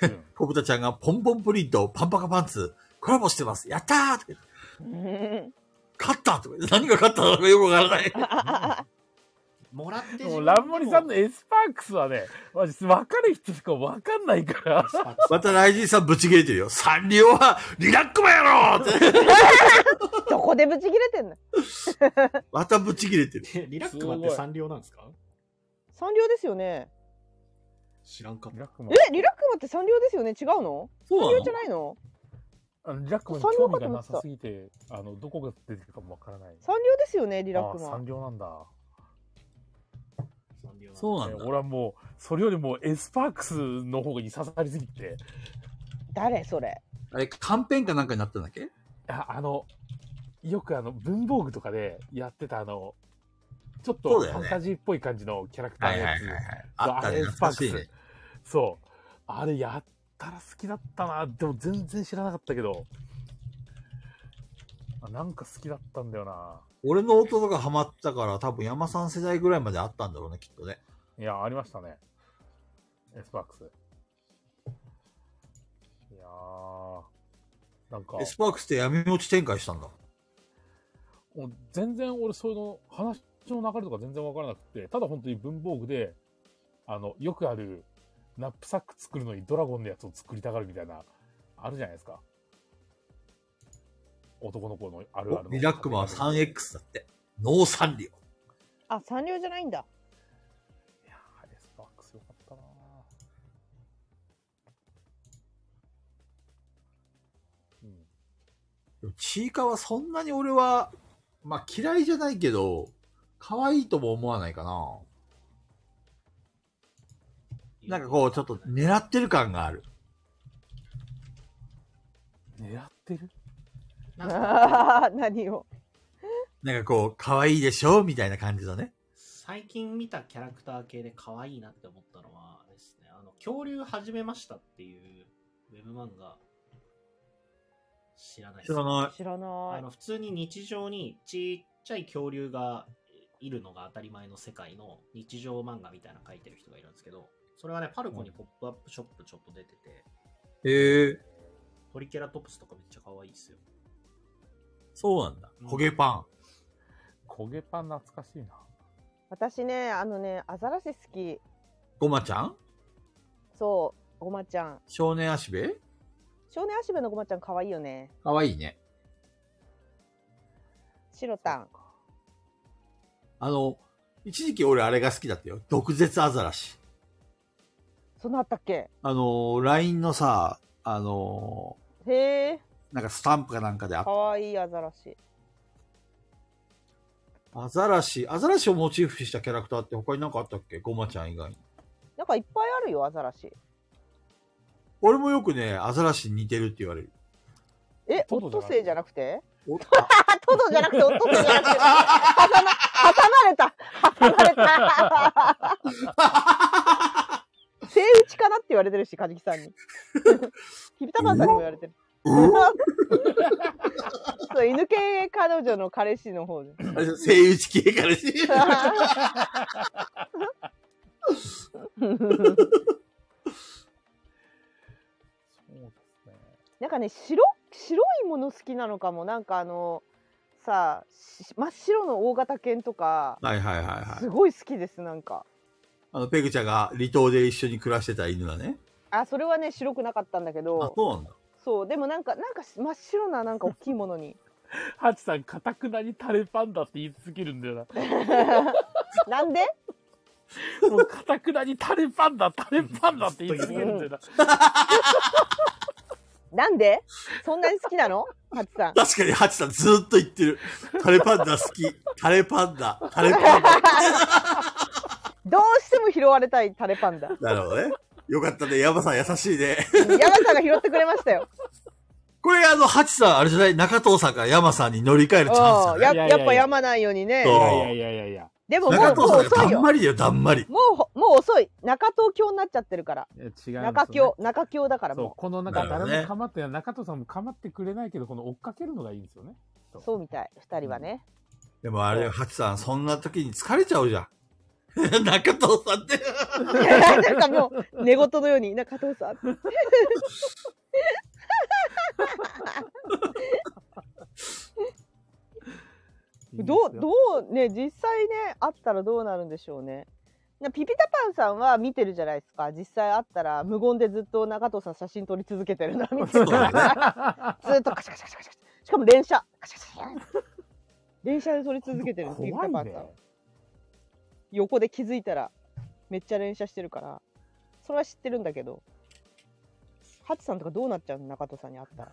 Speaker 3: うん
Speaker 4: コブタちゃんがポンポンプリンとパンパカパンツコラボしてます。やったーとか言って勝ったとか言って何が勝ったのかよくわからない。
Speaker 1: もらって
Speaker 3: でもラブモリさんのエスパークスはね、マジ分かる人しか分かんないから。
Speaker 4: またライジンさんぶち切れてるよ。サンリオはリラックマやろーって。
Speaker 5: どこでブチ切れてんの
Speaker 4: またぶち切れてる。
Speaker 1: えリラックマって三両なんですか
Speaker 5: 三両ですよね
Speaker 1: 知らんかっ
Speaker 3: リ
Speaker 1: た
Speaker 3: ラックマン。
Speaker 5: えリラックマって三両ですよね違うの
Speaker 4: そうなの
Speaker 5: 三両じゃないの
Speaker 3: あのリラックマンに
Speaker 5: 三
Speaker 3: 興
Speaker 5: 両
Speaker 3: 味が
Speaker 5: かと思
Speaker 3: な
Speaker 5: ってた
Speaker 3: さすぎて、あの、どこが出てるかもわからない。
Speaker 5: 三両ですよねリラック
Speaker 3: ああ
Speaker 5: マ
Speaker 3: 三両なんだ。
Speaker 1: 三両なんだ
Speaker 4: そうなん
Speaker 3: え
Speaker 4: だ。
Speaker 3: 俺はもう、それよりもエスパークスの方に刺さりすぎて。
Speaker 5: 誰それ
Speaker 4: あれ、カンペンかなんかになったんだっけ
Speaker 3: ああの、よくあの、文房具とかでやってたあの、ちょっ
Speaker 4: そ
Speaker 3: と
Speaker 4: うだ
Speaker 3: フ
Speaker 4: よね
Speaker 3: ァンタジーっぽい感じのキャラクターのやつ。
Speaker 4: あったね、
Speaker 3: れ
Speaker 4: 懐かしいね。
Speaker 3: ス。そう。あれやったら好きだったな。でも全然知らなかったけど。あなんか好きだったんだよな。
Speaker 4: 俺の弟がハマったから、多分山さん世代ぐらいまであったんだろうね、きっとね。
Speaker 3: いや、ありましたね。エスパークス。いやー。なんか
Speaker 4: エ、スパークスって闇落ち展開したんだ。
Speaker 3: もう全然俺そういうの、話の流れとか全然わからなくて、ただ本当に文房具で、あの、よくある、ナップサック作るのにドラゴンのやつを作りたがるみたいな、あるじゃないですか。男の子のあるある
Speaker 4: お
Speaker 3: の。
Speaker 4: リラックマは 3X だって。ノーサンリオ。
Speaker 5: あ三両じゃないんだ
Speaker 3: いやー、エスパークスよかったなぁうん。
Speaker 4: でもちいかわそんなに俺は、まあ嫌いじゃないけど、可愛いとも思わないかな。なんかこう、ちょっと狙ってる感がある。
Speaker 3: 狙ってる
Speaker 5: あー 何を
Speaker 4: なんかこう、可愛いでしょみたいな感じのね。
Speaker 1: 最近見たキャラクター系で可愛いなって思ったのはですね、あの、恐竜始めましたっていうウェブ漫画、知らないですか
Speaker 4: な
Speaker 5: 知らな
Speaker 1: あ
Speaker 5: い
Speaker 1: の、普通に日常にちっちゃい恐竜がいるのが当たり前の世界の日常漫画みたいなの書いてる人がいるんですけど、それはね、パルコにポップアップショップちょっと出てて、
Speaker 4: い。へえ、
Speaker 1: トリケラトプスとかめっちゃ可愛いですよ。
Speaker 4: そうなんだ。焦げパ
Speaker 3: 焦げパン懐かしいな。
Speaker 5: 私ねあのねアザラシ好き
Speaker 4: ン。ごまちゃん
Speaker 5: そうごまちゃん
Speaker 4: 少年足部
Speaker 5: 少年足部のごまちゃん可愛いよね
Speaker 4: 可愛いね。
Speaker 5: シロタン
Speaker 4: あの、一時期俺あれが好きだったよ。毒舌アザラシ。
Speaker 5: そんなあったっけ
Speaker 4: あのー、LINE のさ、あの
Speaker 5: へえ
Speaker 4: ー、なんかスタンプかなんかであっ
Speaker 5: 可愛いアザラシ
Speaker 4: アザラシ、アザラシをモチーフにしたキャラクターって他になんかあったっけごまちゃん以外に。
Speaker 5: なんかいっぱいあるよアザラシ
Speaker 4: 俺もよくね、アザラシに似てるって言われる。
Speaker 5: え
Speaker 3: ト
Speaker 5: オ
Speaker 3: ド
Speaker 5: ッ
Speaker 3: じゃ
Speaker 5: ト
Speaker 3: なくて
Speaker 5: セイ
Speaker 4: お
Speaker 5: じゃなくてあトドじゃなくてオットセイじゃなくて挟まれた挟まれたセイウチかなって言われてるしカジキさんにひびたまさんにも言われてるそう犬系彼女の彼氏の方で
Speaker 4: あれ声優地系からし。
Speaker 3: そうですね。
Speaker 5: なんかね白白いもの好きなのかもなんかあのさし真っ白の大型犬とか
Speaker 4: はいはいはいは
Speaker 5: す
Speaker 4: い。
Speaker 5: ごい好きですなんか
Speaker 4: あの、ペグちゃんが離島で一緒に暮らしてた犬だね。
Speaker 5: あそれはね白くなかったんだけ
Speaker 4: あ
Speaker 5: ど、
Speaker 4: そうなんだ。
Speaker 5: そうでもなんかなんか真っ白ななんか大きいものに
Speaker 3: ハチさん、かたくなにタレパンダって言い続けるんだよな。
Speaker 5: なんで
Speaker 3: もう、かたくなにタレパンダ、タレパンダって言い続けるんだよな。
Speaker 5: なんでそんなに好きなのハチ さん
Speaker 4: 確かにハチさんずーっと言ってる。タレパンダ好 き。タレパンダ。タレパンダ。
Speaker 5: どうしても拾われたいタレパンダ
Speaker 4: なるほどね。よかったね。ヤマさん優しいね。
Speaker 5: 山さんが拾ってくれました よ
Speaker 4: これあの、ハチさん、あれじゃない中藤さんからヤマさんに乗り換えるチャン
Speaker 5: うん
Speaker 4: スだ
Speaker 5: や
Speaker 4: ね。
Speaker 3: いやいやいや
Speaker 5: やっぱ山ないようにね
Speaker 4: そう
Speaker 3: いやいやいやいやいや。
Speaker 5: でももう
Speaker 4: 中
Speaker 5: もう
Speaker 4: 藤さんがだん
Speaker 5: 遅いよ
Speaker 4: まりだよ、だんまり。
Speaker 5: もうほもう遅い中東京になっちゃってるから
Speaker 3: 違うんですよね
Speaker 5: 中京中京だから
Speaker 3: そう
Speaker 5: も、
Speaker 3: この中、
Speaker 4: なるほどね
Speaker 3: 誰も構ってない、中藤さんも構ってくれないけど、この追っかけるのがいいんですよね。
Speaker 5: うそうみたい二人はね
Speaker 4: でもあれよ、ハチさん、そんな時に疲れちゃうじゃん。 中藤さんって。
Speaker 5: なんかもう寝言のように中藤さんどうどうね実際ね会ったらどうなるんでしょうねなピピタパンさんは見てるじゃないですか実際会ったら無言でずっと中藤さん写真撮り続けてるなみたい
Speaker 4: そうだ
Speaker 5: なずっとカシャカシャカシャカシャしかも連写カシャカシャカシャ連写で撮り続けてるピピタ
Speaker 3: 怖
Speaker 5: パ
Speaker 3: い
Speaker 5: ンさん、
Speaker 3: ね。
Speaker 5: 横で気づいたらめっちゃ連写してるからそれは知ってるんだけどハチさんとかどうなっちゃうの中藤さんに会ったら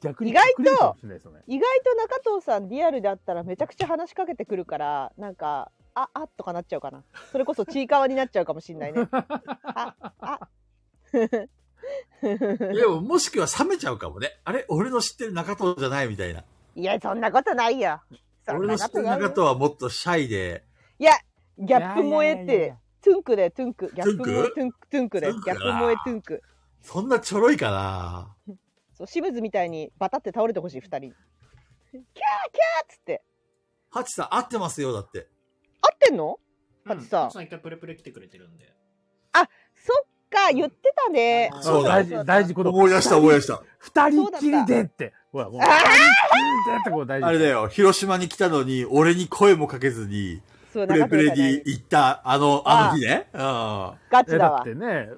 Speaker 3: 逆に
Speaker 5: 意外と
Speaker 3: 隠れるかもしれないですよね。
Speaker 5: 意外と中藤さんリアルで会ったらめちゃくちゃ話しかけてくるからなんかああとかなっちゃうかなそれこそちいかわになっちゃうかもしんないねああ
Speaker 4: でも、もしくは冷めちゃうかもね。あれ俺の知ってる中藤じゃないみたいな。
Speaker 5: いやそんなことないよそん
Speaker 4: 俺
Speaker 5: な
Speaker 4: の知
Speaker 5: こ
Speaker 4: って
Speaker 5: と
Speaker 4: る
Speaker 5: ない
Speaker 4: 中
Speaker 5: よ
Speaker 4: 藤はもっとシャイで、
Speaker 5: いやギャップ萌えって
Speaker 3: いやいやいやいや
Speaker 5: トゥンクでトゥンクギャップ萌え
Speaker 4: ト
Speaker 5: トゥンクトゥンクで
Speaker 4: トゥンク
Speaker 5: ギャップ萌えトゥンク
Speaker 4: そんなちょろいかな。
Speaker 5: そう清水みたいにバタって倒れてほしい二人キャーキャーっつって
Speaker 4: ハチさん、合ってますよ、だって。
Speaker 5: 合ってんの
Speaker 1: うん
Speaker 5: ハチさん
Speaker 1: ハチさん一回プレプレ来てくれてるんで。
Speaker 5: そっか言ってたね
Speaker 1: あー
Speaker 4: そうだ
Speaker 3: 大事、大事、この、
Speaker 4: 思い出した、思い出した。
Speaker 3: 二人きりでって。ほら、もう、二人きりでってこう大事。
Speaker 4: あれだよ、広島に来たのに、俺に声もかけずに、
Speaker 5: そう
Speaker 4: プレプレ
Speaker 5: 中藤さん
Speaker 4: に
Speaker 5: ね
Speaker 4: 行った、あの、あの日ね。うん。
Speaker 5: ガ
Speaker 3: え
Speaker 5: チだ
Speaker 3: だっ
Speaker 5: わ
Speaker 3: てね、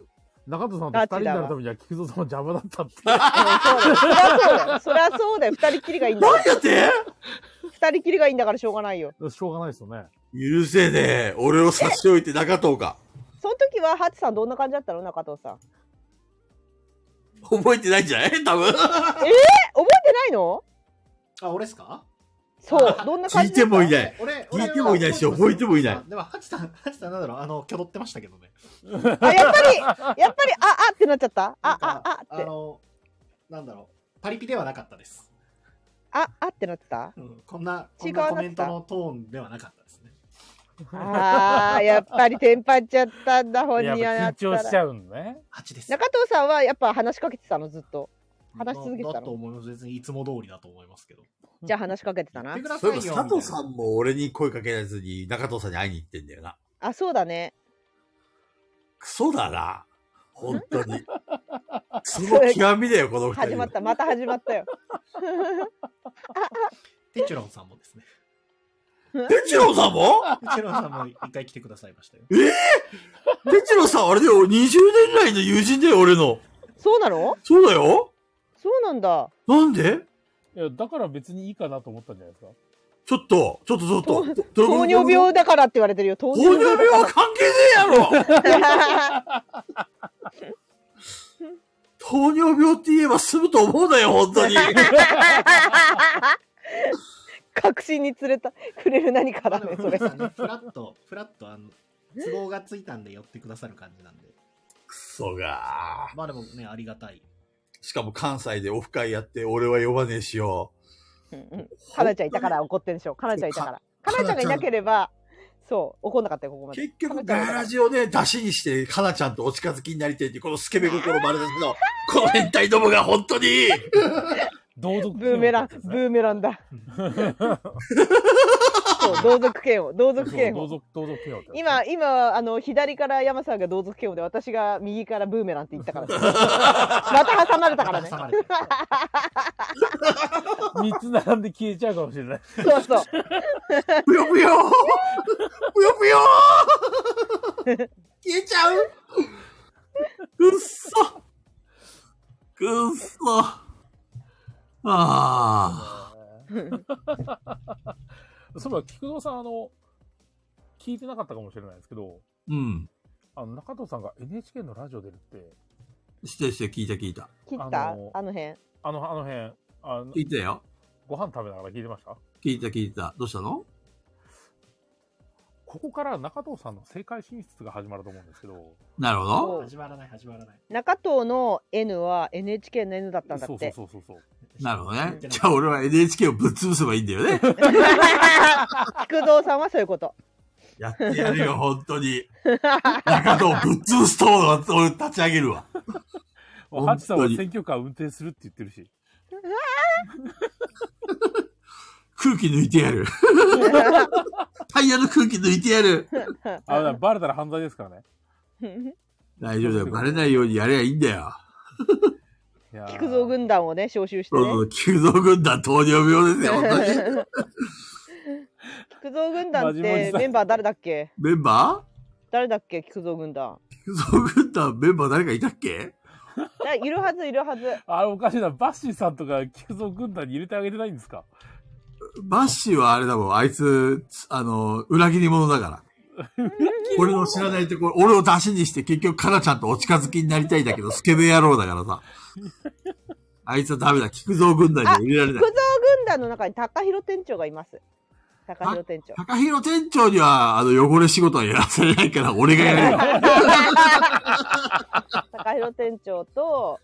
Speaker 3: 中藤さんと二人になるためには、菊蔵さんは邪魔だったって。
Speaker 5: うんそうだよそりゃそうだよ。二人きりがいいんだ。
Speaker 4: 何やって
Speaker 5: 二人きりがいいんだからしょうがないよ。
Speaker 3: しょうがないですよね。
Speaker 4: 許せねえ。俺を差し置いて中藤か。
Speaker 5: その時はハチさんどんな感じだったの中藤さん。え
Speaker 4: 覚えてないんじゃない多分。
Speaker 5: 覚えてないの？
Speaker 1: あ、俺っすか
Speaker 5: そう。どんな感
Speaker 4: 聞
Speaker 5: じ
Speaker 4: いてもい
Speaker 5: い。
Speaker 4: ない。
Speaker 1: 俺、
Speaker 4: 聞いてもいないし覚えてもいない
Speaker 1: でも、ハチさん、ハチさんなんだろう、あの、きょどってましたけどね。
Speaker 5: あやっぱりやっぱりああってなっちゃった。
Speaker 1: な
Speaker 5: あ
Speaker 1: んか
Speaker 5: ああっ
Speaker 1: あ
Speaker 5: て
Speaker 1: の、なんだろう、パリピではなかったです。
Speaker 5: ああってなってた。
Speaker 1: うんこんな、こ
Speaker 5: 違うん
Speaker 1: な
Speaker 5: なってた
Speaker 1: コメントのトーンではなかったですね。
Speaker 5: あーやっぱりテンパっちゃったんだ本人
Speaker 3: い
Speaker 5: は
Speaker 3: や
Speaker 5: や
Speaker 3: っぱ
Speaker 5: っ
Speaker 3: 緊張しち
Speaker 5: たら。
Speaker 3: ゃうんね。
Speaker 1: ハチです。
Speaker 5: 中藤さんはやっぱ話しかけてたのずっと。話し続けてたの
Speaker 1: だだと思います。別にいつも通りだと思いますけど。
Speaker 5: じゃあ話しかけてた
Speaker 1: 言っ
Speaker 5: な
Speaker 1: て。くださ
Speaker 4: そ
Speaker 1: いう
Speaker 4: い
Speaker 1: よ
Speaker 4: えば、佐藤さ
Speaker 1: み
Speaker 4: んも俺に声かけられずに、中藤さんに会いに行ってんだよな。
Speaker 5: あそうだね。
Speaker 4: クソだな。本当 に。その極みだよ、この二人は。
Speaker 5: 始まったまた始まったよ。
Speaker 1: たいなテチュロンさんも ですね。
Speaker 4: てちろさんも
Speaker 1: テチュロンさんも一回来てくださいましたよ。
Speaker 4: てちろさん、あれだよ、20年来の友人だよ、俺の。
Speaker 5: そうなの？
Speaker 4: そうだよ。
Speaker 5: そうなんだ。
Speaker 4: なんで
Speaker 3: いや、だから別にいいかなと思ったんじゃないですか。
Speaker 4: ちょっと、ちょっと、ちょっと。どど
Speaker 5: 糖尿病だからって言われてるよ。糖
Speaker 4: 糖
Speaker 5: 尿
Speaker 4: 尿
Speaker 5: 病
Speaker 4: 病は関係ね えやろ糖尿病って言えば済むと思うなよ、本 当に。
Speaker 5: 確信に連れたくれる何かだ
Speaker 1: で
Speaker 5: ね
Speaker 1: も
Speaker 5: それ
Speaker 1: 皆さんねフラッと、フラッと、あの、都合がついたんで寄ってくださる感じなんで。
Speaker 4: そうが。
Speaker 1: まあでもね、ありがたい。
Speaker 4: しかも関西でオフ会やって、俺は呼ばねえしよ
Speaker 5: うんうんかなちゃんいたから怒ってんでしょかなちゃんいたからかなちゃんがいなければそう怒んなかったよここ
Speaker 4: う。
Speaker 5: まで
Speaker 4: 結局、ガラジオで出しにして、かなちゃんとお近づきになりてえっていう、このスケベ心丸ですけど、この変態どもが本当に
Speaker 3: 同族
Speaker 5: ブーメラン、ブーメランだ。そう、同族嫌悪、同族嫌
Speaker 3: 同
Speaker 5: 悪。
Speaker 3: 族、同族嫌悪ってやつ。
Speaker 5: 今、今、あの、左から山さんが同族嫌悪で、私が右からブーメランって言ったから。また挟まれたからね。
Speaker 1: 挟まれて
Speaker 3: 3つ並んで消えちゃうかもしれない。
Speaker 5: そうそう。
Speaker 7: ぷよぷよぷよぷよ消えちゃう
Speaker 4: くっそくっそああ。
Speaker 3: そういえば、菊蔵さん、あの、聞いてなかったかもしれないですけど、
Speaker 4: うん。
Speaker 3: あの、中藤さんが NHK のラジオ出るって、
Speaker 4: してして、聞いた聞いた。
Speaker 5: 切った
Speaker 3: あ
Speaker 5: あ
Speaker 3: の
Speaker 5: の辺。
Speaker 3: あの、あの辺、あの
Speaker 4: 聞いたよ。
Speaker 3: ご飯食べながら聞いてました
Speaker 4: 聞いた聞いた。どうしたの
Speaker 3: ここから中藤さんの政界進出が始まると思うんですけど、
Speaker 4: なるほど。
Speaker 5: そう
Speaker 1: 始まらない、始まらない。
Speaker 5: 中藤の N は NHK の N だったんだ
Speaker 3: そ
Speaker 5: っ
Speaker 3: うそう
Speaker 5: て。
Speaker 3: そうそうそう。
Speaker 4: なるほど
Speaker 1: 言っ
Speaker 4: ね。
Speaker 1: てな
Speaker 4: じ
Speaker 1: い
Speaker 4: ゃあ俺は NHK をぶっ潰せばいいんだよね。
Speaker 5: 菊蔵さんはそういうこと。
Speaker 4: やってやるよ、 本当に。中野をぶっ潰すと俺立ち上げるわ。
Speaker 3: もうハチさんは
Speaker 4: 本当に
Speaker 3: 選挙カー運転するって言ってるし。
Speaker 4: 空気抜いて やる。タイヤの空気抜いてやる。
Speaker 3: あ、だからバレたら犯罪ですからね。
Speaker 4: 大丈夫だよ。バレないようにやればいいんだよ。
Speaker 3: いやー
Speaker 5: 菊蔵軍団をね、招集して
Speaker 4: そう
Speaker 5: ね
Speaker 4: そ。う、急増軍団糖尿病 ですよ、本当に。
Speaker 5: 菊蔵軍団っ
Speaker 3: マジモジ
Speaker 5: て
Speaker 3: さん
Speaker 5: メンバー誰だっけ
Speaker 4: メンバ
Speaker 5: 誰だっけ菊蔵軍団。
Speaker 4: ー急増軍団メンバー誰かいたっけ
Speaker 5: あいるはずいるはず。
Speaker 3: あれおかしいな。バッシーさんとか菊蔵軍団に入れてあげてないんですか
Speaker 4: バッシーはあれだもん、あいつ、つあの、裏切り者だから。俺の知らないところ、俺を出しにして結局、かなちゃんとお近づきになりたいんだけど、スケベ野郎だから さ。あいつはダメだ、菊蔵軍団には入れられ
Speaker 5: 菊
Speaker 4: な
Speaker 5: 蔵
Speaker 4: い。
Speaker 5: 軍団の中に高弘店長がいます。高弘店長。
Speaker 4: 高弘店長には、あの、汚れ仕事はやらせれないから、俺がやるよ。
Speaker 5: 高弘店長と、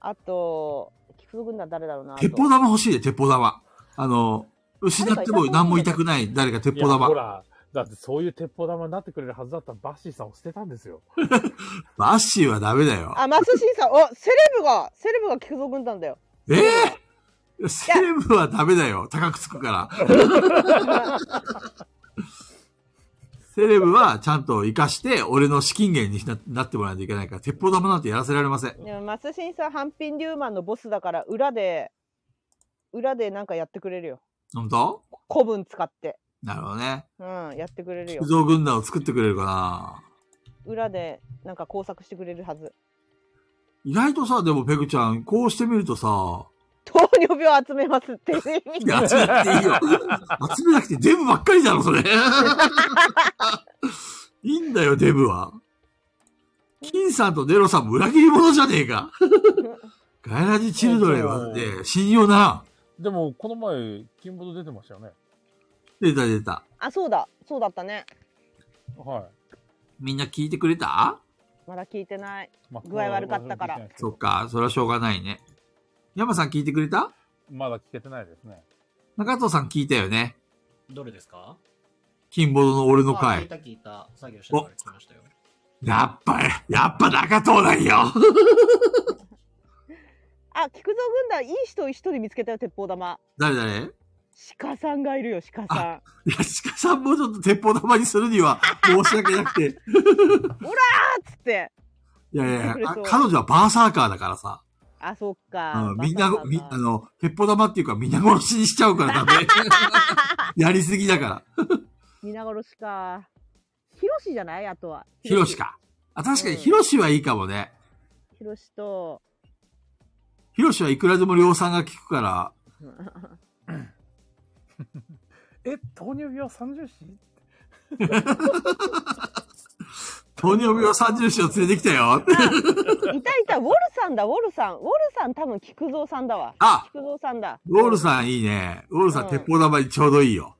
Speaker 5: あと、菊蔵軍団誰だろうな。あと
Speaker 4: 鉄砲玉欲しいで、鉄砲玉。あの、失っても何も痛くない、誰か鉄砲
Speaker 3: いやほ
Speaker 4: 玉。
Speaker 3: ら、だってそういう鉄砲玉になってくれるはずだったバッシーさんを捨てたんですよ。
Speaker 4: バッシーはダメだよ。
Speaker 5: あ、マスシンさん。お、セレブが、セレブが菊蔵軍団だよ。
Speaker 4: ええセレブはダメだよ。高くつく から。セレブはちゃんと活かして、俺の資金源にななってもらわないといけないから、鉄砲玉なんてやらせられません。
Speaker 5: でもマスシンさん、ハンピンリューマンのボスだから、裏で、裏でなんかやってくれるよ。
Speaker 4: 本当
Speaker 5: 古文使って。
Speaker 4: なるほどね。
Speaker 5: うん、やってくれるよ
Speaker 4: 不。造軍団を作ってくれるかな。
Speaker 5: 裏で、なんか工作してくれるはず。
Speaker 4: 意外とさ、でもペグちゃん、こうしてみるとさ、
Speaker 5: 糖尿病集めますっていう意 味
Speaker 4: いや集めなくていいよ。集めなくてデブばっかりだろ、それ。いいんだよ、デブは。金さんとネロさんも裏切り者じゃねえか。ガイラジチルドレンはね、信用な。
Speaker 3: でも、この前、金ボド出てましたよね。
Speaker 4: 出た出た。
Speaker 5: あ、そうだ。そうだったね。
Speaker 3: は
Speaker 4: みんな聞いてくれた
Speaker 5: まだ聞いてない。
Speaker 3: い。まあ
Speaker 5: 具合悪かったから。
Speaker 4: そっか、それはしょうがないね。山さん聞いてくれた
Speaker 3: まだ聞けてないですね。
Speaker 4: 中藤さん聞いたよね。
Speaker 1: どれですか
Speaker 4: 金ボドの俺の
Speaker 1: あ聞い
Speaker 4: 回。
Speaker 1: た聞いた。作業しながら聞きましたよ。
Speaker 4: やっぱ、やっぱ中藤なんよ。
Speaker 5: あ、菊蔵軍団、いい人一人見つけたよ、鉄砲玉。
Speaker 4: 誰誰い
Speaker 5: 鹿さんがいるよ、鹿さ
Speaker 4: や、鹿さんもちょっと鉄砲玉にするには申し訳なくて。
Speaker 5: ん。つって。
Speaker 4: いやい
Speaker 5: 言
Speaker 4: や
Speaker 5: ってく
Speaker 4: い
Speaker 5: れ
Speaker 4: や、あ
Speaker 5: そう
Speaker 4: 彼女はバーサーカーだからさ。
Speaker 5: あ、そっ
Speaker 4: う
Speaker 5: か
Speaker 4: ん。みんな
Speaker 5: バカだ、
Speaker 4: み、あの、鉄砲玉っていうか、皆殺しにしちゃうからダ メ。やりすぎだから。
Speaker 5: 皆殺しか。ヒロシじゃないあとは。
Speaker 4: ヒロシ。か。あ、確かに
Speaker 5: うん
Speaker 4: ヒロシはいいかもね。
Speaker 5: ヒロシと、
Speaker 4: ヒロシはいくらでも量産が効くから、
Speaker 3: え、糖尿病30死
Speaker 4: 糖尿病30種を連れてきたよ。
Speaker 5: いたいた、ウォルさんだ、ウォルさん。ウォルさん多分菊蔵さんだわ。
Speaker 4: あ、
Speaker 5: 菊蔵さんだ。
Speaker 4: ウォールさんいいね。ウォールさん
Speaker 5: うん
Speaker 4: 鉄砲玉にちょうどいいよ。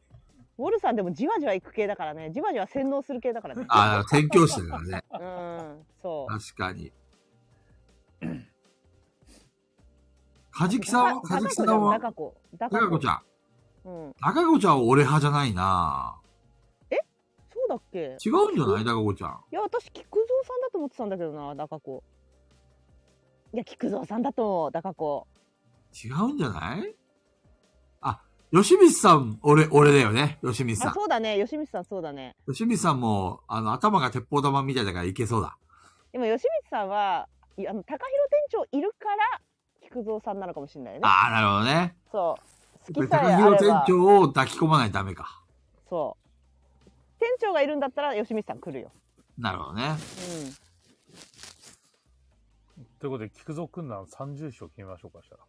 Speaker 5: ウォルさんでもじわじわ行く系だからね。じわじわ洗脳する系だからね。
Speaker 4: あ、宣教師だからね。
Speaker 5: うん、そう。
Speaker 4: 確かに。カジキさんは、カジキさんは、
Speaker 5: ダカ子。ダ
Speaker 4: 高子ち
Speaker 5: ゃ
Speaker 4: ゃん。
Speaker 5: ん。うん。
Speaker 4: 高子ちゃんは俺派じゃないな
Speaker 5: そうだっけ
Speaker 4: 違うんじゃない高子ちゃん。
Speaker 5: いや、私、菊蔵さんだと思ってたんだけどな、ダカ子。いや、菊蔵さんだと思う、ダカ子。
Speaker 4: 違うんじゃないあ、吉光さん、俺、俺だよね。吉光さ
Speaker 5: あ
Speaker 4: ん。
Speaker 5: そうだね吉光さんそうだね
Speaker 4: 吉光さんも、あの、頭が鉄砲玉みたいだからいけそうだ。
Speaker 5: でも吉光さんはいあの高弘店長いるから菊蔵さんなのかもしれないよね
Speaker 4: ああ、なるほどね。
Speaker 5: そう好
Speaker 4: やっ
Speaker 5: き
Speaker 4: ぱ
Speaker 5: さ
Speaker 4: り
Speaker 5: えあ
Speaker 4: 高広
Speaker 5: れ
Speaker 4: 店
Speaker 5: ば
Speaker 4: 長を抱き込まないとダメか。
Speaker 5: そう店長がいるんだったら吉光さん来るよ
Speaker 4: なるほどね。
Speaker 5: うん
Speaker 3: ということで、菊蔵くんなん30章決めましょうか、したら。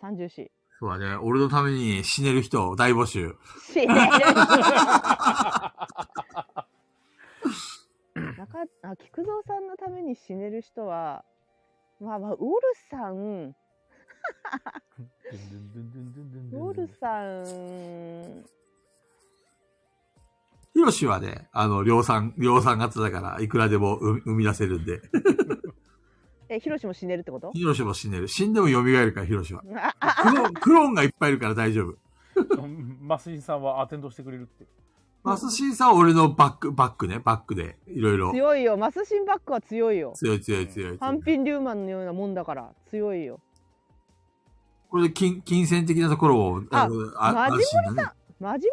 Speaker 5: 三十四。
Speaker 4: そうだね。俺のために死ねる人を大募集。
Speaker 5: し中あ菊蔵さんのために死ねる人はまあまあウォルさんウォルさん
Speaker 4: ヒロシはね、あの、量産、量産型だから、いくらでも生み生み出せるんで。
Speaker 5: えヒロシも死ねるってこと
Speaker 4: ヒロシも死ねる。死んでも蘇るから、ヒロシは。
Speaker 5: ああ
Speaker 4: クローン、クローンがいっぱいいるから大丈夫。
Speaker 3: マスインさんはアテンドしてくれるって。
Speaker 4: マスシンさんは俺のバック、バックね、バックで、いろいろ。
Speaker 5: 強いよマスシンバックは強いよ
Speaker 4: 強い強い強い
Speaker 5: ハ
Speaker 4: 強い
Speaker 5: ン。ピン・リューマンのようなもんだから強いよ
Speaker 4: これで金、金銭的なところを、
Speaker 5: あ
Speaker 4: の
Speaker 5: マジ
Speaker 4: 安心だね。
Speaker 5: マジモリさんもいる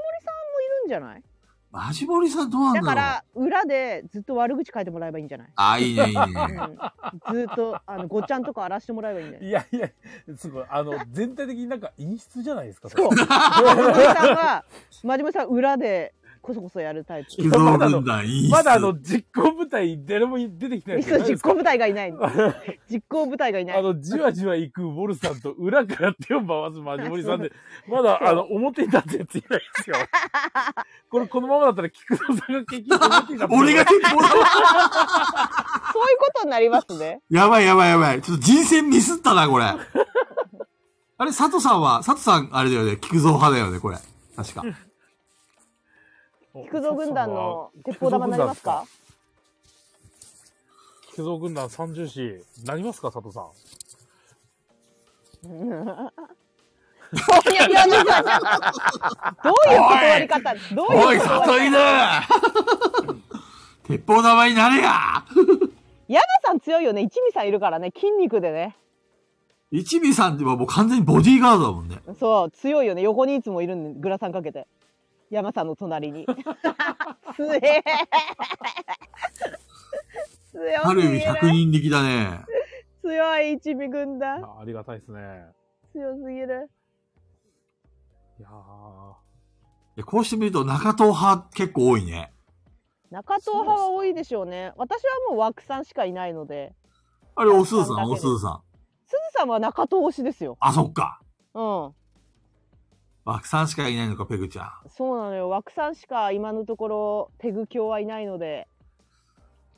Speaker 5: んじゃない
Speaker 4: マジモリさんどうなんだ
Speaker 5: だ
Speaker 4: ろう
Speaker 5: から裏でずっと悪口書いてもらえばいいんじゃない
Speaker 4: あ、いいね、いいね。
Speaker 5: うんずっとあのごちゃんとか荒らしてもらえばいいんだよ。
Speaker 3: いやいや、すごい。あの、全体的になんか陰湿じゃないですか、それ
Speaker 5: そう。マジモリさんは、マジモリさん裏でこそこそやるタイプ。
Speaker 4: 寄贈軍団、いいっす
Speaker 3: まだあの、実行部隊、誰も出てきてない
Speaker 5: そう実行部隊がいない。
Speaker 3: あ
Speaker 5: 実行部隊がいない。
Speaker 3: の、じわじわ行くウォルさんと裏から手を回すマジモリさ んで、まだあの、表に立ってやついないですよ。これ、このままだったら、菊蔵さんが結局表に立って
Speaker 4: 俺 が結構、
Speaker 5: そういうことになりますね。
Speaker 4: やばいやばいやばい。ちょっと人選ミスったな、これ。 あれ、佐藤さんは、佐藤さん、あれだよね、菊蔵派だよね、これ。確か。
Speaker 5: 菊蔵軍団の鉄砲玉になりますか
Speaker 3: 菊蔵軍団三重士、なりますか、佐藤さん。
Speaker 5: うんそういうやり方どういう断り方どう
Speaker 4: お
Speaker 5: い
Speaker 4: いう
Speaker 5: 断
Speaker 4: 里
Speaker 5: り
Speaker 4: 犬
Speaker 5: 方
Speaker 4: 鉄砲玉になれや
Speaker 5: ヤマさん強いよね。一味さんいるからね。筋肉でね。
Speaker 4: 一味さんってもう完全にボディーガードだもんね。
Speaker 5: そう、強いよね。横にいつもいるんで、グラサンかけて。山さんの隣に。すえ。強
Speaker 4: ある
Speaker 5: す
Speaker 4: 意味
Speaker 5: ぎる
Speaker 4: 100人力だね。
Speaker 5: 強い一味軍
Speaker 3: い
Speaker 5: 団。
Speaker 3: やありがたいですね。
Speaker 5: 強すぎる。
Speaker 3: いやー
Speaker 4: でこうしてみると中東派結構多いね。
Speaker 5: 中東派は多いでしょうね。私はもう枠さんしかいないので。
Speaker 4: あれ、おすずさ
Speaker 5: 中
Speaker 4: ん、
Speaker 5: 東
Speaker 4: お
Speaker 5: 派だけです
Speaker 4: ずさん。
Speaker 5: すずさんは中東推しですよ。
Speaker 4: あ、そっか。
Speaker 5: うん。
Speaker 4: 枠さんしかいないのか、ペグちゃん。
Speaker 5: そうなのよ。枠さんしか今のところペグ教はいないので。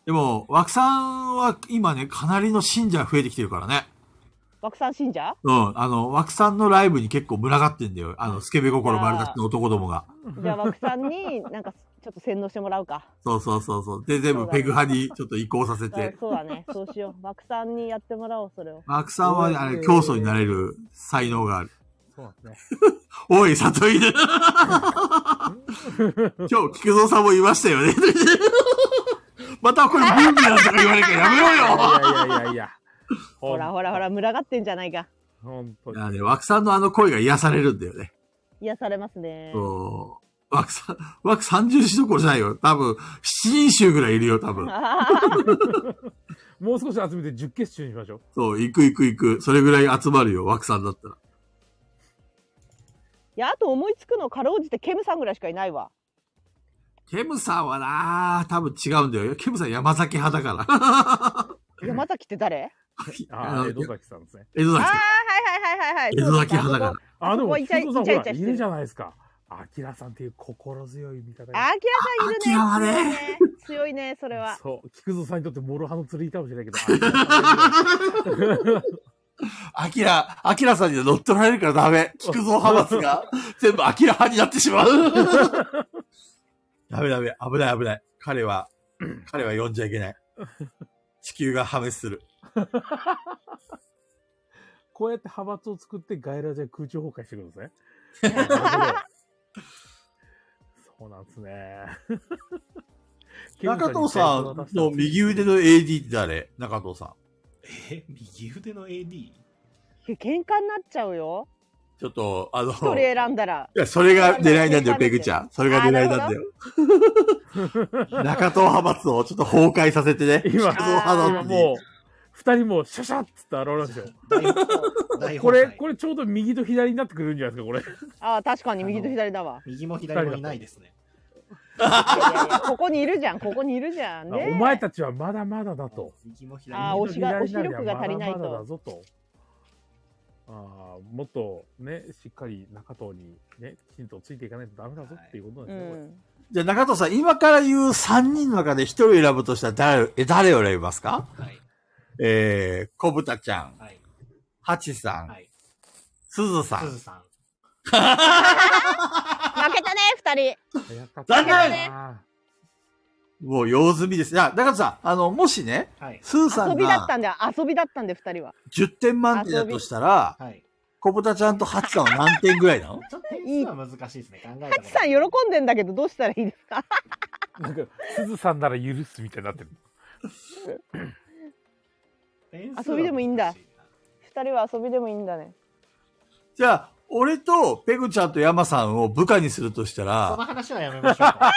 Speaker 4: でも、枠さんは今ね、かなりの信者増えてきてるからね。
Speaker 5: 枠さん 信者
Speaker 4: うん。あの、枠さんのライブに結構群がってんだよ。あの、スケベ心丸出しの男どもが。
Speaker 5: じゃあ枠さんになんかちょっと洗脳してもらうか。
Speaker 4: そうそうそうそう。で、全
Speaker 5: そう
Speaker 4: 部
Speaker 5: だね
Speaker 4: ペグ派にちょっと移行させ
Speaker 5: うん
Speaker 4: て。
Speaker 5: そうだね。そうしよう。枠さんにやってもらおう、それを。
Speaker 4: 枠さんはね、あれ、競争になれる才能がある。
Speaker 3: そうなんですね。
Speaker 4: おい、里 犬今日、菊蔵さんもいましたよ ね。またこれ、文理なんとか言われるからやめろよ
Speaker 3: いやいやいやいや。
Speaker 5: ほらほらほら、群がってんじゃないか。
Speaker 3: 本当
Speaker 4: い
Speaker 3: に。
Speaker 4: やね、枠さんのあの声が癒されるんだよね。
Speaker 5: 癒されますね。
Speaker 4: そう。枠さん、枠30種どころじゃないよ。多分、7人衆ぐらいいるよ、多 分。
Speaker 3: もう少し集めて10決勝にしましょう。
Speaker 4: そう、行く行く行く。それぐらい集まるよ、枠さんだったら。
Speaker 5: いや、あと思いつくの、かろうじてケムさんぐらいしかいないわ。
Speaker 4: ケムさんはな多分違うんだよ。ケムさん山崎派だから。
Speaker 5: 山崎って誰
Speaker 3: あ
Speaker 4: あ
Speaker 3: あ、
Speaker 4: の
Speaker 3: 江戸崎さんですね。
Speaker 4: 江戸
Speaker 5: ああ、
Speaker 4: 崎
Speaker 5: は
Speaker 4: さん。
Speaker 5: いはいはいはいはい。
Speaker 4: 江戸崎派だ
Speaker 5: そう
Speaker 4: か
Speaker 5: だ
Speaker 4: ら。
Speaker 3: あ、でも、
Speaker 5: イ
Speaker 3: 菊
Speaker 5: チャイ
Speaker 3: 蔵さん、
Speaker 5: イチ
Speaker 3: ほ
Speaker 5: ャイ
Speaker 3: ら、い
Speaker 5: チャしてる
Speaker 3: るじゃないですか。あきらさんっていう心強い味方が
Speaker 5: あきら
Speaker 4: あ
Speaker 5: さんいるね。
Speaker 4: 明
Speaker 5: 強いね、それは。
Speaker 3: そう、菊蔵さんにとって、モロハの釣りかもしれないけど、あきら さん
Speaker 4: アキラ、アキラさんには乗っ取られるからダメ。菊蔵派閥 が全部アキラ派になってしまう。ダメダメ。危ない危ない。彼は、彼は呼んじゃいけない。地球が破滅する。
Speaker 3: こうやって派閥を作って、外来で空中崩壊してくるんですね。そうなんですね。
Speaker 4: 中藤さんの右腕の AD って誰中藤さん。
Speaker 1: え、右腕の AD?
Speaker 5: 喧嘩になっちゃうよ。
Speaker 4: ちょっと、あの、
Speaker 5: 一人
Speaker 4: い
Speaker 5: 選んだら。
Speaker 4: や、それが狙いなんだよ、ペグちゃん。それが狙いなんだよ。 中東派閥をちょっと崩壊させてね。
Speaker 3: 今
Speaker 4: 中東派
Speaker 3: 今
Speaker 4: 閥
Speaker 3: も
Speaker 4: に
Speaker 3: う、二人もシャシャッつって現れましたよ。
Speaker 1: 大
Speaker 3: これ、こ
Speaker 1: れ
Speaker 3: れちょうど右と左になってくるんじゃないですか、これ。
Speaker 5: ああ、確かに右と左だわ。
Speaker 1: 右も左もいないですね。
Speaker 5: いやいやいやここにいるじゃん、ここにいるじゃん。ねえ
Speaker 3: お前たちはまだまだだと。
Speaker 1: 右も左
Speaker 5: あー
Speaker 1: も
Speaker 5: お
Speaker 1: い
Speaker 5: し
Speaker 1: な
Speaker 5: がお視力が足りないと
Speaker 3: まだまだだぞと。ああ、もっとね、しっかり中藤にね、きちんとついていかないとダメだぞっていうことなんで
Speaker 5: う
Speaker 3: すね、これ
Speaker 5: ん。
Speaker 4: じゃあ中藤さん、今から言う3人の中で1人選ぶとしたら誰、え誰を選びますか
Speaker 1: い。はい。
Speaker 4: えー、小豚ちゃん、
Speaker 1: はい。
Speaker 4: ハチさん、
Speaker 1: はい。
Speaker 4: すずさ
Speaker 1: す
Speaker 4: ん
Speaker 1: ず。さん。
Speaker 5: 負けたね、二人。
Speaker 3: 早かったな
Speaker 5: 残念
Speaker 4: もう用済みです。いや、中藤さん、あの、もしね、
Speaker 1: はい。
Speaker 4: すずさ
Speaker 5: 遊
Speaker 4: ん
Speaker 5: びだっ
Speaker 4: が
Speaker 5: たんだよ、遊びだったんだよ、二人は。
Speaker 4: 10点満点だとしたら、
Speaker 1: はい。
Speaker 4: 小豚ちゃんとハチさんは何点ぐらいなの
Speaker 1: ちょっと点数は難しいですね。考えた
Speaker 5: ハチさん喜んでんだけど、どうしたらいいですか
Speaker 3: なんか、すずさんなら許すみたいになってる。
Speaker 1: ん
Speaker 5: 遊びでもいいんだ
Speaker 1: 点数は難しな
Speaker 5: 二人は遊びでもいいんだね。
Speaker 4: じゃあ、俺とペグちゃんとヤマさんを部下にするとした
Speaker 1: そ
Speaker 4: ら、
Speaker 1: の話はやめま しょうか。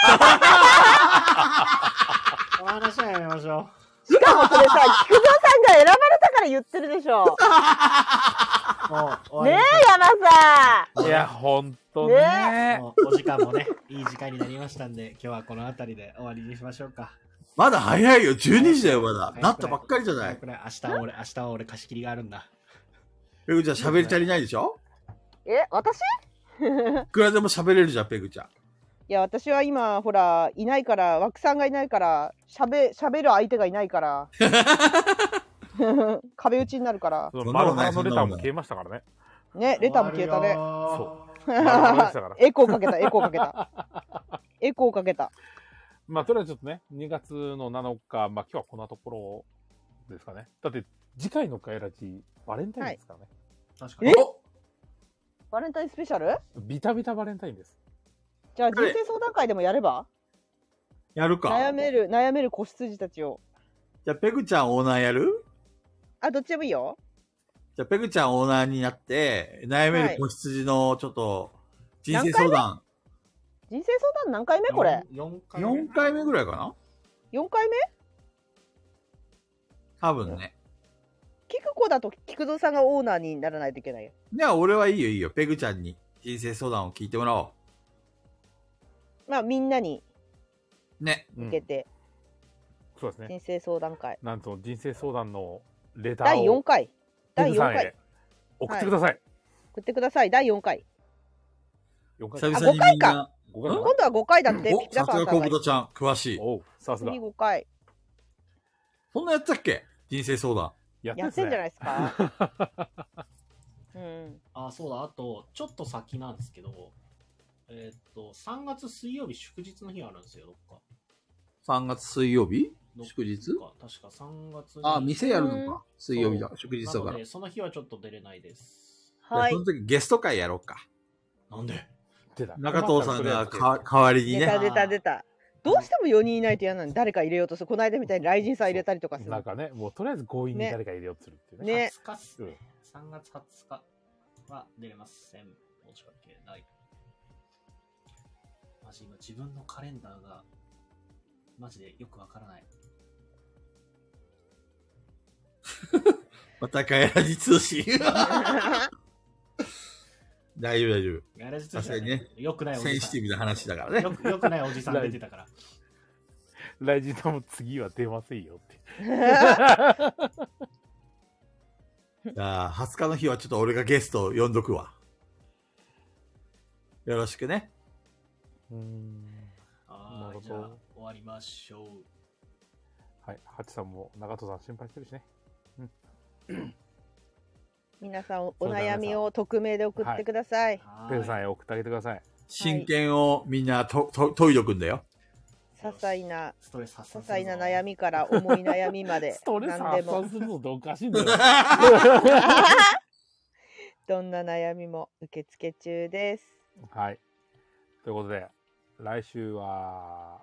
Speaker 1: その話はやめましょ
Speaker 5: しかもそれさ、菊蔵さんが選ばれたから言ってるでし
Speaker 1: う。
Speaker 5: ょ。
Speaker 1: もう終わり
Speaker 5: ねえ
Speaker 1: ま、
Speaker 5: 山さ
Speaker 3: いや、ほんと
Speaker 1: し
Speaker 5: ね
Speaker 1: ょう
Speaker 3: ね。
Speaker 1: もうお時間もね、いい時間になりましたんで、今日はこの辺りで終わりにしましょうか。
Speaker 4: まだ早いよ、12時だよ、まだ
Speaker 1: 早く。ない
Speaker 4: なったばっかりじゃない。
Speaker 1: これ明日は俺、明日は俺貸し切りがあるんだ。
Speaker 4: ペグちゃん喋り足りないでしょ
Speaker 5: んえ、私
Speaker 4: いくらでも喋れるじゃん、ペグちゃん。
Speaker 5: いや私は今ほらいないから枠さんがいないからしゃべしゃべる相手がいないから 壁打ちになるから
Speaker 3: その
Speaker 4: そんな
Speaker 3: 丸
Speaker 4: ことない
Speaker 3: 花のレターも消えましたからね。
Speaker 5: ねレターも消えたね
Speaker 1: そ
Speaker 3: 丸花でしたから。
Speaker 5: エコーかけたエコーかけたエコーかけた
Speaker 3: まあ、とりあえずちょっとね、2月の7日、まあ今日はこんなところですかね。だって、次回のガイラジ、バレンタインですからね。
Speaker 1: う。確かに。
Speaker 5: バレンタインスペシャル
Speaker 3: ビタビタバレンタインです。
Speaker 5: じゃあ人生相談会でもやれば
Speaker 4: やるか。
Speaker 5: 悩める悩める子羊たちを
Speaker 4: じゃあ、ペグちゃんオーナーやる
Speaker 5: あどっちでもいいよ
Speaker 4: じゃあ、ペグちゃんオーナーになって、悩める子羊のちょっと、人生相談。
Speaker 5: 人生相談何回目これ
Speaker 1: 四回目。
Speaker 4: 4回目ぐらいかな
Speaker 5: 4回目
Speaker 4: 多分ね。
Speaker 5: 聞く子だと菊蔵さんがオーナーにならないといけないよ
Speaker 4: じゃあ、俺はいいよ、いいよ。ペグちゃんに人生相談を聞いてもらお
Speaker 5: まあみんなに
Speaker 4: う。ね。
Speaker 3: う
Speaker 5: 向
Speaker 3: ん
Speaker 5: けて
Speaker 3: そうですね。
Speaker 5: 人生相談会
Speaker 3: なんと人生相談のレターを。
Speaker 5: 第4回第
Speaker 3: ペグ
Speaker 5: 4
Speaker 3: さん
Speaker 5: 回
Speaker 3: へ送ってください。
Speaker 5: 送ってください第4回
Speaker 3: 4
Speaker 4: 久
Speaker 3: 回。
Speaker 4: 々にみんな。
Speaker 3: 5回
Speaker 4: ん
Speaker 3: か
Speaker 5: 今度は5回だってピ
Speaker 4: お、
Speaker 5: ピタ
Speaker 4: さ
Speaker 5: パ
Speaker 4: すが
Speaker 5: ンさん
Speaker 4: 小
Speaker 5: が
Speaker 4: 豚ちゃん、詳しい。
Speaker 3: おう、さすが
Speaker 5: 次。5回
Speaker 4: そんなやったっけ人生相談。
Speaker 3: やって
Speaker 5: や
Speaker 3: ま
Speaker 5: っ
Speaker 3: す
Speaker 5: てんじ
Speaker 3: ね。
Speaker 5: ゃないですかうん
Speaker 1: あ、そうだ。あと、ちょっと先なんですけど、えーっと、3月水曜日祝日の日あるんですよ、どっか。
Speaker 4: 3月水曜日
Speaker 1: どっか
Speaker 4: 祝日
Speaker 1: 確か3月に
Speaker 4: あ、店やるのか。水曜日だ
Speaker 1: そ。
Speaker 4: 祝日
Speaker 1: な
Speaker 4: だか
Speaker 1: の
Speaker 4: ら。
Speaker 1: で、その日はちょっと出れないです。
Speaker 5: はい
Speaker 4: じゃあその時ゲスト会やろうか。
Speaker 1: なんで
Speaker 3: 出た
Speaker 4: 中藤さんが
Speaker 3: それ
Speaker 4: か代わりにね
Speaker 5: 出た。出た出たどうしても4人いないと嫌なのに誰か入れようとするこの間みたいに雷神さん入れたりとかする
Speaker 3: なんかね、もうとりあえず強引に
Speaker 5: ね
Speaker 3: 誰か入れようとするっていうね。
Speaker 5: ね
Speaker 1: 20日っすね。3月20日は出れません。申し訳ない。マジ今自分のカレンダーが、マジでよくわからない。
Speaker 4: またガヤラジ通 信。大丈夫大丈夫。
Speaker 1: ガヤラジ通信は
Speaker 4: 確か
Speaker 1: よくないおじさん。
Speaker 4: センシティブな話だからね。
Speaker 1: よくよくないおじさん出てたから。
Speaker 3: 雷神さんも次は出ませんよって。
Speaker 4: じゃあ、20日の日はちょっと俺がゲストを呼んどくわ。よろしくね。
Speaker 3: うーん。
Speaker 1: はい、
Speaker 3: なる
Speaker 1: じ
Speaker 3: ほど
Speaker 1: ゃあ終わりましょう。
Speaker 3: はい。ハチさんも中藤さん心配してるしね。
Speaker 5: 皆さんお悩みを匿名で送ってください、
Speaker 1: は
Speaker 3: ペ
Speaker 1: ー
Speaker 3: グ
Speaker 1: い
Speaker 3: さんへ送ってあげてください。
Speaker 4: 真剣をみんなと、と、研いどくんだよ。
Speaker 5: 些細な
Speaker 1: ストレス発散
Speaker 5: 些
Speaker 1: するぞ
Speaker 5: 細な悩。みから重い悩みまで
Speaker 3: ストレス
Speaker 5: 何で
Speaker 3: 発
Speaker 5: も
Speaker 3: 散するのっておかしいんだよ。
Speaker 5: どんな悩みも受付中です
Speaker 3: はい。ということで、来週は、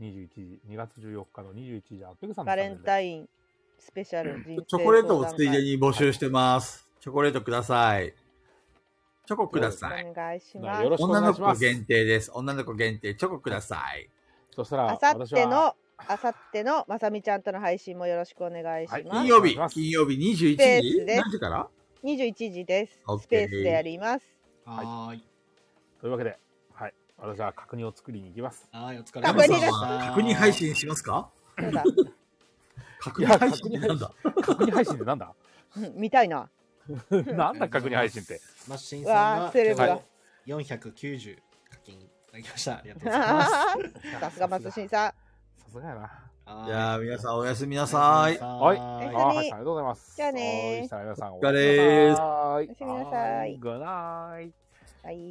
Speaker 3: 21時、2月14日の21時、あペグさんの
Speaker 5: バレンタ
Speaker 3: イン。
Speaker 5: インスペシャル人生
Speaker 4: チョコレートを
Speaker 5: 相談
Speaker 4: つい
Speaker 5: 会
Speaker 4: でに募集してます。チョコレートください。チョコください。
Speaker 5: お願いし
Speaker 3: な
Speaker 5: ます
Speaker 3: よ。ろしくお
Speaker 4: 女
Speaker 3: 願
Speaker 4: の
Speaker 3: いしま
Speaker 4: 子
Speaker 3: す。
Speaker 4: 限定です。女の子限定、チョコください。
Speaker 3: そしたら、
Speaker 5: あ
Speaker 3: 私
Speaker 5: さ
Speaker 3: は
Speaker 5: っての、あさっての、まさみちゃんとの配信もよろしくお願いし
Speaker 3: はい
Speaker 5: ま
Speaker 4: 金
Speaker 5: す。
Speaker 4: 曜日
Speaker 3: お願いしま、す
Speaker 4: 金曜日21時
Speaker 5: スペースです
Speaker 4: 何時から
Speaker 5: 21時です
Speaker 4: オッ。
Speaker 5: ス
Speaker 4: ケー
Speaker 5: ペースでやります。
Speaker 1: はーい。
Speaker 3: というわけで、はい。私は角煮を作りに行きます。
Speaker 1: はい、お疲れ
Speaker 5: 確
Speaker 4: ラ
Speaker 1: 様
Speaker 5: 認
Speaker 4: ム
Speaker 1: で
Speaker 4: さん
Speaker 5: です
Speaker 1: した。
Speaker 4: は確認配。信しますか
Speaker 5: そうだ。
Speaker 4: 確認配信ってなんだ
Speaker 3: 角煮配信ってなん だ
Speaker 5: うん見たいな。
Speaker 3: なんだ角煮配信って。
Speaker 1: マッシン
Speaker 5: わ
Speaker 1: さん
Speaker 5: あ
Speaker 1: が
Speaker 5: セレブだ
Speaker 1: 490課金いただきました。ありがとうございます。
Speaker 5: さすが松新さん。
Speaker 3: さすがやな。
Speaker 1: はーい
Speaker 4: じゃあ、皆さんおやすみなさい。
Speaker 1: は
Speaker 5: おやす
Speaker 3: あ
Speaker 5: み
Speaker 1: ーい。
Speaker 3: はい、さんありがとうございます。
Speaker 5: じゃあねー
Speaker 3: おいしたら皆さんお
Speaker 4: お疲れー
Speaker 3: はーい
Speaker 5: おやすみなさい
Speaker 3: はーグッナイ。
Speaker 5: はい。